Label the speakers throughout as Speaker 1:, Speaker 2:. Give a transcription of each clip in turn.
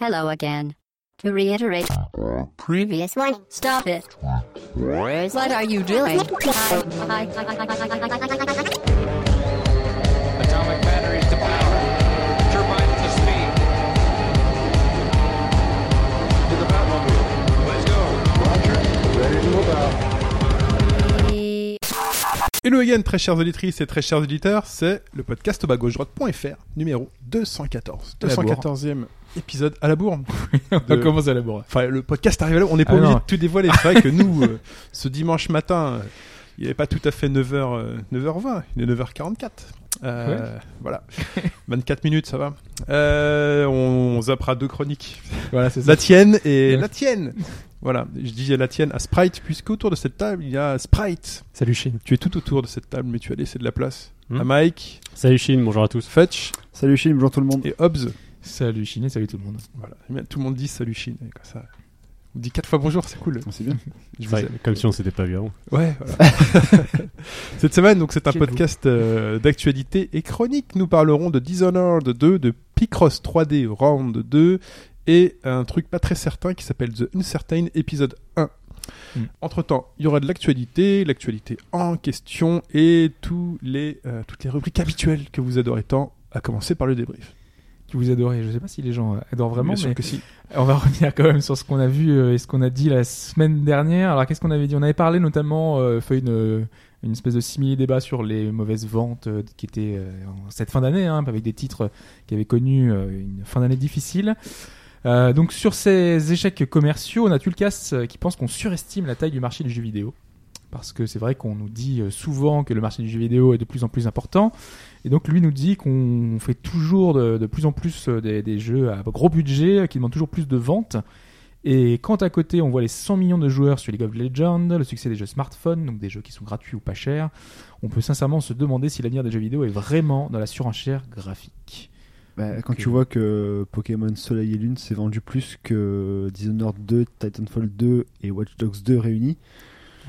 Speaker 1: Hello again. To reiterate, previous one, stop it. What are you doing?
Speaker 2: Atomic batteries to power. Turbines to speed. To the Batmobile. Let's go.
Speaker 3: Hello again, très chères auditrices et très chers auditeurs, c'est le podcast au bas gauche droite.fr, numéro 214.
Speaker 4: À la bourre.
Speaker 3: 214e épisode à la bourre.
Speaker 4: On commence à la bourre.
Speaker 3: Enfin, le podcast arrive à l'heure, on n'est pas
Speaker 4: Ah
Speaker 3: obligé
Speaker 4: non.
Speaker 3: de tout dévoiler. C'est vrai que nous, euh, ce dimanche matin, euh, il n'est pas tout à fait 9h, euh, 9h20, il est 9h44. Euh, Voilà, 24 minutes, ça va. Euh, on, on zappera deux chroniques,
Speaker 4: Voilà, c'est
Speaker 3: la tienne et
Speaker 4: Ouais.
Speaker 3: la tienne. Voilà, je dis la tienne à Sprite, puisqu'autour de cette table, il y a Sprite.
Speaker 5: Salut Chine.
Speaker 3: Tu es tout autour de cette table, mais tu as laissé de la place
Speaker 5: Hmm.
Speaker 3: à Mike,
Speaker 5: Salut Chine, bonjour à tous.
Speaker 3: Fetch
Speaker 6: Salut Chine, bonjour tout le monde.
Speaker 3: et Hobbs.
Speaker 4: Salut Chine et salut tout le monde.
Speaker 3: Voilà, Eh bien, tout le monde dit salut Chine. et comme ça. On dit quatre fois bonjour, c'est cool.
Speaker 6: C'est bien.
Speaker 3: Je vous
Speaker 5: Ouais,
Speaker 3: aime.
Speaker 5: comme si on s'était pas vu avant.
Speaker 3: Ouais, voilà. Cette semaine, donc, c'est un
Speaker 4: Jaloux.
Speaker 3: podcast euh, d'actualité et chronique. Nous parlerons de Dishonored 2, de Picross 3D Round 2 et un truc pas très certain qui s'appelle The Uncertain épisode 1.
Speaker 6: Hmm.
Speaker 4: Mm.
Speaker 3: Entre temps, il y aura de l'actualité, l'actualité en question et tous les, euh, toutes les rubriques habituelles que vous adorez tant, à commencer par le débrief.
Speaker 4: Que vous adorez. Je sais pas si les gens euh, adorent vraiment,
Speaker 3: Bien sûr
Speaker 4: mais
Speaker 3: que si.
Speaker 4: on va revenir quand même sur ce qu'on a vu euh, et ce qu'on a dit la semaine dernière. Alors qu'est-ce qu'on avait dit On avait parlé notamment, euh, fait une, euh, une espèce de simili débat sur les mauvaises ventes euh, qui étaient euh, en cette fin d'année, hein, avec des titres qui avaient connu euh, une fin d'année difficile. Euh, donc sur ces échecs commerciaux, on a Tulkas euh, qui pense qu'on surestime la taille du marché du jeu vidéo. Parce que c'est vrai qu'on nous dit euh, souvent que le marché du jeu vidéo est de plus en plus important. Et donc lui nous dit qu'on fait toujours de, de plus en plus euh, des, des jeux à gros budget, euh, qui demandent toujours plus de ventes. Et quand à côté on voit les 100 millions de joueurs sur League of Legends, le succès des jeux smartphones, donc des jeux qui sont gratuits ou pas chers, on peut sincèrement se demander si l'avenir des jeux vidéo est vraiment dans la surenchère graphique.
Speaker 6: Bah, quand
Speaker 4: Ok.
Speaker 6: tu vois que Pokémon Soleil et Lune s'est vendu plus que Dishonored 2, Titanfall 2 et Watch Dogs 2 réunis.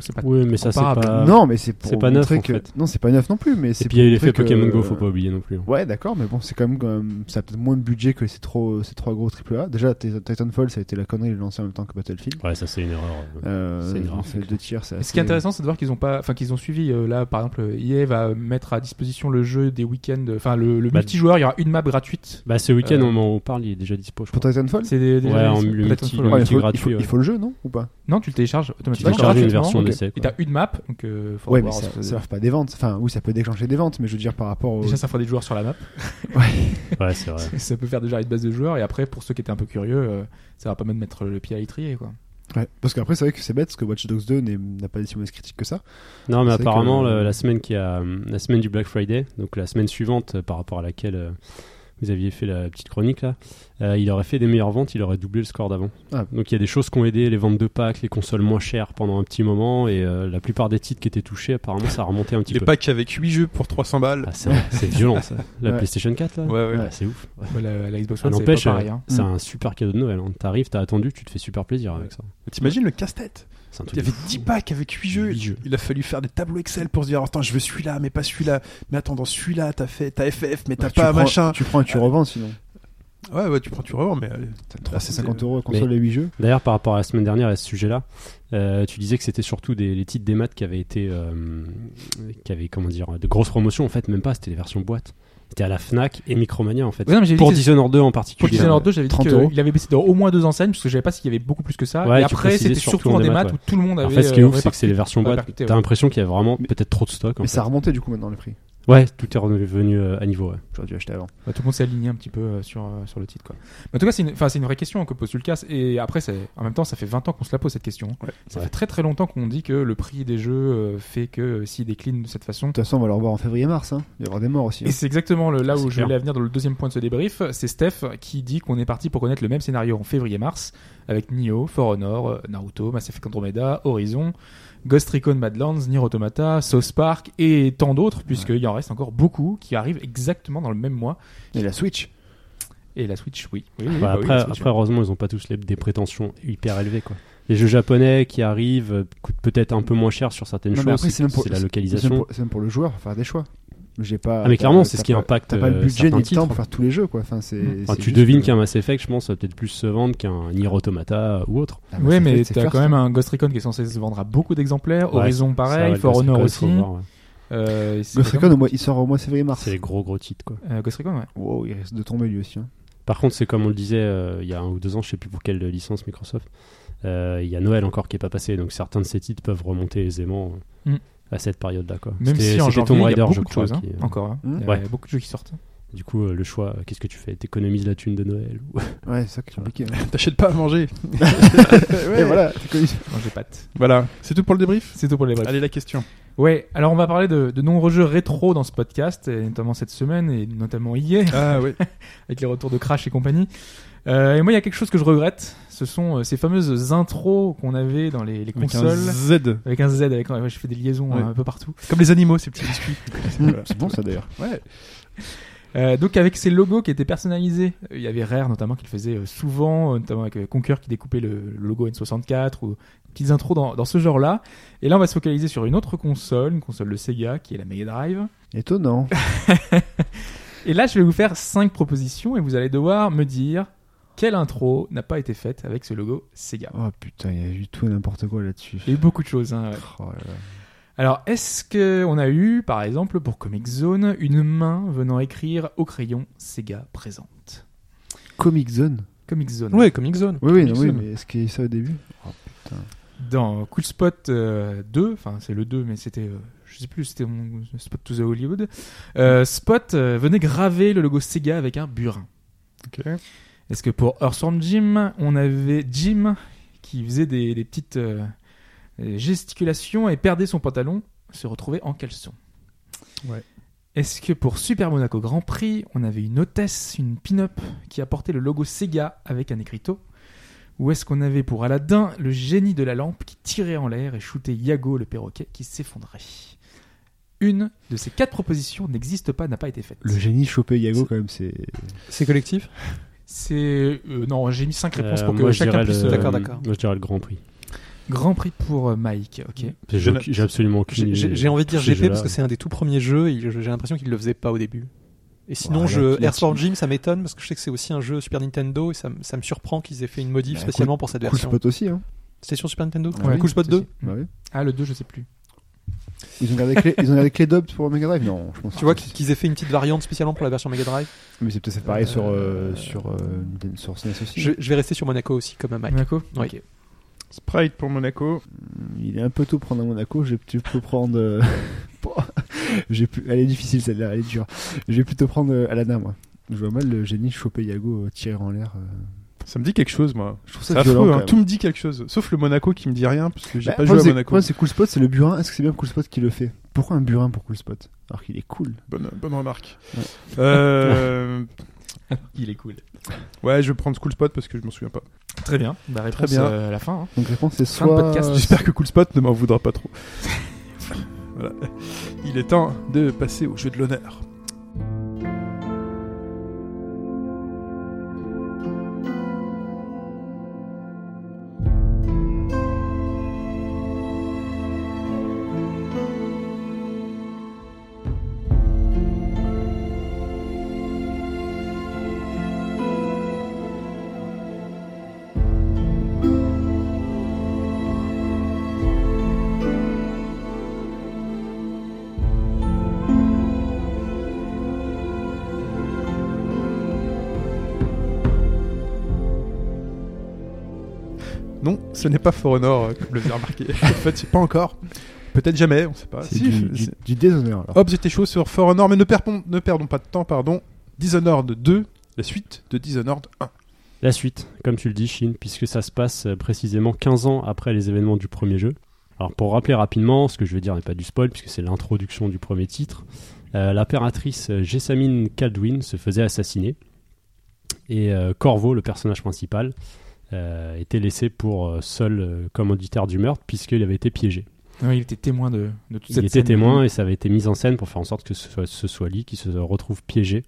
Speaker 4: C'est pas
Speaker 5: Oui, mais ça c'est
Speaker 4: comparable.
Speaker 5: pas.
Speaker 6: non, mais c'est pour
Speaker 5: Ah. c'est pas neuf,
Speaker 6: montrer
Speaker 5: en
Speaker 6: que
Speaker 5: fait.
Speaker 6: non, c'est pas neuf non plus, mais c'est
Speaker 5: Et puis il y a eu
Speaker 6: pour
Speaker 5: l'effet
Speaker 6: montrer que-
Speaker 5: Pokémon Go, faut pas oublier non plus. hein.
Speaker 6: Ouais, d'accord, mais bon, c'est quand même, quand même- ça a peut-être moins de budget que ces trois ces trois gros AAA. Déjà T- Titanfall, ça a été la connerie de le lancer en même temps que Battlefield.
Speaker 5: Ouais, ça c'est une erreur.
Speaker 6: Euh,
Speaker 5: C'est grave,
Speaker 6: on fait
Speaker 5: c'est
Speaker 6: deux tirs, c'est
Speaker 4: Ce qui est
Speaker 6: assez-
Speaker 4: intéressant, c'est de voir qu'ils ont pas, enfin qu'ils ont suivi. euh, là, par exemple, EA va mettre à disposition le jeu des week-ends. Enfin, le, le
Speaker 5: Bah,
Speaker 4: multijoueur, il y aura une map gratuite.
Speaker 5: Bah ce week-end,
Speaker 4: Euh,
Speaker 5: on en parle, il est déjà dispo, je
Speaker 6: pour
Speaker 5: crois.
Speaker 6: Titanfall.
Speaker 4: C'est des, des
Speaker 5: Ouais,
Speaker 4: jeux-
Speaker 5: en-
Speaker 4: c'est-
Speaker 5: le
Speaker 4: peut-être
Speaker 5: multi-
Speaker 4: une
Speaker 5: le
Speaker 4: fois.
Speaker 6: Ouais, il, faut,
Speaker 5: gratuit,
Speaker 6: il faut-
Speaker 5: ouais.
Speaker 6: il faut le jeu, non ou pas
Speaker 4: Non, tu le télécharges
Speaker 5: Tu
Speaker 4: automatiquement.
Speaker 5: télécharges une
Speaker 4: gratuitement,
Speaker 5: version
Speaker 4: ok.
Speaker 5: d'essai.
Speaker 4: Et
Speaker 5: quoi.
Speaker 4: t'as une map, donc euh, faut
Speaker 6: Ouais, mais
Speaker 4: voir
Speaker 6: ça,
Speaker 4: ce-
Speaker 6: ça va pas des ventes. Enfin, oui, ça peut déclencher des ventes, mais je veux dire par rapport au.
Speaker 4: Déjà, ça fera des joueurs sur la map.
Speaker 5: Ouais, c'est vrai.
Speaker 4: ça peut faire déjà une base de joueurs. Et après, pour ceux qui étaient un peu curieux, euh, ça va pas même mettre le pied à l'étrier, quoi.
Speaker 6: Ouais, parce qu'après, c'est vrai que c'est bête, parce que Watch Dogs 2 n'est- n'a pas des si mauvaises critiques que ça.
Speaker 5: Non, mais
Speaker 6: C'est que-
Speaker 5: apparemment le- la semaine qui a la semaine du Black Friday, donc la semaine suivante euh, par rapport à laquelle euh, vous aviez fait la petite chronique là, euh, il aurait fait des meilleures ventes, il aurait doublé le score d'avant.
Speaker 6: Ah.
Speaker 5: Donc il y a des choses qui ont aidé, les ventes de packs, les consoles moins chères pendant un petit moment et euh, la plupart des titres qui étaient touchés, apparemment ça a remonté un petit
Speaker 3: Les
Speaker 5: peu.
Speaker 3: packs avec 8 jeux pour 300 balles.
Speaker 5: Ah, c'est c'est violent.
Speaker 3: ça.
Speaker 5: La
Speaker 6: Ouais.
Speaker 5: PlayStation 4 là,
Speaker 3: Ouais, ouais.
Speaker 5: Ah, c'est ouf.
Speaker 4: Ouais, La, la Xbox
Speaker 5: Ça
Speaker 4: One, c'est pas
Speaker 5: n'empêche,
Speaker 4: pareil.
Speaker 5: euh,
Speaker 4: hein.
Speaker 5: c'est un super cadeau de Noël. hein. T'arrives, t'as attendu, tu te fais super plaisir avec ça.
Speaker 3: T'imagines le casse-tête
Speaker 5: C'est un
Speaker 3: Il y
Speaker 5: truc. de
Speaker 3: avait
Speaker 5: fou.
Speaker 3: 10 packs avec 8 jeux.
Speaker 5: Huit jeux.
Speaker 3: Il a fallu faire des tableaux Excel pour se dire attends, je veux celui-là, mais pas celui-là. Mais attends, dans celui-là, t'as fait t'as FF, mais t'as
Speaker 6: Ouais, tu
Speaker 3: pas
Speaker 6: prends-
Speaker 3: machin.
Speaker 6: Tu prends et tu
Speaker 3: Euh,
Speaker 6: revends sinon. Bah,
Speaker 3: Ouais, ouais, tu prends, tu revends, mais euh, là,
Speaker 6: C'est
Speaker 3: c'est
Speaker 6: 50 euros, console et 8 jeux.
Speaker 5: D'ailleurs, par rapport à la semaine dernière et à ce sujet-là, euh, tu disais que c'était surtout des, les titres des maths qui avaient été, euh, qui avaient comment dire, de grosses promotions en fait, même pas. C'était les versions boîte. C'était à la Fnac et Micromania en fait.
Speaker 4: Ouais, non, mais j'ai
Speaker 5: pour
Speaker 4: dit que-
Speaker 5: Dishonored 2 en
Speaker 4: Pour
Speaker 5: particulier.
Speaker 4: Dishonored 2, j'avais dit
Speaker 6: 30 euros.
Speaker 4: qu'il avait baissé dans au moins deux enseignes, parce que je savais pas s'il y avait beaucoup plus que ça.
Speaker 5: Ouais,
Speaker 4: et
Speaker 5: tu
Speaker 4: après,
Speaker 5: précisais
Speaker 4: c'était surtout en des maths
Speaker 5: ouais.
Speaker 4: où tout le monde
Speaker 5: En
Speaker 4: avait.
Speaker 5: fait, ce qui est
Speaker 4: euh,
Speaker 5: ouf, c'est que c'est les versions boîte.
Speaker 4: répercuté,
Speaker 5: T'as
Speaker 4: ouais.
Speaker 5: l'impression qu'il y a vraiment
Speaker 6: Mais-
Speaker 5: peut-être trop de stock. En
Speaker 6: Mais
Speaker 5: fait.
Speaker 6: ça a remonté du coup maintenant les prix.
Speaker 5: Ouais, tout est revenu euh, à niveau. ouais.
Speaker 6: J'aurais dû acheter avant.
Speaker 4: Bah, tout le monde s'est aligné un petit peu euh, sur, euh, sur le titre. Quoi. Mais en tout cas, c'est une, enfin, c'est une vraie question que pose Lucas. Et après, c'est- en même temps, ça fait 20 ans qu'on se la pose cette question.
Speaker 3: Ouais.
Speaker 4: Ça
Speaker 5: Ouais.
Speaker 4: fait très très longtemps qu'on dit que le prix des jeux euh, fait que euh, s'ils déclinent de cette façon.
Speaker 6: De toute façon, on va le revoir en février-mars. Hein. Il va y aura des morts aussi.
Speaker 4: Et c'est exactement le- là
Speaker 5: C'est
Speaker 4: où je
Speaker 5: clair.
Speaker 4: voulais venir dans le deuxième point de ce débrief. C'est Steph qui dit qu'on est parti pour connaître le même scénario en février-mars avec Nioh, For Honor, euh, Naruto, Mass Effect Andromeda, Horizon, Ghost Recon Badlands, Nier Automata, South Park et tant d'autres, puisqu'il y en reste encore beaucoup qui arrivent exactement dans le même mois.
Speaker 6: Et la Switch.
Speaker 4: Et la Switch, oui. Oui, oui,
Speaker 5: Bah,
Speaker 4: bah oui,
Speaker 5: après,
Speaker 4: la Switch,
Speaker 5: après, heureusement, ils n'ont pas tous les- des prétentions hyper élevées. Quoi. Les jeux japonais qui arrivent euh, coûtent peut-être un peu moins cher sur certaines
Speaker 6: Non, mais
Speaker 5: choses.
Speaker 6: après, c'est même
Speaker 5: la
Speaker 6: pour- C'est même,
Speaker 5: localisation.
Speaker 6: pour- c'est même pour le joueur, faire des choix. J'ai
Speaker 5: Ah,
Speaker 6: pas.
Speaker 5: mais
Speaker 6: t'as-
Speaker 5: clairement, c'est
Speaker 6: t'as
Speaker 5: ce qui
Speaker 6: pas-
Speaker 5: impacte,
Speaker 6: T'as pas le
Speaker 5: euh,
Speaker 6: budget ni
Speaker 5: certains
Speaker 6: le temps
Speaker 5: titres.
Speaker 6: pour faire tous les jeux, quoi. Enfin, c'est.
Speaker 4: Mm.
Speaker 6: c'est
Speaker 5: Enfin, tu
Speaker 6: juste,
Speaker 5: devines
Speaker 6: euh,
Speaker 5: qu'un Mass Effect, je pense, va peut-être plus se vendre qu'un Nier Automata ou autre.
Speaker 6: ah,
Speaker 4: Oui,
Speaker 6: ça
Speaker 4: mais
Speaker 6: fait, c'est
Speaker 4: t'as
Speaker 6: faire
Speaker 4: quand
Speaker 6: ça.
Speaker 4: même un Ghost Recon qui est censé se vendre à beaucoup d'exemplaires.
Speaker 5: Ouais,
Speaker 4: Horizon,
Speaker 5: Ça,
Speaker 4: pareil.
Speaker 5: le
Speaker 4: For
Speaker 5: Ghost
Speaker 4: Honor
Speaker 5: Recon,
Speaker 4: aussi.
Speaker 5: faut voir, ouais.
Speaker 4: Euh, et c'est-
Speaker 6: Ghost Recon, au moins, il sort au mois février-mars.
Speaker 5: C'est les gros gros titres, quoi.
Speaker 4: Euh, Ghost Recon, ouais.
Speaker 6: Wow, il risque de tomber lui aussi. hein.
Speaker 5: Par contre, c'est comme on le disait euh, il y a un ou deux ans, je sais plus pour quelle licence Microsoft, euh, il y a Noël encore qui est pas passé, donc certains de ces titres peuvent remonter aisément euh,
Speaker 4: Mm.
Speaker 5: à cette période-là. quoi.
Speaker 4: Même
Speaker 5: C'était-
Speaker 4: si en
Speaker 5: c'était
Speaker 4: janvier,
Speaker 5: Tomb
Speaker 4: il y
Speaker 5: Raider,
Speaker 4: a
Speaker 5: je
Speaker 4: beaucoup de
Speaker 5: crois.
Speaker 4: choses, hein,
Speaker 5: qui, euh,
Speaker 4: encore. hein.
Speaker 6: Hmm
Speaker 4: Il y a
Speaker 5: Ouais.
Speaker 4: beaucoup de jeux qui sortent.
Speaker 5: Du coup, euh, le choix, euh, qu'est-ce que tu fais T'économises la thune de Noël ou-
Speaker 6: Ouais, c'est ça qui est compliqué. hein.
Speaker 3: T'achètes pas à manger.
Speaker 6: Et voilà, c'est connu.
Speaker 4: Manger pâtes.
Speaker 3: Voilà. C'est tout pour le débrief
Speaker 4: C'est tout pour les brefs.
Speaker 3: Allez, la question.
Speaker 4: Ouais, alors on va parler de, de nombreux jeux rétro dans ce podcast, et notamment cette semaine, et notamment hier,
Speaker 3: Ah oui.
Speaker 4: avec les retours de Crash et compagnie. Euh, et moi, il y a quelque chose que je regrette, ce sont euh, ces fameuses intros qu'on avait dans les, les
Speaker 3: Avec
Speaker 4: consoles.
Speaker 3: un Z.
Speaker 4: Avec un Z, avec ouais, je fais des liaisons
Speaker 3: Ouais.
Speaker 4: hein, un peu partout.
Speaker 3: Comme les animaux, ces petits biscuits.
Speaker 6: Mm, C'est bon ça d'ailleurs.
Speaker 3: Ouais.
Speaker 4: Euh, donc avec ces logos qui étaient personnalisés, Euh, il y avait Rare notamment qui le faisait euh, souvent, euh, notamment avec euh, Conker qui découpait le, le logo N64 ou des petites intros dans, dans ce genre-là. Et là on va se focaliser sur une autre console, une console de Sega qui est la Mega Drive.
Speaker 6: Étonnant.
Speaker 4: Et là je vais vous faire cinq propositions et vous allez devoir me dire quelle intro n'a pas été faite avec ce logo Sega.
Speaker 6: Oh putain, il y a eu tout et n'importe quoi là-dessus.
Speaker 4: Il y a eu beaucoup de choses. Hein, ouais.
Speaker 6: Oh là là.
Speaker 4: Alors, est-ce qu'on a eu, par exemple, pour Comic Zone, une main venant écrire au crayon Sega présente
Speaker 6: Comic Zone.
Speaker 4: Comic Zone.
Speaker 3: Ouais, Comic Zone.
Speaker 6: Oui, oui,
Speaker 3: Comic
Speaker 6: non, oui
Speaker 3: Zone.
Speaker 6: mais est-ce qu'il y a eu ça au début
Speaker 4: Dans Cool Spot euh, 2, enfin c'est le 2, mais c'était, euh, je sais plus, c'était mon Spot to the Hollywood, euh, Spot euh, venait graver le logo Sega avec un burin. Est-ce que pour Earthworm Jim, on avait Jim qui faisait des, des petites euh, gesticulations et perdait son pantalon, se retrouvait en caleçon
Speaker 3: Ouais.
Speaker 4: Est-ce que pour Super Monaco Grand Prix, on avait une hôtesse, une pin-up qui apportait le logo Sega avec un écriteau Ou est-ce qu'on avait pour Aladdin le génie de la lampe qui tirait en l'air et shootait Yago le perroquet qui s'effondrait Une de ces quatre propositions n'existe pas, n'a pas été faite.
Speaker 6: Le génie chopé Yago quand même, c'est.
Speaker 7: C'est collectif
Speaker 4: C'est euh, non, j'ai mis cinq réponses
Speaker 5: Euh,
Speaker 4: pour que
Speaker 5: moi, je
Speaker 4: chacun
Speaker 5: dirais
Speaker 4: puisse.
Speaker 5: le-
Speaker 4: euh,
Speaker 7: D'accord, d'accord.
Speaker 5: Moi, je dirais le Grand Prix.
Speaker 4: Grand prix pour euh, Mike. Ok.
Speaker 5: Parce que J'ai
Speaker 3: Je-
Speaker 5: aucune- j'ai absolument aucune
Speaker 7: J'ai-
Speaker 5: idée.
Speaker 7: J'ai j'ai envie de dire
Speaker 5: Ces
Speaker 7: GP parce
Speaker 5: jeux-là.
Speaker 7: que c'est un des tout premiers jeux et je- j'ai l'impression qu'ils le faisaient pas au début. Et sinon,
Speaker 6: Ouais, là,
Speaker 7: je,
Speaker 6: tu- là,
Speaker 7: Earthworm
Speaker 6: tu-
Speaker 7: Jim, ça m'étonne parce que je sais que c'est aussi un jeu Super Nintendo et ça, me- ça me surprend qu'ils aient fait une modif
Speaker 6: Bah,
Speaker 7: spécialement pour cette
Speaker 6: Cool
Speaker 7: version.
Speaker 6: Spot aussi, hein.
Speaker 7: C'était sur Super Nintendo
Speaker 4: Ouais.
Speaker 7: Cool Spot 2
Speaker 6: Bah oui.
Speaker 4: Ah le 2 je sais plus.
Speaker 6: Ils ont gardé que les- ils ont gardé que les dubs pour Mega Drive Non, je pense.
Speaker 7: Tu
Speaker 6: pas.
Speaker 7: vois qu'ils qu'ils aient fait une petite variante spécialement pour la version Mega Drive
Speaker 6: Mais c'est peut-être pareil sur euh,
Speaker 7: Euh,
Speaker 6: sur euh, Nintendo- sur SNES aussi.
Speaker 7: je, je vais rester sur Monaco aussi, comme un Mike.
Speaker 4: Monaco.
Speaker 7: Oui.
Speaker 4: Ok.
Speaker 3: Sprite pour Monaco.
Speaker 6: Il est un peu tôt pour prendre un Monaco. Je vais plutôt prendre. euh, J'ai plus... Elle est difficile celle-là, elle est dure. Je vais plutôt prendre euh, Alana moi. Je vois mal le génie choper Yago euh, tirer en l'air. euh.
Speaker 3: Ça me dit quelque chose, moi.
Speaker 6: Je trouve
Speaker 3: C'est
Speaker 6: ça
Speaker 3: affreux,
Speaker 6: violent.
Speaker 3: hein.
Speaker 6: quand même.
Speaker 3: Tout me dit quelque chose. Sauf le Monaco qui me dit rien, parce que j'ai
Speaker 6: Bah,
Speaker 3: pas
Speaker 6: le
Speaker 3: joué à
Speaker 6: problème, c'est- le
Speaker 3: Monaco.
Speaker 6: problème, c'est Cool Spot, c'est le burin. Est-ce que c'est bien Cool Spot qui le fait Pourquoi un burin pour Cool Spot Alors qu'il est cool.
Speaker 3: Bonne, bonne remarque.
Speaker 6: Ouais.
Speaker 3: Euh,
Speaker 4: Il est cool.
Speaker 3: ouais, je vais prendre Cool Spot parce que je m'en souviens pas.
Speaker 4: Très bien. Bah réponse
Speaker 3: Très bien.
Speaker 4: euh, à la fin. hein.
Speaker 6: Donc la réponse Ah, c'est
Speaker 4: Fin de
Speaker 6: soit.
Speaker 4: podcast.
Speaker 3: J'espère que Cool Spot ne m'en voudra pas trop. voilà. Il est temps de passer au jeu de l'honneur. Non, ce n'est pas For Honor, euh, comme le faisait remarquer. en fait, c'est pas encore. Peut-être jamais, on sait pas.
Speaker 6: C'est
Speaker 3: Si,
Speaker 6: du,
Speaker 3: je- Oh,
Speaker 6: du,
Speaker 3: c'est-
Speaker 6: du déshonneur. alors.
Speaker 3: Hop, c'était chaud sur For Honor, mais ne, perpon- ne perdons pas de temps, pardon. Dishonored 2, la suite de Dishonored 1.
Speaker 5: La suite, comme tu le dis, Chine, puisque ça se passe euh, précisément 15 ans après les événements du premier jeu. Alors, pour rappeler rapidement, ce que je vais dire n'est pas du spoil, puisque c'est l'introduction du premier titre. euh, L'impératrice euh, Jessamine Caldwin se faisait assassiner. Et euh, Corvo, le personnage principal, euh, était laissé pour euh, seul euh, commanditaire du meurtre, puisqu'il avait été piégé.
Speaker 4: Non, il était témoin de, de toute
Speaker 5: Il
Speaker 4: cette
Speaker 5: était
Speaker 4: scène.
Speaker 5: témoin et ça avait été mis en scène pour faire en sorte que ce soit, ce soit lui qui se retrouve piégé.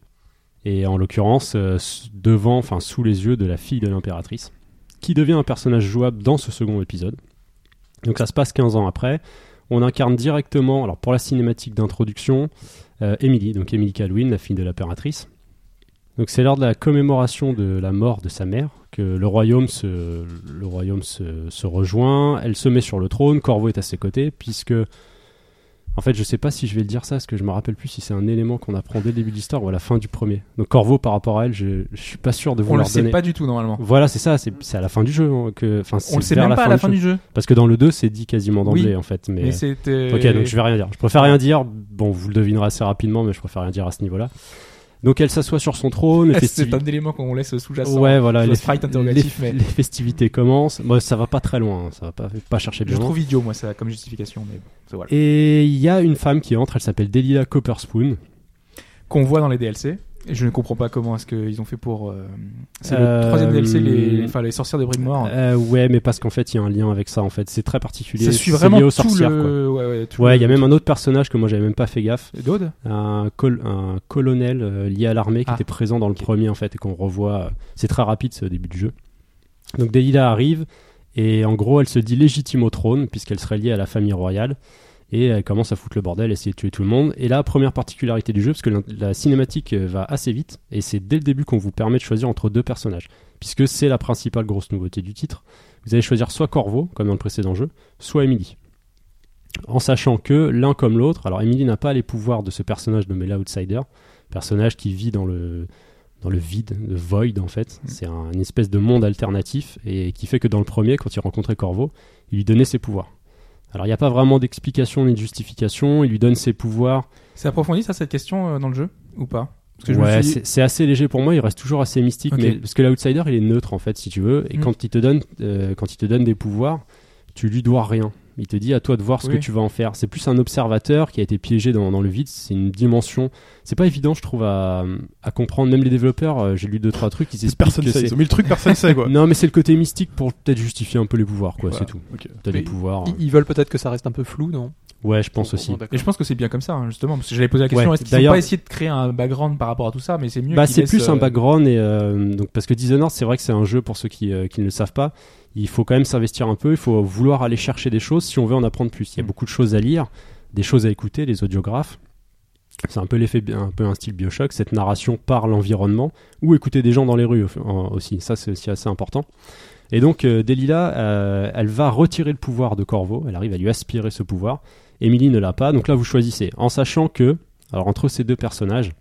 Speaker 5: Et en l'occurrence, euh, s- devant, enfin sous les yeux de la fille de l'impératrice, qui devient un personnage jouable dans ce second épisode. Donc ça se passe 15 ans après. On incarne directement, alors pour la cinématique d'introduction, euh, Emily, donc Emily Calwin, la fille de l'impératrice. Donc c'est lors de la commémoration de la mort de sa mère que le royaume se, le royaume se, se rejoint, elle se met sur le trône, Corvo est à ses côtés, puisque... En fait, je sais pas si je vais le dire ça, parce que je me rappelle plus si c'est un élément qu'on apprend dès le début de l'histoire ou à la fin du premier. Donc Corvo, par rapport à elle, je, je suis pas sûr de
Speaker 4: On le
Speaker 5: vouloir
Speaker 4: sait
Speaker 5: donner.
Speaker 4: pas du tout normalement.
Speaker 5: Voilà, c'est ça, c'est c'est à la fin du jeu. hein, que, enfin, c'est
Speaker 4: On le sait
Speaker 5: vers
Speaker 4: même pas à la
Speaker 5: du
Speaker 4: fin
Speaker 5: jeu.
Speaker 4: du jeu.
Speaker 5: Parce que dans le 2, c'est dit quasiment d'emblée,
Speaker 4: Oui,
Speaker 5: en fait. Mais,
Speaker 4: Mais c'était.
Speaker 5: Ok, donc je vais rien dire. Je préfère rien dire. Bon, vous le devinerez assez rapidement, mais je préfère rien dire à ce niveau-là. Donc elle s'assoit sur son trône. les
Speaker 4: C'est
Speaker 5: festivi-
Speaker 4: un élément qu'on laisse sous-jacent.
Speaker 5: Ouais, voilà.
Speaker 4: le
Speaker 5: les-
Speaker 4: sprite interrogatif,
Speaker 5: les-
Speaker 4: mais-
Speaker 5: les festivités commencent. Moi, ça va pas très loin. hein, Ça va pas, pas chercher
Speaker 4: Je
Speaker 5: bien. loin.
Speaker 4: trouve idiot, moi, ça comme justification, mais bon, c'est voilà.
Speaker 5: Et il y a une femme qui entre. Elle s'appelle Delilah Copperspoon.
Speaker 4: Qu'on voit dans les DLC. Et Je ne comprends pas comment est-ce qu'ils ont fait pour. euh, C'est
Speaker 5: Euh,
Speaker 4: le troisième DLC, les, enfin, les sorcières de Brigmore.
Speaker 5: Euh, ouais, mais parce qu'en fait, il y a un lien avec ça. En fait, c'est très particulier.
Speaker 4: ça suit
Speaker 5: C'est
Speaker 4: vraiment
Speaker 5: lié aux
Speaker 4: tout
Speaker 5: sorcières. quoi.
Speaker 4: le. Ouais, ouais, tout
Speaker 5: Ouais,
Speaker 4: le-
Speaker 5: il y a même un autre personnage que moi j'avais même pas fait gaffe.
Speaker 4: Dode
Speaker 5: un, col- un colonel euh, lié à l'armée qui
Speaker 4: Ah.
Speaker 5: était présent dans le premier en fait et qu'on revoit. euh, c'est très rapide ce début du jeu. Donc Delilah arrive et en gros elle se dit légitime au trône puisqu'elle serait liée à la famille royale et elle commence à foutre le bordel, essayer de tuer tout le monde. Et là, première particularité du jeu, parce que la, la cinématique euh, va assez vite et c'est dès le début qu'on vous permet de choisir entre deux personnages puisque c'est la principale grosse nouveauté du titre. Vous allez choisir soit Corvo comme dans le précédent jeu, soit Emily en sachant que l'un comme l'autre, alors Emily n'a pas les pouvoirs de ce personnage nommé l'Outsider, personnage qui vit dans le, dans le vide, le void en fait. C'est un- une espèce de monde alternatif et qui fait que dans le premier, quand il rencontrait Corvo, il lui donnait ses pouvoirs. Alors il n'y a pas vraiment d'explication ni de justification, il lui donne ses pouvoirs.
Speaker 4: C'est approfondi, ça, cette question euh, dans le jeu Ou pas Parce que je me
Speaker 5: Ouais,
Speaker 4: suis dit-
Speaker 5: c'est c'est assez léger pour moi, il reste toujours assez mystique,
Speaker 4: Ok.
Speaker 5: mais, parce que l'Outsider il est neutre en fait si tu veux, et
Speaker 4: Mm.
Speaker 5: quand, il te donne, euh, quand il te donne des pouvoirs, tu lui dois rien. Il te dit à toi de voir ce
Speaker 4: Oui.
Speaker 5: que tu vas en faire. C'est plus un observateur qui a été piégé dans, dans le vide. C'est une dimension. C'est pas évident, je trouve, à, à comprendre. Même les développeurs, euh, j'ai lu deux trois trucs, ils expliquent
Speaker 3: Personne
Speaker 5: que
Speaker 3: sait.
Speaker 5: c'est.
Speaker 3: Ils ont mis le truc, personne sait quoi.
Speaker 5: Non, mais c'est le côté mystique pour peut-être justifier un peu les pouvoirs, quoi.
Speaker 3: Voilà,
Speaker 5: C'est tout.
Speaker 3: ok.
Speaker 5: T'as des
Speaker 7: Mais
Speaker 5: pouvoirs. euh,
Speaker 7: Ils, ils veulent peut-être que ça reste un peu flou, non
Speaker 5: Ouais, je pense
Speaker 7: On-
Speaker 5: aussi.
Speaker 7: on- d'accord.
Speaker 4: Et je pense que c'est bien comme ça, hein, justement, parce que j'avais posé la question,
Speaker 5: Ouais,
Speaker 4: est-ce qu'ils n'ont
Speaker 5: d'ailleurs-
Speaker 4: pas essayé de créer un background par rapport à tout ça, mais c'est mieux
Speaker 5: Bah,
Speaker 4: qu'ils
Speaker 5: c'est
Speaker 4: laissent,
Speaker 5: plus
Speaker 4: euh,
Speaker 5: un background et euh, donc parce que Dishonored, c'est vrai que c'est un jeu pour ceux qui, euh, qui ne le savent pas. Il faut quand même s'investir un peu. Il faut vouloir aller chercher des choses si on veut en apprendre plus. Il y a beaucoup de choses à lire, des choses à écouter, les audiographes. C'est un peu l'effet, un peu un style Bioshock, cette narration par l'environnement ou écouter des gens dans les rues au- en- aussi. Ça, c'est aussi assez important. Et donc, euh, Delilah, euh, elle va retirer le pouvoir de Corvo. Elle arrive à lui aspirer ce pouvoir. Emily ne l'a pas. Donc là, vous choisissez. En sachant que, alors entre ces deux personnages,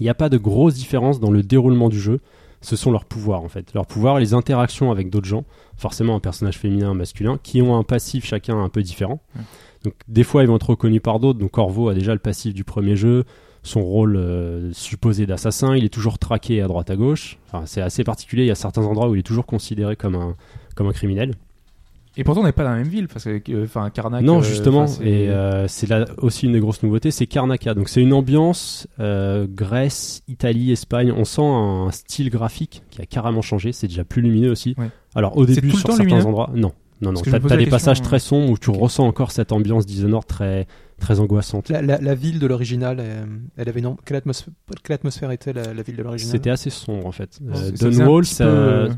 Speaker 5: il n'y a pas de grosse différence dans le déroulement du jeu. Ce sont leurs pouvoirs, en fait. Leurs pouvoirs, les interactions avec d'autres gens. Forcément, un personnage féminin, un masculin, qui ont un passif chacun un peu différent.
Speaker 4: Ouais.
Speaker 5: Donc, des fois, ils vont être reconnus par d'autres. Donc, Corvo a déjà le passif du premier jeu. Son rôle euh, supposé d'assassin, il est toujours traqué à droite à gauche. Enfin, c'est assez particulier. Il y a certains endroits où il est toujours considéré comme un, comme un criminel.
Speaker 4: Et pourtant, on n'est pas dans la même ville, parce que, euh, enfin, Karnak.
Speaker 5: Non,
Speaker 4: euh,
Speaker 5: justement,
Speaker 4: enfin, c'est-
Speaker 5: et euh, c'est là aussi une des grosses nouveautés, c'est Karnaka. Donc c'est une ambiance euh, Grèce, Italie, Espagne. On sent un style graphique qui a carrément changé. C'est déjà plus lumineux aussi.
Speaker 4: Ouais.
Speaker 5: Alors au
Speaker 4: C'est
Speaker 5: début
Speaker 4: tout le
Speaker 5: sur
Speaker 4: temps
Speaker 5: certains
Speaker 4: lumineux
Speaker 5: endroits, non, non, non.
Speaker 4: Parce que je
Speaker 5: T'as
Speaker 4: me posais
Speaker 5: t'as
Speaker 4: la
Speaker 5: des
Speaker 4: question,
Speaker 5: passages
Speaker 4: euh,
Speaker 5: très sombres où tu ressens encore cette ambiance Dishonored très très angoissante.
Speaker 7: la, la- la ville de l'original, euh, elle avait une... am- quelle, atmosphère, quelle atmosphère était la, la ville de l'original
Speaker 5: C'était assez sombre en fait.
Speaker 4: Ça
Speaker 5: Euh,
Speaker 4: faisait un
Speaker 5: Dunwall,
Speaker 4: petit
Speaker 5: ça-
Speaker 4: peu, euh,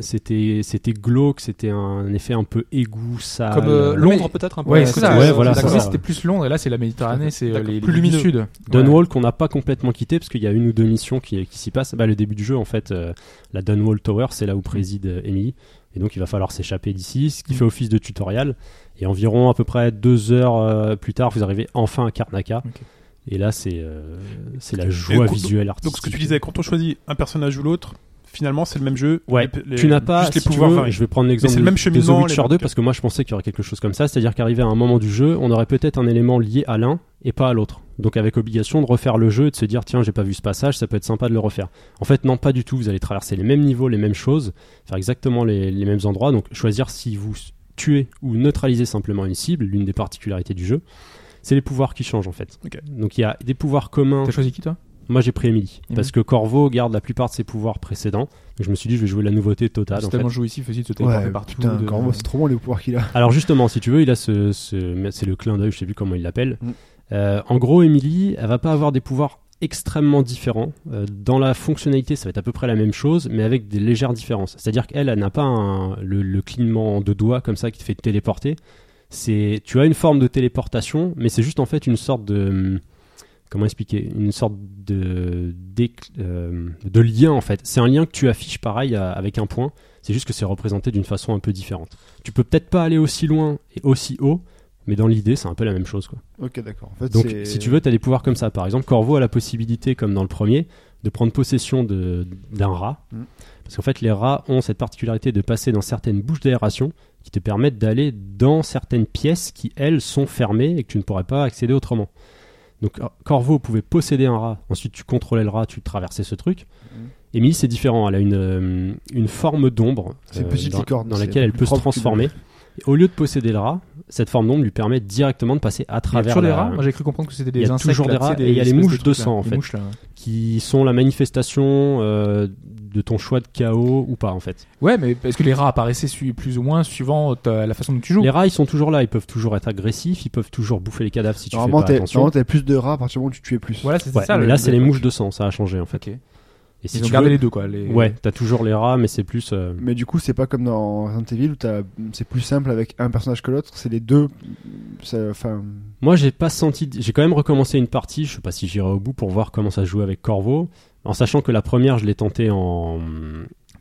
Speaker 5: c'était c'était glauque, c'était un effet un peu égout, sale.
Speaker 7: Comme euh,
Speaker 5: Euh,
Speaker 7: Londres peut-être un peu.
Speaker 4: Ouais,
Speaker 7: euh,
Speaker 4: c'est
Speaker 7: côté-
Speaker 4: ça.
Speaker 5: Ouais,
Speaker 4: euh,
Speaker 5: voilà,
Speaker 4: c'est
Speaker 5: ça.
Speaker 4: ça. C'était plus Londres, et là, c'est la Méditerranée, c'est euh,
Speaker 7: D'accord.
Speaker 4: les
Speaker 7: Plus
Speaker 4: les villes du
Speaker 7: lumineux.
Speaker 4: Sud. Ouais.
Speaker 5: Dunwall qu'on n'a pas complètement quitté parce qu'il y a une ou deux missions qui, qui s'y passent. Bah, le début du jeu, en fait, euh, la Dunwall Tower, c'est là où préside euh, Emily. Et donc, il va falloir s'échapper d'ici, ce
Speaker 3: Mm.
Speaker 5: qui fait office de tutoriel. Et environ à peu près deux heures euh, plus tard, vous arrivez enfin à Karnaka.
Speaker 4: Ok.
Speaker 5: Et là, c'est euh, c'est la
Speaker 3: Et
Speaker 5: joie
Speaker 3: donc-
Speaker 5: visuelle artistique.
Speaker 3: Donc ce que tu disais, quand on choisit un personnage ou l'autre, finalement c'est le même jeu.
Speaker 5: Ouais,
Speaker 3: Les- les-
Speaker 5: tu n'as pas.
Speaker 3: juste les
Speaker 5: si tu
Speaker 3: pouvoirs
Speaker 5: veux,
Speaker 3: varient.
Speaker 5: je vais prendre l'exemple
Speaker 3: Mais c'est le même
Speaker 5: de- de The
Speaker 3: cheminement,
Speaker 5: Witcher
Speaker 3: les-
Speaker 5: 2 parce que moi je pensais qu'il y aurait quelque chose comme ça, c'est-à-dire qu'arrivé à un moment du jeu, on aurait peut-être un élément lié à l'un et pas à l'autre. Donc avec obligation de refaire le jeu et de se dire tiens j'ai pas vu ce passage, ça peut être sympa de le refaire. En fait non pas du tout, vous allez traverser les mêmes niveaux, les mêmes choses, faire exactement les, les mêmes endroits, donc choisir si vous tuez ou neutralisez simplement une cible, l'une des particularités du jeu, c'est les pouvoirs qui changent en fait.
Speaker 3: Ok.
Speaker 5: Donc il y a des pouvoirs communs
Speaker 4: T'as choisi qui, toi
Speaker 5: moi j'ai pris Emily
Speaker 4: Mhm.
Speaker 5: parce que Corvo garde la plupart de ses pouvoirs précédents. Donc je me suis dit je vais jouer la nouveauté totale.
Speaker 4: C'est
Speaker 5: en fait.
Speaker 4: tellement joué ici, facile de se téléporter
Speaker 6: Ouais,
Speaker 4: partout.
Speaker 6: putain,
Speaker 4: de-
Speaker 6: Corvo, c'est trop bon les pouvoirs qu'il a.
Speaker 5: Alors justement, si tu veux, il a ce, ce- c'est le clin d'œil, je sais plus comment il l'appelle.
Speaker 6: Mm.
Speaker 5: Euh, en gros, Emily, elle va pas avoir des pouvoirs extrêmement différents. Euh, dans la fonctionnalité, ça va être à peu près la même chose, mais avec des légères différences. C'est-à-dire qu'elle, elle n'a pas un- le, le clignement de doigts comme ça qui te fait te téléporter. C'est, tu as une forme de téléportation, mais c'est juste en fait une sorte de hum, comment expliquer une sorte de d'éc- euh, de lien en fait. C'est un lien que tu affiches pareil à- avec un point. C'est juste que c'est représenté d'une façon un peu différente. Tu peux peut-être pas aller aussi loin et aussi haut, mais dans l'idée, c'est un peu la même chose quoi.
Speaker 6: Ok, d'accord. En fait,
Speaker 5: Donc,
Speaker 6: c'est-
Speaker 5: si tu veux, tu as des pouvoirs comme ça. Par exemple, Corvo a la possibilité, comme dans le premier, de prendre possession de- d'un rat.
Speaker 6: Mm.
Speaker 5: Parce qu'en fait, les rats ont cette particularité de passer dans certaines bouches d'aération qui te permettent d'aller dans certaines pièces qui, elles, sont fermées et que tu ne pourrais pas accéder autrement. Donc, Cor- Corvo pouvait posséder un rat. Ensuite, tu contrôlais le rat, tu traversais ce truc.
Speaker 6: Mm.
Speaker 5: Émilie, c'est différent. Elle a une, euh, une forme d'ombre euh,
Speaker 6: C'est une petite
Speaker 5: dans,
Speaker 6: licorne,
Speaker 5: dans
Speaker 6: c'est
Speaker 5: laquelle elle
Speaker 6: plus
Speaker 5: peut se
Speaker 6: propre qu'une
Speaker 5: transformer. Et Au lieu de posséder le rat, cette forme d'ombre lui permet directement de passer à
Speaker 4: Il y a
Speaker 5: travers
Speaker 4: toujours des
Speaker 5: la-
Speaker 4: rats Moi j'ai cru comprendre que c'était
Speaker 5: Il y
Speaker 4: des
Speaker 5: a
Speaker 4: insectes.
Speaker 5: toujours des
Speaker 4: là, tu sais,
Speaker 5: rats et il y a les
Speaker 4: espèces
Speaker 5: mouches de
Speaker 4: trucs, là.
Speaker 5: sang, en
Speaker 4: Les
Speaker 5: fait.
Speaker 4: mouches, là, ouais.
Speaker 5: qui sont la manifestation euh, de ton choix de chaos ou pas en fait.
Speaker 4: Ouais, mais parce que les rats apparaissaient su- plus ou moins suivant euh, ta- la façon dont tu joues.
Speaker 5: Les rats ils sont toujours là, ils peuvent toujours être agressifs, ils peuvent toujours bouffer les cadavres si tu fais
Speaker 6: Normalement,
Speaker 5: pas
Speaker 6: t'as
Speaker 5: attention.
Speaker 6: normalement, t'as plus de rats à partir du moment où tu tuais plus.
Speaker 4: Voilà, c'est
Speaker 5: Ouais,
Speaker 4: ça.
Speaker 5: mais
Speaker 4: le-
Speaker 5: là c'est les
Speaker 4: le-
Speaker 5: mouches de sang, ça a changé en fait.
Speaker 4: Ok.
Speaker 5: Et si
Speaker 4: Ils ont
Speaker 5: tu
Speaker 4: gardé
Speaker 5: veux-
Speaker 4: les deux quoi. les-
Speaker 5: ouais, t'as toujours les rats mais c'est plus euh,
Speaker 6: Mais du coup, c'est pas comme dans Resident Evil où t'as- c'est plus simple avec un personnage que l'autre, c'est les deux. ça- Enfin,
Speaker 5: Moi, j'ai pas senti. J'ai quand même recommencé une partie. Je sais pas si j'irai au bout pour voir comment ça se joue avec Corvo. En sachant que la première, je l'ai tentée en, en,
Speaker 4: En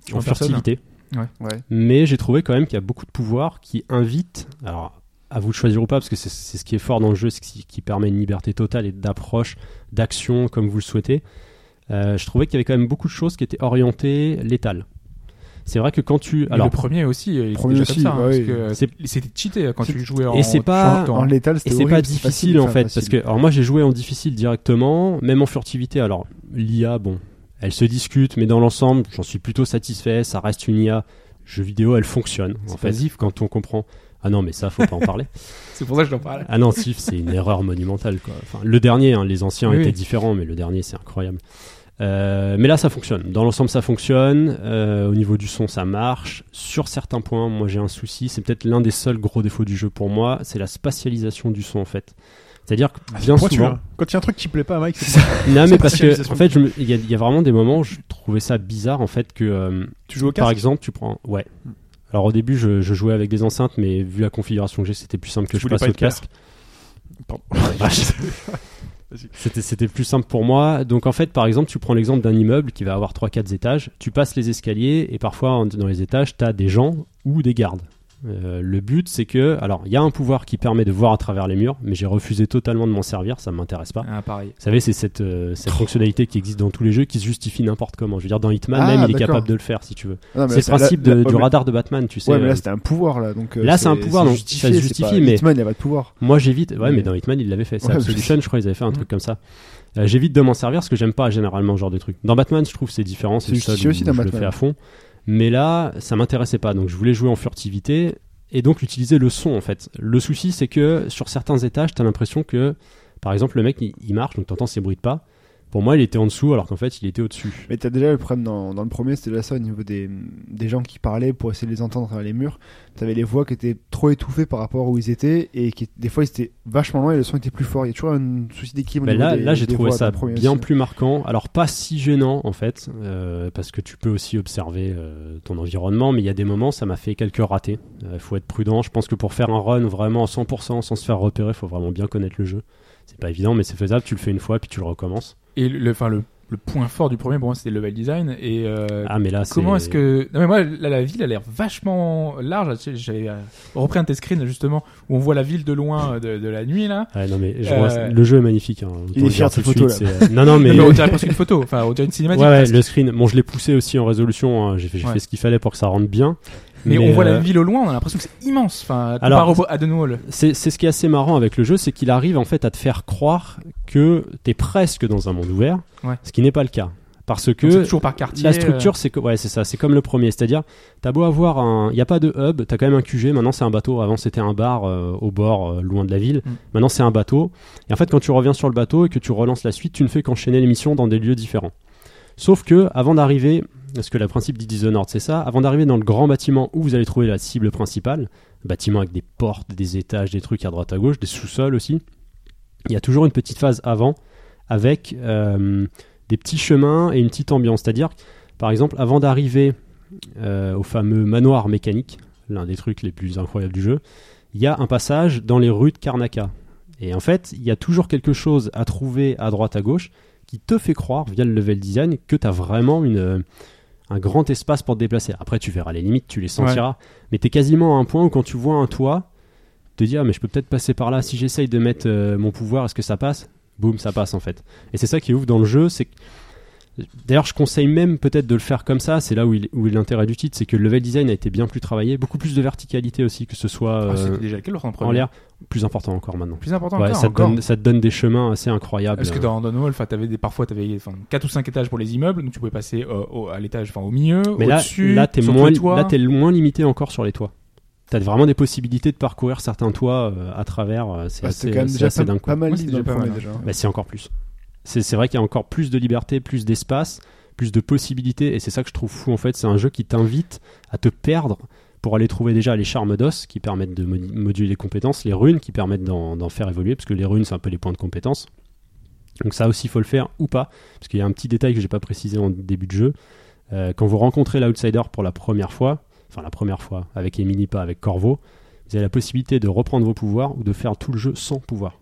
Speaker 4: personne. hein.
Speaker 5: furtivité.
Speaker 4: Ouais.
Speaker 6: Ouais.
Speaker 5: Mais j'ai trouvé quand même qu'il y a beaucoup de pouvoirs qui invitent. Alors, à vous de choisir ou pas, parce que c'est c'est ce qui est fort dans le jeu, c'est qui, qui permet une liberté totale et d'approche, d'action comme vous le souhaitez. Euh, je trouvais qu'il y avait quand même beaucoup de choses qui étaient orientées létales. C'est vrai que quand tu.
Speaker 4: Alors,
Speaker 5: Alors,
Speaker 4: le premier aussi, il
Speaker 6: Premier
Speaker 4: premier aussi,
Speaker 6: aussi,
Speaker 4: ça, hein,
Speaker 6: ouais,
Speaker 4: parce que
Speaker 5: C'est-
Speaker 4: c'était cheaté quand tu jouais en
Speaker 5: Et c'est pas-
Speaker 4: en-
Speaker 6: en létal,
Speaker 5: Et
Speaker 6: c'était
Speaker 5: c'est
Speaker 6: horrible,
Speaker 5: pas
Speaker 6: c'est
Speaker 5: difficile
Speaker 6: facile,
Speaker 5: en
Speaker 6: enfin,
Speaker 5: fait,
Speaker 6: facile.
Speaker 5: parce que alors moi j'ai joué en difficile directement, même en furtivité. Alors l'IA, bon, elle se discute, mais dans l'ensemble, j'en suis plutôt satisfait. Ça reste une IA jeu vidéo, elle fonctionne. En
Speaker 4: C'est
Speaker 5: fait,
Speaker 4: pas Ziff,
Speaker 5: quand on comprend. Ah non, mais ça, faut pas en parler.
Speaker 4: C'est pour ça que je l'en parle.
Speaker 5: Ah non, Sif, c'est une erreur monumentale. Quoi. Enfin, le dernier, hein, les anciens
Speaker 4: Oui,
Speaker 5: étaient
Speaker 4: oui.
Speaker 5: différents, mais le dernier, c'est incroyable. Euh, mais là, ça fonctionne. Dans l'ensemble, ça fonctionne. Euh, au niveau du son, ça marche. Sur certains points, moi, j'ai un souci. C'est peut-être l'un des seuls gros défauts du jeu pour moi. C'est la spatialisation du son, en fait. C'est-à-dire que bien
Speaker 3: Pointu,
Speaker 5: souvent,
Speaker 3: hein. Quand il y a un truc qui plaît pas à Mike, c'est ça.
Speaker 5: non mais parce que
Speaker 3: spatialisation.
Speaker 5: en fait, je me- il y, a- il y a vraiment des moments, où je trouvais ça bizarre en fait que euh,
Speaker 3: Tu joues au
Speaker 5: par
Speaker 3: casque Hmm.
Speaker 5: exemple, tu prends. Ouais. Alors au début, je, je jouais avec des enceintes, mais vu la configuration que j'ai, c'était plus simple que
Speaker 3: Tu
Speaker 5: je
Speaker 3: voulais
Speaker 5: passe
Speaker 3: pas
Speaker 5: au
Speaker 3: être clair.
Speaker 5: casque.
Speaker 3: Pardon. Vas-y.
Speaker 5: c'était c'était plus simple pour moi. Donc en fait, par exemple, tu prends l'exemple d'un immeuble qui va avoir 3-4 étages. Tu passes les escaliers et parfois en- dans les étages, tu as des gens ou des gardes. Euh, le but, c'est que, alors, il y a un pouvoir qui permet de voir à travers les murs, mais j'ai refusé totalement de m'en servir, ça m'intéresse pas.
Speaker 4: Ah, pareil.
Speaker 5: Vous savez, c'est cette, euh, cette fonctionnalité qui existe dans tous les jeux qui se justifie n'importe comment. Je veux dire, dans Hitman,
Speaker 6: Ah,
Speaker 5: même, il est
Speaker 6: d'accord.
Speaker 5: capable de le faire si tu veux.
Speaker 6: Non, mais
Speaker 5: C'est le
Speaker 6: là, là,
Speaker 5: principe
Speaker 6: là,
Speaker 5: de-
Speaker 6: ouais,
Speaker 5: du
Speaker 6: mais-
Speaker 5: radar de Batman, tu sais.
Speaker 6: Ouais, mais
Speaker 5: euh,
Speaker 6: là, c'était un pouvoir, là. Donc, euh,
Speaker 5: Là, c'est un pouvoir, donc, ça
Speaker 6: justifié,
Speaker 5: se
Speaker 6: c'est
Speaker 5: justifie,
Speaker 6: pas-
Speaker 5: mais-
Speaker 6: Hitman, il a pas de pouvoir.
Speaker 5: Moi, j'évite. Ouais, mais dans Hitman, il l'avait fait. C'est
Speaker 6: Mm. Ouais, Mm.
Speaker 5: Absolution, je crois, ils avaient fait un
Speaker 4: Mhm.
Speaker 5: truc comme ça. Euh, j'évite de m'en servir parce que j'aime pas généralement ce genre de truc. Dans Batman, je trouve que c'est différent. C'est
Speaker 6: C'est
Speaker 5: le seul
Speaker 6: justifié
Speaker 5: où
Speaker 6: aussi dans
Speaker 5: je le
Speaker 6: Batman.
Speaker 5: fais à fond. Mais là, ça m'intéressait pas. Donc, je voulais jouer en furtivité et donc utiliser le son en fait. Le souci, c'est que sur certains étages, t'as l'impression que, par exemple, le mec, il, il marche, donc t'entends ses bruits de pas. Pour moi, il était en dessous, alors qu'en fait, il était au-dessus.
Speaker 6: Mais t'as déjà le problème dans, dans le premier, c'était là ça au niveau des, des gens qui parlaient pour essayer de les entendre à travers les murs. T'avais les voix qui étaient trop étouffées par rapport à où ils étaient et qui des fois ils étaient vachement loin et le son était plus fort. Il y a toujours un souci d'équilibre. au
Speaker 5: Ben
Speaker 6: niveau
Speaker 5: là,
Speaker 6: des-
Speaker 5: là j'ai
Speaker 6: des
Speaker 5: trouvé
Speaker 6: voix dans
Speaker 5: ça
Speaker 6: le premier
Speaker 5: bien
Speaker 6: aussi.
Speaker 5: plus marquant. Alors, pas si gênant, en fait, euh, parce que tu peux aussi observer euh, ton environnement, mais il y a des moments, ça m'a fait quelques ratés. Il faut être prudent. Je pense que pour faire un run vraiment à 100%, sans se faire repérer, faut vraiment bien connaître le jeu. C'est pas évident, mais c'est faisable. Tu le fais une fois, puis tu le recommences.
Speaker 4: Et le, enfin, le, le point fort du premier, pour moi, c'était le level design. Et euh,
Speaker 5: Ah, mais là, c'est.
Speaker 4: comment est-ce que. Non, mais moi, la, la ville, elle a l'air vachement large. Tu sais, J'avais euh, repris un test screen, justement, où on voit la ville de loin euh, de, de la nuit, là.
Speaker 5: Ouais, non, mais je
Speaker 4: Euh,
Speaker 5: vois- le jeu est magnifique. hein. Autant
Speaker 6: est
Speaker 5: le dire
Speaker 6: fier de
Speaker 5: tout
Speaker 6: ses
Speaker 5: de
Speaker 6: photos,
Speaker 5: suite, c'est- euh, Non, non, mais.
Speaker 4: Mais on dirait presque une photo. Enfin, on dirait une
Speaker 5: Ouais,
Speaker 4: cinématique.
Speaker 5: ouais,
Speaker 4: presque.
Speaker 5: le screen. Bon, je l'ai poussé aussi en résolution. hein. J'ai fait, j'ai
Speaker 4: Ouais.
Speaker 5: fait ce qu'il fallait pour que ça rentre bien.
Speaker 4: mais, on voit
Speaker 5: euh,
Speaker 4: la ville au loin, on a l'impression que c'est immense. Enfin,
Speaker 5: Alors-
Speaker 4: comparé au- à The New Hall.
Speaker 5: c'est, c'est ce qui est assez marrant avec le jeu, c'est qu'il arrive en fait à te faire croire que t'es presque dans un monde ouvert,
Speaker 4: Ouais.
Speaker 5: ce qui n'est pas le cas. Parce
Speaker 4: Donc, c'est
Speaker 5: que
Speaker 4: toujours par quartier. euh,
Speaker 5: la structure, c'est, que- ouais, c'est ça, c'est comme le premier, c'est-à-dire t'as beau avoir un, il y a pas de hub, t'as quand même un QG. Maintenant c'est un bateau. Avant c'était un bar euh, au bord, euh, loin de la ville.
Speaker 4: Mm.
Speaker 5: Maintenant c'est un bateau. Et en fait quand tu reviens sur le bateau et que tu relances la suite, tu ne fais qu'enchaîner les missions dans des lieux différents. Sauf que avant d'arriver, parce que le principe du Dishonored c'est ça, avant d'arriver dans le grand bâtiment où vous allez trouver la cible principale, bâtiment avec des portes, des étages, des trucs à droite à gauche, des sous-sols aussi. Il y a toujours une petite phase avant avec euh, des petits chemins et une petite ambiance. C'est-à-dire, par exemple, avant d'arriver euh, au fameux manoir mécanique, l'un des trucs les plus incroyables du jeu, il y a un passage dans les rues de Karnaka. Et en fait, il y a toujours quelque chose à trouver à droite à gauche qui te fait croire via le level design que tu as vraiment une, euh, un grand espace pour te déplacer. Après, tu verras les limites, tu les sentiras, mais tu es quasiment à un point où quand tu vois un toit, te dis ah mais je peux peut-être passer par là. Si j'essaye de mettre euh, mon pouvoir, est-ce que ça passe Boum, ça passe en fait. Et c'est ça qui est ouf dans le jeu, c'est que- D'ailleurs, je conseille même peut-être de le faire comme ça. C'est là où il, où est l'intérêt du titre, c'est que le level design a été bien plus travaillé, beaucoup plus de verticalité aussi, que ce soit
Speaker 4: Ah,
Speaker 5: euh,
Speaker 4: c'était déjà quel autre en
Speaker 5: en
Speaker 4: premier
Speaker 5: l'air, plus important encore maintenant.
Speaker 4: Plus important
Speaker 5: Ouais,
Speaker 4: encore,
Speaker 5: ça, te
Speaker 4: encore.
Speaker 5: donne, ça te donne des chemins assez incroyables.
Speaker 4: Parce que dans Dunwolf, t'avais des, parfois t'avais enfin, 4 ou 5 étages pour les immeubles, donc tu pouvais passer euh, au- à l'étage, enfin au milieu,
Speaker 5: Mais là,
Speaker 4: au-dessus,
Speaker 5: là t'es
Speaker 4: sur
Speaker 5: moins,
Speaker 4: le toit.
Speaker 5: là, t'es moins limité encore sur les toits. T'as vraiment des possibilités de parcourir certains toits euh, à travers. euh, c'est
Speaker 6: Bah,
Speaker 5: assez,
Speaker 6: C'était quand même
Speaker 5: c'est
Speaker 6: déjà
Speaker 5: assez
Speaker 6: pas,
Speaker 5: dingue. quoi.
Speaker 6: pas mal
Speaker 4: Moi,
Speaker 6: dit
Speaker 4: c'était
Speaker 6: dans le
Speaker 4: déjà pas
Speaker 6: premier
Speaker 4: mal,
Speaker 6: déjà.
Speaker 4: hein.
Speaker 5: Bah, c'est encore plus. C'est c'est vrai qu'il y a encore plus de liberté, plus d'espace, plus de possibilités, et c'est ça que je trouve fou en fait. C'est un jeu qui t'invite à te perdre pour aller trouver déjà les charmes d'os qui permettent de modi- moduler les compétences, les runes qui permettent d'en d'en faire évoluer, parce que les runes c'est un peu les points de compétences. Donc ça aussi faut le faire ou pas, parce qu'il y a un petit détail que j'ai pas précisé en début de jeu. Euh, quand vous rencontrez l'outsider pour la première fois, enfin la première fois avec Emily pas avec Corvo, vous avez la possibilité de reprendre vos pouvoirs ou de faire tout le jeu sans pouvoir.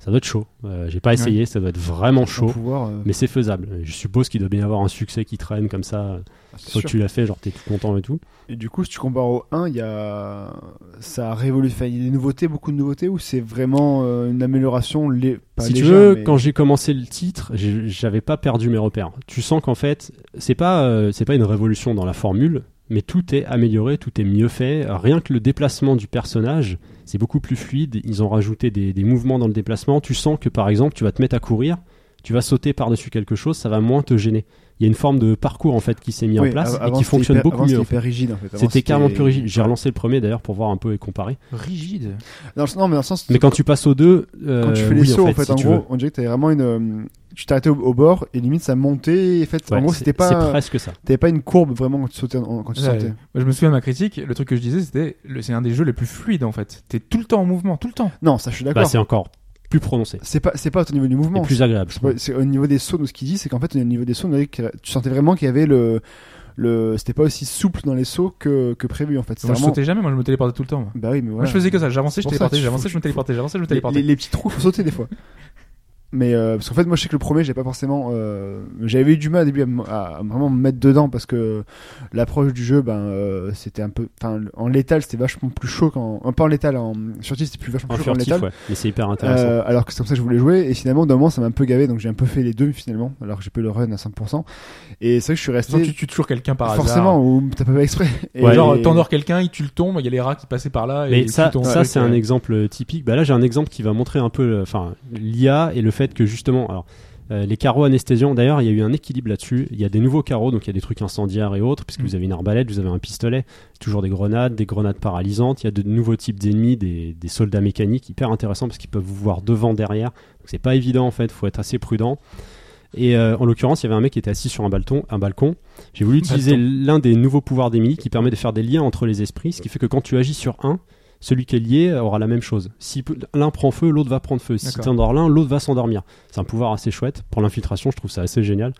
Speaker 5: Ça doit être chaud. Euh, j'ai pas essayé, ça doit être vraiment
Speaker 6: Pour
Speaker 5: chaud,
Speaker 6: pouvoir, euh,
Speaker 5: mais c'est faisable. Je suppose qu'il doit bien y avoir un succès qui traîne comme ça.
Speaker 6: c'est
Speaker 5: Soit
Speaker 6: sûr.
Speaker 5: tu l'as fait, genre t'es tout content et tout.
Speaker 6: Et du coup, si tu compares au 1, il y a... ça a révolutionné. Enfin, il y a des nouveautés, beaucoup de nouveautés, ou c'est vraiment euh, une amélioration lé- pas
Speaker 5: si
Speaker 6: légère,
Speaker 5: tu veux,
Speaker 6: mais-
Speaker 5: quand j'ai commencé le titre, j'ai- j'avais pas perdu mes repères. Tu sens qu'en fait, c'est pas euh, c'est pas une révolution dans la formule, mais tout est amélioré, tout est mieux fait. Rien que le déplacement du personnage, c'est beaucoup plus fluide. Ils ont rajouté des, des mouvements dans le déplacement. Tu sens que par exemple, tu vas te mettre à courir, tu vas sauter par-dessus quelque chose, ça va moins te gêner. Il y a une forme de parcours en fait qui s'est mis
Speaker 6: Oui,
Speaker 5: en place
Speaker 6: av- avant,
Speaker 5: et qui
Speaker 6: c'était
Speaker 5: fonctionne
Speaker 6: hyper-
Speaker 5: beaucoup
Speaker 6: avant,
Speaker 5: mieux.
Speaker 6: C'était
Speaker 5: en fait.
Speaker 6: hyper rigide en fait. Avant,
Speaker 5: C'était carrément plus rigide. J'ai relancé le premier d'ailleurs pour voir un peu et comparer.
Speaker 4: Rigide.
Speaker 6: Non, non, mais dans le sens,
Speaker 5: Mais quand tu passes aux deux,
Speaker 6: quand tu
Speaker 5: euh,
Speaker 6: fais les
Speaker 5: oui,
Speaker 6: sauts, en fait,
Speaker 5: si
Speaker 6: en
Speaker 5: tu veux.
Speaker 6: gros, on dirait que t'avais vraiment une. euh, Tu t'arrêtais au, au bord et limite ça montait. et En fait, en
Speaker 5: Ouais,
Speaker 6: gros,
Speaker 5: c'est-
Speaker 6: c'était
Speaker 5: c'est
Speaker 6: pas.
Speaker 5: presque ça.
Speaker 6: T'avais pas une courbe vraiment quand tu sautais. en- Quand tu
Speaker 4: Ouais.
Speaker 6: sautais.
Speaker 4: Moi, je me souviens de ma critique, le truc que je disais, c'était le- c'est un des jeux les plus fluides en fait. T'es tout le temps en mouvement, tout le temps.
Speaker 6: Non, ça, je suis
Speaker 5: Bah,
Speaker 6: d'accord.
Speaker 5: c'est encore plus prononcé.
Speaker 6: C'est pas, c'est pas au niveau du
Speaker 5: Et
Speaker 6: mouvement.
Speaker 5: plus agréable. je
Speaker 6: C'est pas-
Speaker 5: trouve.
Speaker 6: c'est au niveau des sauts, nous, ce qu'il dit, c'est qu'en fait, au niveau des sauts, on dirait que tu sentais vraiment qu'il y avait le. le C'était pas aussi souple dans les sauts que, que prévu, en fait. C'est
Speaker 4: Moi, je
Speaker 6: vraiment-
Speaker 4: sautais jamais, moi je me téléportais tout le temps. moi.
Speaker 6: Bah oui, mais voilà.
Speaker 4: Moi je faisais que ça, j'avançais, je
Speaker 6: C'est pour ça,
Speaker 4: téléportais,
Speaker 6: tu-
Speaker 4: j'avançais, je me téléportais, j'avançais, je me
Speaker 6: les,
Speaker 4: téléportais.
Speaker 6: les- les petits trous, faut sauter des fois. Mais euh, parce qu'en fait, moi, je sais que le premier, j'ai pas forcément. euh, J'avais eu du mal au début à, m- à vraiment me mettre dedans parce que l'approche du jeu, ben, euh, c'était un peu. Enfin, en létal, c'était vachement plus chaud qu'en. euh, Pas en létal, en surtout c'était plus vachement
Speaker 5: Un
Speaker 6: plus chaud qu'en
Speaker 5: furtif,
Speaker 6: létal.
Speaker 5: ouais. Mais c'est hyper intéressant.
Speaker 6: Euh, alors que c'est comme ça que je voulais jouer, et finalement, d'un moment, ça m'a un peu gavé, donc j'ai un peu fait les deux finalement, alors que j'ai peu le run à 5%. Et c'est vrai que je suis
Speaker 4: Sinon, tu
Speaker 6: resté.
Speaker 4: tues toujours quelqu'un par hasard.
Speaker 6: Forcément, ou t'as pas fait exprès. Et
Speaker 5: Ouais.
Speaker 4: Genre, t'endors quelqu'un, il tue le tombe, il y a les rats qui passaient par là. et
Speaker 5: Mais
Speaker 4: tu
Speaker 5: ça,
Speaker 4: tombes.
Speaker 5: ça
Speaker 4: Ouais,
Speaker 5: c'est
Speaker 4: ouais.
Speaker 5: un exemple typique. Bah là, j'ai un exemple qui va montrer un peu, le- enfin, l'IA et le fait que justement, alors, euh, les carreaux anesthésiants. D'ailleurs, il y a eu un équilibre là-dessus. Il y a des nouveaux carreaux, donc il y a des trucs incendiaires et autres, puisque
Speaker 4: Mm.
Speaker 5: vous avez une arbalète, vous avez un pistolet, toujours des grenades, des grenades paralysantes. Il y a de nouveaux types d'ennemis, des, des soldats mécaniques, hyper intéressants parce qu'ils peuvent vous voir devant, derrière. Donc c'est pas évident en fait. Faut être assez prudent. Et euh, en l'occurrence, il y avait un mec qui était assis sur un balcon. Un balcon. J'ai voulu utiliser l'un des nouveaux pouvoirs d'Emily qui permet de faire des liens entre les esprits, ce qui fait que quand tu agis sur un, celui qui est lié aura la même chose. Si peu- l'un prend feu, l'autre va prendre feu. Si
Speaker 4: D'accord.
Speaker 5: t'endors l'un, l'autre va s'endormir. C'est un pouvoir assez chouette. Pour l'infiltration, je trouve ça assez génial.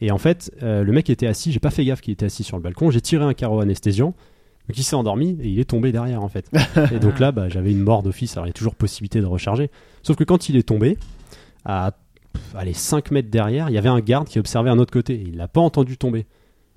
Speaker 5: Et en fait, euh, le mec était assis, j'ai pas fait gaffe qu'il était assis sur le balcon, j'ai tiré un carreau anesthésiant, donc il s'est endormi et il est tombé derrière en fait. et donc là, bah, j'avais une mort d'office, alors il y a toujours possibilité de recharger. Sauf que quand il est tombé, à pff, allez, 5 mètres derrière, il y avait un garde qui observait un autre côté, il l'a pas entendu tomber.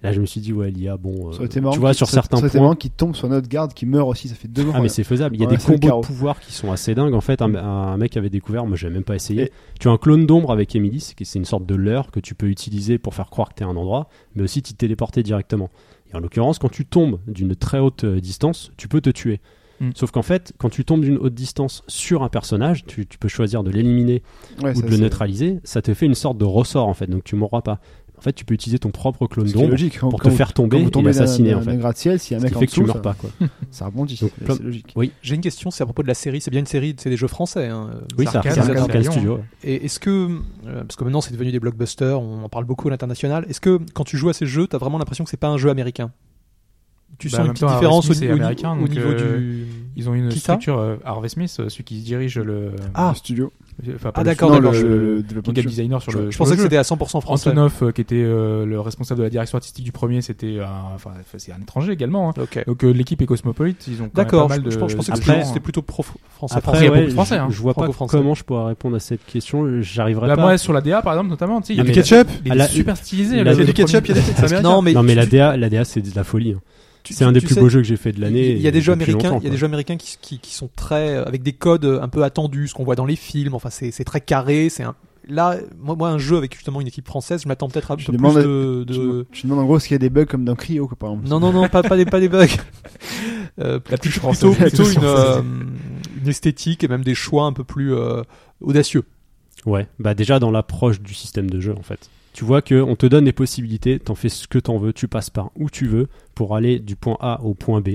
Speaker 5: Là, je me suis dit, ouais, l'IA, bon,
Speaker 6: Ça
Speaker 5: euh,
Speaker 6: aurait été marrant
Speaker 5: tu vois,
Speaker 6: qu'il-
Speaker 5: sur
Speaker 6: ça- ça
Speaker 5: certains
Speaker 6: aurait été
Speaker 5: points,
Speaker 6: marrant qu'il tombe sur notre garde qui meurt aussi, ça fait deux morts.
Speaker 5: ah mais
Speaker 6: là.
Speaker 5: c'est faisable, il y a
Speaker 6: Ouais,
Speaker 5: des
Speaker 6: c'est le
Speaker 5: combos
Speaker 6: carreau.
Speaker 5: de pouvoir qui sont assez dingues. En fait, un, un mec avait découvert, moi j'ai même pas essayé.
Speaker 6: Et-
Speaker 5: Tu as un clone d'ombre avec Emily, c'est c'est une sorte de leurre que tu peux utiliser pour faire croire que t'es à un endroit, mais aussi t'y téléporter directement. Et en l'occurrence, quand tu tombes d'une très haute euh, distance, tu peux te tuer.
Speaker 4: Mm.
Speaker 5: Sauf qu'en fait, quand tu tombes d'une haute distance sur un personnage, tu, tu peux choisir de l'éliminer
Speaker 6: Ouais,
Speaker 5: ou
Speaker 6: ça,
Speaker 5: de le
Speaker 6: c'est-
Speaker 5: neutraliser, ça te fait une sorte de ressort en fait, donc tu mourras pas. En fait, tu peux utiliser ton propre clone
Speaker 6: Ce qui est
Speaker 5: d'ombre
Speaker 6: logique.
Speaker 5: pour te faire tomber et l'assassiner en fait.
Speaker 6: gratte-ciel, s'il y a un
Speaker 5: Ce
Speaker 6: mec
Speaker 5: qui
Speaker 6: en
Speaker 5: fait que tu
Speaker 6: dessous,
Speaker 5: meurs
Speaker 6: ça-
Speaker 5: pas quoi.
Speaker 6: Ça rebondit.
Speaker 5: Donc,
Speaker 6: C'est
Speaker 5: plein-
Speaker 6: c'est logique.
Speaker 7: J'ai une question, c'est à propos de la série. C'est bien une série, c'est des jeux français. hein, euh,
Speaker 5: Oui, ça,
Speaker 7: Arcade,
Speaker 5: ça,
Speaker 7: Arcade.
Speaker 5: Arcade Studio. ouais.
Speaker 7: Et est-ce que, euh, parce que maintenant c'est devenu des blockbusters, on en parle beaucoup à l'international, est-ce que quand tu joues à ces jeux, t'as vraiment l'impression que c'est pas un jeu américain Tu
Speaker 4: Bah, en
Speaker 7: sens une
Speaker 4: même
Speaker 7: petite
Speaker 4: temps,
Speaker 7: différence au,
Speaker 4: Aerosmith, c'est
Speaker 7: au-
Speaker 4: américain,
Speaker 7: au
Speaker 4: donc,
Speaker 7: niveau
Speaker 4: euh,
Speaker 7: du.
Speaker 4: Ils ont une
Speaker 7: Qui ça
Speaker 4: structure, euh, Harvey Smith, euh, celui qui dirige le.
Speaker 6: Ah, studio.
Speaker 4: Enfin,
Speaker 7: Ah,
Speaker 4: pas le
Speaker 7: d'accord,
Speaker 4: sous-
Speaker 7: d'accord,
Speaker 4: le-
Speaker 6: je-
Speaker 4: le
Speaker 6: le-
Speaker 4: game designer sur
Speaker 7: Je,
Speaker 4: le.
Speaker 7: je
Speaker 4: sur
Speaker 7: pensais
Speaker 4: le
Speaker 7: que
Speaker 4: jeu.
Speaker 7: c'était à 100% français.
Speaker 4: Antonov, euh, qui était euh, le responsable de la direction artistique du premier, c'était un, enfin, c'est un étranger également. hein.
Speaker 7: Ok.
Speaker 4: Donc euh, l'équipe est cosmopolite, ils ont quand même
Speaker 7: D'accord,
Speaker 4: pas
Speaker 7: je,
Speaker 4: mal de.
Speaker 7: je pense- je pensais que
Speaker 4: de
Speaker 7: c'était-
Speaker 4: gens,
Speaker 7: c'était
Speaker 4: hein.
Speaker 7: plutôt pro français.
Speaker 5: Après,
Speaker 7: français.
Speaker 4: il y a
Speaker 5: ouais,
Speaker 4: beaucoup de Français,
Speaker 5: je-
Speaker 4: hein,
Speaker 5: je vois pas
Speaker 7: franco-français.
Speaker 5: comment je pourrais répondre à cette question. J'arriverai
Speaker 4: Là,
Speaker 5: pas.
Speaker 4: moi, sur la DA, par exemple, notamment, tu sais, il y a
Speaker 5: Ah, mais
Speaker 4: des
Speaker 5: la-
Speaker 3: ketchup
Speaker 4: il est
Speaker 5: la-
Speaker 4: super euh, stylisé. le-
Speaker 5: la- il y a
Speaker 4: le
Speaker 5: des
Speaker 4: premier.
Speaker 3: ketchup, il y a des-
Speaker 7: Parce que- non, mais
Speaker 5: non, mais
Speaker 7: tu-
Speaker 5: la DA, la DA, c'est de la folie. hein.
Speaker 7: tu-
Speaker 5: C'est un des
Speaker 7: tu
Speaker 5: plus
Speaker 7: sais,
Speaker 5: beaux jeux que j'ai fait de l'année.
Speaker 7: Il y a des
Speaker 5: et
Speaker 7: jeux
Speaker 5: depuis
Speaker 7: américains,
Speaker 5: longtemps,
Speaker 7: il y a des
Speaker 5: quoi.
Speaker 7: jeux américains qui, qui, qui sont très euh, avec des codes euh, un peu attendus, ce qu'on voit dans les films. Enfin, c'est c'est très carré. C'est un là, moi, moi, un jeu avec justement une équipe française, je m'attends peut-être à un peu
Speaker 6: Je
Speaker 7: plus
Speaker 6: demande à-
Speaker 7: de,
Speaker 6: Tu
Speaker 7: de-
Speaker 6: me- Tu demandes en gros s'il y a des bugs comme dans Cryo, quoi, par exemple.
Speaker 7: Non, non, non, pas, pas des, pas des bugs. Euh,
Speaker 4: La
Speaker 7: plutôt
Speaker 4: touche
Speaker 7: plutôt,
Speaker 4: française.
Speaker 7: plutôt une,
Speaker 4: Française.
Speaker 7: euh, une esthétique et même des choix un peu plus euh, audacieux.
Speaker 5: Ouais, bah déjà dans l'approche du système de jeu en fait. Tu vois que on te donne des possibilités, t'en fais ce que t'en veux, tu passes par où tu veux pour aller du point A au point B,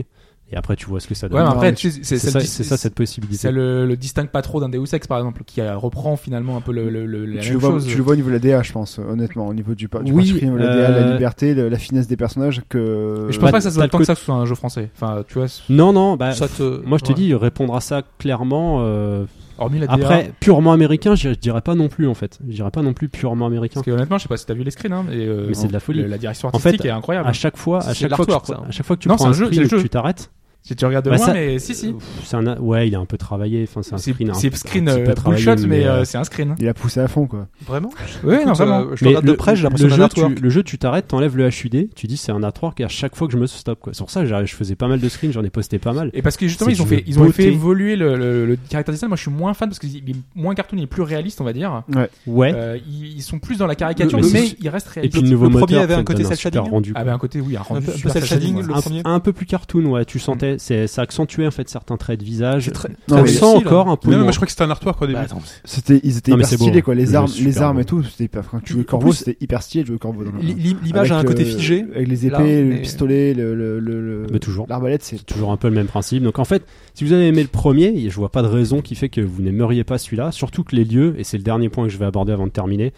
Speaker 5: et après tu vois ce que ça
Speaker 4: Ouais,
Speaker 5: donne.
Speaker 4: mais
Speaker 6: Non,
Speaker 4: après,
Speaker 6: mais
Speaker 4: tu sais, c'est
Speaker 5: c'est
Speaker 4: c'est
Speaker 5: ça,
Speaker 4: le-
Speaker 5: c'est ça, cette possibilité.
Speaker 4: Ça le, le distingue pas trop d'un Deus Ex par exemple, qui euh, reprend finalement un peu le, le, le- la
Speaker 6: Tu
Speaker 4: même
Speaker 6: le, vois,
Speaker 4: chose.
Speaker 6: tu le vois au niveau de la DA, je pense, euh, honnêtement, au niveau du, par- du
Speaker 5: Oui,
Speaker 6: parti pris, au niveau de la DA,
Speaker 5: euh,
Speaker 6: la liberté, le- la finesse des personnages que.
Speaker 4: Mais je pense
Speaker 5: Bah,
Speaker 4: pas que ça
Speaker 5: t'as
Speaker 4: soit
Speaker 5: le
Speaker 4: tant
Speaker 5: côté-
Speaker 4: que ça que ce soit un jeu français. Enfin, tu vois, c'est-
Speaker 5: Non, non, bah
Speaker 7: Ça Ah, te-
Speaker 5: moi je te
Speaker 7: ouais.
Speaker 5: dis répondre à ça clairement. euh,
Speaker 4: hormis la DA.
Speaker 5: après purement américain, je je dirais pas non plus en fait. Je dirais pas non plus purement américain.
Speaker 4: parce que honnêtement, je sais pas si t'as vu les screens, hein, mais, euh,
Speaker 5: Mais c'est de la folie.
Speaker 4: le- La direction
Speaker 5: En fait,
Speaker 4: artistique est incroyable.
Speaker 5: À chaque fois, à
Speaker 7: C'est de
Speaker 5: chaque fois, que
Speaker 7: l'artwork,
Speaker 5: tu,
Speaker 7: ça.
Speaker 5: à chaque fois que tu
Speaker 4: Ah Non,
Speaker 5: prends
Speaker 4: c'est
Speaker 5: un
Speaker 4: un jeu,
Speaker 5: prix
Speaker 4: c'est le
Speaker 5: ou que
Speaker 4: jeu.
Speaker 5: tu t'arrêtes,
Speaker 4: Si tu regardes de
Speaker 5: Bah,
Speaker 4: loin,
Speaker 5: ça-
Speaker 4: mais si si.
Speaker 5: c'est un, ouais, il est un peu travaillé. Enfin, c'est un
Speaker 4: C'est
Speaker 5: screen. hein, un-
Speaker 4: c'est screen
Speaker 5: un petit peu
Speaker 4: euh,
Speaker 5: travaillé,
Speaker 4: bullshot, mais
Speaker 5: euh,
Speaker 4: euh, c'est un screen.
Speaker 6: Il a poussé à fond, quoi.
Speaker 7: Vraiment
Speaker 4: Ouais, non
Speaker 7: Écoute,
Speaker 4: vraiment.
Speaker 7: euh, Je regarde de près, j'ai l'impression
Speaker 5: le
Speaker 7: d'un
Speaker 5: jeu, tu,
Speaker 7: artwork.
Speaker 5: le jeu, tu t'arrêtes, t'enlèves le HUD, tu dis c'est un artwork et à chaque fois que je me stoppe quoi. Sur ça, j'ai- je faisais pas mal de screens, j'en ai posté pas mal.
Speaker 4: Et parce que justement,
Speaker 5: C'est
Speaker 4: ils ont
Speaker 5: du
Speaker 4: fait, ils ont
Speaker 5: beauté.
Speaker 4: fait évoluer le, le, le caractère design. Moi, je suis moins fan parce qu'il est moins cartoon, il est plus réaliste, on va dire.
Speaker 5: Ouais.
Speaker 4: Euh, ils, ils sont plus dans la caricature,
Speaker 5: Mais
Speaker 4: mais,
Speaker 5: c'est-
Speaker 4: ils restent
Speaker 5: et
Speaker 4: réalistes.
Speaker 5: puis le nouveau
Speaker 7: le premier
Speaker 5: moteur
Speaker 7: avait un
Speaker 5: ça te
Speaker 7: côté
Speaker 5: donne
Speaker 7: cel
Speaker 5: super
Speaker 7: shading.
Speaker 5: rendu.
Speaker 4: Ah ben un côté, oui, un rendu
Speaker 7: peu- un peu
Speaker 4: super
Speaker 7: cel
Speaker 4: sexy,
Speaker 7: shading,
Speaker 4: ouais.
Speaker 7: le
Speaker 5: un,
Speaker 7: premier.
Speaker 5: un peu plus cartoon, ouais. Tu sentais, c'est, ça accentuait en fait certains traits de visage.
Speaker 7: Très-
Speaker 6: Non,
Speaker 5: On
Speaker 6: mais
Speaker 5: le sent
Speaker 7: difficile,
Speaker 5: encore un peu.
Speaker 3: Non, mais
Speaker 5: moins.
Speaker 3: moi je crois que c'était un artwork au début.
Speaker 7: Bah, attends, c'est-
Speaker 6: C'était, ils étaient
Speaker 5: Non, mais
Speaker 6: hyper
Speaker 5: c'est beau,
Speaker 6: stylés,
Speaker 5: hein.
Speaker 6: quoi.
Speaker 5: Le
Speaker 6: Les
Speaker 5: jeu
Speaker 6: armes,
Speaker 5: est super
Speaker 6: les armes
Speaker 5: beau.
Speaker 6: et tout, c'était hyper. Quand tu jouais
Speaker 7: En
Speaker 6: corbeau,
Speaker 7: plus-
Speaker 6: c'était hyper stylé de jouer corbeau. dans le-
Speaker 7: l'i- l'i- L'image a un
Speaker 6: Avec,
Speaker 7: côté
Speaker 6: euh,
Speaker 7: figé.
Speaker 6: Avec les épées,
Speaker 7: Là,
Speaker 6: le
Speaker 7: mais-
Speaker 6: pistolet, le, le, le- le-
Speaker 5: Mais toujours.
Speaker 6: l'arbalète, c'est.
Speaker 5: C'est toujours un peu le même principe. Donc en fait, si vous avez aimé le premier, je vois pas de raison qui fait que vous n'aimeriez pas celui-là. Surtout que les lieux, et c'est le dernier point que je vais aborder avant de terminer,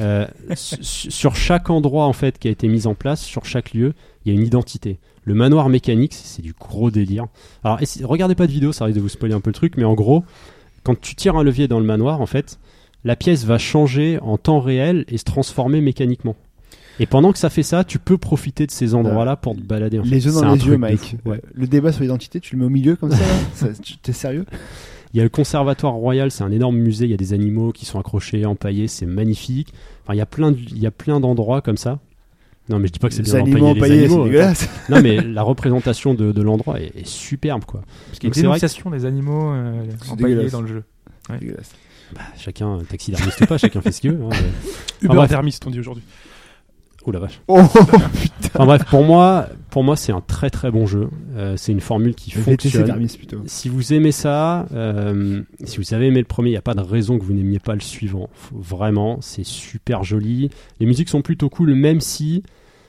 Speaker 5: euh, su- sur chaque endroit en fait qui a été mis en place, sur chaque lieu, il y a une identité. Le manoir mécanique, c'est du gros délire. Alors essa- regardez pas de vidéo, ça risque de vous spoiler un peu le truc, mais en gros, quand tu tires un levier dans le manoir, en fait, la pièce va changer en temps réel et se transformer mécaniquement. Et pendant que ça fait ça, tu peux profiter de ces endroits-là pour te balader. en fait.
Speaker 6: Les yeux
Speaker 5: C'est
Speaker 6: dans
Speaker 5: un
Speaker 6: les
Speaker 5: truc
Speaker 6: yeux,
Speaker 5: de
Speaker 6: Mike.
Speaker 5: fou, ouais.
Speaker 6: Le débat sur l'identité, tu le mets au milieu comme ça, là Ça, tu- T'es sérieux
Speaker 5: Il y a le Conservatoire Royal, c'est un énorme musée. Il y a des animaux qui sont accrochés, empaillés, c'est magnifique. Enfin, il y a plein, de- il y a plein d'endroits comme ça. Non, mais je dis pas que c'est
Speaker 6: Les
Speaker 5: bien
Speaker 6: animaux
Speaker 5: empaillé les
Speaker 6: empaillés, c'est
Speaker 5: animaux. euh,
Speaker 6: dégueulasse.
Speaker 5: non, mais la représentation de, de l'endroit est, est superbe, quoi.
Speaker 4: Parce qu'il y a
Speaker 5: Donc
Speaker 4: une
Speaker 5: c'est vrai
Speaker 4: dénonciation des animaux euh,
Speaker 6: C'est
Speaker 4: empaillés
Speaker 6: dégueulasse.
Speaker 4: dans le jeu. Ouais.
Speaker 6: Dégueulasse.
Speaker 5: Bah, chacun taxidermiste ou pas, chacun fait ce qu'il veut. hein, mais-
Speaker 3: Uberdermiste, on dit aujourd'hui.
Speaker 5: Oh la vache.
Speaker 6: Oh
Speaker 5: Enfin bref, pour moi, pour moi, c'est un très très bon jeu. Euh, c'est une formule qui
Speaker 6: Fonctionne.
Speaker 5: fonctionne.
Speaker 6: plutôt.
Speaker 5: Si vous aimez ça, euh, si vous avez aimé le premier, il n'y a pas de raison que vous n'aimiez pas le suivant. Faut- Vraiment, c'est super joli. Les musiques sont plutôt cool, même si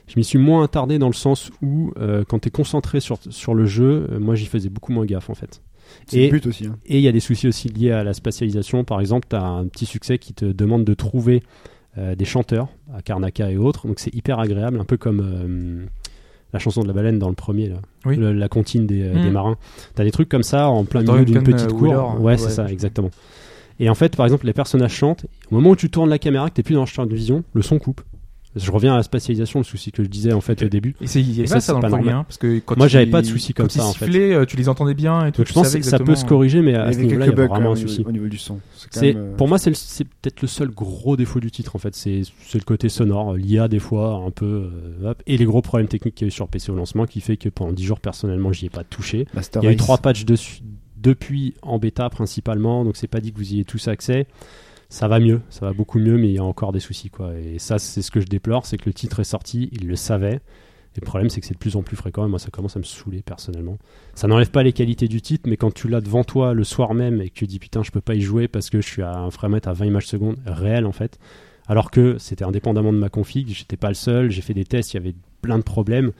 Speaker 5: je m'y suis moins attardé dans le sens où, euh, quand tu es concentré sur, sur le jeu, euh, moi j'y faisais beaucoup moins gaffe en fait.
Speaker 6: C'est
Speaker 5: Et-
Speaker 6: le but aussi. hein.
Speaker 5: Et il y a des soucis aussi liés à la spatialisation. Par exemple, tu as un petit succès qui te demande de trouver euh, des chanteurs à Karnaka et autres. Donc c'est hyper agréable, un peu comme euh, la chanson de la baleine dans le premier, là.
Speaker 4: Oui.
Speaker 5: Le- la comptine des, euh,
Speaker 4: Mm.
Speaker 5: des marins. Tu as des trucs comme ça en plein
Speaker 4: Dans
Speaker 5: milieu d'une
Speaker 4: Duncan,
Speaker 5: petite
Speaker 4: euh,
Speaker 5: cour.
Speaker 4: Wheeler,
Speaker 5: ouais,
Speaker 4: ouais.
Speaker 5: c'est ça, exactement. Et en fait, par exemple, les personnages chantent. Au moment où tu tournes la caméra, que tu plus dans le champ de vision, le son coupe. Je reviens à la spatialisation, le souci que je disais en fait au début.
Speaker 4: Et c'est, il y
Speaker 5: Et
Speaker 4: avait
Speaker 5: ça,
Speaker 4: pas
Speaker 5: c'est
Speaker 4: ça dans
Speaker 5: pas
Speaker 4: le premier,
Speaker 5: normal.
Speaker 4: hein, parce que quand
Speaker 5: Moi,
Speaker 4: ils-
Speaker 5: j'avais pas de soucis comme
Speaker 4: quand
Speaker 5: ça,
Speaker 4: ils
Speaker 5: en fait.
Speaker 4: sifflaient, euh, tu les entendais bien et tout.
Speaker 5: Donc
Speaker 4: tu
Speaker 5: je pense
Speaker 4: savais
Speaker 5: que ça peut se
Speaker 4: exactement. euh, hein.
Speaker 5: corriger, mais
Speaker 6: Il y
Speaker 5: à, ce
Speaker 6: avait
Speaker 5: niveau-là, il y
Speaker 6: quelques
Speaker 5: a
Speaker 6: bugs quand
Speaker 5: vraiment
Speaker 6: même,
Speaker 5: un
Speaker 6: au
Speaker 5: souci.
Speaker 6: niveau- au niveau du son. C'est quand
Speaker 5: C'est,
Speaker 6: même, euh,
Speaker 5: pour moi, c'est, le- c'est peut-être le seul gros défaut du titre, en fait. C'est, c'est le côté sonore, l'IA des fois, un peu. euh, hop. et les gros problèmes techniques qu'il y a eu sur PC au lancement, qui fait que pendant 10 jours, personnellement, j'y ai pas touché.
Speaker 6: Master
Speaker 5: Il y a eu
Speaker 6: Race.
Speaker 5: trois patchs dessus- depuis en bêta principalement, donc c'est pas dit que vous y ayez tous accès. Ça va mieux, ça va beaucoup mieux, mais il y a encore des soucis, quoi. Et ça, c'est ce que je déplore, c'est que le titre est sorti, il le savait. Et le problème, c'est que c'est de plus en plus fréquent, et moi, ça commence à me saouler personnellement. Ça n'enlève pas les qualités du titre, mais quand tu l'as devant toi le soir même et que tu dis putain, je peux pas y jouer parce que je suis à un framerate à 20 images secondes, réel en fait, alors que c'était indépendamment de ma config, j'étais pas le seul, j'ai fait des tests, il y avait plein de problèmes,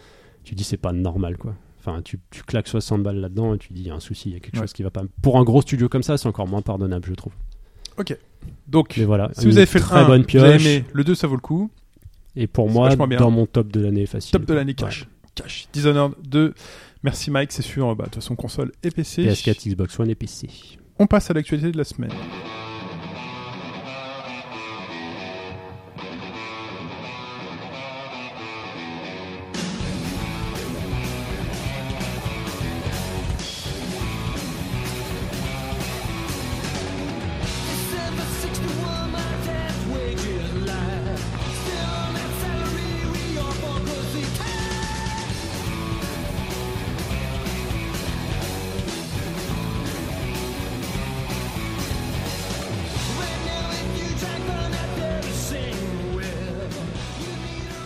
Speaker 5: tu dis c'est pas normal quoi. Enfin, tu, tu claques 60 balles là-dedans et tu dis il y a un souci, il y a quelque
Speaker 4: Ouais.
Speaker 5: chose qui va pas. Pour un gros studio comme ça, c'est encore moins pardonnable, je trouve.
Speaker 3: Donc,
Speaker 5: Mais voilà,
Speaker 3: si vous
Speaker 5: une
Speaker 3: avez fait le
Speaker 5: très
Speaker 3: 1,
Speaker 5: bonne
Speaker 3: vous avez
Speaker 5: pioche,
Speaker 3: aimé le 2, ça vaut le coup.
Speaker 5: et pour
Speaker 3: c'est
Speaker 5: moi,
Speaker 3: vachement bien.
Speaker 5: dans mon top de l'année facile.
Speaker 3: Top de l'année
Speaker 5: Ouais.
Speaker 3: cash. Cash. Dishonored 2. Merci Mike, c'est sûr. Bah, de toute façon, console et PC.
Speaker 5: PS4, Xbox One et PC.
Speaker 3: On passe à l'actualité de la semaine.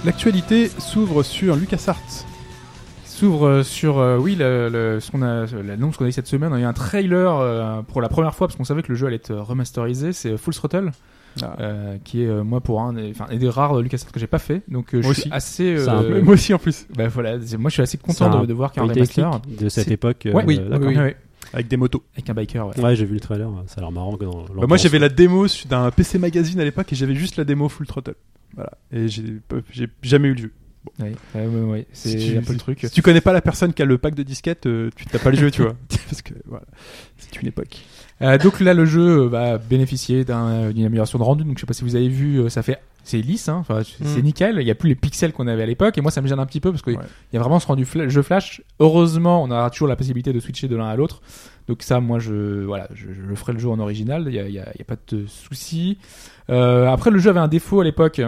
Speaker 3: L'actualité s'ouvre sur LucasArts.
Speaker 4: s'ouvre euh, sur euh, oui le, le- ce qu'on a l'annonce qu'on a eu cette semaine il y a un trailer euh, pour la première fois parce qu'on savait que le jeu allait être euh, remasterisé c'est euh, Full Throttle
Speaker 3: Ah.
Speaker 4: euh, qui est euh, moi pour un des, enfin, un des rares LucasArts que j'ai pas fait donc euh, je
Speaker 3: Moi
Speaker 4: suis
Speaker 3: aussi.
Speaker 4: assez
Speaker 5: C'est un peu-
Speaker 4: euh,
Speaker 3: Moi aussi en plus.
Speaker 4: bah, voilà c'est- moi je suis assez
Speaker 5: C'est
Speaker 4: content
Speaker 5: un
Speaker 4: de, de voir qu'il y a un
Speaker 5: Point and click
Speaker 4: remaster
Speaker 5: de cette
Speaker 4: C'est-
Speaker 5: époque. euh,
Speaker 4: Ouais,
Speaker 7: oui,
Speaker 5: d'accord.
Speaker 7: oui,
Speaker 4: Ouais, ouais.
Speaker 3: Avec des motos.
Speaker 4: avec un biker ouais.
Speaker 5: Ouais, j'ai vu le trailer, ça a l'air marrant. que dans-
Speaker 3: Bah, moi j'avais la démo su- d'un PC Magazine à l'époque et j'avais juste la démo Full Throttle. Voilà. Et j'ai pas- j'ai jamais eu le jeu.
Speaker 4: Ouais, ouais, ouais, ouais. c'est
Speaker 3: Si tu-
Speaker 4: un peu le truc
Speaker 3: Si tu connais pas la personne qui a le pack de disquettes, euh, tu t'as pas le jeu, tu vois. Parce que voilà, c'est une époque.
Speaker 4: Euh, donc là, le jeu euh, va bénéficier d'un- euh, d'une amélioration de rendu. Donc je sais pas si vous avez vu, euh, ça fait c'est lisse, hein. enfin c'est c'est
Speaker 7: Mm.
Speaker 4: nickel. Il y a plus les pixels qu'on avait à l'époque. Et moi, ça me gêne un petit peu parce que il
Speaker 3: Ouais.
Speaker 4: y a vraiment ce rendu fla- jeu flash. Heureusement, on aura toujours la possibilité de switcher de l'un à l'autre. Donc ça, moi, je voilà, je, je ferai le jeu en original. Il y a, il y a- il y a pas de souci. Euh, après, le jeu avait un défaut à l'époque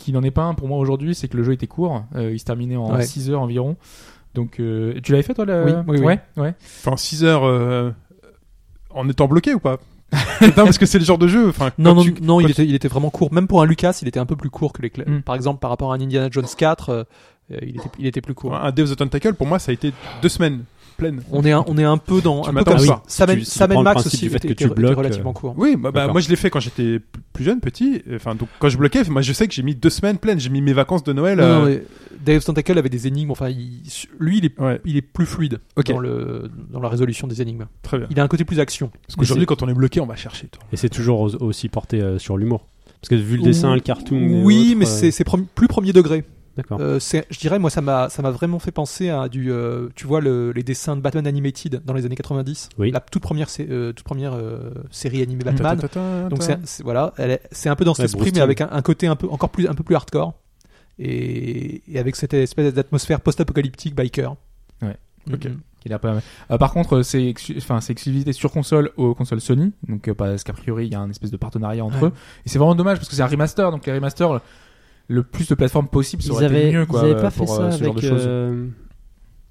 Speaker 4: qui n'en est pas un pour moi aujourd'hui, c'est que le jeu était court. Euh, il se terminait en
Speaker 7: Ouais.
Speaker 4: 6 heures environ. Donc euh, tu l'avais fait toi là
Speaker 7: Oui, oui, oui.
Speaker 4: ouais, ouais.
Speaker 3: Enfin, 6 heures euh, en étant bloqué ou pas Putain, parce que c'est le genre de jeu. Enfin,
Speaker 7: Non,
Speaker 3: quand
Speaker 7: non,
Speaker 3: tu-
Speaker 7: non, il
Speaker 3: quand
Speaker 7: était, il était vraiment court. Même pour un Lucas, il était un peu plus court que les clés.
Speaker 4: Mm.
Speaker 7: Par exemple, par rapport à un Indiana Jones 4, euh, euh, il, était, il était plus
Speaker 3: tu-
Speaker 7: court.
Speaker 3: Un Day of the Tentacle, pour moi, ça a été deux semaines pleines.
Speaker 7: On est un, on est un peu dans.
Speaker 3: Tu
Speaker 7: un peu
Speaker 3: m'attends
Speaker 7: comme
Speaker 3: à
Speaker 7: ça.
Speaker 3: ça.
Speaker 7: Sam,
Speaker 5: Si tu- si tu
Speaker 7: Sam
Speaker 5: prends le
Speaker 7: Max
Speaker 5: principe
Speaker 7: aussi
Speaker 5: du fait
Speaker 7: était,
Speaker 5: que tu
Speaker 7: était
Speaker 5: bloques,
Speaker 7: relativement court.
Speaker 3: Oui, bah, bah,
Speaker 5: D'accord.
Speaker 3: moi je l'ai fait quand j'étais p- plus jeune, petit. Enfin, donc quand je bloquais, moi je sais que j'ai mis deux semaines pleines. J'ai mis mes vacances de Noël.
Speaker 7: Non, non,
Speaker 3: euh,
Speaker 7: mais Dave Tentacle avait des énigmes. Enfin, il- lui, il est,
Speaker 3: Ouais,
Speaker 7: il est plus fluide
Speaker 3: Ok.
Speaker 7: dans, le, dans la résolution des énigmes.
Speaker 3: très bien.
Speaker 7: Il a un côté plus action.
Speaker 3: Parce qu'aujourd'hui, quand on est bloqué, on va chercher. toi.
Speaker 5: Et c'est toujours au- aussi porté euh, sur l'humour. Parce que vu le dessin, le cartoon. et
Speaker 7: Oui,
Speaker 5: autres,
Speaker 7: mais
Speaker 5: euh,
Speaker 7: c'est c'est prom- plus premier degré.
Speaker 5: D'accord.
Speaker 7: Euh, c'est- je dirais, moi, ça m'a ça m'a vraiment fait penser à du. euh, tu vois, le- les dessins de Batman Animated dans les années 90.
Speaker 5: Oui.
Speaker 7: La toute première, sé- euh, toute première euh, série animée Batman.
Speaker 3: Ta-ta-ta-ta-ta.
Speaker 7: Donc c'est c'est- voilà, elle est- c'est un peu dans cet
Speaker 5: Ouais,
Speaker 7: esprit,
Speaker 5: Bruce
Speaker 7: mais
Speaker 5: Timm.
Speaker 7: avec un, un côté un peu encore plus un peu plus hardcore et, et avec cette espèce d'atmosphère post-apocalyptique biker.
Speaker 4: Ouais.
Speaker 7: Mhm.
Speaker 3: Ok.
Speaker 4: qui est là pas mal. Euh, par contre, euh, c'est excu- enfin c'est exclusivité sur console aux consoles Sony, donc euh, parce qu'a priori il y a un espèce de partenariat entre
Speaker 7: Ouais.
Speaker 4: eux. Et c'est vraiment dommage parce que c'est un remaster, donc les remasters le- le plus de plateformes possible, ça
Speaker 5: Ils
Speaker 4: aurait
Speaker 5: avaient,
Speaker 4: été mieux quoi
Speaker 5: ils avaient
Speaker 4: euh,
Speaker 5: pas
Speaker 4: pour
Speaker 5: fait
Speaker 4: euh,
Speaker 5: ça
Speaker 4: ce genre
Speaker 5: avec,
Speaker 4: de choses.
Speaker 5: euh,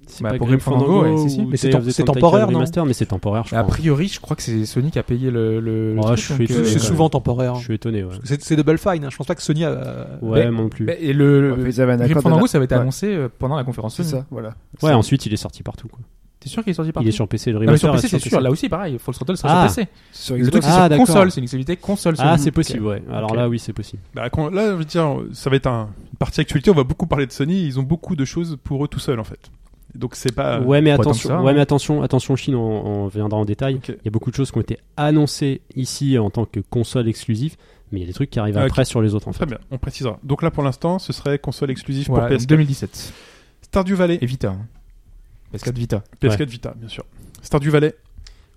Speaker 5: c'est
Speaker 4: Bah,
Speaker 5: pas
Speaker 4: pour
Speaker 5: Grim
Speaker 4: Grim Fandango, ouais,
Speaker 5: Fandango,
Speaker 4: si, si.
Speaker 5: ou
Speaker 7: Mais c'est
Speaker 5: Day of
Speaker 7: tem-
Speaker 5: the
Speaker 7: c'est
Speaker 5: Tentacle
Speaker 7: temporaire, non
Speaker 5: Remaster, mais c'est temporaire, je
Speaker 4: A
Speaker 5: crois.
Speaker 4: priori, je crois que c'est Sony qui a payé le. le, le
Speaker 5: Ouais,
Speaker 4: truc,
Speaker 5: je suis
Speaker 4: donc, euh,
Speaker 7: C'est
Speaker 5: étonné, quand
Speaker 7: souvent temporaire.
Speaker 5: Je
Speaker 7: hein.
Speaker 5: suis étonné, ouais.
Speaker 7: C'est c'est Double Fine. hein. Je pense pas que Sony. A...
Speaker 5: Ouais,
Speaker 4: Mais-
Speaker 5: moi non plus.
Speaker 4: Mais- Et le.
Speaker 6: Ouais, ils avaient un
Speaker 4: Grim
Speaker 6: accord de
Speaker 4: Fandango,
Speaker 6: la-
Speaker 4: ça avait été
Speaker 6: Ouais.
Speaker 4: annoncé euh, pendant la conférence
Speaker 6: C'est
Speaker 4: Sony.
Speaker 6: ça, voilà.
Speaker 5: Ouais,
Speaker 6: Ça-
Speaker 5: ensuite il est sorti partout. Quoi.
Speaker 4: T'es sûr qu'il est sorti par
Speaker 5: Il est sur PC, le
Speaker 4: non, Ah, mais
Speaker 5: remaster.
Speaker 4: sur PC,
Speaker 5: est
Speaker 4: c'est sûr.
Speaker 5: PC.
Speaker 4: Là aussi, pareil, Full Throttle
Speaker 5: Ah.
Speaker 4: sera sur PC.
Speaker 6: Sur
Speaker 4: Le truc,
Speaker 6: Xbox,
Speaker 4: c'est
Speaker 5: Ah,
Speaker 4: sur
Speaker 5: d'accord.
Speaker 4: console, c'est une exclusivité console.
Speaker 5: Ah,
Speaker 4: Sony.
Speaker 5: c'est possible, ouais. Alors
Speaker 4: Ok.
Speaker 5: là, oui, c'est possible.
Speaker 3: Bah, quand- là, je veux dire, ça va être un- une partie actualité. On va beaucoup parler de Sony. Ils ont beaucoup de choses pour eux tout seuls en fait. Donc c'est pas.
Speaker 5: ouais, mais
Speaker 4: Ah, pas tant
Speaker 5: attention,
Speaker 4: que ça,
Speaker 5: ouais,
Speaker 4: hein.
Speaker 5: mais attention, attention, Chine, on, on viendra en détail.
Speaker 3: Ok.
Speaker 5: Il y a beaucoup de choses qui ont été annoncées ici en tant que console exclusive, mais il y a des trucs qui arrivent
Speaker 3: Ah, ok.
Speaker 5: après sur les autres en
Speaker 3: Très
Speaker 5: fait.
Speaker 3: bien, on précisera. Donc là pour l'instant, ce serait console exclusive
Speaker 4: Voilà,
Speaker 3: pour
Speaker 4: donc
Speaker 3: PS4.
Speaker 4: 2017.
Speaker 3: Stardew Valley,
Speaker 4: Et Vita. hein. PS4 Vita.
Speaker 3: PS4 Vita, bien sûr. Stardew Valley,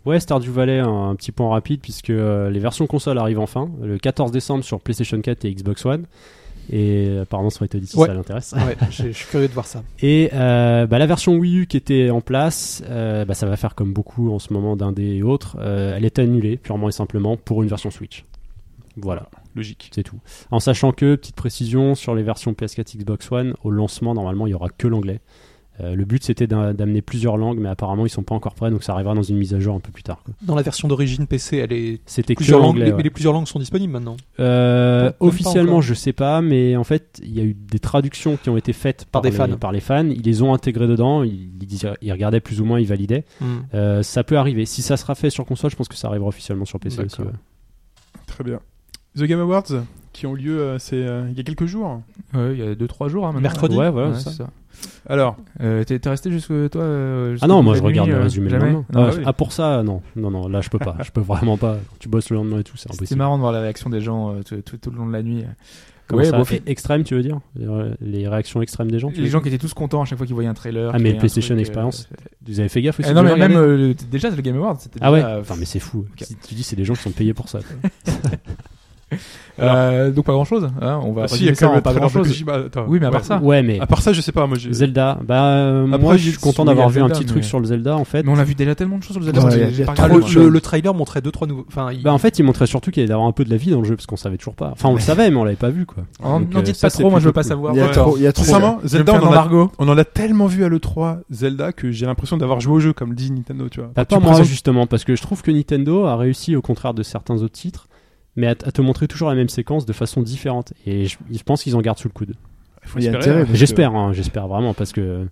Speaker 5: Ouais, Stardew Valley, un, un petit point rapide puisque euh, les versions consoles arrivent enfin le 14 décembre sur PlayStation 4 et Xbox One. Et euh, apparemment sur Atoll si
Speaker 7: Ouais.
Speaker 5: ça l'intéresse.
Speaker 7: Ouais, je je suis curieux de voir ça.
Speaker 5: Et euh, bah, la version Wii U qui était en place, euh, bah, ça va faire comme beaucoup en ce moment d'un des autres, euh, elle est annulée purement et simplement pour une version Switch. Voilà,
Speaker 3: logique.
Speaker 5: c'est tout. En sachant que, petite précision, sur les versions PS4 Xbox One, au lancement, normalement, il n'y aura que l'anglais. Euh, le but c'était d'a- d'amener plusieurs langues, mais apparemment ils sont pas encore prêts, donc ça arrivera dans une mise à jour un peu plus tard. quoi.
Speaker 7: Dans la version d'origine PC, elle est
Speaker 5: C'était que
Speaker 7: plusieurs langues,
Speaker 5: l'anglais.
Speaker 7: les-
Speaker 5: ouais.
Speaker 7: mais les plusieurs langues sont disponibles maintenant.
Speaker 5: Euh,
Speaker 7: Pas- même pas
Speaker 5: officiellement,
Speaker 7: encore.
Speaker 5: je sais pas, mais en fait, il y a eu des traductions qui ont été faites
Speaker 7: Par des
Speaker 5: les,
Speaker 7: fans.
Speaker 5: Par les fans, ils les ont intégrées dedans, ils, ils disaient- ils regardaient plus ou moins, ils validaient. Euh, ça peut arriver. Si ça sera fait sur console, je pense que ça arrivera officiellement sur PC aussi.
Speaker 7: D'accord.
Speaker 5: ouais.
Speaker 3: Très bien. The Game Awards qui ont lieu euh, c'est, euh, il y a quelques jours.
Speaker 4: Ouais, il y a 2-3 jours. hein, maintenant.
Speaker 7: Mercredi.
Speaker 5: Ouais, voilà,
Speaker 4: Ouais,
Speaker 5: c'est ça.
Speaker 4: c'est ça.
Speaker 3: Alors,
Speaker 4: Euh, t'es, t'es resté jusque toi euh, jusqu'à
Speaker 5: Ah non, moi je
Speaker 4: la nuit,
Speaker 5: regarde le
Speaker 4: euh,
Speaker 5: résumé le
Speaker 4: jamais
Speaker 5: lendemain.
Speaker 4: Non,
Speaker 5: ah,
Speaker 3: oui.
Speaker 5: ah, pour ça, non. Non, non, là je peux pas. je peux vraiment pas. Quand tu bosses le lendemain et tout, c'est
Speaker 4: C'était
Speaker 5: impossible.
Speaker 4: marrant de voir la réaction des gens euh, tout, tout- tout le long de la nuit.
Speaker 5: Comment
Speaker 4: ouais,
Speaker 5: ça,
Speaker 4: bon,
Speaker 5: fait extrême, tu veux dire Les- Les réactions extrêmes des gens tu
Speaker 4: les
Speaker 5: veux
Speaker 4: gens
Speaker 5: dire
Speaker 4: qui étaient tous contents à chaque fois qu'ils voyaient un trailer.
Speaker 5: Ah,
Speaker 4: qu'ils
Speaker 5: mais le
Speaker 4: voyaient un
Speaker 5: PlayStation
Speaker 4: truc, euh,
Speaker 5: Experience.
Speaker 4: euh,
Speaker 5: Vous avez fait gaffe aussi
Speaker 4: ah non,
Speaker 5: vous
Speaker 4: mais
Speaker 5: avez regardé
Speaker 4: même euh, le- déjà, c'est le Game Awards. c'était
Speaker 5: Ah ouais
Speaker 4: déjà, euh,
Speaker 5: Enfin, mais c'est fou.
Speaker 4: Ok.
Speaker 5: Si tu dis, c'est des gens qui sont payés pour ça. quoi.
Speaker 4: euh, donc pas grand chose. on va
Speaker 3: ah, si, il y a
Speaker 4: résumer Bah, ça
Speaker 3: quand
Speaker 4: en
Speaker 3: même Bah,
Speaker 4: pas grand chose. Oui, mais à part ça.
Speaker 5: ouais, mais
Speaker 3: À part ça, je sais pas. Moi, j'ai-
Speaker 5: Zelda. Bah, euh,
Speaker 3: Après,
Speaker 5: moi je suis
Speaker 3: je-
Speaker 5: content
Speaker 4: oui,
Speaker 5: d'avoir
Speaker 4: il y a
Speaker 5: vu un
Speaker 4: Zelda,
Speaker 5: petit truc
Speaker 4: mais-
Speaker 5: sur le Zelda en fait.
Speaker 4: Mais on a vu déjà tellement de choses sur le Zelda.
Speaker 6: Ouais,
Speaker 4: j'ai-
Speaker 6: il y a-
Speaker 4: j'ai
Speaker 6: il y a
Speaker 4: pas
Speaker 7: Ah,
Speaker 4: regardé,
Speaker 7: le,
Speaker 4: moi.
Speaker 7: le- le trailer montrait deux trois nouveaux. Enfin, il-
Speaker 5: Bah en fait, il montrait surtout qu'il allait y avoir un peu de la vie dans le jeu parce qu'on savait toujours pas. Enfin, on le savait, mais on l'avait pas vu quoi.
Speaker 4: N'en
Speaker 5: Donc,
Speaker 4: Oh, n'en
Speaker 5: euh,
Speaker 4: dites
Speaker 5: ça,
Speaker 4: pas
Speaker 5: c'est
Speaker 4: trop, moi je veux
Speaker 5: plutôt
Speaker 4: pas
Speaker 5: cool.
Speaker 4: savoir.
Speaker 6: Il y a
Speaker 4: Ouais.
Speaker 6: trop, il y a trop.
Speaker 3: Sincèrement,
Speaker 4: Je vais me
Speaker 3: Zelda,
Speaker 4: faire
Speaker 3: on
Speaker 4: un
Speaker 3: en, a,
Speaker 4: embargo.
Speaker 3: on en a tellement vu à l'E3 Zelda que j'ai l'impression d'avoir joué au jeu, comme dit Nintendo, tu vois.
Speaker 5: Bah,
Speaker 3: Tu
Speaker 5: pas moi
Speaker 3: présentes-
Speaker 5: justement, parce que je trouve que Nintendo a réussi, au contraire de certains autres titres, mais à, t- à te montrer toujours la même séquence de façon différente. Et je, je pense qu'ils en gardent sous le coude.
Speaker 3: faut
Speaker 6: Il y a
Speaker 3: espérer.
Speaker 6: intérêt. parce que-
Speaker 5: J'espère, hein, j'espère vraiment parce que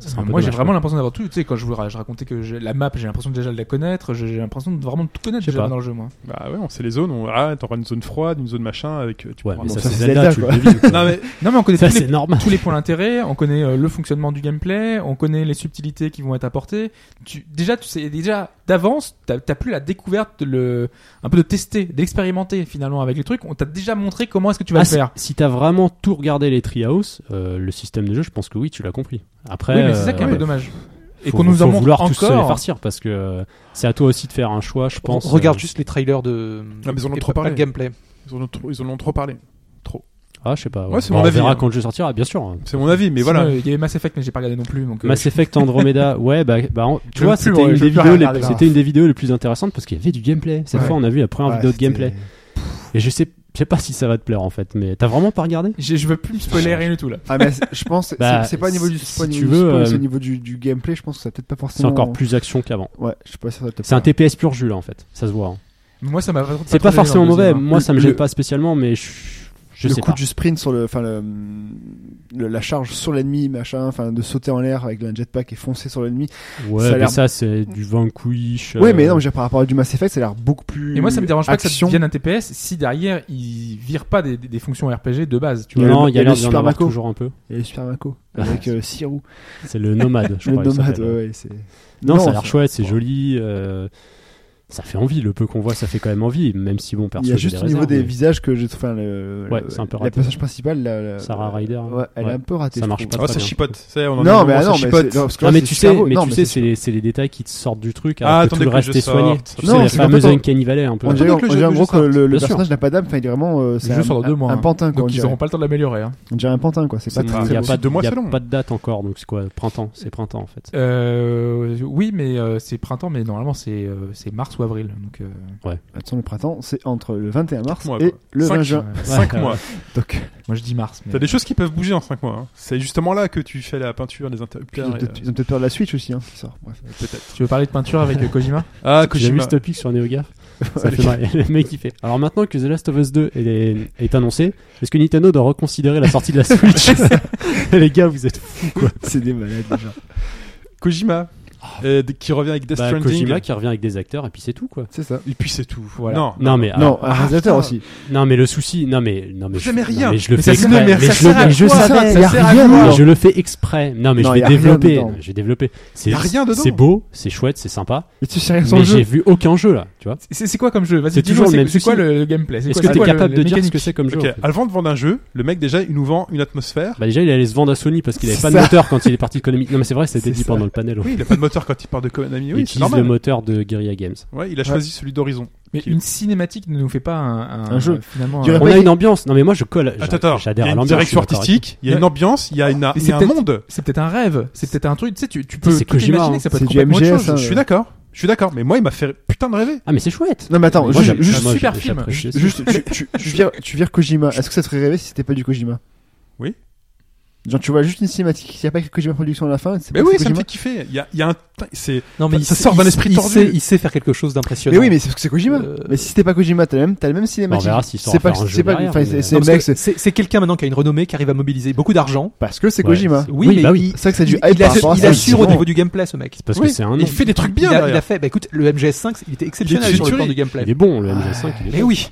Speaker 5: ça serait un peu
Speaker 4: Moi, j'ai
Speaker 5: dommage,
Speaker 4: vraiment
Speaker 5: quoi.
Speaker 4: l'impression d'avoir tout. Tu sais, quand je vous ra- je racontais que j'ai- la map, j'ai l'impression déjà de la connaître. J'ai j'ai l'impression de vraiment tout connaître
Speaker 5: Je sais
Speaker 4: déjà
Speaker 5: pas.
Speaker 4: dans le jeu, moi.
Speaker 3: Bah ouais, on sait les zones. On... Ah, t'auras une zone froide, une zone machin avec. euh, Tu
Speaker 5: Ouais,
Speaker 3: pourras
Speaker 5: mais ça,
Speaker 3: monter-
Speaker 6: ça,
Speaker 5: c'est
Speaker 6: c'est
Speaker 5: Zelda,
Speaker 6: Zelda,
Speaker 5: tu
Speaker 6: quoi.
Speaker 5: le devines, quoi.
Speaker 3: Non mais
Speaker 4: Non, mais on connaît
Speaker 5: ça,
Speaker 4: tous les,
Speaker 5: c'est normal.
Speaker 4: tous les points d'intérêt, on connaît euh, le fonctionnement du gameplay, on connaît les subtilités qui vont être apportées. Tu, déjà, tu sais, déjà d'avance, t'as t'as plus la découverte, de le, un peu de tester, d'expérimenter finalement avec les trucs. On t'a déjà montré comment est-ce que tu vas
Speaker 5: Ah,
Speaker 4: le
Speaker 5: si-
Speaker 4: faire.
Speaker 5: Si, t'as vraiment tout regardé les Treehouse, euh, le système de jeu, je pense que oui, tu l'as compris. Après,
Speaker 4: oui, mais c'est ça qui est un
Speaker 5: euh,
Speaker 4: peu dommage. Et
Speaker 5: faut-
Speaker 4: qu'on nous en
Speaker 5: faut
Speaker 4: montre
Speaker 5: vouloir tous se les
Speaker 4: encore.
Speaker 5: farcir parce que euh, c'est à toi aussi de faire un choix, je pense.
Speaker 7: Regarde
Speaker 5: Euh,
Speaker 7: juste les trailers de.
Speaker 3: Ah, mais ils en ont
Speaker 7: et
Speaker 3: trop
Speaker 7: pas- pas
Speaker 3: parlé.
Speaker 7: le gameplay.
Speaker 3: ils en ont trop, ils en ont trop parlé.
Speaker 5: Ah, je sais pas.
Speaker 3: Ouais, c'est
Speaker 5: Bah,
Speaker 3: mon
Speaker 5: on
Speaker 3: avis,
Speaker 5: verra
Speaker 3: hein.
Speaker 5: quand le jeu sortira, bien sûr. hein.
Speaker 3: C'est mon avis, mais
Speaker 4: Sinon,
Speaker 3: voilà.
Speaker 4: euh, Il y avait Mass Effect, mais j'ai pas regardé non plus. Donc, euh,
Speaker 5: Mass Effect Andromeda, ouais, bah, bah, on-
Speaker 4: Je
Speaker 5: tu vois,
Speaker 4: veux plus,
Speaker 5: c'était
Speaker 4: ouais, je
Speaker 5: une,
Speaker 4: veux
Speaker 5: des
Speaker 4: plus
Speaker 5: vidéos
Speaker 4: rien
Speaker 5: les-
Speaker 4: regarder,
Speaker 5: c'était une des vidéos les plus intéressantes parce qu'il y avait du gameplay. Cette
Speaker 4: Ouais.
Speaker 5: fois, on a vu la première
Speaker 6: Ouais,
Speaker 5: vidéo de
Speaker 6: c'était-
Speaker 5: gameplay. Et je sais, je sais pas si ça va te plaire en fait, mais t'as vraiment pas regardé
Speaker 4: j'ai- je veux plus me spoiler rien du tout là.
Speaker 6: Ah, mais c'est- je pense, c'est-
Speaker 5: Bah,
Speaker 6: c'est c'est pas au niveau du
Speaker 5: si
Speaker 6: spoil, au
Speaker 5: tu
Speaker 6: niveau du
Speaker 5: veux,
Speaker 6: spoil,
Speaker 5: euh,
Speaker 6: c'est au niveau du, du gameplay, je pense que ça va peut-être pas
Speaker 5: C'est
Speaker 6: forcément.
Speaker 5: encore plus action qu'avant.
Speaker 6: Ouais, je sais pas si ça va te
Speaker 5: C'est un
Speaker 6: plaire.
Speaker 5: TPS pur jus là en fait, ça se voit. hein.
Speaker 4: Moi, ça m'a pas trop-
Speaker 5: C'est
Speaker 4: trop
Speaker 5: pas
Speaker 4: gêné dans le
Speaker 5: forcément mauvais,
Speaker 4: deuxième, hein.
Speaker 5: moi ça me
Speaker 6: Le-
Speaker 5: gêne
Speaker 6: le-
Speaker 5: pas spécialement, mais je, je
Speaker 6: le
Speaker 5: sais
Speaker 6: coup
Speaker 5: pas.
Speaker 6: du sprint sur le, enfin le, le- la charge sur l'ennemi, machin, enfin de sauter en l'air avec un jetpack et foncer sur l'ennemi.
Speaker 5: Ouais,
Speaker 6: ça a
Speaker 5: mais
Speaker 6: l'air-
Speaker 5: ça c'est du vanquish.
Speaker 6: Ouais,
Speaker 5: euh,
Speaker 6: mais non, mais j'ai- par rapport à du Mass Effect, ça a l'air beaucoup plus.
Speaker 4: Et moi, ça me dérange pas que ça
Speaker 6: action.
Speaker 4: devienne un TPS si derrière ils virent pas des, des- des fonctions RPG de base. Tu vois.
Speaker 5: Non,
Speaker 6: le-
Speaker 5: il y a
Speaker 6: le
Speaker 5: l'air d'y en
Speaker 6: Super
Speaker 5: avoir
Speaker 6: Maco.
Speaker 5: toujours un peu.
Speaker 6: Et le Super Mako
Speaker 5: Ah,
Speaker 6: avec euh, six roues.
Speaker 5: C'est le nomade, je
Speaker 6: Le
Speaker 5: crois. il
Speaker 6: nomade,
Speaker 5: s'appelle.
Speaker 6: ouais, ouais, c'est.
Speaker 5: Non, ça a l'air
Speaker 6: ça-
Speaker 5: chouette, c'est
Speaker 6: ouais.
Speaker 5: joli. euh, Ça fait envie, le peu qu'on voit, ça fait quand même envie, même si bon, perso,
Speaker 6: Il y a
Speaker 5: j'ai
Speaker 6: juste
Speaker 5: des
Speaker 6: au niveau
Speaker 5: réserves,
Speaker 6: des
Speaker 5: mais
Speaker 6: visages que j'ai trouvé. Enfin, le,
Speaker 5: Ouais,
Speaker 6: le-
Speaker 5: c'est un peu
Speaker 6: La
Speaker 5: raté.
Speaker 6: personnage principale, la, la-
Speaker 5: Sarah Ryder.
Speaker 6: Ouais, elle est
Speaker 5: Ouais.
Speaker 6: un peu ratée.
Speaker 5: Ça
Speaker 6: je
Speaker 5: marche
Speaker 6: trouve.
Speaker 5: pas
Speaker 3: Oh,
Speaker 5: très
Speaker 3: ça
Speaker 5: bien.
Speaker 3: chipote. Ça y est, on en est au
Speaker 6: Non,
Speaker 3: moment,
Speaker 6: mais ah
Speaker 3: ça
Speaker 6: non, mais
Speaker 3: chipote.
Speaker 6: c'est- non, parce que
Speaker 5: Ah
Speaker 6: là,
Speaker 5: mais
Speaker 6: c'est
Speaker 5: tu sais,
Speaker 6: super beau.
Speaker 5: mais
Speaker 6: Non,
Speaker 5: tu
Speaker 6: mais
Speaker 5: sais,
Speaker 6: c'est
Speaker 5: c'est les, c'est les détails qui te sortent du truc,
Speaker 3: Ah,
Speaker 5: alors que
Speaker 3: attendez
Speaker 5: tout le
Speaker 3: que
Speaker 5: reste
Speaker 3: je
Speaker 5: est soigné.
Speaker 3: sorte.
Speaker 5: Tu
Speaker 6: Non,
Speaker 5: sais, la
Speaker 6: c'est qu'en
Speaker 5: fameuse
Speaker 6: fait, on-
Speaker 5: Uncanny Valley, un peu.
Speaker 6: On dirait,
Speaker 3: Attends que
Speaker 6: on
Speaker 3: le
Speaker 6: dirait
Speaker 3: jeu-
Speaker 6: en
Speaker 3: le
Speaker 6: gros
Speaker 3: jeu
Speaker 6: que le, le
Speaker 5: Bien sûr.
Speaker 6: personnage n'a pas d'âme, enfin il est vraiment. euh, c'est
Speaker 4: jeu
Speaker 6: un,
Speaker 4: sort dans deux
Speaker 6: un-
Speaker 4: mois,
Speaker 6: un
Speaker 4: hein.
Speaker 6: pantin quoi.
Speaker 4: Donc
Speaker 6: on
Speaker 4: ils
Speaker 6: dirait.
Speaker 4: auront pas le temps de l'améliorer. hein.
Speaker 6: On dirait un pantin quoi, c'est pas
Speaker 5: C'est-
Speaker 6: très
Speaker 5: Il n'y
Speaker 6: très
Speaker 5: a,
Speaker 6: beau.
Speaker 5: pas de-
Speaker 3: Deux mois,
Speaker 5: il y a
Speaker 3: c'est long.
Speaker 5: pas de date encore, donc c'est quoi Printemps, c'est printemps en fait.
Speaker 4: Euh, oui, mais euh, c'est printemps, mais normalement c'est euh, c'est mars ou avril. Donc, euh,
Speaker 6: De toute façon, le printemps, c'est entre le 21 mars
Speaker 3: mois,
Speaker 6: et
Speaker 3: quoi.
Speaker 6: le
Speaker 3: Cinq.
Speaker 6: 20 juin.
Speaker 4: ouais.
Speaker 3: 5
Speaker 5: Ouais.
Speaker 3: mois.
Speaker 6: Donc,
Speaker 4: moi je dis mars. Mais...
Speaker 3: T'as des choses qui peuvent bouger en 5 mois. hein. C'est justement là que tu fais la peinture des
Speaker 6: ils
Speaker 3: interrupteurs.
Speaker 6: ont
Speaker 3: et, euh,
Speaker 6: peut-être ils ont peut-être peur de la Switch aussi, hein, qui sort. Bref.
Speaker 3: Peut-être.
Speaker 4: Tu veux parler de peinture avec euh, Kojima
Speaker 3: Ah,
Speaker 5: J'ai vu
Speaker 3: Kojima.
Speaker 5: ce topic sur NeoGaf, ça
Speaker 6: Ouais.
Speaker 5: fait marrer. Le mec il fait. Alors maintenant que The Last of Us 2 est, est annoncé, est-ce que Nintendo doit reconsidérer la sortie de la Switch Les gars, vous êtes.
Speaker 6: C'est des malades déjà.
Speaker 3: Kojima. euh, d- qui revient avec Death
Speaker 5: Ah. Bah,
Speaker 3: Stranding.
Speaker 5: Kojima qui revient avec des acteurs et puis c'est tout quoi.
Speaker 6: C'est ça.
Speaker 3: Et puis c'est tout.
Speaker 4: Voilà.
Speaker 3: Non.
Speaker 5: Non mais
Speaker 6: non, un
Speaker 5: ah,
Speaker 6: réalisateur
Speaker 3: putain.
Speaker 6: aussi.
Speaker 5: non mais le souci, non mais non mais
Speaker 3: Vous aimez
Speaker 5: non,
Speaker 3: rien.
Speaker 5: mais je le
Speaker 4: Mais
Speaker 5: fais
Speaker 4: ça-
Speaker 5: exprès.
Speaker 4: mais
Speaker 5: Mais
Speaker 4: ça
Speaker 5: je le-
Speaker 4: sert à
Speaker 5: mais je
Speaker 4: quoi,
Speaker 5: savais,
Speaker 6: ça
Speaker 5: y a
Speaker 6: sert à
Speaker 5: rien.
Speaker 6: quoi
Speaker 5: Mais je le fais exprès. Non mais
Speaker 6: Non,
Speaker 5: je
Speaker 6: y
Speaker 5: vais
Speaker 6: a rien
Speaker 5: développer.
Speaker 6: dedans.
Speaker 5: Je vais développer. C'est
Speaker 3: Y a rien dedans.
Speaker 5: C'est beau, c'est chouette, c'est sympa.
Speaker 6: Et tu sais rien sur le
Speaker 5: Mais j'ai
Speaker 6: jeu.
Speaker 5: vu aucun jeu là, tu vois.
Speaker 4: C'est c'est quoi comme jeu Vas-y,
Speaker 5: C'est
Speaker 4: dis-moi,
Speaker 5: toujours le
Speaker 4: c'est
Speaker 5: même
Speaker 4: c'est quoi
Speaker 5: souci.
Speaker 4: le gameplay C'est quoi-
Speaker 5: Est-ce que
Speaker 4: c'est
Speaker 5: t'es
Speaker 4: quoi le-
Speaker 5: capable
Speaker 4: les
Speaker 5: de dire ce que
Speaker 4: mécaniques
Speaker 5: c'est comme jeu
Speaker 3: Ok,
Speaker 5: en fait
Speaker 3: Avant de vendre un jeu, le mec déjà il nous vend une atmosphère.
Speaker 5: Bah déjà il allait se vendre à Sony parce qu'il avait
Speaker 6: C'est
Speaker 5: pas de
Speaker 6: ça.
Speaker 5: moteur quand il est parti de Konami. Non mais c'est vrai, ça a été
Speaker 6: C'est
Speaker 5: dit
Speaker 6: ça.
Speaker 5: pendant le panel.
Speaker 3: Oui, il a pas de moteur quand il part de Konami.
Speaker 5: il
Speaker 3: Oui, c'est
Speaker 5: utilise le
Speaker 3: normal.
Speaker 5: moteur de Guerrilla Games.
Speaker 3: Ouais, il a choisi celui d'Horizon.
Speaker 4: Mais
Speaker 3: Qui-
Speaker 4: une cinématique ne nous fait pas un,
Speaker 6: Un jeu.
Speaker 4: Finalement, euh,
Speaker 6: Il y
Speaker 4: un-
Speaker 6: aurait
Speaker 5: On
Speaker 6: pas
Speaker 5: a
Speaker 6: été-
Speaker 5: une ambiance. Non mais moi je colle.
Speaker 3: Attends, attends. Il y
Speaker 5: J'adhère
Speaker 3: a
Speaker 5: à
Speaker 3: une
Speaker 5: l'ambiance. je suis
Speaker 3: direction
Speaker 5: d'accord avec
Speaker 3: artistique, il y a une ambiance, il y a, une- il y
Speaker 4: c'est
Speaker 3: a un
Speaker 4: peut-être-
Speaker 3: monde.
Speaker 4: C'est peut-être un rêve, c'est peut-être un truc. Tu sais, tu, tu peux
Speaker 5: C'est
Speaker 4: tout
Speaker 5: Kojima,
Speaker 4: imaginer,
Speaker 5: hein.
Speaker 4: ça peut
Speaker 6: C'est
Speaker 4: être
Speaker 6: du
Speaker 4: complètement autre
Speaker 6: MGS,
Speaker 4: chose.
Speaker 6: hein.
Speaker 3: Je suis d'accord. Je suis d'accord, mais moi il m'a fait putain de rêver.
Speaker 5: toi. Ah mais c'est chouette.
Speaker 6: Non, mais attends,
Speaker 5: Moi,
Speaker 6: ju-
Speaker 5: j'aime-
Speaker 6: juste,
Speaker 5: moi,
Speaker 4: super
Speaker 5: j'ai-
Speaker 4: film.
Speaker 5: j'apprécie ça.
Speaker 6: juste, tu, tu- tu vires, tu vires Kojima. Est-ce que ça te ferait rêver si c'était pas du Kojima
Speaker 3: Oui.
Speaker 6: Genre, tu vois juste une cinématique, s'il n'y a pas que Kojima Production à la fin, c'est
Speaker 3: Mais
Speaker 6: pas
Speaker 3: oui,
Speaker 6: c'est
Speaker 3: ça me
Speaker 6: Kojima.
Speaker 3: fait kiffer. Il y a, il y a un, c'est,
Speaker 7: Non,
Speaker 3: Ça- Bah,
Speaker 7: mais il
Speaker 3: ça
Speaker 7: sait-
Speaker 3: sort d'un
Speaker 7: il-
Speaker 3: esprit
Speaker 7: il
Speaker 3: tordu.
Speaker 7: sait- Il sait faire quelque chose
Speaker 6: Mais
Speaker 7: d'impressionnant.
Speaker 6: oui, mais c'est parce que c'est Kojima.
Speaker 7: Euh,
Speaker 6: Mais si c'était pas Kojima, t'as le même, t'as le même
Speaker 5: Bon, on
Speaker 6: cinématique.
Speaker 5: verra s'ils sont
Speaker 6: c'est pas,
Speaker 5: un
Speaker 6: c'est
Speaker 5: jeu
Speaker 6: pas,
Speaker 5: derrière,
Speaker 6: enfin, c'est
Speaker 5: mais-
Speaker 6: c'est
Speaker 7: Non,
Speaker 6: le
Speaker 7: parce
Speaker 6: mec,
Speaker 7: que
Speaker 6: c'est-
Speaker 7: C'est c'est quelqu'un maintenant qui a une renommée, qui arrive à mobiliser beaucoup d'argent.
Speaker 6: parce que c'est
Speaker 5: Ouais,
Speaker 6: Kojima.
Speaker 5: c'est-
Speaker 7: Oui, mais
Speaker 5: bah
Speaker 6: C'est vrai que c'est du
Speaker 7: Il,
Speaker 6: hype
Speaker 7: il
Speaker 6: par
Speaker 7: assure-
Speaker 6: rapport à
Speaker 7: il
Speaker 6: ça,
Speaker 7: assure au
Speaker 6: justement.
Speaker 7: niveau du gameplay, ce mec.
Speaker 5: C'est parce
Speaker 3: Oui,
Speaker 5: que c'est un.
Speaker 3: Ah, il fait des trucs bien
Speaker 7: il, a, il
Speaker 3: derrière.
Speaker 7: a fait, bah écoute, le MGS5, il était exceptionnel sur le
Speaker 3: trituré.
Speaker 7: plan du gameplay.
Speaker 5: Il est bon le MG5. il est
Speaker 7: Mais
Speaker 5: bon.
Speaker 7: oui.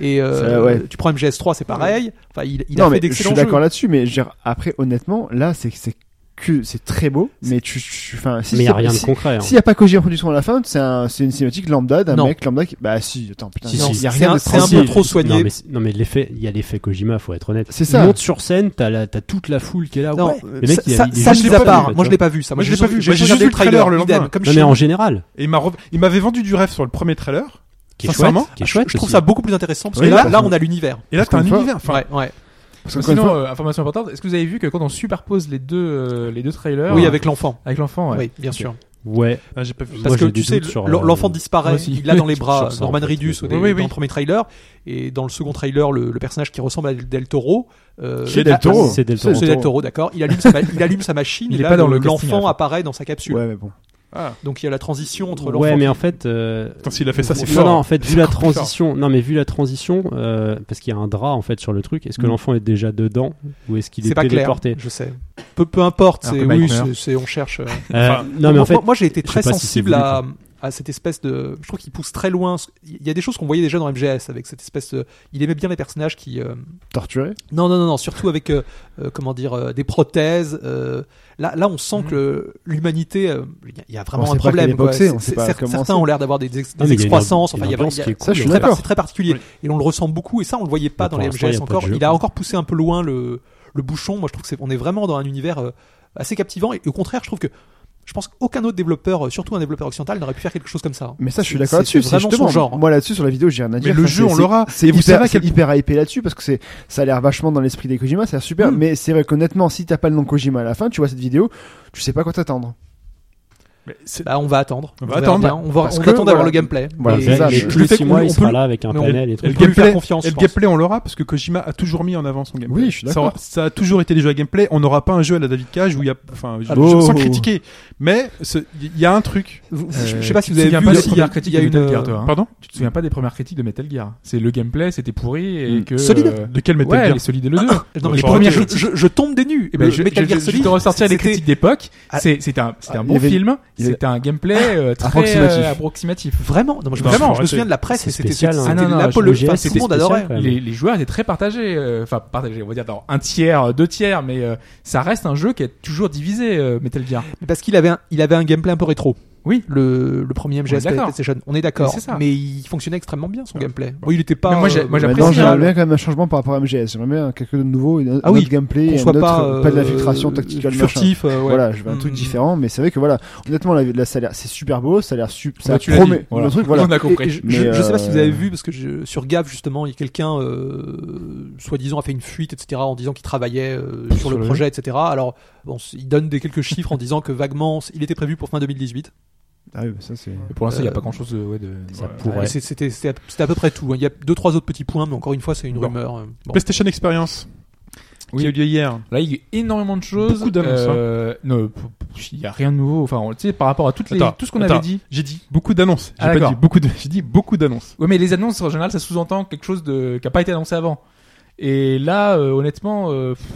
Speaker 7: Et euh,
Speaker 6: Ça, ouais.
Speaker 7: tu prends MGS3, c'est pareil. Enfin, il, il
Speaker 6: non,
Speaker 7: a fait
Speaker 6: mais je suis
Speaker 7: d'excellents jeux.
Speaker 6: d'accord là-dessus, mais genre, après, honnêtement, là, c'est c'est que c'est très beau, mais tu, tu- enfin, si
Speaker 5: Mais il y
Speaker 6: c'est-
Speaker 5: a rien de
Speaker 6: si-
Speaker 5: concret. hein.
Speaker 6: S'il n'y a pas Kojima Production à la fin, c'est un, c'est une cinématique lambda d'un
Speaker 7: Non.
Speaker 6: mec lambda qui. Bah si, attends, putain,
Speaker 5: Si,
Speaker 6: non,
Speaker 5: si.
Speaker 6: il y a
Speaker 7: C'est
Speaker 6: rien de
Speaker 7: un- c'est un
Speaker 5: Si,
Speaker 7: peu
Speaker 5: il-
Speaker 7: trop soigné.
Speaker 5: Non mais, c'est- non, mais l'effet, il y a l'effet Kojima, faut être honnête.
Speaker 6: C'est
Speaker 5: Il
Speaker 6: ça.
Speaker 5: monte sur scène, t'as la, t'as toute la foule qui est là.
Speaker 7: Non,
Speaker 5: ouais.
Speaker 7: euh,
Speaker 5: Le mec,
Speaker 7: ça,
Speaker 5: il a-
Speaker 7: ça,
Speaker 5: il est
Speaker 7: ça,
Speaker 5: juste
Speaker 7: je l'ai
Speaker 5: sur
Speaker 7: pas.
Speaker 5: scène,
Speaker 7: hein.
Speaker 5: tu
Speaker 7: Moi, je
Speaker 5: vois.
Speaker 7: l'ai pas vu. Ça,
Speaker 3: Moi, je l'ai
Speaker 7: juste-
Speaker 3: pas vu.
Speaker 7: J'ai
Speaker 3: J'ai
Speaker 7: juste
Speaker 3: regardé
Speaker 7: regardé le
Speaker 3: le trailer
Speaker 7: trailer,
Speaker 3: le
Speaker 7: idem,
Speaker 3: lendemain.
Speaker 7: comme
Speaker 5: Non mais
Speaker 7: chez
Speaker 5: en
Speaker 7: nous.
Speaker 5: général,
Speaker 3: Et il m'a re- il m'avait vendu du rêve sur le premier trailer.
Speaker 5: qui est chouette,
Speaker 3: Sincèrement,
Speaker 5: qui est
Speaker 7: Je
Speaker 5: chouette.
Speaker 7: je trouve
Speaker 5: aussi.
Speaker 7: ça beaucoup plus intéressant parce que
Speaker 6: Oui,
Speaker 7: là,
Speaker 6: parce
Speaker 7: là,
Speaker 6: que-
Speaker 7: on a l'univers.
Speaker 3: Et là,
Speaker 6: Parce
Speaker 3: t'as un
Speaker 6: qu'une fois-
Speaker 3: univers. Enfin,
Speaker 7: Ouais, ouais.
Speaker 6: Parce qu'encore une
Speaker 4: Sinon,
Speaker 6: fois,
Speaker 4: euh, information importante, est-ce que vous avez vu que quand on superpose les deux, euh, les deux trailers,
Speaker 7: Oui, avec l'enfant.
Speaker 4: avec l'enfant, ouais.
Speaker 7: Oui, bien sûr.
Speaker 5: Ouais.
Speaker 3: ah, j'ai pas vu.
Speaker 5: Moi,
Speaker 7: Parce que
Speaker 5: j'ai
Speaker 7: tu
Speaker 5: des
Speaker 7: sais,
Speaker 5: doutes sur,
Speaker 7: l'en-
Speaker 5: euh,
Speaker 7: l'enfant
Speaker 4: moi
Speaker 7: disparaît,
Speaker 4: aussi.
Speaker 7: il l'a dans les bras
Speaker 5: Sur ça,
Speaker 7: Norman
Speaker 5: en fait,
Speaker 7: Reedus
Speaker 5: mais-
Speaker 7: au dé-
Speaker 3: Oui, oui,
Speaker 7: dans
Speaker 3: oui.
Speaker 7: le premier trailer et dans le second trailer, le, le personnage qui ressemble à Del Toro. euh,
Speaker 6: c'est
Speaker 7: ah,
Speaker 6: Del Toro.
Speaker 5: c'est Del
Speaker 7: C'est Del Toro, d'accord. Il allume sa, ma- il allume sa machine
Speaker 4: Il
Speaker 7: et
Speaker 4: est
Speaker 7: là,
Speaker 4: pas dans
Speaker 7: le-
Speaker 4: le casting, à la
Speaker 7: l'enfant
Speaker 4: fin.
Speaker 7: apparaît dans sa capsule.
Speaker 6: Ouais, mais bon.
Speaker 3: Ah,
Speaker 7: Donc il y a la transition entre l'enfant.
Speaker 5: Ouais, mais
Speaker 7: qui-
Speaker 5: en fait, euh,
Speaker 3: attends, s'il a fait ça, c'est
Speaker 5: non,
Speaker 3: fort.
Speaker 5: non, en fait, vu la
Speaker 3: encore plus
Speaker 5: transition, non, mais vu la transition, euh, parce qu'il y a un drap en fait sur le truc, est-ce que
Speaker 4: Mm.
Speaker 5: l'enfant est déjà dedans ou est-ce qu'il est,
Speaker 7: c'est pas clair.
Speaker 5: téléporté
Speaker 7: Je sais. Peu, peu importe.
Speaker 4: Alors
Speaker 7: c'est-
Speaker 4: que
Speaker 7: oui,
Speaker 4: Mike meurt.
Speaker 7: c'est- c'est- on cherche. euh,
Speaker 5: Euh,
Speaker 3: Enfin,
Speaker 5: Non, mais
Speaker 7: moi,
Speaker 5: en fait,
Speaker 7: moi, j'ai été
Speaker 5: je sais
Speaker 7: très
Speaker 5: pas si
Speaker 7: sensible
Speaker 5: c'est voulu,
Speaker 7: à, à cette espèce de. Je trouve qu'il pousse très loin. Il y a des choses qu'on voyait déjà dans MGS avec cette espèce. De... Il aimait bien les personnages qui. euh,
Speaker 6: Torturé
Speaker 7: Non, non, non, non, surtout avec, euh, euh, comment dire, euh, des prothèses. euh, là, là, on sent
Speaker 4: Mhm.
Speaker 7: que le- l'humanité, euh, il y a- il y, a
Speaker 6: On
Speaker 7: vraiment
Speaker 6: sait
Speaker 7: un
Speaker 6: pas quel
Speaker 7: problème.
Speaker 6: est
Speaker 7: quoi.
Speaker 6: boxé,
Speaker 7: C'est-
Speaker 6: on sait
Speaker 7: c'est-
Speaker 6: pas
Speaker 7: cer-
Speaker 6: comment
Speaker 7: certains
Speaker 6: c'est.
Speaker 7: ont l'air d'avoir des, ex-
Speaker 5: Non, mais il
Speaker 7: des
Speaker 5: y a une
Speaker 7: excroissances.
Speaker 5: ambi-
Speaker 7: Enfin, il y a-
Speaker 5: une ambiance
Speaker 7: il y a-
Speaker 5: qui est
Speaker 6: Ça, je suis
Speaker 5: cool, en
Speaker 7: c'est
Speaker 5: fait.
Speaker 7: très-
Speaker 6: d'accord.
Speaker 7: c'est très particulier. Et on le ressent beaucoup, et ça, on le voyait pas
Speaker 5: Mais
Speaker 7: dans
Speaker 5: pour
Speaker 7: les
Speaker 5: l'instant, il y a
Speaker 7: MGS
Speaker 5: pas de
Speaker 7: encore.
Speaker 5: jeu,
Speaker 7: il a
Speaker 5: quoi.
Speaker 7: encore poussé un peu loin le, le bouchon. Moi, je trouve que c'est- on est vraiment dans un univers euh, assez captivant. Et au contraire, je trouve que je pense qu'aucun autre développeur, euh, surtout un développeur occidental, n'aurait pu faire quelque chose comme ça. hein.
Speaker 6: Mais ça, je suis
Speaker 7: C'est-
Speaker 6: d'accord
Speaker 7: c'est-
Speaker 6: là-dessus.
Speaker 7: C'est
Speaker 6: c'est
Speaker 7: vraiment
Speaker 6: justement-
Speaker 7: son genre.
Speaker 6: Moi, là-dessus, sur la vidéo, j'ai rien à dire.
Speaker 3: le
Speaker 6: Enfin,
Speaker 3: jeu,
Speaker 6: c'est-
Speaker 3: on
Speaker 6: c'est-
Speaker 3: l'aura.
Speaker 6: C'est
Speaker 3: Et vous savez
Speaker 6: hyper,
Speaker 3: à quel-
Speaker 6: c'est hyper hypé là-dessus parce que c'est, ça a l'air vachement dans l'esprit des Kojima, ça a l'air super. Mais c'est vrai qu'honnêtement, si t'as pas le nom Kojima à la fin, tu vois cette vidéo, tu sais pas quoi t'attendre.
Speaker 3: Mais c'est-
Speaker 7: Bah, on va attendre.
Speaker 3: On va
Speaker 7: verra
Speaker 3: attendre.
Speaker 7: bien. On va,
Speaker 6: Parce
Speaker 7: on
Speaker 6: que,
Speaker 7: va attendre d'avoir
Speaker 6: voilà.
Speaker 7: le gameplay.
Speaker 6: Voilà,
Speaker 7: Et-
Speaker 6: c'est ça,
Speaker 5: les
Speaker 6: je-
Speaker 5: tous les
Speaker 3: je sais
Speaker 5: six
Speaker 3: qu'on-
Speaker 5: mois,
Speaker 3: on
Speaker 5: il
Speaker 3: peut
Speaker 5: sera
Speaker 3: le-
Speaker 5: là avec un
Speaker 7: mais on-
Speaker 5: panel et
Speaker 3: Et
Speaker 5: trucs.
Speaker 3: le
Speaker 7: peut lui faire
Speaker 3: gameplay,
Speaker 7: confiance,
Speaker 3: et le
Speaker 7: je
Speaker 3: gameplay, on l'aura parce que Kojima a toujours mis en avant son gameplay.
Speaker 6: Oui, je suis
Speaker 3: Ça
Speaker 6: d'accord.
Speaker 3: aura- Ça, a toujours été les jeux à gameplay. On n'aura pas un jeu à la David Cage où il y a, enfin, je-
Speaker 6: Oh.
Speaker 3: je- sans critiquer, mais ce- il y a un truc.
Speaker 7: Vous-
Speaker 4: Euh,
Speaker 7: je- je sais pas si
Speaker 4: tu
Speaker 7: vous
Speaker 4: te
Speaker 7: avez
Speaker 4: souviens
Speaker 7: vu,
Speaker 4: pas
Speaker 7: il
Speaker 4: des
Speaker 7: y a-
Speaker 4: premières
Speaker 7: il
Speaker 4: critiques
Speaker 7: y a
Speaker 4: de Metal
Speaker 7: une.
Speaker 4: Gear, toi, hein
Speaker 3: Pardon
Speaker 4: Tu te souviens pas des premières critiques de Metal Gear C'est le gameplay, c'était pourri et
Speaker 6: Mm.
Speaker 4: que.
Speaker 7: Solide.
Speaker 4: euh,
Speaker 3: De quel Metal
Speaker 4: ouais,
Speaker 3: Gear
Speaker 4: les solides et le 2.
Speaker 7: Non, mais les
Speaker 3: Enfin,
Speaker 7: premières
Speaker 3: ok.
Speaker 7: critiques- je, je tombe des nues. Et
Speaker 4: ah. ben,
Speaker 7: ben,
Speaker 4: je,
Speaker 7: Metal
Speaker 4: je-
Speaker 7: Gear
Speaker 4: je
Speaker 7: Solid,
Speaker 4: te ressortir les
Speaker 7: c'était-
Speaker 4: critiques d'époque.
Speaker 7: Ah,
Speaker 4: C'est c'était un, c'était un
Speaker 6: il
Speaker 4: bon
Speaker 6: y avait-
Speaker 4: film.
Speaker 6: il y avait-
Speaker 4: C'était un gameplay euh, très
Speaker 6: Approximatif.
Speaker 4: euh, approximatif.
Speaker 7: Vraiment Non, moi, je,
Speaker 3: Non,
Speaker 7: me-
Speaker 3: faut
Speaker 7: je me souviens
Speaker 3: arrêter.
Speaker 7: de la presse,
Speaker 5: C'est
Speaker 7: et c'était
Speaker 5: spécial, hein.
Speaker 7: c'était
Speaker 4: Ah, non, non,
Speaker 7: l'apologie.
Speaker 5: OGS,
Speaker 7: Enfin, tout le
Speaker 5: c'était
Speaker 7: monde
Speaker 5: spécial,
Speaker 7: adorait.
Speaker 5: quand même.
Speaker 4: Les, les joueurs étaient très partagés, euh, enfin partagés, on va dire dans un tiers, euh, deux tiers, mais euh, ça reste un jeu qui est toujours divisé, euh, Metal Gear.
Speaker 7: Mais Parce qu'il avait, un, il avait un gameplay un peu rétro.
Speaker 4: Oui.
Speaker 7: Le, le premier MGS
Speaker 4: d'accord.
Speaker 7: PlayStation. On est d'accord.
Speaker 4: Mais c'est ça.
Speaker 7: Mais il fonctionnait extrêmement bien son
Speaker 3: Ah.
Speaker 7: gameplay. Bon, il était pas.
Speaker 4: Mais moi, j'ai-
Speaker 7: euh,
Speaker 4: moi, j'ai-
Speaker 6: Maintenant,
Speaker 4: j'apprécie, hein,
Speaker 6: j'aimerais
Speaker 4: le-
Speaker 6: bien quand même un changement par rapport à MGS. J'aimerais bien quelque chose de nouveau, un
Speaker 7: Ah oui,
Speaker 6: autre gameplay,
Speaker 7: qu'on
Speaker 6: un
Speaker 7: soit
Speaker 6: autre,
Speaker 7: pas,
Speaker 6: pas de
Speaker 7: euh,
Speaker 6: l'infiltration tacticale, machin.
Speaker 7: furtif. euh, ouais.
Speaker 6: Voilà, je veux un truc
Speaker 7: Mm.
Speaker 6: différent, mais c'est vrai que voilà, honnêtement, la, la, ça a l'air- c'est super beau, ça a l'air super, ça
Speaker 4: Bah, tu l'as
Speaker 6: promet
Speaker 4: dit, voilà.
Speaker 6: le truc, voilà.
Speaker 4: On a compris.
Speaker 7: Et- et je,
Speaker 6: Mais,
Speaker 7: je- je sais pas
Speaker 6: euh,
Speaker 7: si vous avez vu, parce que je- sur Gav, justement, il y a quelqu'un, euh, soi-disant, a fait une fuite, etc., en disant qu'il travaillait euh, sur,
Speaker 4: Sur
Speaker 7: le
Speaker 4: le
Speaker 7: projet, etc. Alors, bon, c- il donne des quelques chiffres en disant que vaguement, c- il était prévu pour fin 2018.
Speaker 6: Ah oui, bah, ça c'est.
Speaker 4: Et pour l'instant, il n'y a
Speaker 7: Euh,
Speaker 4: pas grand chose de. ouais, de-
Speaker 5: Ça
Speaker 4: Ouais.
Speaker 5: pourrait.
Speaker 7: C'est- C'était c'était à c'était à peu près tout. hein. Il y a deux, trois autres petits points, mais encore une fois, c'est une
Speaker 3: Bon.
Speaker 7: rumeur. euh, bon.
Speaker 3: PlayStation Experience.
Speaker 4: Oui.
Speaker 3: Qui a eu lieu hier.
Speaker 4: Là, il y a eu énormément de choses.
Speaker 3: Beaucoup d'annonces,
Speaker 4: Euh, non, p- p- il n'y a rien de nouveau. Enfin, on- tu sais, par rapport à toutes les,
Speaker 3: Attends,
Speaker 4: tout ce qu'on
Speaker 3: attends.
Speaker 4: avait dit.
Speaker 3: J'ai dit beaucoup d'annonces. J'ai
Speaker 4: Ah,
Speaker 3: pas
Speaker 4: d'accord.
Speaker 3: dit beaucoup de- j'ai dit beaucoup d'annonces.
Speaker 4: Ouais, mais les annonces en général, ça sous-entend quelque chose de qui n'a pas été annoncé avant. Et là, euh, honnêtement, euh, pff,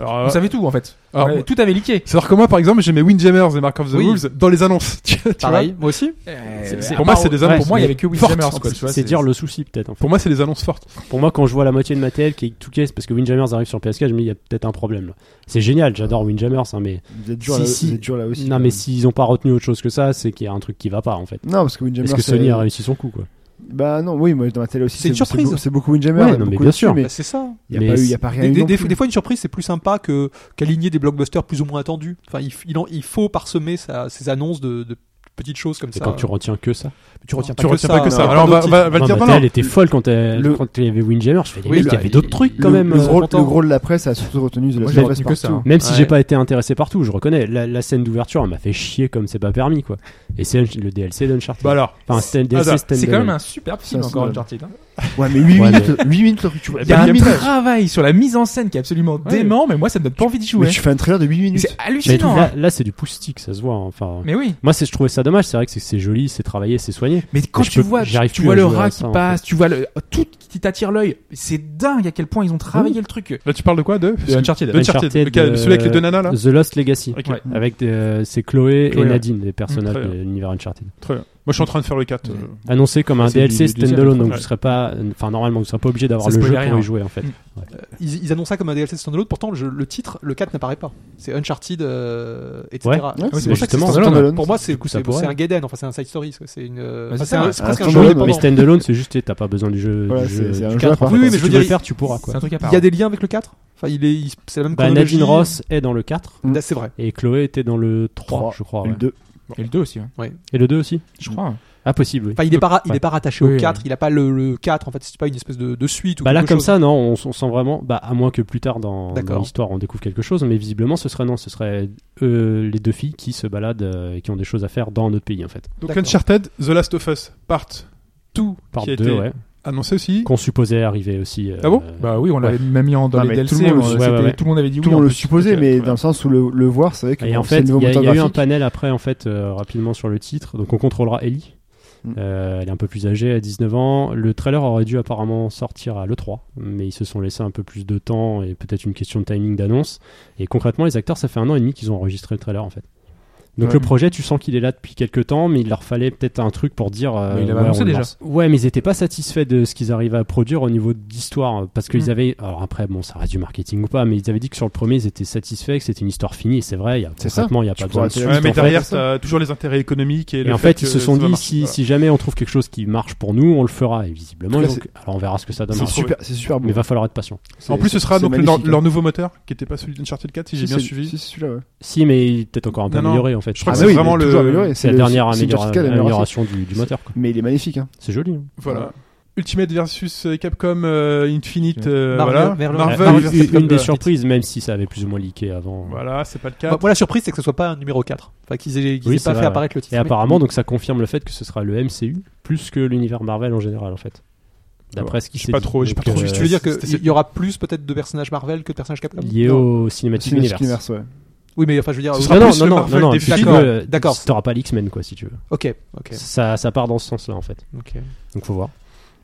Speaker 3: Alors,
Speaker 4: on
Speaker 3: euh,
Speaker 4: savait tout en fait.
Speaker 3: alors,
Speaker 4: Ouais, tout avait leaké.
Speaker 3: C'est-à-dire que moi, par exemple, j'ai mes Windjammers et Mark of the
Speaker 4: Oui.
Speaker 3: Wolves dans les annonces. Tu- tu vois
Speaker 7: Pareil, moi aussi.
Speaker 4: C'est- c'est-
Speaker 3: pour moi, c'est des
Speaker 4: ouais,
Speaker 3: annonces
Speaker 4: Euh, Pour moi, il y avait que
Speaker 3: fortes,
Speaker 4: Windjammers.
Speaker 3: en
Speaker 4: quoi,
Speaker 3: plus.
Speaker 4: tu vois,
Speaker 5: C'est dire le souci peut-être. en fait.
Speaker 3: Pour moi, c'est des annonces fortes.
Speaker 5: Pour moi, quand je vois la moitié de ma TL qui est tout caisse parce que Windjammers arrive sur PS4, je me dis il y a peut-être un problème. là. C'est génial, j'adore Windjammers, hein, mais
Speaker 6: Vous êtes dur,
Speaker 5: Si,
Speaker 6: là,
Speaker 5: si.
Speaker 6: vous êtes dur là aussi.
Speaker 5: non,
Speaker 6: quand
Speaker 5: mais
Speaker 6: même.
Speaker 5: s'ils ont pas retenu autre chose que ça, c'est qu'il y a un truc qui va pas en fait.
Speaker 6: Non, parce que Windjammer.
Speaker 5: Est-ce que
Speaker 6: c'est-
Speaker 5: Sony a réussi son coup quoi
Speaker 6: Bah non, oui, moi dans ma télé aussi.
Speaker 7: C'est une surprise.
Speaker 6: beau- C'est beaucoup Windjammer.
Speaker 5: Ouais,
Speaker 6: il y a
Speaker 5: non, mais
Speaker 6: beaucoup
Speaker 5: bien
Speaker 6: dessus,
Speaker 5: sûr.
Speaker 6: Mais
Speaker 7: Bah, c'est ça.
Speaker 6: il n'y
Speaker 5: Mais
Speaker 6: a pas eu, il
Speaker 5: c'est-
Speaker 6: y a pas rien
Speaker 7: Des,
Speaker 6: eu.
Speaker 7: des-
Speaker 6: non
Speaker 7: des-
Speaker 6: plus.
Speaker 7: des fois, une surprise, c'est plus sympa que qu'aligner des blockbusters plus ou moins attendus. Enfin, il, f- il, en- il faut parsemer sa- ses annonces de, de petites choses comme
Speaker 5: C'est
Speaker 7: ça.
Speaker 5: quand tu retiens que ça.
Speaker 7: Tu retiens pas
Speaker 3: tu
Speaker 7: que
Speaker 3: retiens
Speaker 7: ça.
Speaker 3: pas que ça.
Speaker 7: hein.
Speaker 3: Alors, on va,
Speaker 7: Plein
Speaker 3: on
Speaker 7: d'autres
Speaker 3: va, on va le
Speaker 5: Non,
Speaker 3: dire
Speaker 5: ma
Speaker 3: maintenant.
Speaker 5: TL était folle quand, elle-
Speaker 6: Le-
Speaker 5: quand il y avait Windjammers. Je fais les
Speaker 7: Oui,
Speaker 5: mecs,
Speaker 7: le-
Speaker 5: il y avait d'autres trucs quand
Speaker 6: le,
Speaker 5: même.
Speaker 6: Le
Speaker 5: euh,
Speaker 6: gros, le
Speaker 7: longtemps.
Speaker 6: gros de la presse a surtout retenu de la
Speaker 4: Moi, j'ai
Speaker 6: presse
Speaker 4: retenu que ça,
Speaker 6: partout.
Speaker 5: Même si
Speaker 7: Ouais.
Speaker 5: j'ai pas été intéressé partout, je reconnais. La, la scène d'ouverture, elle m'a fait chier comme c'est pas permis, quoi. Et c'est le DLC d'Uncharted.
Speaker 3: Bah alors.
Speaker 5: enfin, c'est un
Speaker 3: Attends,
Speaker 4: C'est
Speaker 5: DLC
Speaker 4: c'est
Speaker 5: stand-alone.
Speaker 4: quand même un superbe film
Speaker 6: Ça, c'est
Speaker 4: encore
Speaker 6: vrai.
Speaker 4: Uncharted. hein.
Speaker 6: Ouais, mais 8
Speaker 5: Ouais,
Speaker 6: minutes, 8 minutes, tu vois.
Speaker 4: Il y a
Speaker 6: huit
Speaker 4: un
Speaker 6: minutes.
Speaker 4: travail sur la mise en scène qui est absolument
Speaker 3: Ouais.
Speaker 4: dément, mais moi, ça me donne pas envie d'y
Speaker 6: Mais
Speaker 4: jouer.
Speaker 6: tu fais un trailer de 8 minutes.
Speaker 4: C'est
Speaker 5: Mais tout-
Speaker 4: hallucinant. hein.
Speaker 5: là, là, c'est du poustique, ça se voit. hein. Enfin,
Speaker 4: Mais oui.
Speaker 5: moi, c'est, je trouvais ça dommage. C'est vrai que c'est, c'est joli, c'est travaillé, c'est soigné.
Speaker 4: Mais quand
Speaker 5: Mais je
Speaker 4: tu
Speaker 5: peux-
Speaker 4: vois,
Speaker 5: j'arrive
Speaker 4: tu
Speaker 5: plus
Speaker 4: vois
Speaker 5: à
Speaker 4: le
Speaker 5: jouer à
Speaker 4: rat
Speaker 5: ça,
Speaker 4: qui
Speaker 5: en
Speaker 4: passe, tu vois le, tout qui t'attire l'œil. C'est dingue à quel point ils ont travaillé le truc.
Speaker 3: Là, tu parles de quoi De
Speaker 4: De Uncharted.
Speaker 3: De Uncharted.
Speaker 5: Uncharted,
Speaker 3: lequel-
Speaker 5: euh,
Speaker 3: Celui avec les deux nanas là
Speaker 5: The Lost Legacy.
Speaker 3: Ok,
Speaker 4: Ouais.
Speaker 5: Avec des- euh, c'est Chloé,
Speaker 3: Chloé,
Speaker 5: et
Speaker 3: ouais.
Speaker 5: Nadine, les personnages
Speaker 3: Très bien.
Speaker 5: de l'univers Uncharted.
Speaker 3: très bien. Moi, je suis en train de faire le 4. euh.
Speaker 5: Annoncé comme un
Speaker 4: C'est
Speaker 5: DLC
Speaker 4: du- du- du-
Speaker 5: standalone, donc
Speaker 3: ouais.
Speaker 5: vous serez pas, euh, enfin normalement vous serez pas obligé
Speaker 4: Ça
Speaker 5: d'avoir le jeu
Speaker 4: spoilerait
Speaker 5: pour
Speaker 4: rien.
Speaker 5: y jouer en fait.
Speaker 4: Mm.
Speaker 7: Euh, ils, ils annoncent ça comme un DLC standalone. Pourtant, le, le titre, le 4 n'apparaît pas. C'est Uncharted, euh, etc.
Speaker 5: Ouais.
Speaker 7: Ah,
Speaker 6: Ouais,
Speaker 4: oui,
Speaker 7: c'est
Speaker 4: c'est
Speaker 7: pour ça que c'est
Speaker 5: justement.
Speaker 7: standalone.
Speaker 6: Standalone.
Speaker 7: Pour moi, c'est
Speaker 5: coup, ça
Speaker 7: c'est-
Speaker 5: pourrait.
Speaker 7: c'est un Gaiden. Enfin, c'est un side story. quoi. C'est une. euh,
Speaker 4: Bah, c'est
Speaker 7: enfin, c'est
Speaker 4: ça,
Speaker 7: un- c'est presque
Speaker 6: un
Speaker 7: un jeu
Speaker 6: standalone,
Speaker 7: indépendant.
Speaker 5: Mais standalone, c'est juste t'as pas besoin du jeu.
Speaker 6: Voilà,
Speaker 5: du
Speaker 6: c'est-
Speaker 5: jeu-
Speaker 6: c'est un
Speaker 5: du
Speaker 6: jeu à
Speaker 5: quatre, en fait.
Speaker 6: part,
Speaker 7: quoi.
Speaker 5: Si
Speaker 7: Mais je
Speaker 5: tu
Speaker 7: veux
Speaker 5: veux
Speaker 7: dire,
Speaker 5: le faire, tu pourras
Speaker 4: C'est
Speaker 5: quoi.
Speaker 4: un truc à part.
Speaker 7: Il y a des liens avec le 4 Enfin, il est, il- c'est la même
Speaker 5: Bah,
Speaker 7: chronologie.
Speaker 5: Nadine Ross est dans le 4
Speaker 7: Là, C'est vrai.
Speaker 5: et Chloé était dans le 3,
Speaker 6: Trois.
Speaker 5: je crois.
Speaker 6: Le
Speaker 5: ouais.
Speaker 6: deux.
Speaker 4: Et le 2 aussi, hein,
Speaker 5: Et le 2 aussi
Speaker 4: je crois. hein.
Speaker 5: Ah, possible. oui.
Speaker 7: Enfin, il n'est pas, ra- il est
Speaker 5: Ouais.
Speaker 7: pas rattaché
Speaker 4: Oui,
Speaker 7: au 4, il n'a pas le, le 4, en fait, c'est pas une espèce de, de suite ou
Speaker 5: Bah là,
Speaker 7: quelque
Speaker 5: comme
Speaker 7: chose.
Speaker 5: ça, non, on, s- on sent vraiment, bah, à moins que plus tard dans, dans
Speaker 7: D'accord.
Speaker 5: l'histoire on découvre quelque chose, mais visiblement ce serait non, ce serait euh, les deux filles qui se baladent euh, et qui ont des choses à faire dans notre pays en fait.
Speaker 3: Donc,
Speaker 7: D'accord.
Speaker 3: Uncharted, The Last of Us, Part 2,
Speaker 5: Par
Speaker 3: qui a
Speaker 5: deux,
Speaker 3: été
Speaker 5: ouais.
Speaker 3: annoncé aussi.
Speaker 5: qu'on supposait arriver aussi. euh,
Speaker 3: Ah bon
Speaker 4: Bah oui, on l'avait même mis en dans
Speaker 6: Non,
Speaker 4: les
Speaker 6: mais
Speaker 4: DLC.
Speaker 6: tout le monde
Speaker 4: on-
Speaker 6: le-
Speaker 5: ouais,
Speaker 4: c'était-
Speaker 5: ouais, ouais.
Speaker 4: tout le monde avait dit
Speaker 6: Tout
Speaker 4: oui.
Speaker 6: le
Speaker 4: en
Speaker 6: monde le
Speaker 4: fait.
Speaker 6: supposait,
Speaker 5: ok,
Speaker 6: mais
Speaker 5: ouais.
Speaker 6: dans le sens où le, le voir, c'est vrai que
Speaker 5: Et en
Speaker 6: bon, c'est
Speaker 5: fait,
Speaker 6: le
Speaker 5: il
Speaker 6: nouveau
Speaker 5: y, a-
Speaker 6: moteur
Speaker 5: il y a eu un
Speaker 6: graphique.
Speaker 5: panel après, en fait, euh, rapidement sur le titre. Donc, on contrôlera Ellie.
Speaker 6: Mm.
Speaker 5: Euh, elle est un peu plus âgée, à 19 ans. Le trailer aurait dû apparemment sortir à l'E3, mais ils se sont laissés un peu plus de temps et peut-être une question de timing d'annonce. Et concrètement, les acteurs, ça fait un an et demi qu'ils ont enregistré le trailer, en fait. Donc
Speaker 6: Ouais.
Speaker 5: le projet, tu sens qu'il est là depuis quelques temps, mais il leur fallait peut-être un truc pour dire. euh,
Speaker 4: Mais il avait
Speaker 5: ouais,
Speaker 4: annoncé
Speaker 5: on le
Speaker 4: déjà.
Speaker 5: lance. Ouais, mais ils n'étaient pas satisfaits de ce qu'ils arrivaient à produire au niveau d'histoire, euh, parce qu'ils
Speaker 4: Mm.
Speaker 5: avaient. Alors après, bon, ça reste du marketing ou pas, mais ils avaient dit que sur le premier, ils étaient satisfaits, que c'était une histoire finie. Et c'est vrai, il y a,
Speaker 6: C'est ça.
Speaker 5: concrètement, il n'y a
Speaker 6: Tu
Speaker 5: pas
Speaker 6: pourrais
Speaker 5: besoin de
Speaker 6: arrêter
Speaker 3: Ouais,
Speaker 6: là-dessus,
Speaker 3: mais
Speaker 6: en fait.
Speaker 3: derrière, t'as toujours les intérêts économiques et,
Speaker 5: et
Speaker 3: le
Speaker 5: en fait,
Speaker 3: que
Speaker 5: ils se
Speaker 3: ça
Speaker 5: sont
Speaker 3: va
Speaker 5: dit,
Speaker 3: marcher.
Speaker 5: si,
Speaker 3: Voilà.
Speaker 5: si jamais on trouve quelque chose qui marche pour nous, on le fera. Et visiblement,
Speaker 6: Là,
Speaker 5: ils ont-
Speaker 6: c'est-
Speaker 5: alors on verra ce que ça donne.
Speaker 6: C'est
Speaker 3: trop
Speaker 6: super, c'est super
Speaker 5: Mais
Speaker 6: beau.
Speaker 5: il va falloir être patient.
Speaker 3: En plus, ce sera donc leur,
Speaker 6: magnifique,
Speaker 3: leur
Speaker 6: hein.
Speaker 3: nouveau moteur qui n'était pas celui d'Uncharted 4, si j'ai
Speaker 6: Si,
Speaker 3: bien
Speaker 6: c'est-
Speaker 3: suivi.
Speaker 6: si, c'est celui-là, ouais.
Speaker 5: Si, mais peut-être encore un peu
Speaker 3: Non, non.
Speaker 5: amélioré en fait.
Speaker 3: Je crois
Speaker 6: Ah
Speaker 3: que
Speaker 6: bah
Speaker 3: c'est
Speaker 6: oui,
Speaker 3: vraiment
Speaker 6: il est
Speaker 3: le-
Speaker 6: toujours amélioré,
Speaker 5: c'est la
Speaker 6: le-
Speaker 5: dernière
Speaker 6: c'est
Speaker 5: améliora-
Speaker 6: Uncharted 4 amélioration.
Speaker 5: amélioration du, du moteur. quoi.
Speaker 6: Mais il est magnifique, hein.
Speaker 5: C'est joli. hein.
Speaker 3: Voilà. Ultimate versus euh, Capcom euh, Infinite, euh,
Speaker 7: Marvel-
Speaker 3: voilà.
Speaker 7: Marvel-
Speaker 3: Marvel
Speaker 7: Marvel
Speaker 5: Une-
Speaker 3: versus
Speaker 5: Ah, une- une,
Speaker 3: Capcom.
Speaker 5: des surprises, même si ça avait plus ou moins leaké avant.
Speaker 3: Voilà, c'est pas le cas.
Speaker 7: Bah, Moi, moi, la surprise, c'est que ce soit pas un numéro 4. Enfin, qu'ils aient, qu'ils
Speaker 5: Oui,
Speaker 7: aient
Speaker 5: c'est
Speaker 7: pas
Speaker 5: vrai,
Speaker 7: fait
Speaker 5: ouais.
Speaker 7: apparaître le titre.
Speaker 5: Et
Speaker 7: Mais-
Speaker 5: apparemment, donc ça confirme le fait que ce sera le MCU plus que l'univers Marvel en général en fait. D'après ce qui
Speaker 3: J'ai
Speaker 5: s'est
Speaker 3: pas
Speaker 5: dit.
Speaker 3: trop- j'ai
Speaker 5: Donc,
Speaker 3: pas trop
Speaker 5: euh,
Speaker 3: suivi.
Speaker 7: Tu veux dire
Speaker 3: C'était-
Speaker 7: qu'il y aura plus peut-être de personnages Marvel que de personnages Capcom
Speaker 5: lié
Speaker 7: Non.
Speaker 5: au cinématique
Speaker 6: Cinematic
Speaker 5: Universe.
Speaker 6: Universe, ouais.
Speaker 7: Oui, mais enfin, je veux dire. euh,
Speaker 3: Ce
Speaker 7: oui.
Speaker 3: sera-
Speaker 5: Non, non,
Speaker 3: plus
Speaker 5: non,
Speaker 3: le
Speaker 5: non,
Speaker 3: Marvel
Speaker 5: non,
Speaker 3: des
Speaker 5: si tu
Speaker 7: films.
Speaker 5: veux, euh,
Speaker 7: D'accord.
Speaker 5: T'auras pas l'X-Men quoi si tu veux.
Speaker 7: Ok, ok,
Speaker 5: Ça, ça part dans ce sens-là en fait.
Speaker 7: ok.
Speaker 5: Donc faut voir.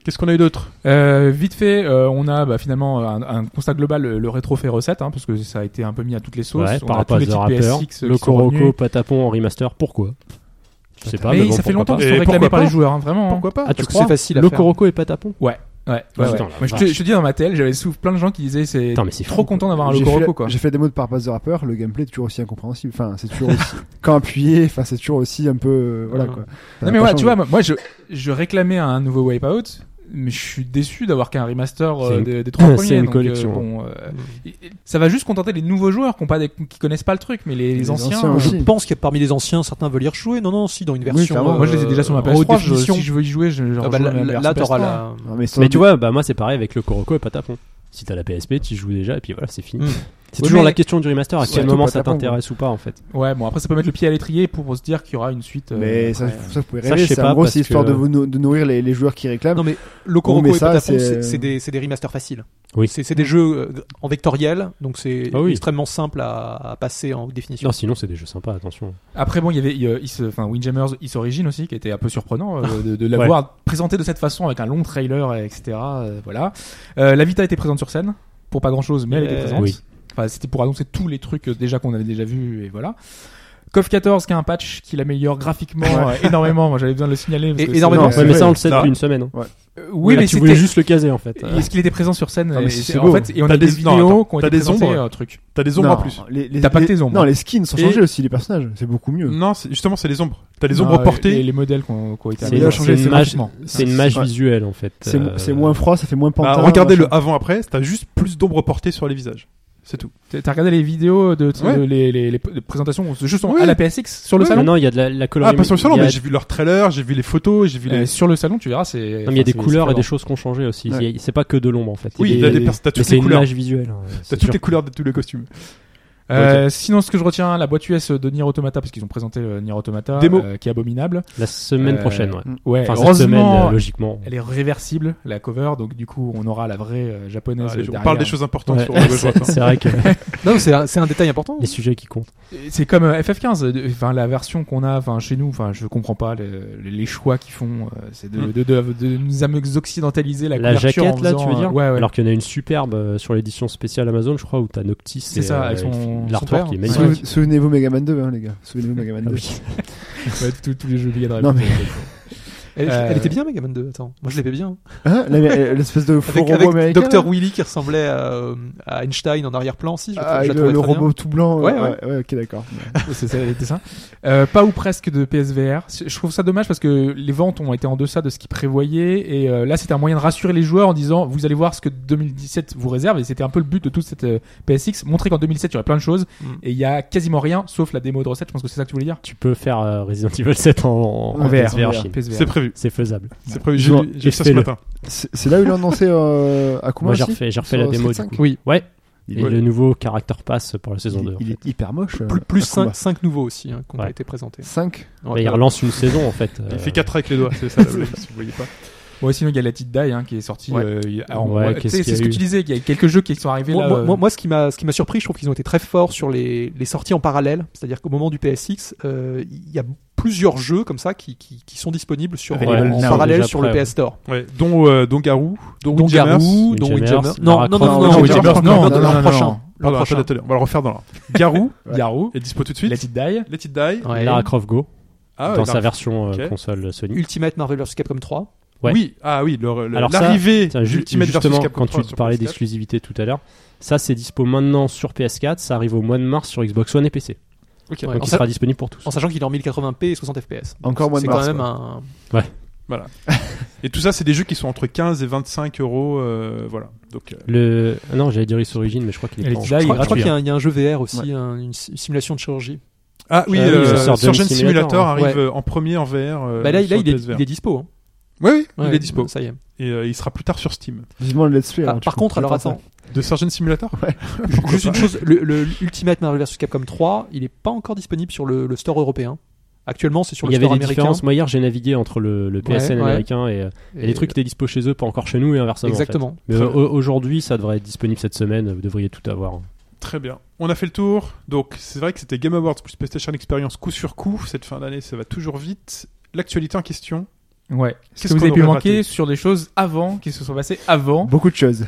Speaker 3: Qu'est-ce qu'on a eu d'autre
Speaker 4: Euh, vite fait, euh, on a bah, finalement un, un constat global, le, le rétro fait recette, hein, parce que ça a été un peu mis à toutes les sauces.
Speaker 5: Ouais,
Speaker 4: on
Speaker 5: par
Speaker 4: a tous
Speaker 5: rapport à
Speaker 4: les
Speaker 5: The
Speaker 4: titres
Speaker 5: Rapper,
Speaker 4: PSX
Speaker 5: le
Speaker 4: euh, qui sont revenus.
Speaker 5: Coroco, Patapon en remaster, pourquoi Je sais pas,
Speaker 4: Mais,
Speaker 5: Ah, mais bon,
Speaker 4: ça fait
Speaker 5: pourquoi
Speaker 4: longtemps
Speaker 5: pas.
Speaker 4: qu'ils sont
Speaker 3: Et
Speaker 4: réclamés
Speaker 3: pourquoi
Speaker 4: par
Speaker 3: pas
Speaker 4: les joueurs, hein, vraiment. hein.
Speaker 3: Pourquoi pas
Speaker 5: Ah, tu
Speaker 7: Parce que
Speaker 5: crois
Speaker 7: c'est facile à
Speaker 5: Le
Speaker 7: faire.
Speaker 5: Coroco et Patapon
Speaker 4: Ouais, ouais, ouais.
Speaker 5: Ah, Putain,
Speaker 4: ouais.
Speaker 5: la
Speaker 4: Moi, je, te,
Speaker 5: vache.
Speaker 4: je te dis dans ma télé, j'avais sou- plein de gens qui disaient c'est
Speaker 5: Putain, mais c'est
Speaker 4: trop
Speaker 5: fou, quoi.
Speaker 4: content d'avoir un
Speaker 6: J'ai
Speaker 4: loco
Speaker 6: fait-
Speaker 4: roco quoi.
Speaker 6: J'ai fait des mots de par passe de rappeur, le gameplay est toujours aussi incompréhensible. Enfin, c'est toujours aussi. Quand appuyé, enfin, c'est toujours aussi un peu. euh, Voilà quoi.
Speaker 4: Non
Speaker 6: Ça n'a
Speaker 4: mais
Speaker 6: pas
Speaker 4: voilà,
Speaker 6: changé.
Speaker 4: tu vois, moi moi, je je réclamais un nouveau Wipeout, mais je suis déçu d'avoir qu'un remaster euh,
Speaker 5: C'est une-
Speaker 4: des, des trois
Speaker 5: c'est
Speaker 4: premiers.
Speaker 5: une
Speaker 4: donc, euh,
Speaker 5: collection.
Speaker 4: bon, euh, et- et ça va juste contenter les nouveaux joueurs qui ont pas des- qui connaissent pas le truc, mais les, les
Speaker 6: Les
Speaker 4: anciens.
Speaker 6: anciens,
Speaker 4: euh,
Speaker 6: oui.
Speaker 7: Je pense qu'il y a parmi les anciens, certains veulent y rejouer. Non, non, si, dans une
Speaker 6: Oui,
Speaker 7: version.
Speaker 6: clairement.
Speaker 4: Moi je les ai déjà sur ma
Speaker 7: euh, en haute
Speaker 4: PS3. je-
Speaker 7: définition.
Speaker 4: Si je veux y jouer, je, je
Speaker 7: Ah bah,
Speaker 4: rejoue ma
Speaker 7: là,
Speaker 4: version
Speaker 7: là, t'auras
Speaker 4: PS3.
Speaker 7: la.
Speaker 6: Non, mais, sans
Speaker 5: Mais
Speaker 6: doute-
Speaker 5: tu vois, bah moi c'est pareil avec le Coroco et Patapon. Si t'as la PSP, tu joues déjà et puis voilà, c'est fini.
Speaker 7: Mm.
Speaker 5: C'est
Speaker 4: Oui,
Speaker 5: toujours
Speaker 4: mais-
Speaker 5: la question du remaster, à
Speaker 6: Ouais.
Speaker 5: quel
Speaker 6: Surtout
Speaker 5: moment ça
Speaker 6: Patapon,
Speaker 5: t'intéresse ou pas en fait.
Speaker 4: Ouais, bon après ça peut mettre le pied à l'étrier pour se dire qu'il y aura une suite. euh,
Speaker 6: Mais ça,
Speaker 4: après.
Speaker 6: ça, vous pouvez
Speaker 5: Ça,
Speaker 6: rêver.
Speaker 5: je sais
Speaker 6: c'est
Speaker 5: pas,
Speaker 6: en gros,
Speaker 5: parce
Speaker 6: c'est histoire
Speaker 5: que-
Speaker 6: de, vous nou- de nourrir les, les joueurs qui réclament.
Speaker 7: Non, mais Loco
Speaker 6: Bon, mais
Speaker 7: Roco et
Speaker 6: ça,
Speaker 7: Patapon,
Speaker 6: c'est-
Speaker 7: c'est c'est des, c'est des remasters faciles.
Speaker 5: Oui.
Speaker 7: C'est c'est des jeux euh, en vectoriel, donc c'est
Speaker 5: Ah oui.
Speaker 7: extrêmement simple à, à passer en haute définition.
Speaker 5: Non, sinon c'est des jeux sympas, attention.
Speaker 4: Après bon, il y avait il y a- il se- enfin Windjammers Is Origin aussi qui était un peu surprenant euh, de, de l'avoir présenté de cette façon avec un long trailer et etc. euh, voilà. Euh, la Vita était présente sur scène pour pas grand chose, mais elle était
Speaker 7: Euh,
Speaker 4: présente.
Speaker 5: oui.
Speaker 4: Enfin, c'était pour annoncer tous les trucs euh, déjà qu'on avait déjà vu et voilà. KOF 14 qui a un patch qui l'améliore graphiquement euh, énormément. Moi j'avais besoin de le signaler. parce
Speaker 7: Et-
Speaker 4: que c'est-
Speaker 7: énormément.
Speaker 6: Non,
Speaker 5: Ouais,
Speaker 6: c'est
Speaker 5: mais
Speaker 6: vrai.
Speaker 5: ça on le sait
Speaker 3: Là.
Speaker 5: depuis une semaine. hein.
Speaker 4: Euh, oui,
Speaker 5: Là,
Speaker 4: mais
Speaker 5: tu voulais
Speaker 4: c'était.
Speaker 5: juste le caser en fait. Euh,
Speaker 4: Est-ce qu'il était présent sur scène
Speaker 6: Non, mais
Speaker 4: Et
Speaker 6: c'est
Speaker 4: c'est- En
Speaker 6: beau.
Speaker 4: fait, et on
Speaker 3: T'as
Speaker 4: a des
Speaker 3: des- non,
Speaker 4: vidéos
Speaker 3: attends.
Speaker 4: qui ont
Speaker 3: T'as
Speaker 4: été
Speaker 3: des ombres.
Speaker 4: présentées, euh, truc.
Speaker 3: T'as des ombres
Speaker 6: Non,
Speaker 3: en plus.
Speaker 6: les- les-
Speaker 4: T'as pas
Speaker 6: les-
Speaker 4: tes ombres.
Speaker 6: Non, les skins sont
Speaker 3: Et-
Speaker 6: changés aussi, les personnages. C'est beaucoup mieux.
Speaker 3: Non, c'est- justement, c'est les ombres. T'as les
Speaker 4: Non,
Speaker 3: ombres
Speaker 4: euh,
Speaker 3: portées.
Speaker 4: Les, les modèles qui ont qui ont été
Speaker 5: C'est
Speaker 6: mais là,
Speaker 4: améliorés.
Speaker 5: une-
Speaker 6: changer,
Speaker 5: c'est
Speaker 6: c'est
Speaker 5: une mage-
Speaker 4: graphiquement.
Speaker 5: c'est une
Speaker 6: C'est-
Speaker 5: mage
Speaker 6: ouais.
Speaker 5: visuelle en fait.
Speaker 6: C'est mo-
Speaker 5: Euh,
Speaker 6: c'est moins froid, ça fait moins
Speaker 3: Bah,
Speaker 6: pantin.
Speaker 3: regardez le
Speaker 6: machin.
Speaker 3: avant après, t'as juste plus d'ombres portées sur les visages. C'est tout.
Speaker 4: T'as t'as regardé les vidéos de, de-
Speaker 3: Ouais.
Speaker 4: les, les, les présentations où ce jeu sont
Speaker 3: Ouais.
Speaker 4: à la PSX sur le
Speaker 3: Ouais.
Speaker 4: salon
Speaker 5: Euh, Non, non, il y a de la, la
Speaker 3: Ah,
Speaker 5: colorimétrie.
Speaker 3: pas sur le salon,
Speaker 5: il y a-
Speaker 3: mais j'ai vu leur trailer, j'ai vu les photos, j'ai vu
Speaker 4: Euh,
Speaker 3: les.
Speaker 4: Sur le salon, tu verras, c'est.
Speaker 5: non, mais il y a des
Speaker 4: c'est-
Speaker 5: couleurs
Speaker 4: c'est
Speaker 5: et des choses qui ont changé aussi.
Speaker 6: Ouais.
Speaker 5: Il y a- C'est pas que de l'ombre en fait. Il y a
Speaker 3: Oui,
Speaker 5: des-
Speaker 3: t'as des pers- t'as
Speaker 5: mais
Speaker 3: toutes
Speaker 5: c'est
Speaker 3: les
Speaker 5: une
Speaker 3: couleurs.
Speaker 5: mage visuelle. hein,
Speaker 3: T'as
Speaker 5: c'est
Speaker 3: toutes
Speaker 5: sûr.
Speaker 3: les couleurs de tous les costumes.
Speaker 4: Euh, Sinon, ce que je retiens, la boîte US de Nier Automata, parce qu'ils ont présenté le Nier Automata,
Speaker 3: Démo.
Speaker 4: euh, qui est abominable.
Speaker 5: La semaine
Speaker 4: Euh,
Speaker 5: prochaine, ouais.
Speaker 4: Ouais,
Speaker 5: Enfin, cette semaine,
Speaker 4: heureusement,
Speaker 5: euh, logiquement.
Speaker 4: elle est réversible, la cover, donc du coup, on aura la vraie euh, japonaise.
Speaker 3: Ah,
Speaker 4: euh,
Speaker 3: les- on
Speaker 4: derrière.
Speaker 3: parle des choses importantes
Speaker 5: Ouais.
Speaker 3: sur le gauche droite, hein.
Speaker 5: C'est vrai que
Speaker 7: Non, c'est un, c'est un détail important.
Speaker 5: les sujets qui comptent.
Speaker 4: C'est comme euh, FF15, euh, de- enfin la version qu'on a, enfin chez nous, enfin je comprends pas le- les, les choix qu'ils font, euh, c'est de,
Speaker 3: Mm.
Speaker 4: de, de, de nous am- occidentaliser la,
Speaker 5: La
Speaker 4: couverture en
Speaker 5: jaquette là,
Speaker 4: faisant,
Speaker 5: tu veux
Speaker 4: euh,
Speaker 5: dire
Speaker 4: Ouais, ouais.
Speaker 5: Alors qu'il y en a une superbe euh, sur l'édition spéciale Amazon, je crois, où t'as Noctis.
Speaker 4: C'est
Speaker 5: et,
Speaker 4: ça,
Speaker 5: euh,
Speaker 4: avec son-
Speaker 5: et
Speaker 4: son
Speaker 5: l'artwork
Speaker 4: père.
Speaker 5: qui est
Speaker 4: Ouais.
Speaker 5: magnifique.
Speaker 6: Souvenez- Souvenez-vous Megaman 2, hein, les gars. Souvenez-vous Megaman
Speaker 5: Ah
Speaker 6: 2.
Speaker 4: Ouais, tous- tous les jeux Mega Drive.
Speaker 6: Non, mais-
Speaker 7: Elle,
Speaker 4: Euh,
Speaker 7: elle était bien, Mega Man 2. Attends, moi je l'avais bien.
Speaker 6: Hein, la- la- L'espèce de faux
Speaker 7: Avec,
Speaker 6: robot
Speaker 7: avec
Speaker 6: américain. hein.
Speaker 7: Dr. Willy qui ressemblait à, euh, à Einstein en arrière-plan, si. Je, la-
Speaker 6: Ah,
Speaker 7: je
Speaker 6: et
Speaker 7: la
Speaker 6: le,
Speaker 7: trouvais
Speaker 6: le
Speaker 7: très bien.
Speaker 6: robot tout blanc.
Speaker 7: Ouais,
Speaker 6: euh,
Speaker 7: ouais.
Speaker 6: ouais, ok, d'accord.
Speaker 4: C'est ça, c'était ça. Euh, pas ou presque de PSVR. Je trouve ça dommage parce que les ventes ont été en deçà de ce qu'ils prévoyaient et euh, là c'était un moyen de rassurer les joueurs en disant vous allez voir ce que 2017 vous réserve et c'était un peu le but de toute cette euh, PSX, montrer qu'en 2017 il y aurait plein de choses
Speaker 7: Mm.
Speaker 4: et il y a quasiment rien sauf la démo de recette, je pense que c'est ça que tu voulais dire.
Speaker 5: Tu peux faire euh, Resident Evil 7 en, en
Speaker 6: En VR,
Speaker 5: PSVR,
Speaker 6: en
Speaker 5: Chine.
Speaker 4: PSVR.
Speaker 3: C'est prévu.
Speaker 5: C'est faisable.
Speaker 3: C'est prévu.
Speaker 6: Ils
Speaker 3: J'ai
Speaker 6: ont-
Speaker 3: vu- j'ai vu ça ce
Speaker 5: fais-le.
Speaker 3: matin.
Speaker 6: C'est c'est là où il a annoncé euh, à
Speaker 5: Moi,
Speaker 6: comment
Speaker 5: j'ai refait, j'ai refait la
Speaker 6: Sur
Speaker 5: démo du
Speaker 6: 7.5.
Speaker 5: coup.
Speaker 7: Oui.
Speaker 5: Ouais. Et
Speaker 6: Il-
Speaker 5: le nouveau Character Pass pour la saison 2. en
Speaker 6: Il, il
Speaker 5: fait.
Speaker 6: est hyper moche.
Speaker 7: Plus, plus 5,
Speaker 6: cinq
Speaker 7: nouveaux aussi hein, qui ont
Speaker 5: Ouais.
Speaker 7: été présentés.
Speaker 6: 5
Speaker 5: Mais il relance une saison en fait. euh,
Speaker 3: Il fait 4 avec les doigts, c'est ça la blague, si vous voyez pas.
Speaker 4: Bon, sinon, il y a la Did Die hein, qui est sortie.
Speaker 6: Ouais.
Speaker 4: euh, il y a- alors,
Speaker 5: Ouais,
Speaker 4: moi,
Speaker 5: qu'est-ce
Speaker 4: tu sais,
Speaker 5: qu'il y
Speaker 4: c'est
Speaker 5: a
Speaker 4: ce que
Speaker 5: eu
Speaker 4: tu disais, qu'il y a quelques jeux qui sont arrivés
Speaker 7: Moi,
Speaker 4: là.
Speaker 7: moi-
Speaker 4: euh,
Speaker 7: moi- moi, ce qui m'a ce qui m'a surpris, je trouve qu'ils ont été très forts sur les, les sorties en parallèle. C'est-à-dire qu'au moment du PSX, euh, il y a plusieurs jeux comme ça qui, qui, qui sont disponibles sur,
Speaker 5: Available
Speaker 7: en
Speaker 5: now,
Speaker 7: parallèle
Speaker 5: déjà
Speaker 7: sur le
Speaker 5: prêt,
Speaker 7: PS Store.
Speaker 3: Ouais, dont, euh, dont Garou, dont,
Speaker 7: Dont
Speaker 3: Windjammers.
Speaker 7: Garou, dont
Speaker 5: Windjammers,
Speaker 7: Windjammers. Non,
Speaker 5: Lara
Speaker 7: non, non,
Speaker 5: Croft.
Speaker 7: non,
Speaker 6: Non,
Speaker 7: non,
Speaker 6: Windjammers,
Speaker 7: Windjammers,
Speaker 6: non,
Speaker 7: non,
Speaker 6: non,
Speaker 7: l'an
Speaker 6: non,
Speaker 7: prochain.
Speaker 6: non.
Speaker 7: L'an
Speaker 3: Pardon,
Speaker 7: prochain.
Speaker 3: attendez, attendez, on va le refaire dans l'ordre. Garou
Speaker 6: Ouais.
Speaker 4: Garou,
Speaker 3: est dispo tout de
Speaker 4: euh, la
Speaker 3: suite. Ah,
Speaker 4: Did Die.
Speaker 3: Let it die.
Speaker 7: Ouais.
Speaker 5: Lara Croft Go
Speaker 3: Ah,
Speaker 5: dans
Speaker 3: ouais,
Speaker 5: sa version euh,
Speaker 3: Ok.
Speaker 5: console Sony.
Speaker 7: Ultimate Marvel vs Capcom 3.
Speaker 5: Ouais.
Speaker 3: Oui, ah oui, le- le-
Speaker 5: Alors ça,
Speaker 3: l'arrivée
Speaker 5: Tiens, ju-
Speaker 3: d'Ultimate versus
Speaker 5: justement,
Speaker 3: Capcom
Speaker 5: quand
Speaker 3: 3
Speaker 5: tu
Speaker 3: sur
Speaker 5: parlais
Speaker 3: PS4.
Speaker 5: d'exclusivité tout à l'heure, ça c'est dispo maintenant sur PS4, ça arrive au mois de mars sur Xbox One et PC.
Speaker 3: Ok.
Speaker 7: Ouais.
Speaker 5: Donc
Speaker 7: en,
Speaker 5: il
Speaker 7: sa-
Speaker 5: sera disponible pour tous.
Speaker 7: en sachant qu'il est en 1080p et 60 fps.
Speaker 6: Encore moins de
Speaker 7: C'est quand
Speaker 6: mars.
Speaker 7: même
Speaker 6: quoi.
Speaker 7: un.
Speaker 3: Et tout ça, c'est des jeux qui sont entre 15 et 25 euros. euh, voilà. Donc, euh,
Speaker 5: Le... ah non, j'allais dire Iris Origin, mais je crois qu'il
Speaker 4: Elle
Speaker 5: est
Speaker 4: est
Speaker 5: pas en-
Speaker 4: déjà- Ah,
Speaker 7: je
Speaker 4: il
Speaker 7: crois,
Speaker 4: est
Speaker 7: je crois
Speaker 5: gratuit,
Speaker 7: qu'il y, a un- il y a un jeu VR aussi,
Speaker 6: Ouais.
Speaker 7: un- une si- simulation de chirurgie.
Speaker 3: Ah oui,
Speaker 5: Ah oui,
Speaker 3: euh,
Speaker 5: le Surgeon
Speaker 3: Surgeon Simulator,
Speaker 5: Simulator,
Speaker 3: arrive
Speaker 7: ouais.
Speaker 3: euh, en premier en VR. euh,
Speaker 7: bah là,
Speaker 3: sur
Speaker 7: là, il, est,
Speaker 3: PSVR.
Speaker 7: il est dispo. hein.
Speaker 3: Oui, oui, il
Speaker 7: Ouais,
Speaker 3: est dispo.
Speaker 7: Ça y est.
Speaker 3: Et euh, il sera plus tard sur Steam.
Speaker 6: Vivement le let's play.
Speaker 7: Ah,
Speaker 6: hein, tu
Speaker 7: par
Speaker 6: comprends
Speaker 7: contre, alors
Speaker 6: pas ça.
Speaker 7: attends,
Speaker 3: De Surgeon Simulator Pourquoi
Speaker 7: juste une
Speaker 3: pas
Speaker 7: chose, le, le Ultimate Marvel vs Capcom 3, il est pas encore disponible sur le, le store européen. Actuellement, c'est sur
Speaker 5: Il
Speaker 7: le
Speaker 5: y avait
Speaker 7: store
Speaker 5: des
Speaker 7: américain.
Speaker 5: différences. Moi hier, j'ai navigué entre le, le PSN
Speaker 7: Ouais, ouais.
Speaker 5: américain et, euh, et les trucs qui étaient dispo chez eux, pas encore chez nous et inversement. en fait.
Speaker 7: Exactement.
Speaker 5: Mais euh, au- aujourd'hui, ça devrait être disponible cette semaine. Vous devriez tout avoir.
Speaker 3: Très bien. On a fait le tour. Donc, c'est vrai que c'était Game Awards plus PlayStation Experience coup sur coup. Cette fin d'année, ça va toujours vite. L'actualité en question.
Speaker 4: Ouais. Est-ce
Speaker 3: Qu'est-ce
Speaker 4: que vous
Speaker 3: qu'on
Speaker 4: avez pu
Speaker 3: aurait
Speaker 4: manquer
Speaker 3: raté
Speaker 4: sur des choses avant, qui se sont passées avant
Speaker 6: Beaucoup de choses.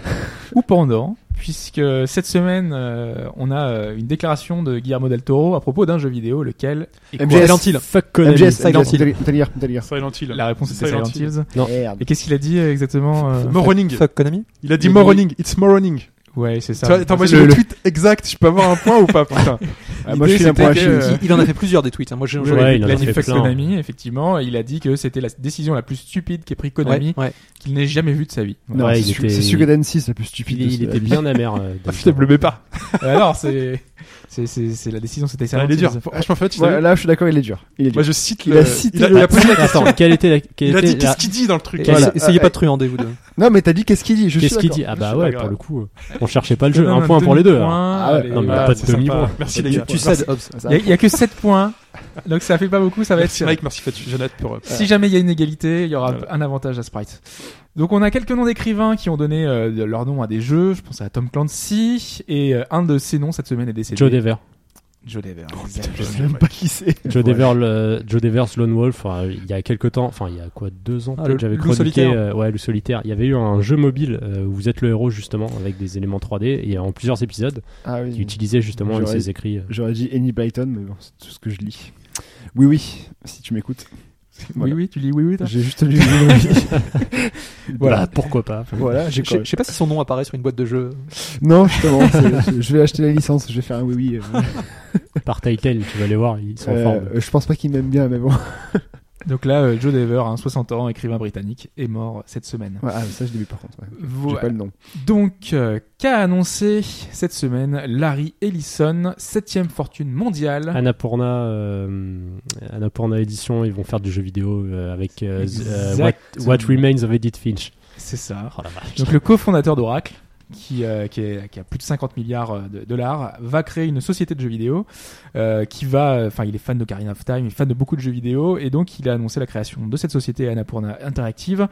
Speaker 4: ou pendant, puisque cette semaine, euh, on a euh, une déclaration de Guillermo del Toro à propos d'un jeu vidéo, lequel
Speaker 6: MGS.
Speaker 7: Silent Hill.
Speaker 5: Fuck Konami.
Speaker 6: MGS,
Speaker 7: Silent
Speaker 6: Silent Hill. Metal Gear, Metal Gear.
Speaker 3: Silent Hill.
Speaker 4: la réponse était
Speaker 3: Silent
Speaker 4: Silent
Speaker 3: Hill.
Speaker 4: Hills.
Speaker 6: Merde.
Speaker 4: Et qu'est-ce qu'il a dit euh, exactement euh,
Speaker 3: Morning.
Speaker 7: Fuck Konami.
Speaker 3: Il a dit
Speaker 4: il-
Speaker 3: Morning. It's Morning.
Speaker 4: Ouais, c'est ça.
Speaker 3: Tu vois, Attends, moi
Speaker 4: Parce
Speaker 3: j'ai
Speaker 4: que
Speaker 3: le tweet exact. Je peux avoir un point ou pas putain
Speaker 6: Ah, Moi, je suis un
Speaker 4: c'était
Speaker 6: point à
Speaker 4: que-
Speaker 6: Chine.
Speaker 4: Euh,
Speaker 7: Il, il en a fait plusieurs des tweets. hein. Moi, j'ai
Speaker 4: le
Speaker 7: j'ai-
Speaker 4: jeu
Speaker 5: Ouais,
Speaker 4: avec
Speaker 5: il en a
Speaker 4: la
Speaker 5: fait
Speaker 4: Fuck
Speaker 5: plein.
Speaker 4: Konami, effectivement, et il a dit que c'était la décision la plus stupide qu'ait pris Konami,
Speaker 7: Ouais, ouais.
Speaker 4: qu'il n'ait jamais vue de sa vie.
Speaker 6: Non,
Speaker 5: Ouais,
Speaker 6: c'est
Speaker 5: il
Speaker 6: Su-
Speaker 5: était-
Speaker 6: c'est Suikoden 6, la plus
Speaker 5: Il,
Speaker 6: stupide. de
Speaker 5: il
Speaker 6: ce-
Speaker 5: était bien amer. euh,
Speaker 3: Ah putain,
Speaker 5: dans-
Speaker 3: me le mets pas.
Speaker 4: Alors, c'est c'est- c'est c'est la décision, c'était
Speaker 3: Ah,
Speaker 4: Silent
Speaker 3: Il est dur.
Speaker 4: Hills.
Speaker 3: Franchement, Fred, tu
Speaker 6: Ouais,
Speaker 3: t'as vu
Speaker 6: Là, je suis d'accord, il est dur. Il est
Speaker 3: Moi
Speaker 6: dur.
Speaker 3: je cite
Speaker 6: Il
Speaker 3: le-
Speaker 6: a cité
Speaker 3: il a-
Speaker 6: le-
Speaker 3: il a posé la question.
Speaker 5: Attends, quelle était la quelle
Speaker 3: Il a
Speaker 5: était
Speaker 3: dit
Speaker 5: la-
Speaker 3: qu'est-ce qu'il dit dans le truc.
Speaker 7: Et
Speaker 3: Voilà.
Speaker 7: essa- Essayez
Speaker 6: Ah,
Speaker 7: pas de truer un dé, vous deux.
Speaker 6: Non, mais t'as dit qu'est-ce qu'il dit Je suis
Speaker 5: Qu'est-ce qu'il
Speaker 6: d'accord.
Speaker 5: dit Ah bah
Speaker 3: suis
Speaker 5: ouais,
Speaker 3: d'accord.
Speaker 5: pour le coup, euh, on cherchait pas le
Speaker 4: Non,
Speaker 5: jeu.
Speaker 4: non,
Speaker 5: Un point
Speaker 4: deux
Speaker 5: pour les deux. alors.
Speaker 4: points,
Speaker 6: Ah ouais,
Speaker 4: allez.
Speaker 5: Non, mais
Speaker 3: Ah,
Speaker 5: pas de
Speaker 3: c'est sympa.
Speaker 5: demi-point.
Speaker 3: Merci les gars.
Speaker 7: Tu sais, Hobbs.
Speaker 6: Ah, Ça
Speaker 4: Il y a- il y a que 7 points, donc ça fait pas beaucoup, ça va être
Speaker 3: Ah, Merci Mike, merci Fatu- Jonathan pour. euh,
Speaker 4: Si jamais il y a une égalité, il y aura
Speaker 3: Voilà.
Speaker 4: un avantage à Sprite. Donc on a quelques noms d'écrivains qui ont donné euh, leur nom à des jeux. Je pense à Tom Clancy et euh, un de ces noms cette semaine est décédé.
Speaker 5: Joe Dever.
Speaker 4: Joe Dever.
Speaker 6: Oh, Je sais même pas qui c'est.
Speaker 5: Joe Dever, le- Joe Dever's Lone Wolf, euh, il y a quelques temps, enfin il y a quoi, deux ans
Speaker 7: Ah,
Speaker 5: peut-être,
Speaker 7: le
Speaker 5: j'avais
Speaker 7: loup
Speaker 5: chroniqué,
Speaker 7: solitaire.
Speaker 5: euh, ouais, le solitaire. Il y avait eu un jeu mobile euh, où vous êtes le héros justement avec des éléments 3D et en plusieurs épisodes
Speaker 6: Ah
Speaker 5: qui
Speaker 6: oui.
Speaker 5: utilisait justement
Speaker 6: J'aurais-
Speaker 5: ses écrits. euh.
Speaker 6: J'aurais dit Annie Blyton, mais bon, c'est tout ce que je lis. Oui, oui, si tu m'écoutes.
Speaker 4: Oui
Speaker 6: Voilà.
Speaker 4: oui, tu lis oui oui. toi
Speaker 6: J'ai juste lu. oui, oui.
Speaker 5: Bah, pourquoi pas.
Speaker 6: Voilà, Ah, j'ai
Speaker 7: Je sais- je sais pas si son nom apparaît sur une boîte de jeu.
Speaker 6: Non, justement, c'est- je vais acheter la licence, je vais faire un oui oui. euh,
Speaker 5: Par Titan, tu vas les voir, ils sont en
Speaker 6: euh,
Speaker 5: forme.
Speaker 6: euh, je pense pas qu'il m'aime bien, mais bon.
Speaker 4: Donc là, euh, Joe Dever, hein, 60 ans, écrivain britannique, est mort cette semaine.
Speaker 6: Ouais, ah, ça je l'ai vu par contre. ouais. J'ai
Speaker 4: Voilà.
Speaker 6: pas le nom.
Speaker 4: Donc, euh, qu'a annoncé cette semaine Larry Ellison, septième fortune
Speaker 5: Ah.
Speaker 4: mondiale.
Speaker 5: Annapurna, euh, Annapurna Edition, ils vont faire du jeu vidéo euh, avec euh, z- euh, What,
Speaker 4: Exactement.
Speaker 5: What Remains of Edith Finch.
Speaker 4: C'est ça.
Speaker 5: Oh la vache.
Speaker 4: Donc le cofondateur d'Oracle, qui, euh, qui, est- qui a plus de 50 milliards euh, de dollars, va créer une société de jeux vidéo euh, qui va, enfin il est fan de Karina of Time, il est fan de beaucoup de jeux vidéo, et donc il a annoncé la création de cette société Annapurna Interactive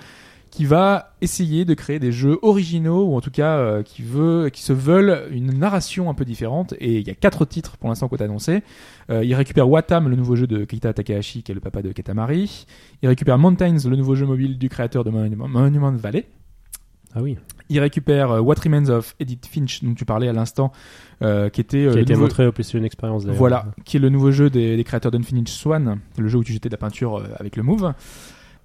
Speaker 4: qui va essayer de créer des jeux originaux ou en tout cas euh, qui veut qui se veulent une narration un peu différente et il y a quatre titres pour l'instant qu'on a annoncé euh, il récupère Watam le nouveau jeu de Keita Takahashi qui est le papa de Katamari il récupère Mountains le nouveau jeu mobile du créateur de Monument, Monument Valley
Speaker 5: Ah oui,
Speaker 4: il récupère euh, What Remains of Edith Finch, dont tu parlais à l'instant, euh, qui était euh,
Speaker 5: qui a
Speaker 4: le
Speaker 5: été
Speaker 4: nouveau-
Speaker 5: montré au PlayStation Experience d'ailleurs.
Speaker 4: voilà, qui est le nouveau jeu des, des créateurs d'Unfinished Swan, le jeu où tu jetais de la peinture euh, avec le move.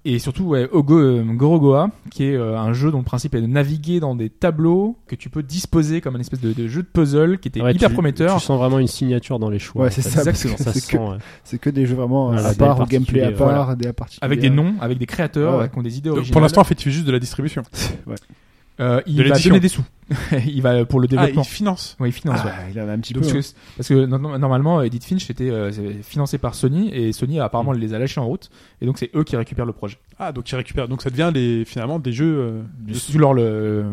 Speaker 4: Et surtout, ouais, Ogo, euh, Gorogoa, qui est euh, un jeu dont le principe est de naviguer dans des tableaux que tu peux disposer comme un espèce de, de jeu de puzzle qui était
Speaker 5: Ouais,
Speaker 4: hyper
Speaker 5: tu-
Speaker 4: prometteur.
Speaker 5: Tu sens vraiment une signature dans les choix.
Speaker 6: Ouais,
Speaker 5: en
Speaker 6: c'est
Speaker 5: fait.
Speaker 6: ça. parce
Speaker 4: Exactement.
Speaker 6: que
Speaker 5: Ça se
Speaker 6: C'est que,
Speaker 5: sent. ouais.
Speaker 6: c'est que des jeux vraiment euh,
Speaker 5: Voilà,
Speaker 6: à
Speaker 5: des
Speaker 6: part, au gameplay à
Speaker 5: particuliers,
Speaker 6: part, des à particuliers.
Speaker 4: avec des noms, avec des créateurs
Speaker 6: Ouais, ouais.
Speaker 4: euh, qui ont des idées
Speaker 3: Donc,
Speaker 4: originales.
Speaker 3: Pour l'instant, en fait, tu fais juste de la distribution.
Speaker 4: Euh,
Speaker 3: de
Speaker 4: il va
Speaker 3: l'édition.
Speaker 4: donner des sous. il va pour le
Speaker 3: Ah,
Speaker 4: développement.
Speaker 3: il finance.
Speaker 4: Ouais, il finance. ouais.
Speaker 6: Ah, il en a un petit peu.
Speaker 4: Donc,
Speaker 6: hein.
Speaker 4: parce, que, parce que no- no- normalement, Edith Finch était euh, c'est financé par Sony et Sony apparemment les a lâchés en route et donc c'est eux qui récupèrent le projet.
Speaker 3: Ah, donc il récupère. Donc ça devient les, finalement des jeux. euh, de-
Speaker 4: Sous leur le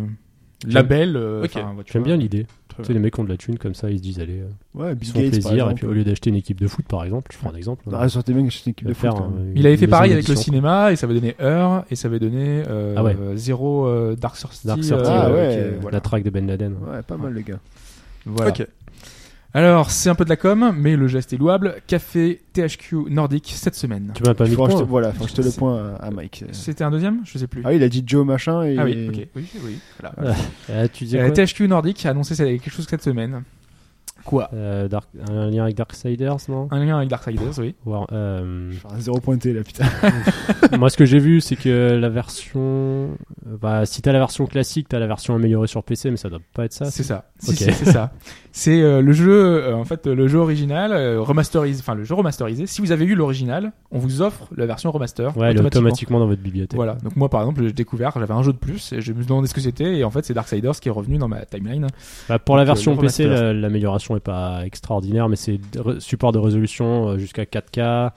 Speaker 4: label. euh,
Speaker 3: Ok.
Speaker 4: enfin, tu
Speaker 5: J'aime
Speaker 4: vois.
Speaker 5: bien l'idée.
Speaker 3: Très
Speaker 5: Tu sais, les mecs ont de la thune comme ça, ils se disent allez, euh,
Speaker 6: Ouais,
Speaker 5: ils
Speaker 6: Bill
Speaker 5: se font
Speaker 6: Gates, par
Speaker 5: plaisir. Et
Speaker 6: exemple.
Speaker 5: puis au lieu d'acheter une équipe de foot, par exemple, je prends un exemple.
Speaker 6: Ah, ça aurait été bien que j'achète une
Speaker 5: il
Speaker 6: équipe de
Speaker 5: va
Speaker 6: foot. hein.
Speaker 5: faire,
Speaker 6: quand même.
Speaker 5: euh,
Speaker 4: Il avait fait
Speaker 5: une
Speaker 4: pareil avec le
Speaker 5: édition.
Speaker 4: cinéma et ça avait donné Heure et ça avait donné euh,
Speaker 5: Ah ouais.
Speaker 4: zéro euh, Dark Sortie.
Speaker 5: Dark Sortie,
Speaker 4: euh,
Speaker 6: Ah ouais.
Speaker 4: avec, euh, voilà.
Speaker 5: La traque de Ben Laden.
Speaker 6: Ouais, pas mal, les gars.
Speaker 4: Voilà.
Speaker 3: Ok.
Speaker 4: Alors c'est un peu de la com, mais le geste est louable. Café THQ Nordique cette semaine.
Speaker 5: Tu m'as pas hein. mis de
Speaker 6: Faudra que je te-
Speaker 5: point.
Speaker 6: Voilà, faut que je te le
Speaker 4: C'est-
Speaker 6: point à- à Mike.
Speaker 4: C'était un deuxième, je sais plus.
Speaker 6: euh, Ah oui, il a dit Joe machin et.
Speaker 4: Ah oui, ok. Oui, oui. Voilà.
Speaker 5: Ah, tu disais
Speaker 4: Euh,
Speaker 5: quoi
Speaker 4: THQ Nordique a annoncé ça- quelque chose cette semaine. Quoi
Speaker 5: Euh, Dark- Un lien avec Darksiders, non
Speaker 4: Un lien avec Darksiders, oui.
Speaker 5: War- euh,
Speaker 6: Enfin, Zéro pointé là, putain.
Speaker 5: Moi, ce que j'ai vu, c'est que la version. Bah, si t'as la version classique, t'as la version améliorée sur PC, mais ça doit pas être ça.
Speaker 4: C'est ça. Si,
Speaker 5: Ok.
Speaker 4: si, c'est ça. C'est euh, le jeu, euh, en fait, euh, le jeu original euh, remasterisé. Enfin, le jeu remasterisé. Si vous avez eu l'original, on vous offre la version remaster.
Speaker 5: Ouais, elle est
Speaker 4: automatiquement.
Speaker 5: automatiquement dans votre bibliothèque.
Speaker 4: Voilà. Donc moi, par exemple, j'ai découvert, j'avais un jeu de plus et je me demandais ce que c'était et en fait, c'est Darksiders qui est revenu dans ma timeline.
Speaker 5: Bah, pour la
Speaker 4: Donc, euh,
Speaker 5: version
Speaker 4: le
Speaker 5: PC,
Speaker 4: remaster.
Speaker 5: la- l'amélioration est pas extraordinaire, mais c'est de- re- support de résolution euh, jusqu'à 4K,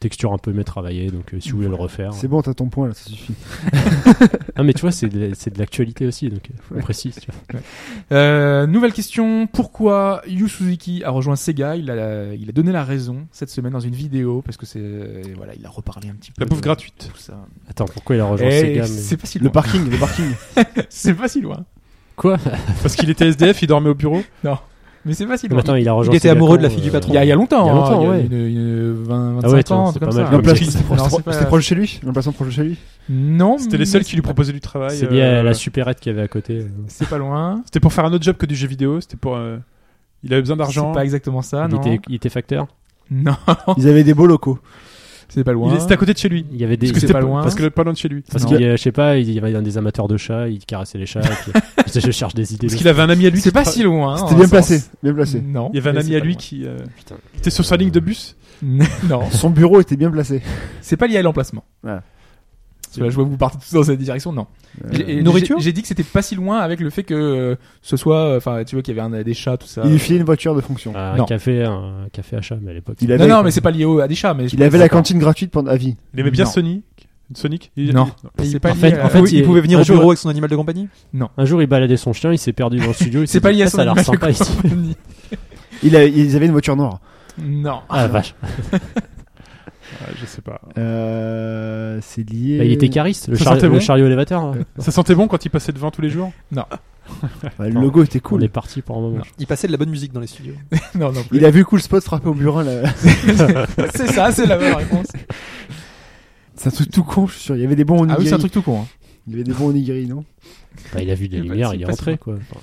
Speaker 5: texture un peu mieux travaillée, donc euh, si vous voulez le refaire.
Speaker 6: Ah, C'est bon, t'as ton point là, ça suffit.
Speaker 5: Ah, mais tu vois, c'est de, la- c'est de l'actualité aussi, donc euh, on précise. tu vois.
Speaker 4: Euh, nouvelle question. Pourquoi Yu Suzuki a rejoint Sega Il a, il a donné la raison cette semaine dans une vidéo parce que c'est voilà, il a reparlé un petit peu.
Speaker 3: La bouffe
Speaker 4: de-
Speaker 3: gratuite.
Speaker 4: Tout ça.
Speaker 5: Attends, pourquoi il a rejoint
Speaker 4: Eh,
Speaker 5: Sega mais-
Speaker 4: C'est pas si
Speaker 6: Le
Speaker 4: loin.
Speaker 6: parking, le parking.
Speaker 4: C'est pas si loin.
Speaker 5: Quoi
Speaker 3: Parce qu'il était SDF, il dormait au bureau.
Speaker 4: Mais c'est pas si
Speaker 5: Mais
Speaker 4: loin.
Speaker 5: Attends, il a rejoint
Speaker 7: était
Speaker 5: Sega
Speaker 7: amoureux de
Speaker 5: quand,
Speaker 7: la fille du
Speaker 5: euh,
Speaker 7: patron.
Speaker 4: Il y a, il y a longtemps,
Speaker 5: Il y a longtemps,
Speaker 4: hein,
Speaker 5: ouais.
Speaker 4: il y a une, une 20,
Speaker 5: Ah
Speaker 4: 25
Speaker 5: ouais,
Speaker 4: ans,
Speaker 5: attends,
Speaker 4: un
Speaker 5: c'est
Speaker 4: truc comme
Speaker 5: pas mal
Speaker 4: ça.
Speaker 5: comme
Speaker 4: Non,
Speaker 5: ça.
Speaker 4: c'est pas-
Speaker 6: C'était proche- c'était proche de chez lui Un passant proche de chez lui
Speaker 4: Non,
Speaker 3: C'était les seuls
Speaker 4: mais
Speaker 3: qui lui proposaient du travail.
Speaker 5: C'est lié
Speaker 3: euh,
Speaker 5: à la supérette qu'il y avait à côté. euh.
Speaker 4: C'est pas loin.
Speaker 3: C'était pour faire un autre job que du jeu vidéo. C'était pour. euh, Il avait besoin d'argent.
Speaker 4: C'est pas exactement ça,
Speaker 5: il,
Speaker 4: Ah, non.
Speaker 5: était, il était facteur
Speaker 4: Non,
Speaker 6: Ils avaient des beaux locaux.
Speaker 4: c'est pas
Speaker 3: Il
Speaker 4: loin.
Speaker 3: est- C'était à côté de chez lui.
Speaker 5: Il y avait des.
Speaker 4: Parce que
Speaker 3: c'était
Speaker 4: c'est pas loin.
Speaker 3: Parce que le pas loin de chez lui.
Speaker 5: Parce
Speaker 4: Non.
Speaker 5: qu'il, euh, je sais pas, il y avait un des amateurs de chats, il caressait les chats. et puis- je cherche des idées.
Speaker 3: Parce qu'il avait un ami à lui.
Speaker 4: C'est
Speaker 3: qui
Speaker 4: pas
Speaker 3: tra-
Speaker 4: si loin.
Speaker 6: C'était bien placé, bien placé.
Speaker 4: Non.
Speaker 3: Il y avait un
Speaker 4: mais
Speaker 3: ami
Speaker 4: c'est
Speaker 3: à
Speaker 4: pas
Speaker 3: lui
Speaker 4: loin.
Speaker 3: qui. euh,
Speaker 5: Putain.
Speaker 3: était sur sa ligne de bus.
Speaker 4: non,
Speaker 6: Son bureau était bien placé.
Speaker 4: c'est pas lié à l'emplacement.
Speaker 6: Voilà.
Speaker 4: Parce que là, je vois que vous partez tous dans cette direction. Non.
Speaker 6: Euh,
Speaker 4: Et- et
Speaker 7: Nourriture
Speaker 4: j'ai- J'ai dit que c'était pas si loin avec le fait que euh, ce soit, euh, enfin, tu vois qu'il y avait un, des chats, tout ça.
Speaker 6: Il lui filait une voiture de fonction.
Speaker 5: Un
Speaker 4: Non.
Speaker 5: café, un café à chat, mais à l'époque.
Speaker 6: Il
Speaker 5: c'est-
Speaker 6: avait,
Speaker 4: Non, non, mais c'est pas lié au- à des chats. Mais je-
Speaker 6: il avait la cantine gratuite pendant à vie.
Speaker 3: Il aimait bien
Speaker 4: Non.
Speaker 3: Sonic. Sonic il-
Speaker 4: Non.
Speaker 3: il-
Speaker 4: C'est pas
Speaker 5: En
Speaker 4: lié.
Speaker 5: fait-
Speaker 4: à-
Speaker 5: en fait,
Speaker 7: il,
Speaker 5: il-
Speaker 7: pouvait venir
Speaker 5: un
Speaker 7: au
Speaker 5: jour-
Speaker 7: bureau avec son animal de compagnie
Speaker 5: Un jour, il baladait son chien, il s'est perdu dans le studio. il s'est
Speaker 4: c'est pas
Speaker 5: dit,
Speaker 4: lié à
Speaker 5: ah,
Speaker 4: son
Speaker 5: Ça a l'air
Speaker 4: animal de
Speaker 5: sympa ici.
Speaker 4: compagnie.
Speaker 6: Il a- ils avaient une voiture noire.
Speaker 4: Non.
Speaker 5: Ah la vache.
Speaker 3: Ah, je sais pas.
Speaker 6: Euh, c'est lié.
Speaker 5: Bah, il était cariste, le,
Speaker 3: Ça
Speaker 5: char-
Speaker 3: sentait
Speaker 5: le
Speaker 3: bon
Speaker 5: chariot élévateur. hein. là.
Speaker 3: Ça sentait bon quand il passait devant tous les jours.
Speaker 6: Ouais, le logo était
Speaker 5: On est
Speaker 6: cool.
Speaker 5: parti pour un moment.
Speaker 7: Il passait de la bonne musique dans les studios.
Speaker 4: Non, non. plus.
Speaker 6: Il a vu cool spot frapper au bureau. Là.
Speaker 4: c'est ça, c'est la bonne réponse.
Speaker 6: C'est un truc tout con, je suis sûr. Il y avait des bons onigiri.
Speaker 4: Ah oui, c'est un truc tout con. hein.
Speaker 6: Il y avait des bons onigiri, non
Speaker 5: Bah, il a vu des
Speaker 4: Il est
Speaker 5: lumières,
Speaker 4: pas-
Speaker 5: il est
Speaker 4: c'est pas
Speaker 5: rentré quoi. Enfin,